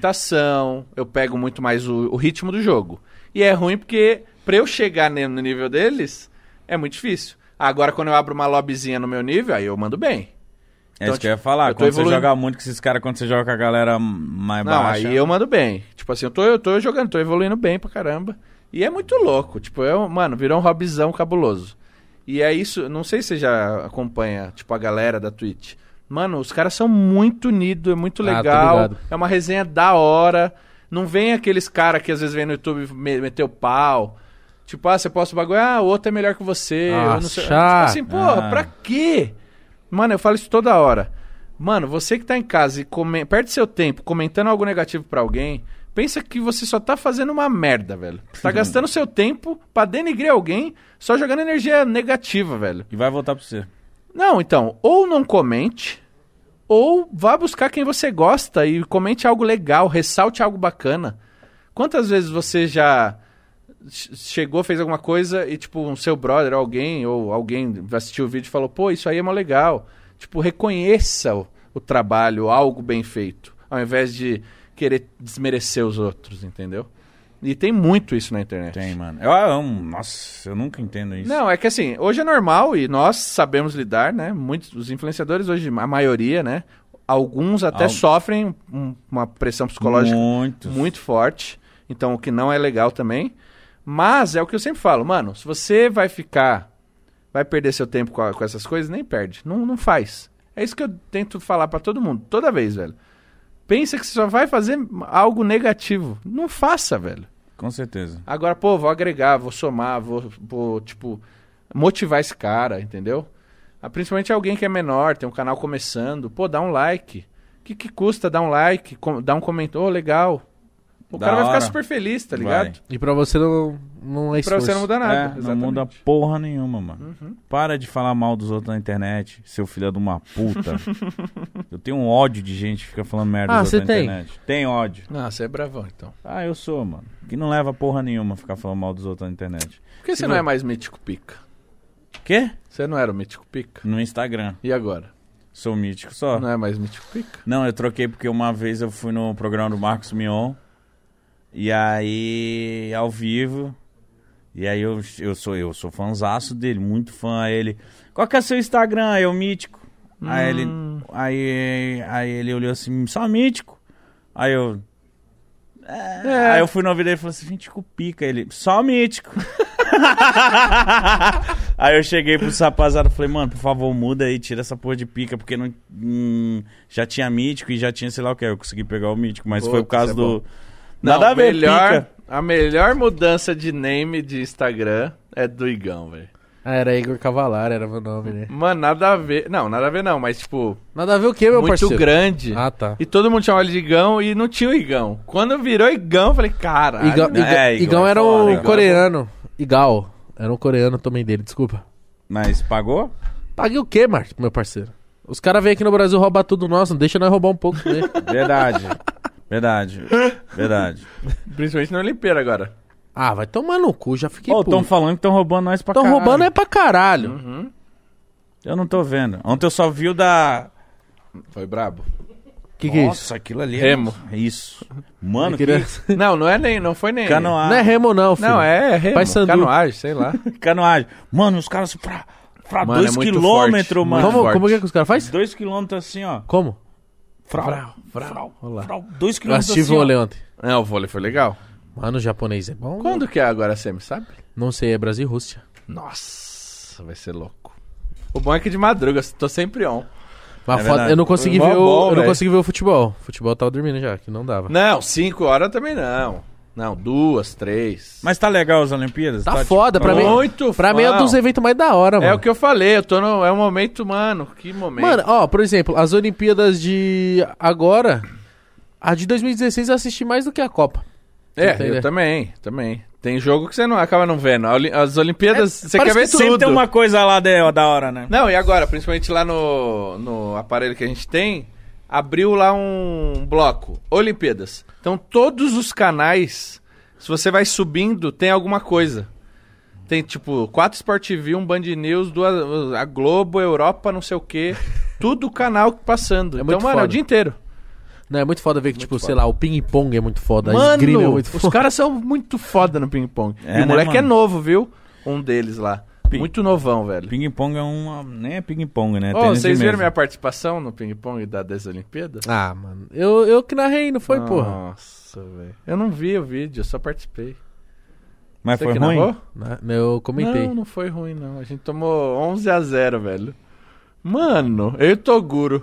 movimentação, eu pego muito mais o, o ritmo do jogo. E é ruim porque pra eu chegar ne- no nível deles, é muito difícil. Agora, quando eu abro uma lobbyzinha no meu nível, aí eu mando bem.
É
Então,
isso que eu ia falar.
eu tô
quando você
evoluindo.
joga muito com esses caras, quando você joga com a galera mais
Não,
baixa.
aí eu mando bem. Tipo assim, eu tô, eu tô jogando, tô evoluindo bem pra caramba. E é muito louco. Tipo, eu, mano, virou um hobbyzão cabuloso. E é isso, não sei se você já acompanha, tipo, a galera da Twitch. Mano, os caras são muito unidos, é muito
Ah, tô
legal.
ligado.
é uma resenha da hora. Não vem aqueles caras que às vezes vem no YouTube me- meter o pau. Tipo, ah, você posta o bagulho, ah, o outro é melhor que você.
Ah,
eu não sei. Tipo
chato.
assim, porra,
Ah.
pra quê? Mano, eu falo isso toda hora. Mano, você que tá em casa e come... perde seu tempo comentando algo negativo pra alguém, pensa que você só tá fazendo uma merda, velho. Tá gastando seu tempo pra denigrir alguém só jogando energia negativa, velho.
E vai voltar pra você.
Não, então, ou não comente, ou vá buscar quem você gosta e comente algo legal, ressalte algo bacana. Quantas vezes você já ch- chegou, fez alguma coisa e, tipo, um seu brother, alguém, ou alguém assistiu o vídeo e falou, pô, isso aí é mó legal. Tipo, reconheça o, o trabalho, algo bem feito, ao invés de querer desmerecer os outros, entendeu? E tem muito isso na internet.
Tem, mano. Eu amo. Nossa, eu nunca entendo isso.
Não, é que assim, hoje é normal e nós sabemos lidar, né? Muitos os influenciadores hoje, a maioria, né? Alguns até
Al-
sofrem um- uma pressão psicológica
Muito.
muito forte. Então, o que não é legal também. Mas é o que eu sempre falo, mano. Se você vai ficar, vai perder seu tempo com, a- com essas coisas, nem perde. Não, não faz. É isso que eu tento falar pra todo mundo, toda vez, velho. Pensa que você só vai fazer algo negativo. Não faça, velho.
Com certeza.
Agora, pô, vou agregar, vou somar, vou, vou, tipo, motivar esse cara, entendeu? Ah, Principalmente alguém que é menor, tem um canal começando, pô, dá um like. O que, que custa dar um like, com, dar um comentário, ô, legal. O
Da
cara vai
hora.
ficar super feliz, tá
Vai.
ligado?
E pra você não, não é
Pra
esforço.
você não mudar nada.
É, não
exatamente. Uhum.
muda porra nenhuma, mano. Para de falar mal dos outros na internet, seu filho é de uma puta. eu tenho um ódio de gente que fica falando merda
Ah,
dos outros
você
na
tem?
internet. Tem ódio.
Ah, você é bravão, então.
Ah, eu sou, mano. Que não leva porra nenhuma ficar falando mal dos outros na internet.
Por que você
Sim,
não é
mano.
mais mítico pica?
Quê?
Você não era o mítico pica?
No Instagram.
E agora?
Sou mítico só.
Não é mais mítico pica?
Não, eu troquei porque uma vez eu fui no programa do Marcos Mion. E aí, ao vivo. E aí eu, eu sou eu sou fãzaço dele, muito fã. Aí ele. Qual que é seu Instagram? Eu mítico. Aí ele.
Hum.
Aí, aí ele olhou assim, só mítico. Aí eu. "É." Aí eu fui no ouvido dele e falei assim, gente, cupica. Ele, só mítico. aí eu cheguei pro sapazado e falei, mano, por favor, muda aí, tira essa porra de pica, porque não, hum, já tinha mítico e já tinha, sei lá o que, eu consegui pegar o mítico, mas
Pô,
foi por causa
isso é
do.
bom.
Nada
Não,
a ver,
melhor,
pica.
A melhor mudança de name de Instagram é do Igão, velho.
Ah, era Igor Cavalar, era meu nome, né?
Mano, nada a ver. Não, nada a ver não, mas tipo,
Nada a ver o que, meu
muito
parceiro?
grande.
Ah, tá.
E todo mundo chamava ele de Igão e não tinha o Igão. Quando virou Igão, eu falei, cara.
Igão,
não,
Iga-
é, Igor,
Igão
é
era
foda,
um
Igor é
coreano. Igal. Era um coreano também dele, desculpa.
Mas pagou?
Paguei o quê, Marcos, meu parceiro? Os caras vêm aqui no Brasil roubar tudo nosso, não deixa nós roubar um pouco dele.
Verdade. Verdade. Verdade.
Principalmente na Olimpíada agora.
ah, vai tomar no cu, já fiquei
Pô,
puto.
estão falando que estão roubando nós pra
Tão
caralho.
roubando é pra caralho.
Eu não tô vendo. Ontem eu só vi o da.
Foi brabo.
Que que é isso?
Nossa, aquilo ali é.
Remo.
Isso. Mano,
Eu
que. Ah.
queria-
Não, não é nem, não foi nem.
Canoagem.
Não é remo não, filho.
Não, é remo,
Paysandu.
canoagem, sei lá.
Canoagem. Mano, os caras pra, pra
Mano,
dois
é muito
quilômetros,
forte,
mano.
Como,
forte.
como que, é que os caras fazem?
Dois quilômetros assim, ó.
Como?
Frau. Frau. Frau. Dois
Eu
quilômetros
assisti
assim. ó.
vôlei ontem.
Não, o vôlei foi legal.
Mano, o japonês é bom.
Quando que é agora a semi, sabe?
Não sei, é Brasil e Rússia.
Nossa, vai ser louco. O bom é que de madruga, eu tô sempre on.
Mas
É
foda-
verdade.
eu não consegui
Mó
ver o,
bom,
eu não
velho.
consegui ver o futebol. O futebol tava dormindo já, que não dava.
Não, cinco horas também não. Não, duas, três.
Mas tá legal as Olimpíadas?
Tá
tipo,
foda, pra mim.
Muito
Pra mim é um
fã.
dos eventos mais da hora, mano.
É o que eu falei, eu tô no. É um momento, mano. Que momento.
Mano, ó, por exemplo, as Olimpíadas de agora, a de 2016 eu assisti mais do que a Copa.
é,
entendeu?
eu também, também. Tem jogo que você não acaba não vendo. A Oli- As Olimpíadas,
É,
você quer
parece
ver
que sempre
tudo.
tem uma coisa lá de, da hora, né?
Não, e agora, principalmente lá no, no aparelho que a gente tem, abriu lá um bloco. Olimpíadas. Então todos os canais, se você vai subindo, tem alguma coisa. Tem tipo quatro Sport TV, um Band News, duas, a Globo, Europa, não sei o quê. Tudo canal passando.
É
então,
muito
mano, é
foda.
o dia inteiro.
Não, é muito foda ver que, tipo, sei lá, o ping-pong é muito foda, a esgrima é
Mano,
muito
os
foda.
caras são muito foda no ping-pong.
É,
e
né,
o moleque é
mano?
novo, viu? Um deles lá.
Ping-
Muito novão, velho.
Ping-pong é uma. Nem é ping-pong, né?
Ô,
Tênis de
vocês viram
mesa.
minha participação no ping-pong da Desolimpíadas?
Ah, mano, eu, eu que narrei, não foi, porra?
Nossa, velho. Eu não vi o vídeo, eu só participei.
Mas
Você
foi
que
ruim?
narrou?
Na- Né, Eu comentei.
Não, não foi ruim, não. A gente tomou 11 a 0 velho. Mano, eu e Toguro.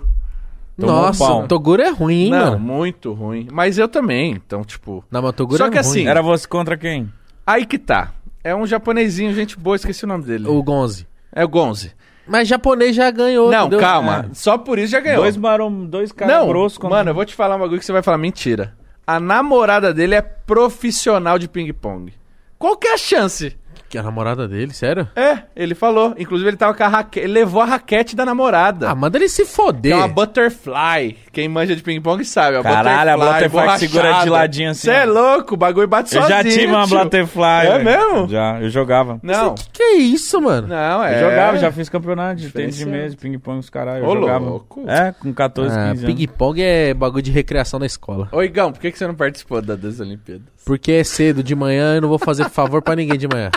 Tomou um
Nossa,
pau.
Toguro é ruim,
não,
mano.
muito ruim. Mas eu também, então, tipo.
Não, mas Toguro
Só
é
que
ruim.
assim,
Era você contra quem?
Aí que tá. É um japonesinho, gente boa, esqueci o nome dele.
O Gonzi.
É o Gonze.
Mas japonês já ganhou,
Não,
entendeu?
calma. Só por isso já ganhou.
Dois marom, dois caras
Não,
grossos contra
mano, eu vou te falar um bagulho que você vai falar mentira. A namorada dele é profissional de ping-pong. Qual que é a chance?
Que é a namorada dele, sério?
É, ele falou. Inclusive, ele tava com a raquete. Ele levou a raquete da namorada.
Ah, manda ele se
Que
foder.
É uma butterfly. Quem manja de ping-pong sabe. é Uma
Caralho, a butterfly que segura
borrachada.
de ladinho assim,
Cê é
ó.
louco, o bagulho bate
Eu
sozinho.
já tive uma
tio.
Butterfly.
É
velho.
mesmo?
Já, eu jogava.
Não,
Que que é isso, mano?
não, é.
Eu jogava, já fiz campeonato de tênis de
Diferenciado.
mesa, de ping-pong, os caralho. Eu
Ô,
jogava.
louco.
É, com 14,
Ah,
15 anos.
ping-pong é bagulho de recreação na escola.
Ô, Igão, por que, que você não participou da- das Olimpíadas?
Porque é cedo de manhã, eu não vou fazer favor pra ninguém de manhã.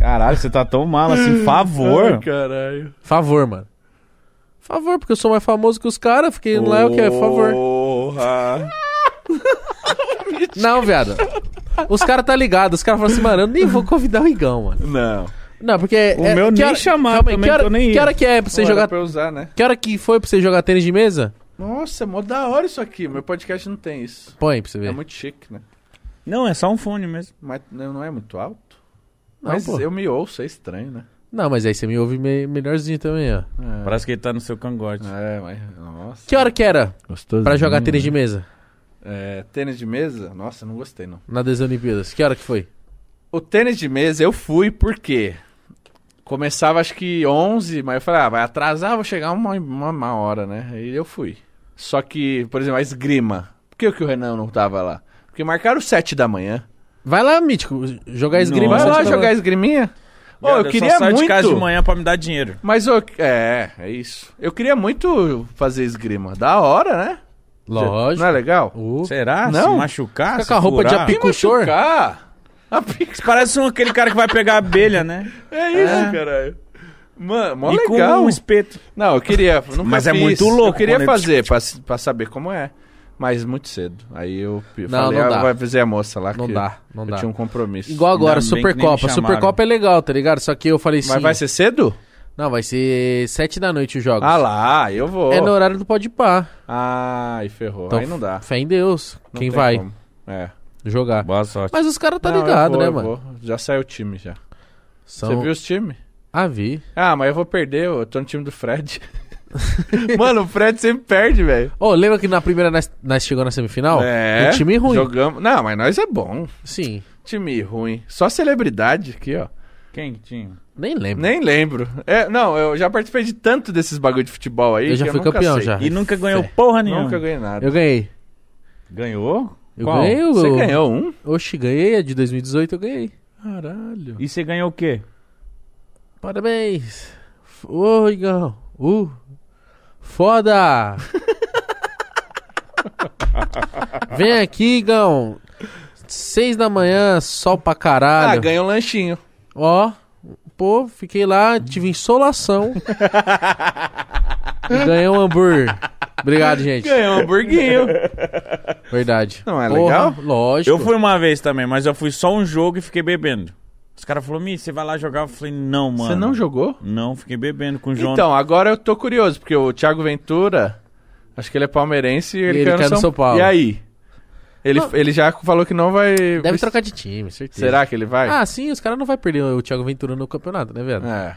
Caralho, você tá tão mal
Hum.
assim, favor.
Ai, caralho.
Favor, mano. Favor, porque eu sou mais famoso que os caras, fiquei lá é o que é favor.
Porra.
Não, viado. Os caras tá ligado, os caras falam assim, mano, eu nem vou convidar o Igão, mano.
Não.
Não, porque
O
é-
meu
que
nem
hora-
chamar
calma aí,
também,
que hora,
que eu nem
que
ia.
hora que é pra você
Pô,
jogar?
era pra eu usar, né?
Que hora que foi pra você jogar tênis de mesa?
Nossa, é mó da hora isso aqui. Meu podcast não tem isso.
Põe pra você ver.
É muito chique, né?
Não, é só um fone mesmo.
Mas não não é muito alto.
Não,
Mas
pô.
eu me ouço, é estranho, né?
Não, mas aí você me ouve me- melhorzinho também, ó.
Parece que ele tá no seu cangote.
É, mas. Nossa.
Que hora que era
Gostoso.
pra jogar tênis de mesa
É, tênis de mesa? Nossa, não gostei, não.
na das Olimpíadas? Que hora que foi?
O tênis de mesa eu fui porque começava acho que 11, mas eu falei, ah, vai atrasar, vou chegar uma, uma, uma hora, né? E eu fui. Só que, por exemplo, a esgrima. Por que, que o Renan não tava lá? Porque marcaram 7 da manhã.
Vai lá, Mítico, jogar esgrima.
Nossa,
Vai lá
tá
jogar esgriminha? Ô,
Viado, é
eu queria
só saio
muito.
de casa de manhã pra me dar dinheiro.
Mas eu. É, é isso. Eu queria muito fazer esgrima. Da hora, né?
Lógico.
Não é legal?
Uh,
Será?
Não.
Se machucar,
Fica
se
com a roupa de
furar?
api- Picuchor?
machucar. A pica.
Parece um, aquele cara que vai pegar abelha, né?
É isso, caralho. Mano, mó
e
legal.
com um espeto.
Não, eu queria. nunca
Mas é
fiz.
muito louco
Eu queria
quando ele-
fazer pra, pra saber como é. Mas muito cedo. Aí eu p-
Não,
falei,
não
ah,
dá.
vai fazer a moça lá.
Não
que
dá, não
eu
dá.
tinha um compromisso.
Igual agora,
Ainda bem que nem me
Supercopa.
chamaram.
Supercopa é legal, tá ligado? Só que eu falei
Mas
assim.
vai ser cedo?
Não, vai ser sete da noite os jogos.
Ah lá, eu vou.
É no horário do pode pá. Então,
Ah, e ferrou. Aí não dá.
Fé em Deus.
Não
quem
tem
vai
como. É.
jogar.
Boa sorte.
Mas os caras tá
Não, eu
ligado,
vou,
né,
eu
mano? Então-
vou. Já saiu o time já.
São...
Você viu os times?
Ah, vi.
Ah, mas eu vou perder, eu tô no time do Fred. Mano, o Fred sempre perde, velho.
Ô, lembra que na primeira nós, nós chegou na semifinal?
É.
Um time ruim.
Jogamos. Não, mas nós é bom.
Sim.
Time ruim. Só celebridade aqui, ó.
Quem que tinha?
Nem lembro.
Nem lembro. É, não, eu já participei de tanto desses bagulho de futebol aí.
Eu já
que
fui
nunca
campeão
sei.
já.
E nunca ganhou
Fé.
porra nenhuma.
Nunca ganhei nada.
Eu ganhei.
Ganhou?
Eu
Qual?
ganhei o.
Você ganhou um?
Oxi, ganhei. A de 2018 eu ganhei.
Caralho.
E você ganhou o quê?
Parabéns. F- Ô, Igão. Uh. Foda! Vem aqui, Igão. Seis da manhã, sol pra
Ah,
caralho.
ganhou um lanchinho.
Ó, pô, fiquei lá, tive insolação. E Ganhei um hambúrguer. Obrigado, gente.
Ganhou um hamburguinho.
Verdade.
Não é legal?
Lógico.
Eu fui uma vez também, mas eu fui só um jogo e fiquei bebendo. Os caras falaram, Mi, você vai lá jogar? Eu falei, não, mano.
Você não jogou?
Não, fiquei bebendo com o João.
Então, agora eu tô curioso, porque o Thiago Ventura, acho que ele é palmeirense e ele,
ele
caiu no
caiu no
São...
São Paulo.
E aí? Ele,
Não.
ele já falou que não vai...
Deve trocar de time, certeza.
Será que ele vai?
Ah, sim, os caras não vão perder o Thiago Ventura no campeonato, né, velho?
É.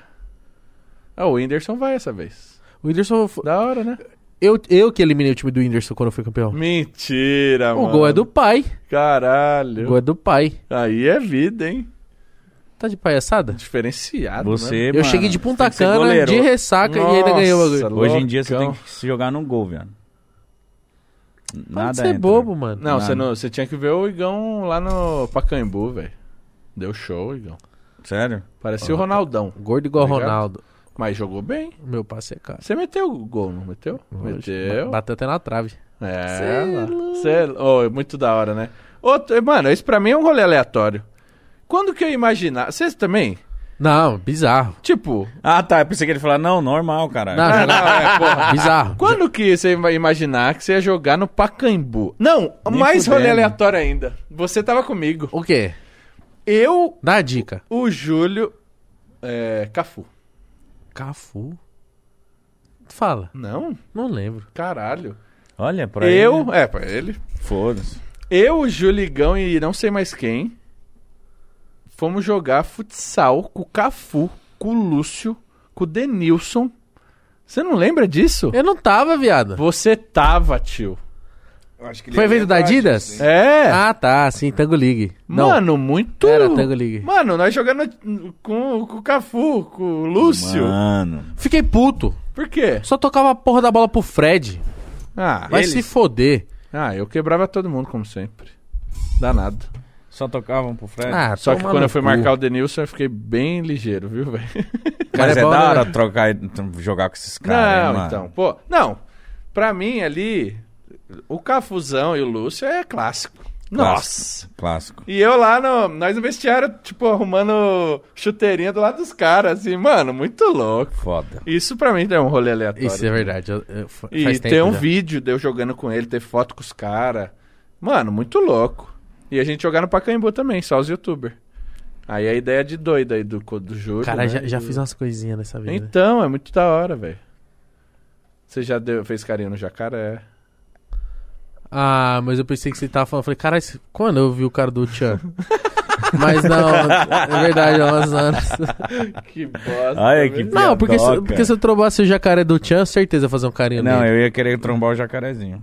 Ah, o Whindersson vai essa vez.
O Whindersson. fo-
Da hora, né?
Eu, eu que eliminei o time do Whindersson quando eu fui campeão.
Mentira,
O
mano.
gol é do pai. O
Caralho.
gol é do pai.
Aí é vida, hein?
Tá de palhaçada?
Diferenciado, né?
Você,
Eu
mano,
cheguei de
tem
Punta
que ser
Cana,
goleiro.
de ressaca e ainda ganhei o
Nossa,
bagulho.
Hoje em dia você
loucão.
tem que se jogar no gol, velho.
Para de
Nada
ser
entra.
bobo, mano.
Não,
Nada.
você não, você tinha que ver o Igão lá no Pacaembu, velho. Deu show, Igão.
Sério?
Parecia o Ronaldão,
Gordo igual
Obrigado.
Ronaldo.
mas jogou bem.
Meu passe é caro.
Você meteu o gol, não meteu? Meteu.
Bateu até na trave.
É,
Cê é
lá.
louco.
Cê é lou- Ô, é muito da hora, né? Outro, mano, isso pra mim é um rolê aleatório. Quando que eu ia imaginar? Vocês também?
Não, bizarro.
Tipo,
Ah, tá. Eu pensei que ele ia falar, não, normal, caralho.
Não,
ah,
já-
não, é, porra.
bizarro.
Quando que você vai imaginar que você ia jogar no Pacaembu? Não,
Nem
mais rolê
fudendo.
aleatório ainda. Você tava comigo.
O quê?
Eu,
Dá a dica.
o Júlio, é, Cafu.
Cafu. Fala.
Não?
Não lembro.
Caralho.
Olha, pra
eu,
ele.
é, pra ele.
Foda-se.
Eu, o Juligão e não sei mais quem fomos jogar futsal com o Cafu, com o Lúcio, com o Denilson. Você não lembra disso?
Eu não tava, viado.
Você tava, tio.
Foi evento da Adidas?
É.
Ah, tá, sim, Tango League. Não,
Mano, muito.
era Tango League.
Mano, nós jogando com, com o Cafu, com o Lúcio.
Mano.
Fiquei puto.
Por quê?
Só tocava a porra da bola pro Fred.
Ah,
Vai
eles-
se foder.
ah, eu quebrava todo mundo, como sempre. Danado.
Só tocavam pro Fred.
Ah,
Só que
toma
quando
no
eu fui
cu.
marcar o Denilson, eu fiquei bem ligeiro, viu, velho?
cara
Mas
é
é
bom,
da
né?
hora trocar e jogar com esses caras. hein,
não,
mano?
então, pô. Não, pra mim ali, o Cafuzão e o Lúcio é clássico. Nossa!
Clássico.
E eu lá no. Nós no vestiário, tipo, arrumando chuteirinha do lado dos caras, assim, mano, muito louco.
Foda.
Isso pra mim é um rolê aleatório.
Isso é verdade. eu- eu- fa-
E
faz
tem
tempo
um
já.
vídeo de eu jogando com ele, ter foto com os caras. Mano, muito louco. E a gente jogar no Pacaembu também, só os youtubers. Aí a ideia de doido aí do, co- do jogo.
Cara,
né?
já, já
Do-
fiz umas coisinhas nessa vida. né?
Então, é muito da hora, velho. Você já deu- fez carinho no jacaré?
Ah, mas eu pensei que você tava falando. eu Falei, cara, esse- quando eu vi o cara do Chan? mas não, é verdade, há umas anos.
que bosta.
Ai, que velho.
Não, porque se,
Piadoca.
porque se eu trombasse o jacaré do Chan, certeza eu ia fazer um carinho
Não,
nele.
eu ia querer trombar o jacarezinho.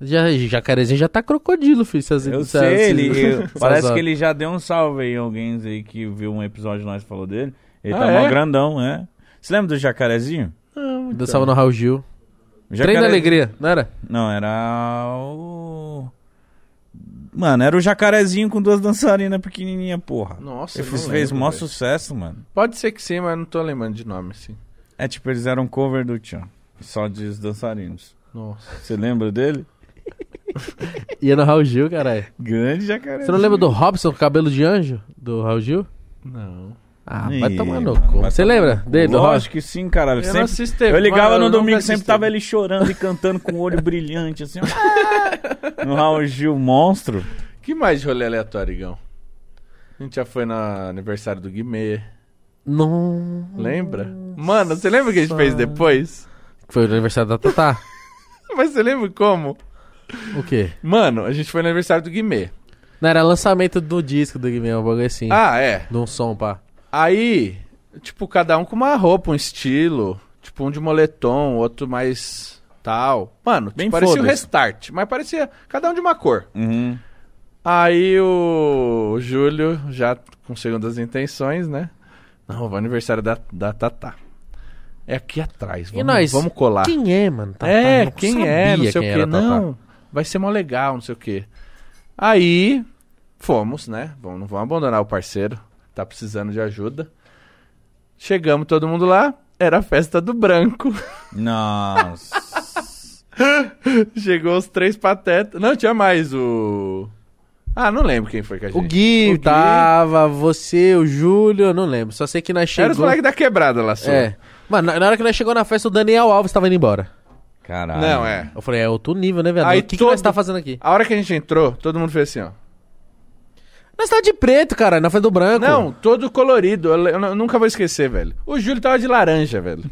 Já, jacarezinho já tá crocodilo, filho. se as-
Eu
se-
sei,
se-
ele. eu-
se-
parece
se-
que ele já deu um salve aí em alguém aí que viu um episódio nós e falou dele. Ele
Ah,
tá
é?
mó grandão, é. Você lembra do jacarezinho?
Não,
Dançava no Raul Gil.
O
Trem
jacaré-
da Alegria, não era?
Não, era o. Mano, era o jacarezinho com duas dançarinas pequenininha, porra.
Nossa,
Ele
não
fez,
lembro,
fez mó
velho.
sucesso, mano.
Pode ser que sim, mas não tô lembrando de nome, assim.
É tipo, eles eram cover do Tchan. Só de os dançarinos.
Nossa.
Você lembra dele?
Ia no Raul Gil, caralho.
Grande jacarezinho.
Você não lembra do Robson, cabelo de anjo? Do Raul Gil?
Não.
Ah,
Ih,
vai tomar no
mano,
cu.
vai
Você
tomar
lembra
no cu.
dele, do Robson?
Lógico que sim, caralho.
Eu
Sempre-
não
Eu,
assisti, mano,
ligava
eu
no
nunca
domingo, sempre
assisti.
tava ele chorando e cantando com o olho brilhante, assim. ó. no Raul Gil, monstro.
que mais de rolê aleatório, Igão? A gente já foi no aniversário do Guimê.
Não.
Lembra? Mano, você lembra o que a gente fez depois?
Foi o aniversário da Tatá?
Mas você lembra como?
o quê?
Mano, a gente foi no aniversário do Guimê.
Não, era lançamento do disco do Guimê, um bagulho assim.
Ah, é.
De um som, pá.
Aí, tipo, cada um com uma roupa, um estilo. Tipo, um de moletom, outro mais tal. Mano,
Bem
tipo, parecia o
foda-se.
restart, mas parecia cada um de uma cor.
Uhum.
Aí o Júlio, já com segundas intenções, né? Não, vai aniversário da, da Tatá. É aqui atrás, vamos,
nós?
vamos colar.
Quem é, mano? Tatá? Eu
é,
não
quem
sabia
é, não sei
quem
o
era tá,
quê.
a Tatá.
Não, vai ser mó legal, não sei o quê. Aí, fomos, né? Vamos, não vamos abandonar o parceiro. Tá precisando de ajuda. Chegamos todo mundo lá. Era a festa do branco.
Nossa.
Chegou os três patetas. Não, tinha mais o... Ah, não lembro quem foi que a gente...
O Gui
O Gui.
tava, você, o Júlio, eu não lembro. Só sei que nós
Era os
chegou...
moleques da quebrada lá, só.
É. Mano, na na hora que nós chegou na festa, o Daniel Alves tava indo embora.
Caralho.
Não, é.
Eu falei, é outro nível, né, velho?
Aí
O que,
todo-
que nós tá fazendo aqui?
A hora que a gente entrou, todo mundo fez assim, ó.
Nós
tá
tava de preto, cara, na frente do branco.
Não, todo colorido. Eu, le- eu nu- nunca vou esquecer, velho. O Júlio tava de laranja, velho.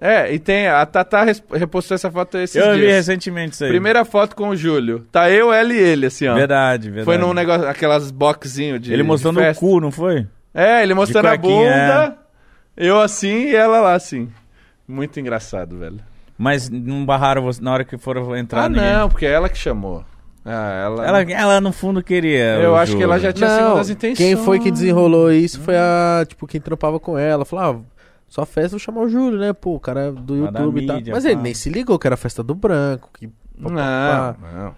é, e tem. A Tatá res- repostou essa foto esses
Eu vi
dias.
recentemente isso aí.
Primeira foto com o Júlio. Tá eu, ela e ele, assim, ó.
Verdade, verdade.
Foi num negócio, aquelas boxinho de.
Ele mostrando
de
o
festa.
cu, não foi?
É, ele mostrando a
cuequinha, é.
bunda. Eu assim e ela lá assim. Muito engraçado, velho.
Mas não barraram você na hora que foram entrar
ah,
ninguém.
não, porque é ela que chamou. Ah, ela.
Ela, ela no fundo queria.
Eu
o
acho que ela
Júlio.
já tinha
Não,
segundas intenções.
Quem foi que desenrolou isso foi a, tipo, quem trampava com ela. Falou, ah, só festa vou chamar o Júlio, né? Pô, o cara do
Lá da
YouTube e tal.
mídia,
Mas ele
pá.
nem se ligou que era a festa do branco. Que...
Não,
pá.
não.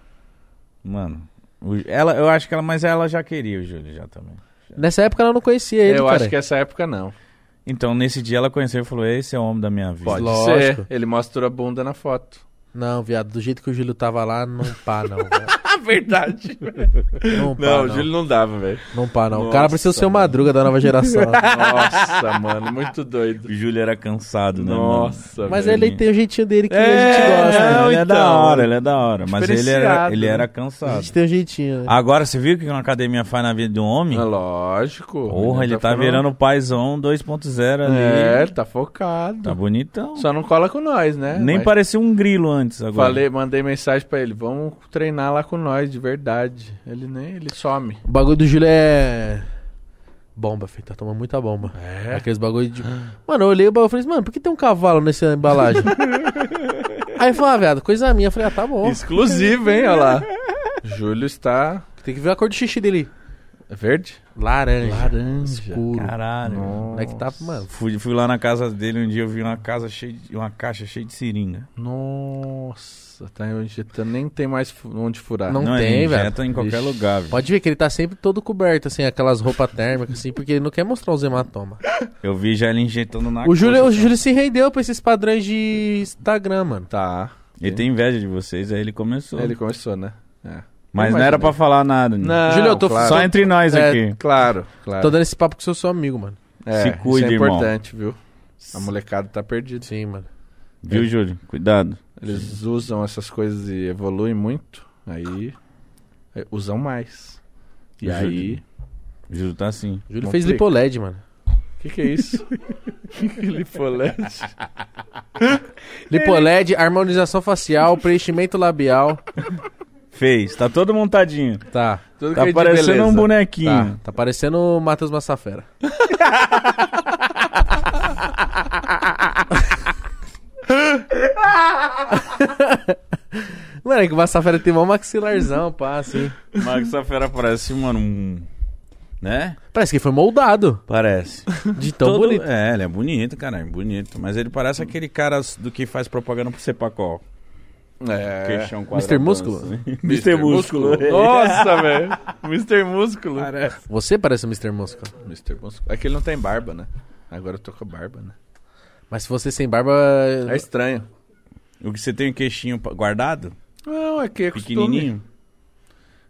Mano. o- Ela, eu acho que ela, mas ela já queria o Júlio já também.
Nessa época ela não conhecia ele,
eu
cara.
acho que essa época não.
Então, nesse dia ela conheceu e falou: Esse é o homem da minha vida.
Pode
Pode
Lógico.
ser. Ele mostra a bunda na foto.
Não, viado, do jeito que o Júlio tava lá, não pá, não. velho.
Ah, verdade.
Não pá,
Não,
não.
o Júlio não dava, velho.
Não pá, não. o cara
Nossa,
precisa ser o madruga da nova geração.
Nossa, mano, muito doido.
O Júlio era cansado, né?
Nossa,
Mas
velho.
ele tem o jeitinho dele que a
É,
gente
mano?
gosta.
Não,
né?
ele é da
então.
hora, ele é da hora. Mas ele era,
Diferenciado,
ele era
né?
A
cansado.
gente tem o jeitinho, né?
Agora, você viu o que uma academia faz na vida de um homem?
É lógico.
Porra, ele tá
falando-
virando o paizão 2.0 ali.
É, tá focado.
Tá bonitão.
Só não cola com nós, né?
Nem
Mas
parecia um grilo antes agora.
Falei, mandei mensagem pra ele, vamos treinar lá com nós, de verdade. Ele nem, ele some.
O bagulho do Júlio é. Bomba, filho. Tá tomando muita bomba.
É?
Aqueles bagulho de. Mano, eu olhei o bagulho e falei assim, mano, por que tem um cavalo nessa embalagem? Aí ele falou, ah, viado, coisa minha. Eu falei, ah, tá bom.
Exclusivo, hein, olha lá. Júlio está
Tem que ver a cor do xixi dele.
é verde?
Laranja.
Laranja.
Escuro.
Caralho.
Não é que tá, mano.
Fui, fui lá na casa dele um dia, eu vi uma casa cheia de, uma caixa cheia de seringa.
Nossa, tá injetando, nem tem mais fu- onde furar.
Não
ele
tem, velho.
injeta em qualquer
Ixi.
lugar, velho.
Pode ver que ele tá sempre todo coberto, assim, aquelas roupas térmicas, assim, porque ele não quer mostrar os hematomas.
Ah,
Eu vi já ele injetando na
O Júlio,
coxa, assim,
o
só.
Júlio se rendeu pra esses padrões de Instagram, mano.
Tá.
Ele tem inveja de vocês, aí ele começou.
Ele começou, né? É.
Mas não
Imagina.
era pra falar nada. né?
Júlio, eu tô-
claro,
Só entre nós
É,
aqui.
claro, claro.
Tô dando esse papo que eu sou amigo, mano.
É,
Se cuide,
isso é
irmão.
importante, viu? A molecada tá perdida.
Sim, mano.
Viu, Júlio? Cuidado.
Eles usam essas coisas e evoluem muito, aí é, usam mais. E
Júlio.
aí.
O Júlio tá assim.
O Júlio
Complica.
fez lipoled, mano.
O que, que é isso? Lifolete.
Lipoled, harmonização facial, preenchimento labial.
Fez, tá todo montadinho.
Tá.
Tudo
Tá
que é de
parecendo
beleza.
um
Tá,
bonequinho.
tá parecendo o Matheus Massafera. mano, é que o Massafera tem mó maxilarzão, pá, assim.
Mas Marcos Safera parece, mano, um. Né?
Parece que foi moldado
Parece.
de tão
Todo-
bonito.
É, ele é bonito, caralho, bonito. Mas ele parece aquele cara do que faz propaganda pro Cepacol.
É.
Queixão
Mr. Músculo?
Mr. Músculo.
Nossa, velho. Mr. Músculo.
Você parece o Mr. Mosca.
Mr. Músculo. É que ele não tem barba, né? Agora eu tô com a barba, né?
Mas se você sem barba.
É estranho.
O que você tem o queixinho pa- guardado?
Não, é que é costume.
Pequenininho?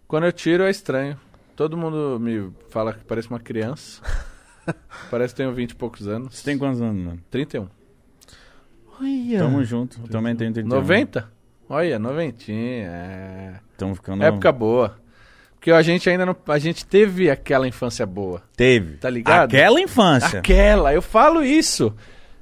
Quando eu tiro é estranho. Todo mundo me fala que parece uma criança. parece que tenho 20 e poucos anos.
Você tem quantos anos, mano?
31.
Olha.
Tamo junto. Eu também tenho 31.
90? Olha, noventinha. É...
Tamo ficando...
Época boa. Porque a gente ainda não. A gente teve aquela infância boa,
Teve.
tá ligado?
Aquela infância.
Aquela, eu falo isso.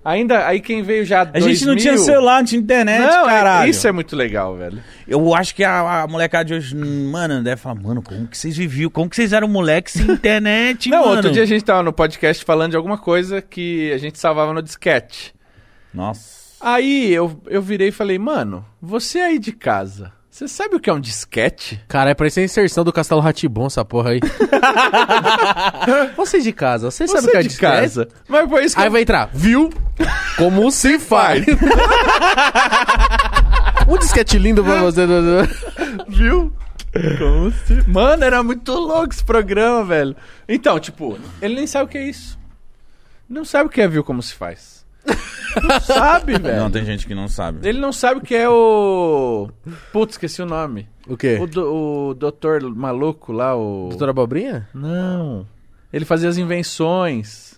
Ainda. Aí quem veio já.
A gente não tinha celular, não tinha internet,
Não, é-
caralho.
isso é muito legal, velho.
Eu acho que a, a molecada de hoje, hum, mano, deve falar, mano, como que vocês viviam? Como que vocês eram moleque sem internet,
Não,
mano?
outro dia a gente tava no podcast falando de alguma coisa que a gente salvava no disquete.
Nossa.
Aí eu, eu virei e falei, mano, você aí de casa, você sabe o que é um disquete?
Cara, é parece a inserção do Castelo Ratibon, essa porra aí. você de casa, você, sabe o que é
de
disquete?
casa. um Mas foi isso que
Aí
eu...
vai entrar, viu? Como se faz. um disquete lindo pra você. né?
Viu? Como se... Mano, era muito louco esse programa, velho. Então, tipo, ele nem sabe o que é isso. Não sabe o que é viu como se faz. Não sabe, velho.
Não, tem gente que não sabe.
Ele não sabe o que é o... Putz, esqueci o nome.
O quê?
O, do, o doutor maluco lá, o...
Doutora Abobrinha?
Não. Ele fazia as invenções.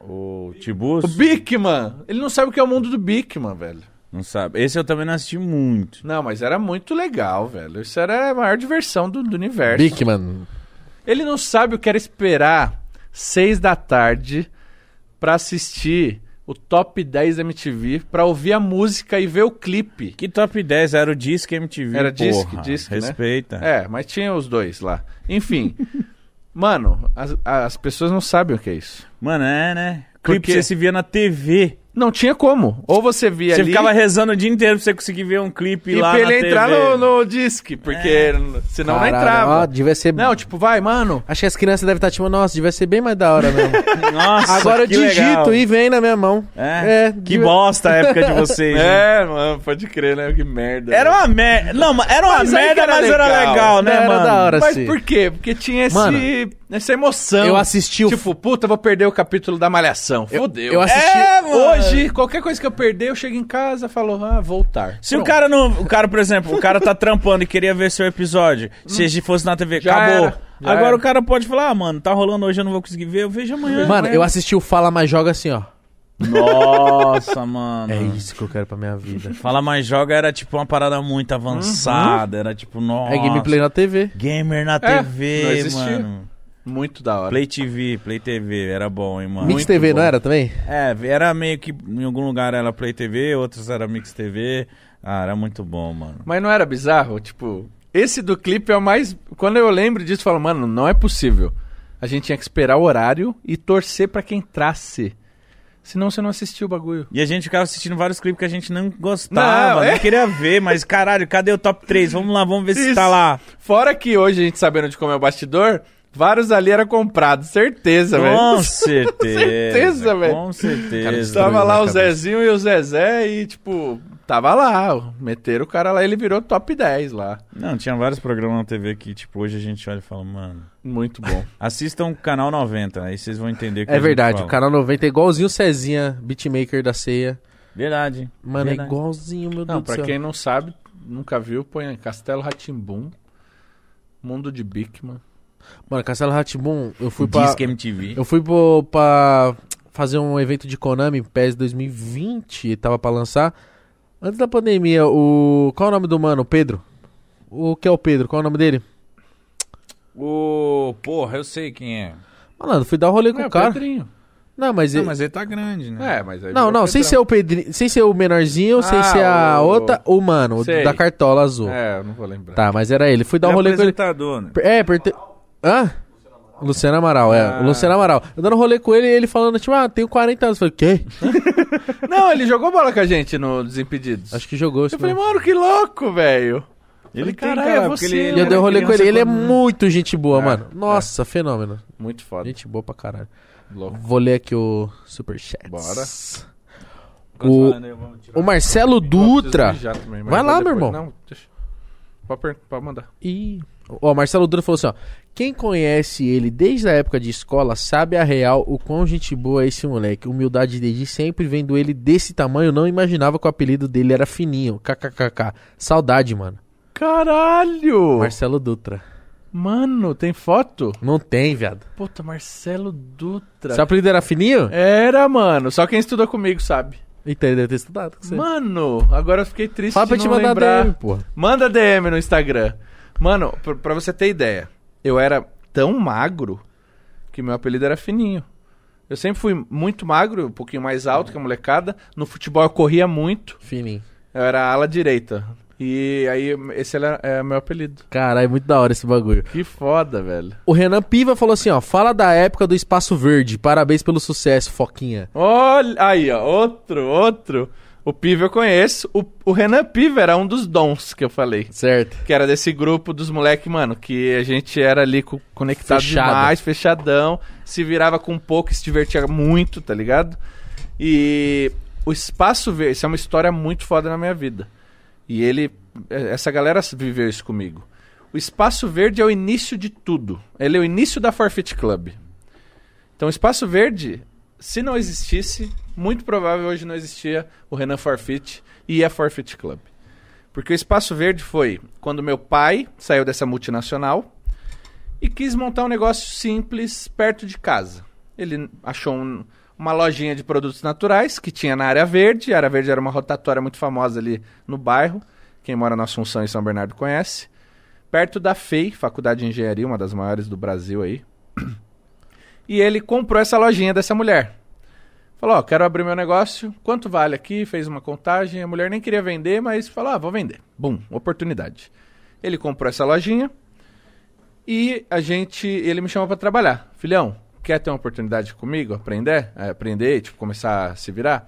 O Tibus?
O Bickman. Ele não sabe o que é o mundo do Bickman, velho.
Não sabe. Esse eu também não assisti muito.
Não, mas era muito legal, velho. Isso era a maior diversão do, do universo.
Bickman.
Ele não sabe o que era esperar seis da tarde pra assistir o Top 10 MTV, pra ouvir a música e ver o clipe.
Que top 10 era o Disque MTV?
Era Disque,
porra.
Disque, né?
Respeita.
É, mas tinha os dois lá. Enfim. Mano, as, as pessoas não sabem o que é isso.
Mano, é, né? Clipe que
Porque-
você se via na TV.
Não tinha como. Ou você via
Você
ali...
ficava rezando o dia inteiro pra você conseguir ver um clipe
E
lá
pra
na
ele entrar
TV.
no, no disque, porque n- senão
Caralho,
não entrava.
ó, devia ser...
Não, tipo, vai, mano.
Acho que as crianças devem estar tipo, nossa, devia ser bem mais da hora mesmo.
Nossa,
Agora eu
que
digito
legal.
e vem na minha mão.
É,
É,
que
devia-
bosta a época de vocês. né?
É, mano, pode crer, né? Que merda.
Era uma merda. Não, mas era uma
Mas aí que
merda,
era
mas era
legal.
legal, né,
Não, era
mano?
da hora.
Mas
assim.
por quê? Porque tinha esse,
Mano,
essa emoção.
eu assisti o-
Tipo, puta, vou perder o capítulo da Malhação. Fudeu.
Eu assisti...
É, mano.
agir. Qualquer coisa que eu perder, eu chego em casa e falo, ah, voltar.
Se o cara não. O cara, por exemplo, o cara tá trampando e queria ver seu episódio. Se ele fosse na TV,
Hum. Já
acabou.
era, já
Agora
era.
o cara pode falar, ah, mano, tá rolando hoje, eu não vou conseguir ver, eu vejo amanhã.
Mano, eu assisti o Fala Mais Joga assim, ó.
Nossa, mano.
É isso que eu quero pra minha vida.
Fala mais joga era tipo uma parada muito
Uhum.
avançada. Era tipo, nossa.
É gameplay na TV.
Gamer na
É, não
TV,
existia.
mano.
Muito da hora.
Play TV, Play TV, era bom, hein, mano.
Mix TV,
bom.
não era também?
É, era meio que em algum lugar era Play TV, outros era Mix TV. Ah, era muito bom, mano.
Mas não era bizarro? Tipo, esse do clipe é o mais. Quando eu lembro disso, eu falo, mano, não é possível. A gente tinha que esperar o horário e torcer pra quem entrasse. Senão você não assistiu o bagulho.
E a gente ficava assistindo vários clipes que a gente não gostava,
Não,
não,
é.
queria ver, mas caralho, cadê o top 3? Vamos lá, vamos ver se
Isso.
tá lá.
Fora que hoje a gente sabendo de como é o bastidor, vários ali eram comprados, certeza, velho.
Com certeza.
certeza, velho.
Com certeza.
Tava lá o
Zé.
Zezinho e o Zezé e, tipo, tava lá. Meteram o cara lá ele virou top 10 lá.
Não, tinha vários programas na TV que, tipo, hoje a gente olha e fala, mano.
Muito bom.
Assistam o canal 90, aí vocês vão entender o que a
É
gente
verdade,
fala.
o canal 90 é igualzinho o Cezinha, beatmaker da ceia.
Verdade.
Mano, é
Verdade.
igualzinho, meu
Não,
Deus do
pra
céu.
quem não sabe, nunca viu, põe aí, Castelo Ratimbum, Mundo de Bikman.
Mano, Castelo Ratibum, eu fui pra.
Disque MTV.
Eu fui pro, pra fazer um evento de Konami, PES 2020, tava pra lançar. Antes da pandemia, o. Qual é o nome do mano? Pedro? O que é o Pedro? Qual é o nome dele?
Ô, porra, eu sei quem é.
Mano, fui dar um rolê com
É,
o cara.
Pedrinho.
Não, mas.
Não,
ele-
mas ele tá grande, né?
É, mas aí
Não,
virou
não, sem
Pedrão.
ser o Pedrinho, sem ser o menorzinho, sem
Ah,
ser a
o-
outra, o mano, o
Sei.
da cartola azul.
É, eu não vou lembrar.
Tá, mas era ele. Fui dar um
Ele é
rolê com ele.
apresentador, né?
É, porque. Hã? Luciano Amaral, é.
Ah.
O Luciano Amaral. Eu dando um rolê com ele e ele falando, tipo, ah, tenho 40 anos. Eu falei, quê?
Não, ele jogou bola com a gente no Desimpedidos.
Acho que jogou.
Eu
isso
falei,
mesmo.
mano, que louco, velho.
Ele tem,
Caralho,
cara,
é
porque
você,
ele...
E eu dei um rolê com ele. Ele é muito gente boa,
É,
mano. Nossa, fenômeno.
Muito foda.
Gente boa pra caralho.
Louco.
Vou ler aqui o Superchat.
Bora.
O-
né?
O Marcelo Dutra. Vai lá, meu irmão.
Não, deixa. Pode, per- pode mandar.
Ih. Ó, o Marcelo Dutra falou assim, ó. Quem conhece ele desde a época de escola sabe a real o quão gente boa é esse moleque. Humildade desde sempre, vendo ele desse tamanho, não imaginava que o apelido dele era fininho. KKKK. Saudade, mano.
Caralho!
Marcelo Dutra.
Mano, tem foto?
Não tem, viado.
Puta, Marcelo Dutra. É.
Seu apelido era fininho?
Era, mano. Só quem estudou comigo sabe.
Então ele deve ter estudado com você.
Mano, agora eu fiquei triste
Fala pra
de
te
não
mandar
lembrar.
DM, porra.
Manda DM no Instagram. Mano, pra, pra você ter ideia, eu era tão magro que meu apelido era fininho. Eu sempre fui muito magro, um pouquinho mais alto que a molecada. No futebol eu corria muito.
Fininho.
Eu era ala direita. E aí, esse era, é meu apelido.
Caralho, muito da hora esse bagulho.
Que foda, velho.
O Renan Piva falou assim, ó. Fala da época do Espaço Verde. Parabéns pelo sucesso, Foquinha.
Olha, aí, ó, outro, outro. O Piva eu conheço. O, o Renan Piva era um dos dons que eu falei.
Certo.
Que era desse grupo dos moleque, mano, que a gente era ali co- conectado
Fechado.
demais, fechadão, se virava com pouco e se divertia muito, tá ligado? E o Espaço Verde, isso é uma história muito foda na minha vida. E ele, eh, essa galera viveu isso comigo. O Espaço Verde é o início de tudo. Ele é o início da Forfeit Club. Então, o Espaço Verde, se não existisse, muito provável hoje não existia o Renan Forfeit e a Forfeit Club. Porque o Espaço Verde foi quando meu pai saiu dessa multinacional e quis montar um negócio simples perto de casa. Ele achou um- uma lojinha de produtos naturais que tinha na área verde. A área verde era uma rotatória muito famosa ali no bairro. Quem mora na Assunção e São Bernardo conhece. Perto da FEI, Faculdade de Engenharia, uma das maiores do Brasil aí. E ele comprou essa lojinha dessa mulher. Falou, ó, quero abrir meu negócio, quanto vale aqui? Fez uma contagem, a mulher nem queria vender, mas falou, ah, vou vender. Bum, oportunidade. Ele comprou essa lojinha e a gente, ele me chamou pra trabalhar. Filhão, quer ter uma oportunidade comigo, aprender? É, aprender, tipo, começar a se virar?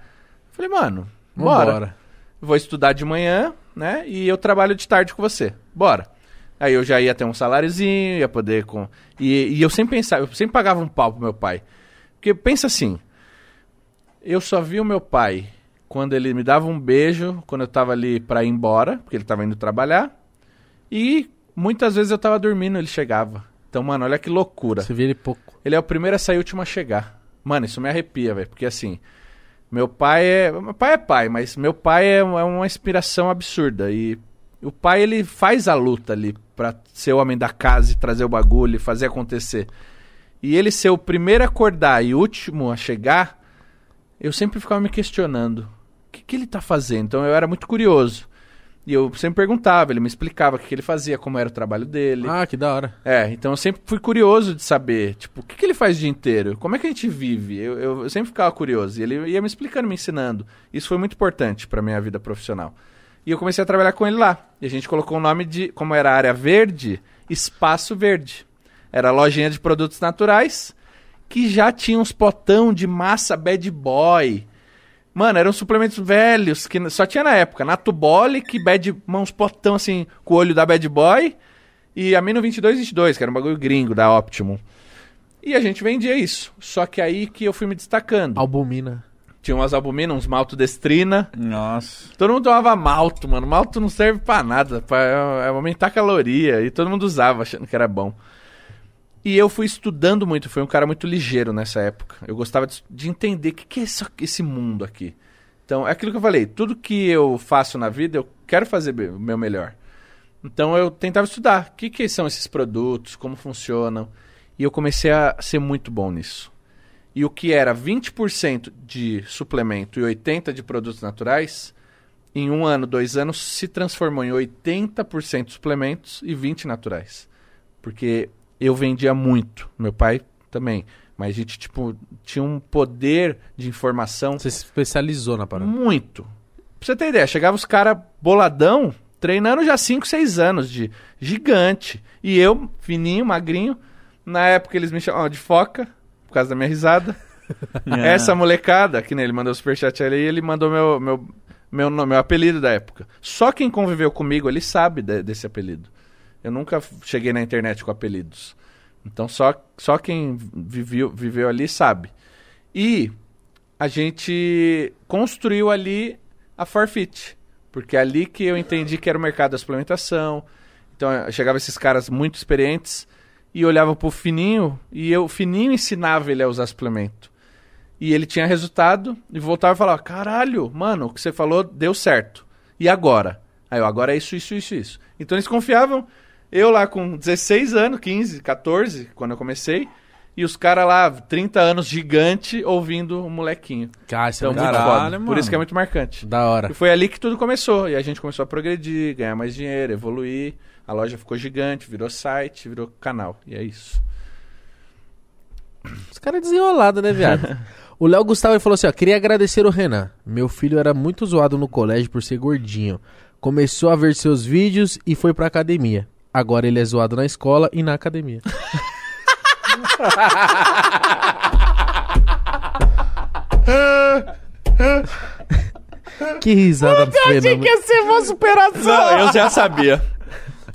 Falei, mano, bora.
Vambora.
Vou estudar de manhã, né? E eu trabalho de tarde com você. Bora. Aí eu já ia ter um saláriozinho, ia poder com. E, e eu sempre pensava, eu sempre pagava um pau pro meu pai. Porque pensa assim, eu só vi o meu pai quando ele me dava um beijo, quando eu tava ali pra ir embora, porque ele tava indo trabalhar. E muitas vezes eu tava dormindo, ele chegava. Então, mano, olha que loucura.
Você vê ele pouco.
Ele é o primeiro a sair e o último a chegar. Mano, isso me arrepia, velho. Porque assim, Meu pai é. Meu pai é pai, mas meu pai é, é uma inspiração absurda. E o pai, ele faz a luta ali pra ser o homem da casa e trazer o bagulho e fazer acontecer. E ele ser o primeiro a acordar e o último a chegar, eu sempre ficava me questionando. O que, que ele tá fazendo? Então eu era muito curioso. E eu sempre perguntava, ele me explicava o que, que ele fazia, como era o trabalho dele.
Ah, que da hora.
É, então eu sempre fui curioso de saber, tipo, o que, que ele faz o dia inteiro? Como é que a gente vive? Eu, eu- eu sempre ficava curioso. E ele ia me explicando, me ensinando. Isso foi muito importante pra minha vida profissional. E eu comecei a trabalhar com ele lá. E a gente colocou o nome de, como era a área verde, Espaço Verde. Era a lojinha de produtos naturais que já tinha uns potão de massa bad boy. Mano, eram suplementos velhos que só tinha na época. Natubolic, bad, uns potão assim, com o olho da bad boy. E a Amino 2222, que era um bagulho gringo da Optimum. E a gente vendia isso. Só que aí que eu fui me destacando.
Albumina.
Tinha umas albuminas, uns maltodestrina.
Nossa.
Todo mundo tomava malto, mano. Malto não serve pra nada, pra é, aumentar a caloria. E todo mundo usava, achando que era bom. E eu fui estudando muito, fui um cara muito ligeiro nessa época. Eu gostava de, de entender o que, que é isso- esse mundo aqui. Então, é aquilo que eu falei, tudo que eu faço na vida, eu quero fazer be- o meu melhor. Então, eu tentava estudar o que, que são esses produtos, como funcionam. E eu comecei a ser muito bom nisso. E o que era 20% de suplemento e 80% de produtos naturais, em um ano, dois anos, se transformou em 80% suplementos e 20% naturais. Porque eu vendia muito, meu pai também. Mas a gente, tipo, tinha um poder de informação
Você se especializou na parada.
muito. Pra você ter ideia, chegava os caras boladão, treinando já 5, 6 anos, de gigante. E eu, fininho, magrinho. Na época eles me chamavam de foca, por causa da minha risada. Essa molecada, que nem ele mandou o superchat ali, ele mandou meu, meu, meu, nome- meu apelido da época. Só quem conviveu comigo, ele sabe de- desse apelido. Eu nunca f- cheguei na internet com apelidos. Então só, só quem viveu, viveu ali sabe. E a gente construiu ali a Forfeit. Porque é ali que eu entendi que era o mercado da suplementação. Então eh, chegava esses caras muito experientes e olhava pro Fininho e eu, o Fininho ensinava ele a usar suplemento. E ele tinha resultado e voltava e falava: Caralho, mano, o que você falou deu certo. E agora? Aí eu, agora é isso, isso, isso, isso. Então eles confiavam. Eu lá com 16 anos, 15, 14, quando eu comecei, e os caras lá, 30 anos, gigante, ouvindo o molequinho.
Cara, isso é
Então,
muito
muito
Caralho,
foda. Por
mano.
isso que é muito marcante.
da hora.
E foi ali que tudo começou. E a gente começou a progredir, ganhar mais dinheiro, evoluir. A loja ficou gigante, virou site, virou canal. E é isso.
Os caras desenrolados, né, viado? o Léo Gustavo ele falou assim, ó, queria agradecer o Renan. Meu filho era muito zoado no colégio por ser gordinho. Começou a ver seus vídeos e foi pra academia. Agora ele é zoado na escola e na academia. que
é
risada fenomenal.
Não, eu já sabia.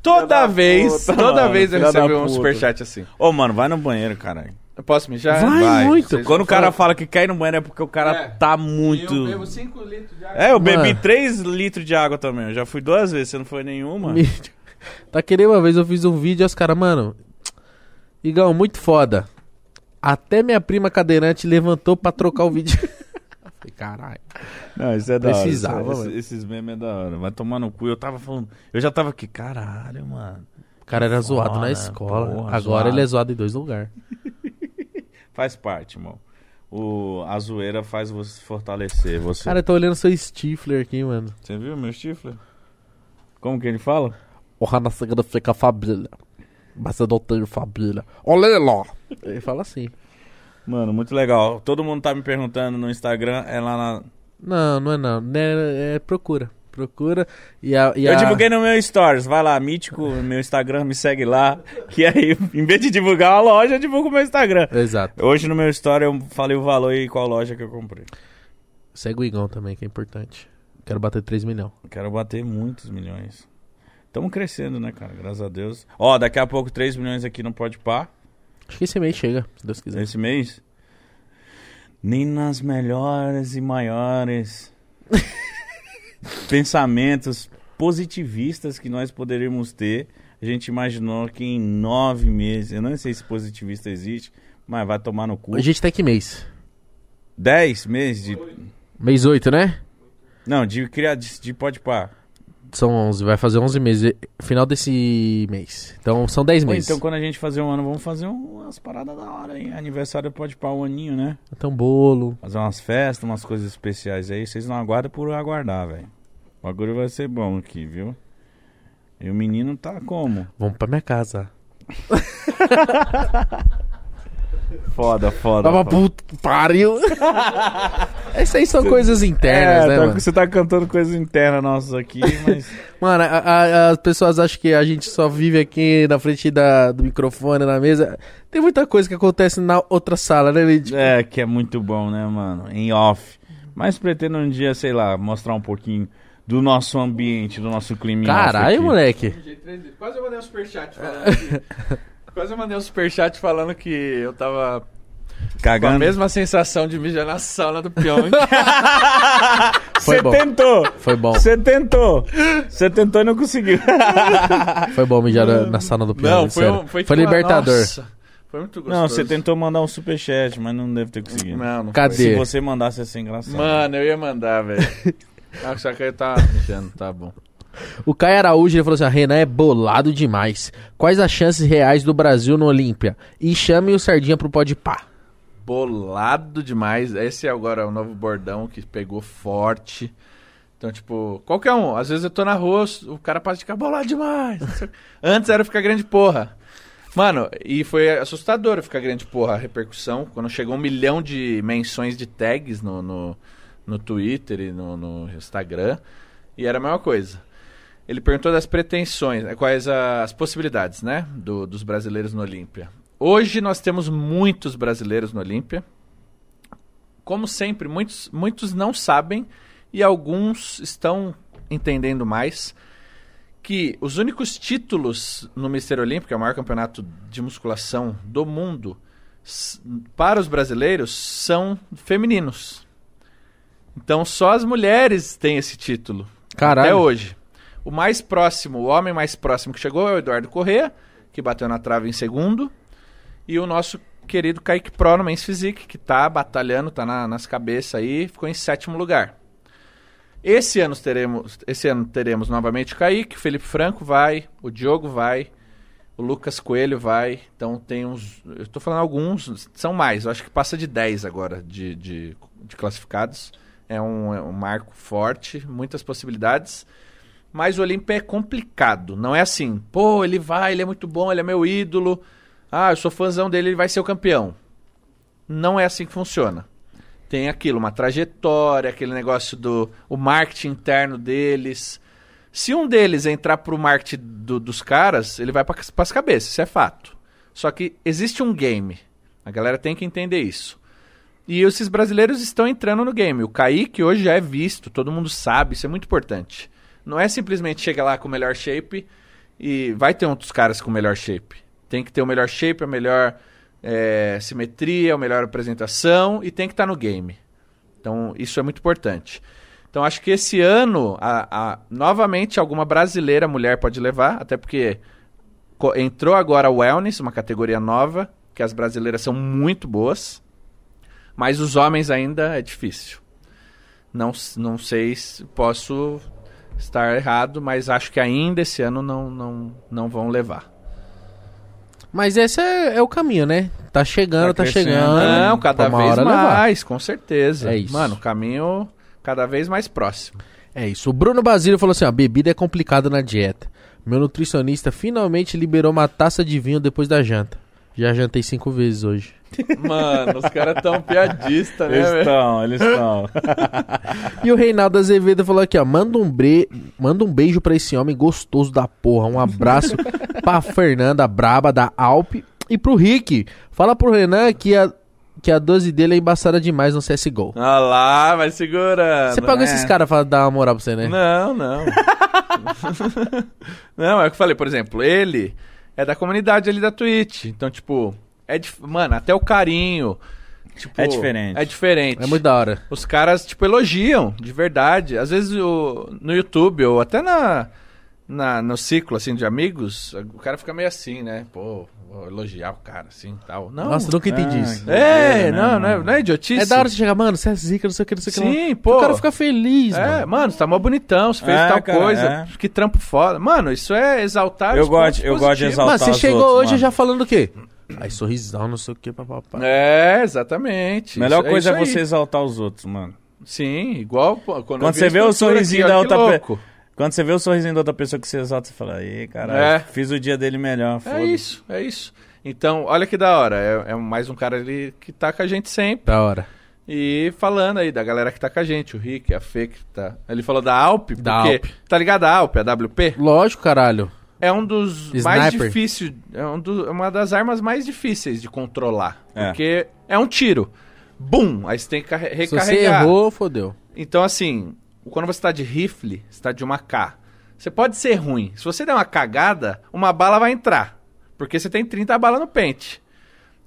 Toda vez,
puta,
toda
mano,
vez eu
filha
recebi
da
um
puta.
superchat assim.
Ô, mano, vai no banheiro, caralho.
Eu posso mijar?
Vai muito.
Vocês-
Quando o cara fala que cai no banheiro é porque o cara tá muito.
5 litros de água.
É, eu bebi
Mano.
3 litros de água também. Eu já fui duas vezes, você não foi nenhuma.
Me- Tá querendo uma vez eu fiz um vídeo e os caras, mano. Igão, muito foda. Até minha prima cadeirante levantou pra trocar o vídeo. Falei, Caralho.
Não, isso é da
Precisava,
hora. Isso-
velho.
Esses memes é da hora. Vai tomar no cu. Eu tava falando. Eu já tava aqui, caralho, mano.
O cara era zoado
Foda,
na escola.
porra,
Agora
zoado.
ele é né? zoado em dois lugares.
Faz parte, irmão. O, a zoeira faz você se fortalecer. Você,
Cara, eu tô olhando seu Stifler aqui, mano.
você viu meu chifre? Como que ele fala?
Porra, na segunda fica a família. Mas eu não tenho família. Olha lá. Ele fala assim.
Mano, muito legal. Todo mundo tá me perguntando no Instagram. É lá na.
Não, não é não. Né, É, procura. Procura. E a, e
Eu
a-
divulguei no meu Stories. Vai lá, mítico, meu Instagram, me segue lá. Que é aí, em vez de divulgar a loja, eu divulgo o meu Instagram.
Exato.
Hoje no meu Story eu falei o valor e qual loja que eu comprei.
Segue o Igão também, que é importante. Quero bater 3 milhões.
Quero bater muitos milhões. Estamos crescendo, né, cara? Graças a Deus. Ó, daqui a pouco 3 milhões aqui no Pode Par.
Acho que esse mês chega, se Deus quiser.
Esse mês. Nem nas melhores e maiores pensamentos positivistas que nós poderíamos ter, a gente imaginou que em nove meses, eu não sei se Uhum. positivista existe, mas vai tomar no cu.
A gente tá em que mês?
Dez meses de.
Mês 8, né?
Não, de criar, de, de pode pá.
São 11, vai fazer 11 meses. e- Final desse mês. Então são 10
Ou
meses.
Então quando a gente fazer um ano, vamos fazer um- umas paradas da hora, hein? Aniversário pode pá um aninho, né?
Então bolo.
Fazer umas festas, umas coisas especiais aí. Vocês não aguardam por aguardar, velho. O bagulho vai ser bom aqui, viu? E o menino tá como?
Vamos pra minha casa.
Foda, foda.
Tava puto, pariu. Essas aí são coisas internas,
É,
né,
tá-
mano?
você tá cantando coisas internas nossas aqui, mas.
Mano, a- a- as pessoas acham que a gente só vive aqui na frente da, do microfone, na mesa. Tem muita coisa que acontece na outra sala, né, Lid?
é, que é muito bom, né, mano? Em off. Mas pretendo um dia, sei lá, mostrar um pouquinho do nosso ambiente, do nosso clima. em off
Caralho,
aqui.
moleque.
Quase eu mandei um superchat falando que... Quase eu mandei um superchat falando que eu tava com a
Cagando.
mesma sensação de mijar na sauna do peão.
Foi
Você
bom.
tentou!
Foi bom,
Você tentou! Você tentou e não conseguiu.
foi bom mijar na- na sala do piano, é
Não, foi,
sério.
um- foi, tipo uma-
libertador.
Nossa, foi muito gostoso.
Não, você tentou mandar um superchat, mas não deve ter conseguido.
Não, não
Cadê?
Se você mandasse assim, engraçado.
Mano, eu ia mandar, velho. Ah, só que eu tava mexendo, tá bom.
O Caio Araújo ele falou assim: "Ah, Renan é bolado demais. Quais as chances reais do Brasil no Olímpia? E chame o Sardinha pro pó de pá.
Bolado demais. Esse agora é o novo bordão que pegou forte. Então, tipo, qualquer um. Às vezes eu tô na rua, o cara passa de ficar bolado demais. Antes era ficar grande porra. Mano, e foi assustador eu ficar grande porra a repercussão. Quando chegou um milhão de menções de tags no, no, no Twitter e no, no Instagram. E era a mesma coisa. Ele perguntou das pretensões, né, quais as possibilidades, né? do- dos brasileiros no Olímpia. Hoje nós temos muitos brasileiros no Olímpia. Como sempre, muitos, muitos não sabem e alguns estão entendendo mais que os únicos títulos no Mister Olímpico, que é o maior campeonato de musculação do mundo, s- para os brasileiros são femininos. Então só as mulheres têm esse título. Até
Caralho.
hoje. O mais próximo, o homem mais próximo que chegou é o Eduardo Corrêa, que bateu na trave em segundo. E o nosso querido Kaique Pro no Men's Physique, que tá batalhando, tá na- nas cabeças aí, ficou em sétimo lugar. Esse ano teremos, esse ano teremos novamente o Kaique, o Felipe Franco vai, o Diogo vai, o Lucas Coelho vai. Então tem uns. Eu tô falando alguns, são mais, eu acho que passa de 10 agora de, de, de classificados. É um, é um marco forte, muitas possibilidades. Mas o Olímpia é complicado. Não é assim, pô, ele vai, ele é muito bom, ele é meu ídolo. Ah, eu sou fãzão dele, ele vai ser o campeão. Não é assim que funciona. Tem aquilo, uma trajetória, aquele negócio do o marketing interno deles. Se um deles entrar pro marketing do- dos caras, ele vai para as cabeças, isso é fato. Só que existe um game. A galera tem que entender isso. E esses brasileiros estão entrando no game. O Kaique hoje já é visto, todo mundo sabe, isso é muito importante. Não é simplesmente chegar lá com o melhor shape e vai ter outros caras com o melhor shape. Tem que ter o melhor shape, a melhor eh, simetria, a melhor apresentação e tem que estar no game. Então, isso é muito importante. Então, acho que esse ano, a- a- novamente, alguma brasileira mulher pode levar, até porque co- entrou agora a Wellness, uma categoria nova, que as brasileiras são muito boas, mas os homens ainda é difícil. Não, s- não sei se posso estar errado, mas acho que ainda esse ano não, não, não vão levar.
Mas esse é, é o caminho, né? Tá chegando,
Tá
tá,
crescendo,
chegando.
né?
Não, cada
Uma
vez
hora levar.
mais, com certeza.
É isso.
Mano, o caminho cada vez mais próximo.
É isso. O Bruno Basílio falou assim: ó, bebida é complicado na dieta. Meu nutricionista finalmente liberou uma taça de vinho depois da janta. Já jantei cinco vezes hoje.
Mano, os caras tão né, piadistas,
Eles estão, eles estão.
E o Reinaldo Azevedo falou aqui, ó. Manda um, bre... manda um beijo pra esse homem gostoso da porra. Um abraço pra Fernanda Braba da Alpe e pro Rick. Fala pro Renan que a, que a 12 dele é embaçada demais no CSGO.
Olha Ah lá, vai segurando. né?
Você pagou
é.
esses caras pra dar uma moral pra você, né?
Ah, Não, não. não, é o que eu falei, por exemplo, ele é da comunidade ali da Twitch. Então, tipo, é dif- mano, até o carinho. tipo,
É diferente.
É diferente.
É muito da hora.
Os caras, tipo, elogiam, de verdade. Às vezes o- no YouTube ou até na. na, no ciclo, assim, de amigos, o cara fica meio assim, né? Pô, vou elogiar o cara, assim, tal. Não,
Nossa, eu nunca entendi isso.
Ah,
é,
doideira,
não, não,
né,
é,
mano?
não é idiotice.
É da hora você chegar, mano, você é zica, não sei o que, não sei o que.
Sim,
lá.
pô.
O cara fica feliz,
É,
mano.
mano, você tá mó bonitão, você fez
É,
tal
cara,
coisa.
é.
Que trampo foda. Mano, isso é exaltar
Eu
os
gosto-
pontos
eu gosto de
positivos.
Mano,
exaltar.
você
os
chegou
outros,
hoje
mano.
já falando o quê? Aí sorrisão, não sei o que, papapá.
É, exatamente.
Melhor
Isso-
coisa é,
isso aí.
você exaltar os outros, mano.
Sim, igual pô, quando,
Quando
eu vi
você
essa
vê o
estrutura
sorrisinho
aqui,
da
ó,
outra
que
pe-
louco.
Quando você vê o sorrisinho da outra pessoa que você exalta, você fala, ei, caralho,
É.
fiz o dia dele melhor.
É
foda-se."
isso, é isso. Então, olha que da hora. É, é mais um cara ali que tá com a gente sempre.
Da hora.
E falando aí da galera que tá com a gente, o Rick, a Fê que tá. Ele falou da Alp, porque.
Da Alp.
Tá ligado a Alp, a WP?
Lógico, caralho.
É um dos mais
Sniper.
difíceis. É um do- é uma das armas mais difíceis de controlar.
É.
Porque é um tiro. Bum! Aí você tem que carre-
Se você
recarregar.
errou, fodeu.
Então, assim, quando você tá de rifle, você tá de uma K. Você pode ser ruim. Se você der uma cagada, uma bala vai entrar. Porque você tem 30 balas no pente.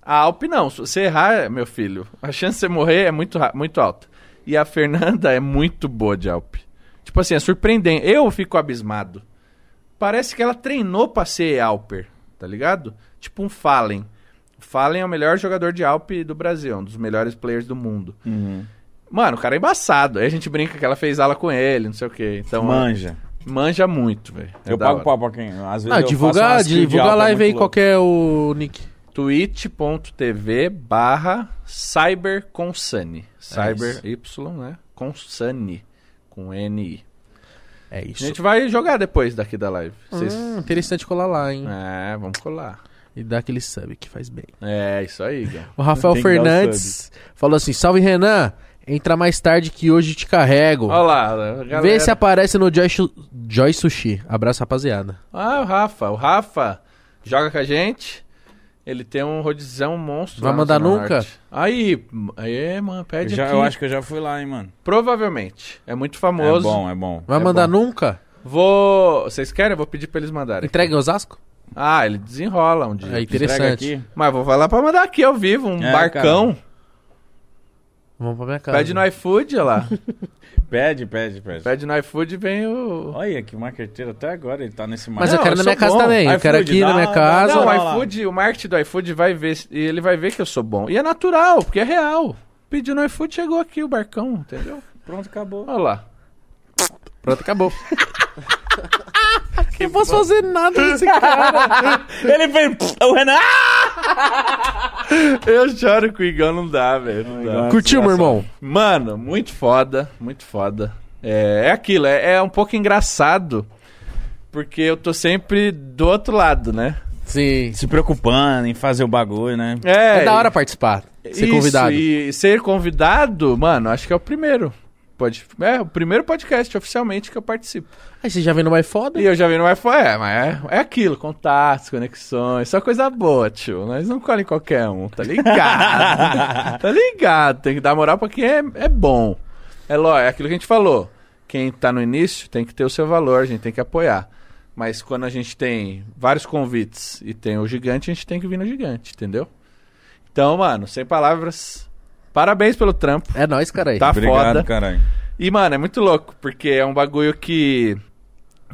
A Alp não. Se você errar, meu filho, a chance de você morrer é muito, ra- muito alta. E a Fernanda é muito boa de Alp. Tipo assim, é surpreendente. Eu fico abismado. Parece que ela treinou pra ser Alper, tá ligado? Tipo um Fallen. O Fallen é o melhor jogador de Alp do Brasil, um dos melhores players do mundo.
Uhum.
Mano, o cara é embaçado. Aí a gente brinca que ela fez aula com ele, não sei o quê. Então,
Manja.
manja muito, velho. É
eu
da
pago
hora.
pau pra quem. Às vezes
Ah,
eu faço
divulgar,
umas kills de
divulga a
alta
live
muito
aí,
louca.
qual que é o nick?
twitch.tv barra cyberconsani. Cyber Y, né? Consani. Com N-I.
É
A
isso.
gente vai jogar depois daqui da live. Vocês...
Hum, interessante colar lá, hein?
É, vamos colar.
E dar aquele sub que faz bem.
É, isso aí, Gão.
O Rafael
Tem que dar o
Fernandes falou assim: Salve Renan, entra mais tarde que hoje te carrego.
Olha lá, a galera.
Vê se aparece no Joy, Shu- Joy Sushi. Abraço, rapaziada.
Ah, o Rafa. O Rafa joga com a gente. Ele tem um rodizão monstro.
Vai
lá na
mandar
Zona
nunca?
Norte. Aí, aí, mano,
Eu,
pede
já,
aqui.
eu acho que eu já fui lá, hein, mano.
Provavelmente. É muito
É
famoso.
bom, é bom.
Vai
É
mandar
bom.
nunca?
Vou. Vocês querem? Eu vou pedir pra eles mandarem.
Entrega em Osasco?
Ah, ele desenrola um dia.
É
Entrega
interessante.
aqui.
Mas vou falar pra mandar aqui ao vivo, um
É,
barcão.
Vamos pra minha casa.
Pede no iFood, olha lá.
Pede, pede, pede.
Pede no iFood e vem o.
Olha que marqueteiro até agora, ele tá nesse
Mas
mar-
eu
Não,
quero
eu
na
sou
minha casa
bom.
também. Eu
iFood,
quero aqui na
dá-
minha
dá-
casa.
Não,
lá,
o
lá.
iFood, o marketing do iFood vai ver. se- E ele vai ver que eu sou bom. E é natural, porque é real. Pediu no iFood, chegou aqui o barcão, entendeu?
é-
Pronto, acabou.
Olha lá.
Pronto, acabou. Eu não posso fazer nada desse cara.
Ele fez. O Renan!
Eu choro que o Igão não dá, velho. Não dá.
Curtiu, meu irmão?
Mano, muito foda, muito foda. É, é aquilo, é, é um pouco engraçado, porque eu tô sempre do outro lado, né?
Sim.
Se preocupando em fazer o bagulho, né?
tá
É, da hora participar. Ser
isso,
convidado.
E ser convidado, mano, acho que é o primeiro. Pode, é o primeiro podcast oficialmente que eu participo.
Aí você já vem no mais foda?
E eu já vi no iPhone, é, mas é, é aquilo, contatos, conexões, só coisa boa, tio. Nós não colhem qualquer um, tá ligado? tá ligado, tem que dar moral pra quem é, é bom. É lógico, é aquilo que a gente falou. Quem tá no início tem que ter o seu valor, a gente tem que apoiar. Mas quando a gente tem vários convites e tem o gigante, a gente tem que vir no gigante, entendeu? Então, mano, sem palavras, parabéns pelo trampo.
É nóis, cara aí.
Tá
Obrigado,
foda.
caralho.
E, mano, é muito louco, porque é um bagulho que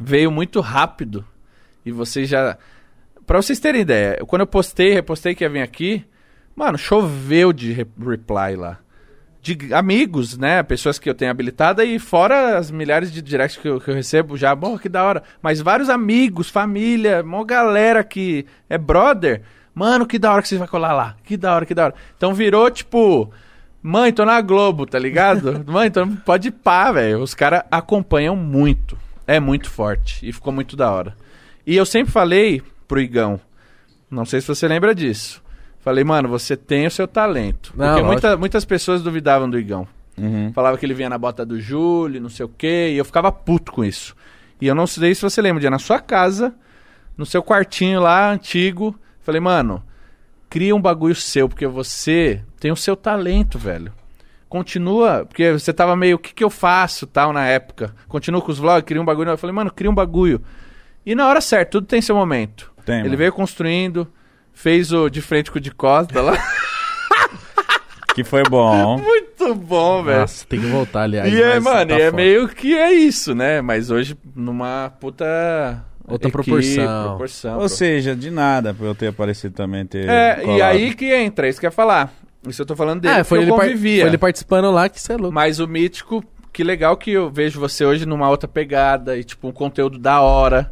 veio muito rápido. E vocês já. Pra vocês terem ideia, quando eu postei, repostei que ia vir aqui, mano, choveu de re- reply lá. De amigos, né? Pessoas que eu tenho habilitada e fora as milhares de directs que eu, que eu recebo já. Bom, que da hora. Mas vários amigos, família, mó galera que é brother. Mano, que da hora que vocês vão colar lá. Que da hora, que da hora. Então virou tipo. Mãe, tô na Globo, tá ligado? Mãe, então pode ir pá, velho. Os caras acompanham muito. É muito forte. E ficou muito da hora. E eu sempre falei pro Igão, não sei se você lembra disso. Falei, mano, você tem o seu talento.
Não,
Porque
lógico.
muita- muitas pessoas duvidavam do Igão.
Uhum.
Falava que ele vinha na bota do Júlio, não sei o quê, e eu ficava puto com isso. E eu não sei se você lembra, um dia na sua casa, no seu quartinho lá, antigo. Falei, mano, cria um bagulho seu, porque você tem o seu talento, velho. Continua, porque você tava meio, o que que eu faço, tal, na época. Continua com os vlogs, cria um bagulho. Eu falei, mano, cria um bagulho. E na hora certa, tudo tem seu momento.
Tem,
Ele
mano.
veio construindo, fez o de frente com o de costa lá.
Que foi bom.
Muito muito bom, velho.
Nossa, tem que voltar, aliás.
E é,
mas
mano,
tá
e é
foda.
meio que é isso, né? Mas hoje numa puta.
Outra proporção.
proporção,
Ou seja, de nada pra eu ter aparecido também, ter
É, e
colado.
aí que entra, é isso que eu ia falar. Isso eu tô falando dele,
Ah,
é,
foi
eu
ele, par-
convivia.
foi ele participando lá que você é louco.
Mas o Mítico, que legal que eu vejo você hoje numa outra pegada e, tipo, um conteúdo da hora.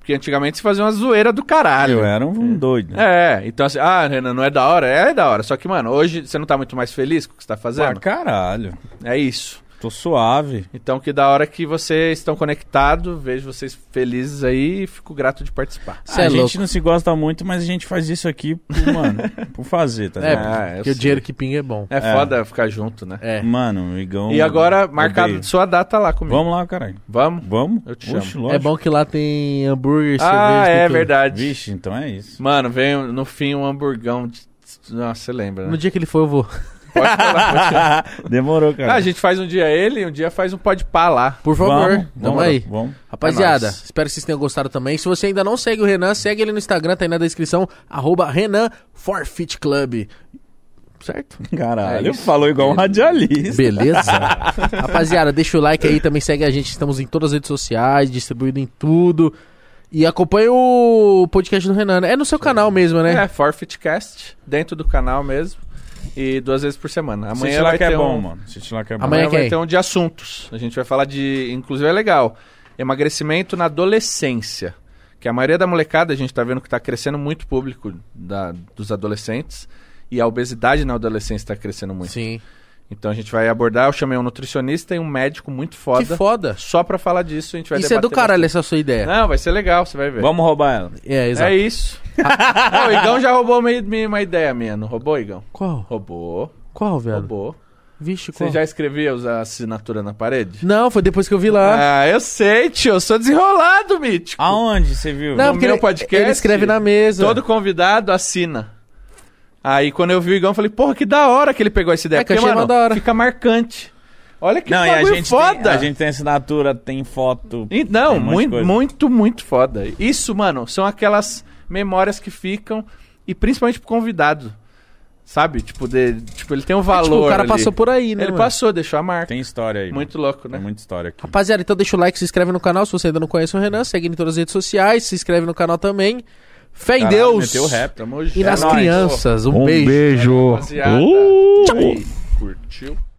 Porque antigamente se fazia uma zoeira do caralho.
Eu era um, um doido. né?
É, então assim, ah, Renan, não é da hora? É, da hora. Só que, mano, hoje você não tá muito mais feliz com o que você tá
Pra
fazendo?
caralho.
É isso.
Tô suave.
Então, que da hora que vocês estão conectados, vejo vocês felizes aí e fico grato de participar.
Você
a
é
gente
louco.
não se gosta muito, mas a gente faz isso aqui, por, mano, por fazer, tá
É,
ligado?
Ah, eu
porque o
sei.
dinheiro que pinga é bom.
É,
É.
foda ficar junto, né?
É.
Mano, o Igão.
E agora,
odeio.
marcado sua data lá comigo.
Vamos lá, caralho.
Vamos?
Vamos?
Eu te chamo.
É
lógico.
bom que lá tem hambúrguer, cerveja.
Ah,
tem
é
tudo.
verdade.
Vixe, então é isso.
Mano, veio no fim um hamburgão. De... Nossa, você lembra,
No
né?
dia que ele for, eu vou.
Pode falar.
Demorou,
Ah,
cara.
a gente faz um dia ele e um dia faz um pode pá lá.
Por favor,
Vamos,
tamo
vamos,
aí.
Vamos.
Rapaziada,
É nóis.
espero que vocês tenham gostado também. Se você ainda não segue o Renan, segue ele no Instagram, tá aí na descrição, arroba Renan Forfeit Club. Certo?
É
Caralho, falou igual um radialista.
Beleza? Rapaziada, deixa o like aí, também segue a gente. Estamos em todas as redes sociais, distribuído em tudo. E acompanha o podcast do Renan. né? É no seu canal mesmo, né?
É, Forfeitcast, dentro do canal mesmo. E duas vezes por semana.
Amanhã
Amanhã
lá
vai
que é
ter
bom,
um...
mano. Assiste lá que é bom.
Amanhã
Amanhã vai
quem?
ter um de assuntos. A gente vai falar de. Inclusive é legal. Emagrecimento na adolescência. Que a maioria da molecada, a gente tá vendo que tá crescendo muito o público da- dos adolescentes. E a obesidade na adolescência tá crescendo muito.
Sim.
Então a gente vai abordar. Eu chamei um nutricionista e um médico muito foda.
Que foda.
Só pra falar disso, a gente vai
Isso é do
debater
caralho essa sua
bastante.
ideia.
Não, vai ser legal, você vai ver.
Vamos roubar ela.
É, exato.
É isso. Não, o Igão já roubou meio- meio uma ideia minha, não roubou, Igão?
Qual?
Roubou,
Qual, velho?
roubou.
Vixe,
Você
qual?
já escrevia os- a assinatura na parede?
Não, foi depois que eu vi lá.
Ah, eu sei, tio. Eu sou desenrolado, Mítico.
Ah,
Aonde você viu?
Não,
no
porque
meu
ele,
podcast,
ele escreve na mesa. Tipo,
Todo convidado assina. Aí quando eu vi o Igão, eu falei, porra, que da hora que ele pegou essa ideia.
É que eu achei mó da hora.
fica marcante. Olha que
Não, e a
bagulho
gente,
foda.
Tem, a gente tem assinatura, tem foto.
E- Não,
Tem um monte de
muito,
coisa.
muito, muito foda. Isso, mano, são aquelas memórias que ficam, e principalmente pro convidado. Sabe? Tipo, de, tipo ele tem um
É,
valor.
tipo, o cara
ali.
passou por aí, né?
Ele
mano?
passou, deixou a marca.
Tem história aí.
Muito louco, né?
Tem muita história aqui.
Rapaziada, então deixa o like, se inscreve no canal. Se você ainda não conhece o Renan, segue ele em todas as redes sociais, se inscreve no canal também. Fé em
Caralho,
Deus!
meteu o rap.
Tamo junto.
E nas um
nóis.
crianças, um beijo.
É
Uh!
Rapaziada.
Tchau.
Aí, Curtiu?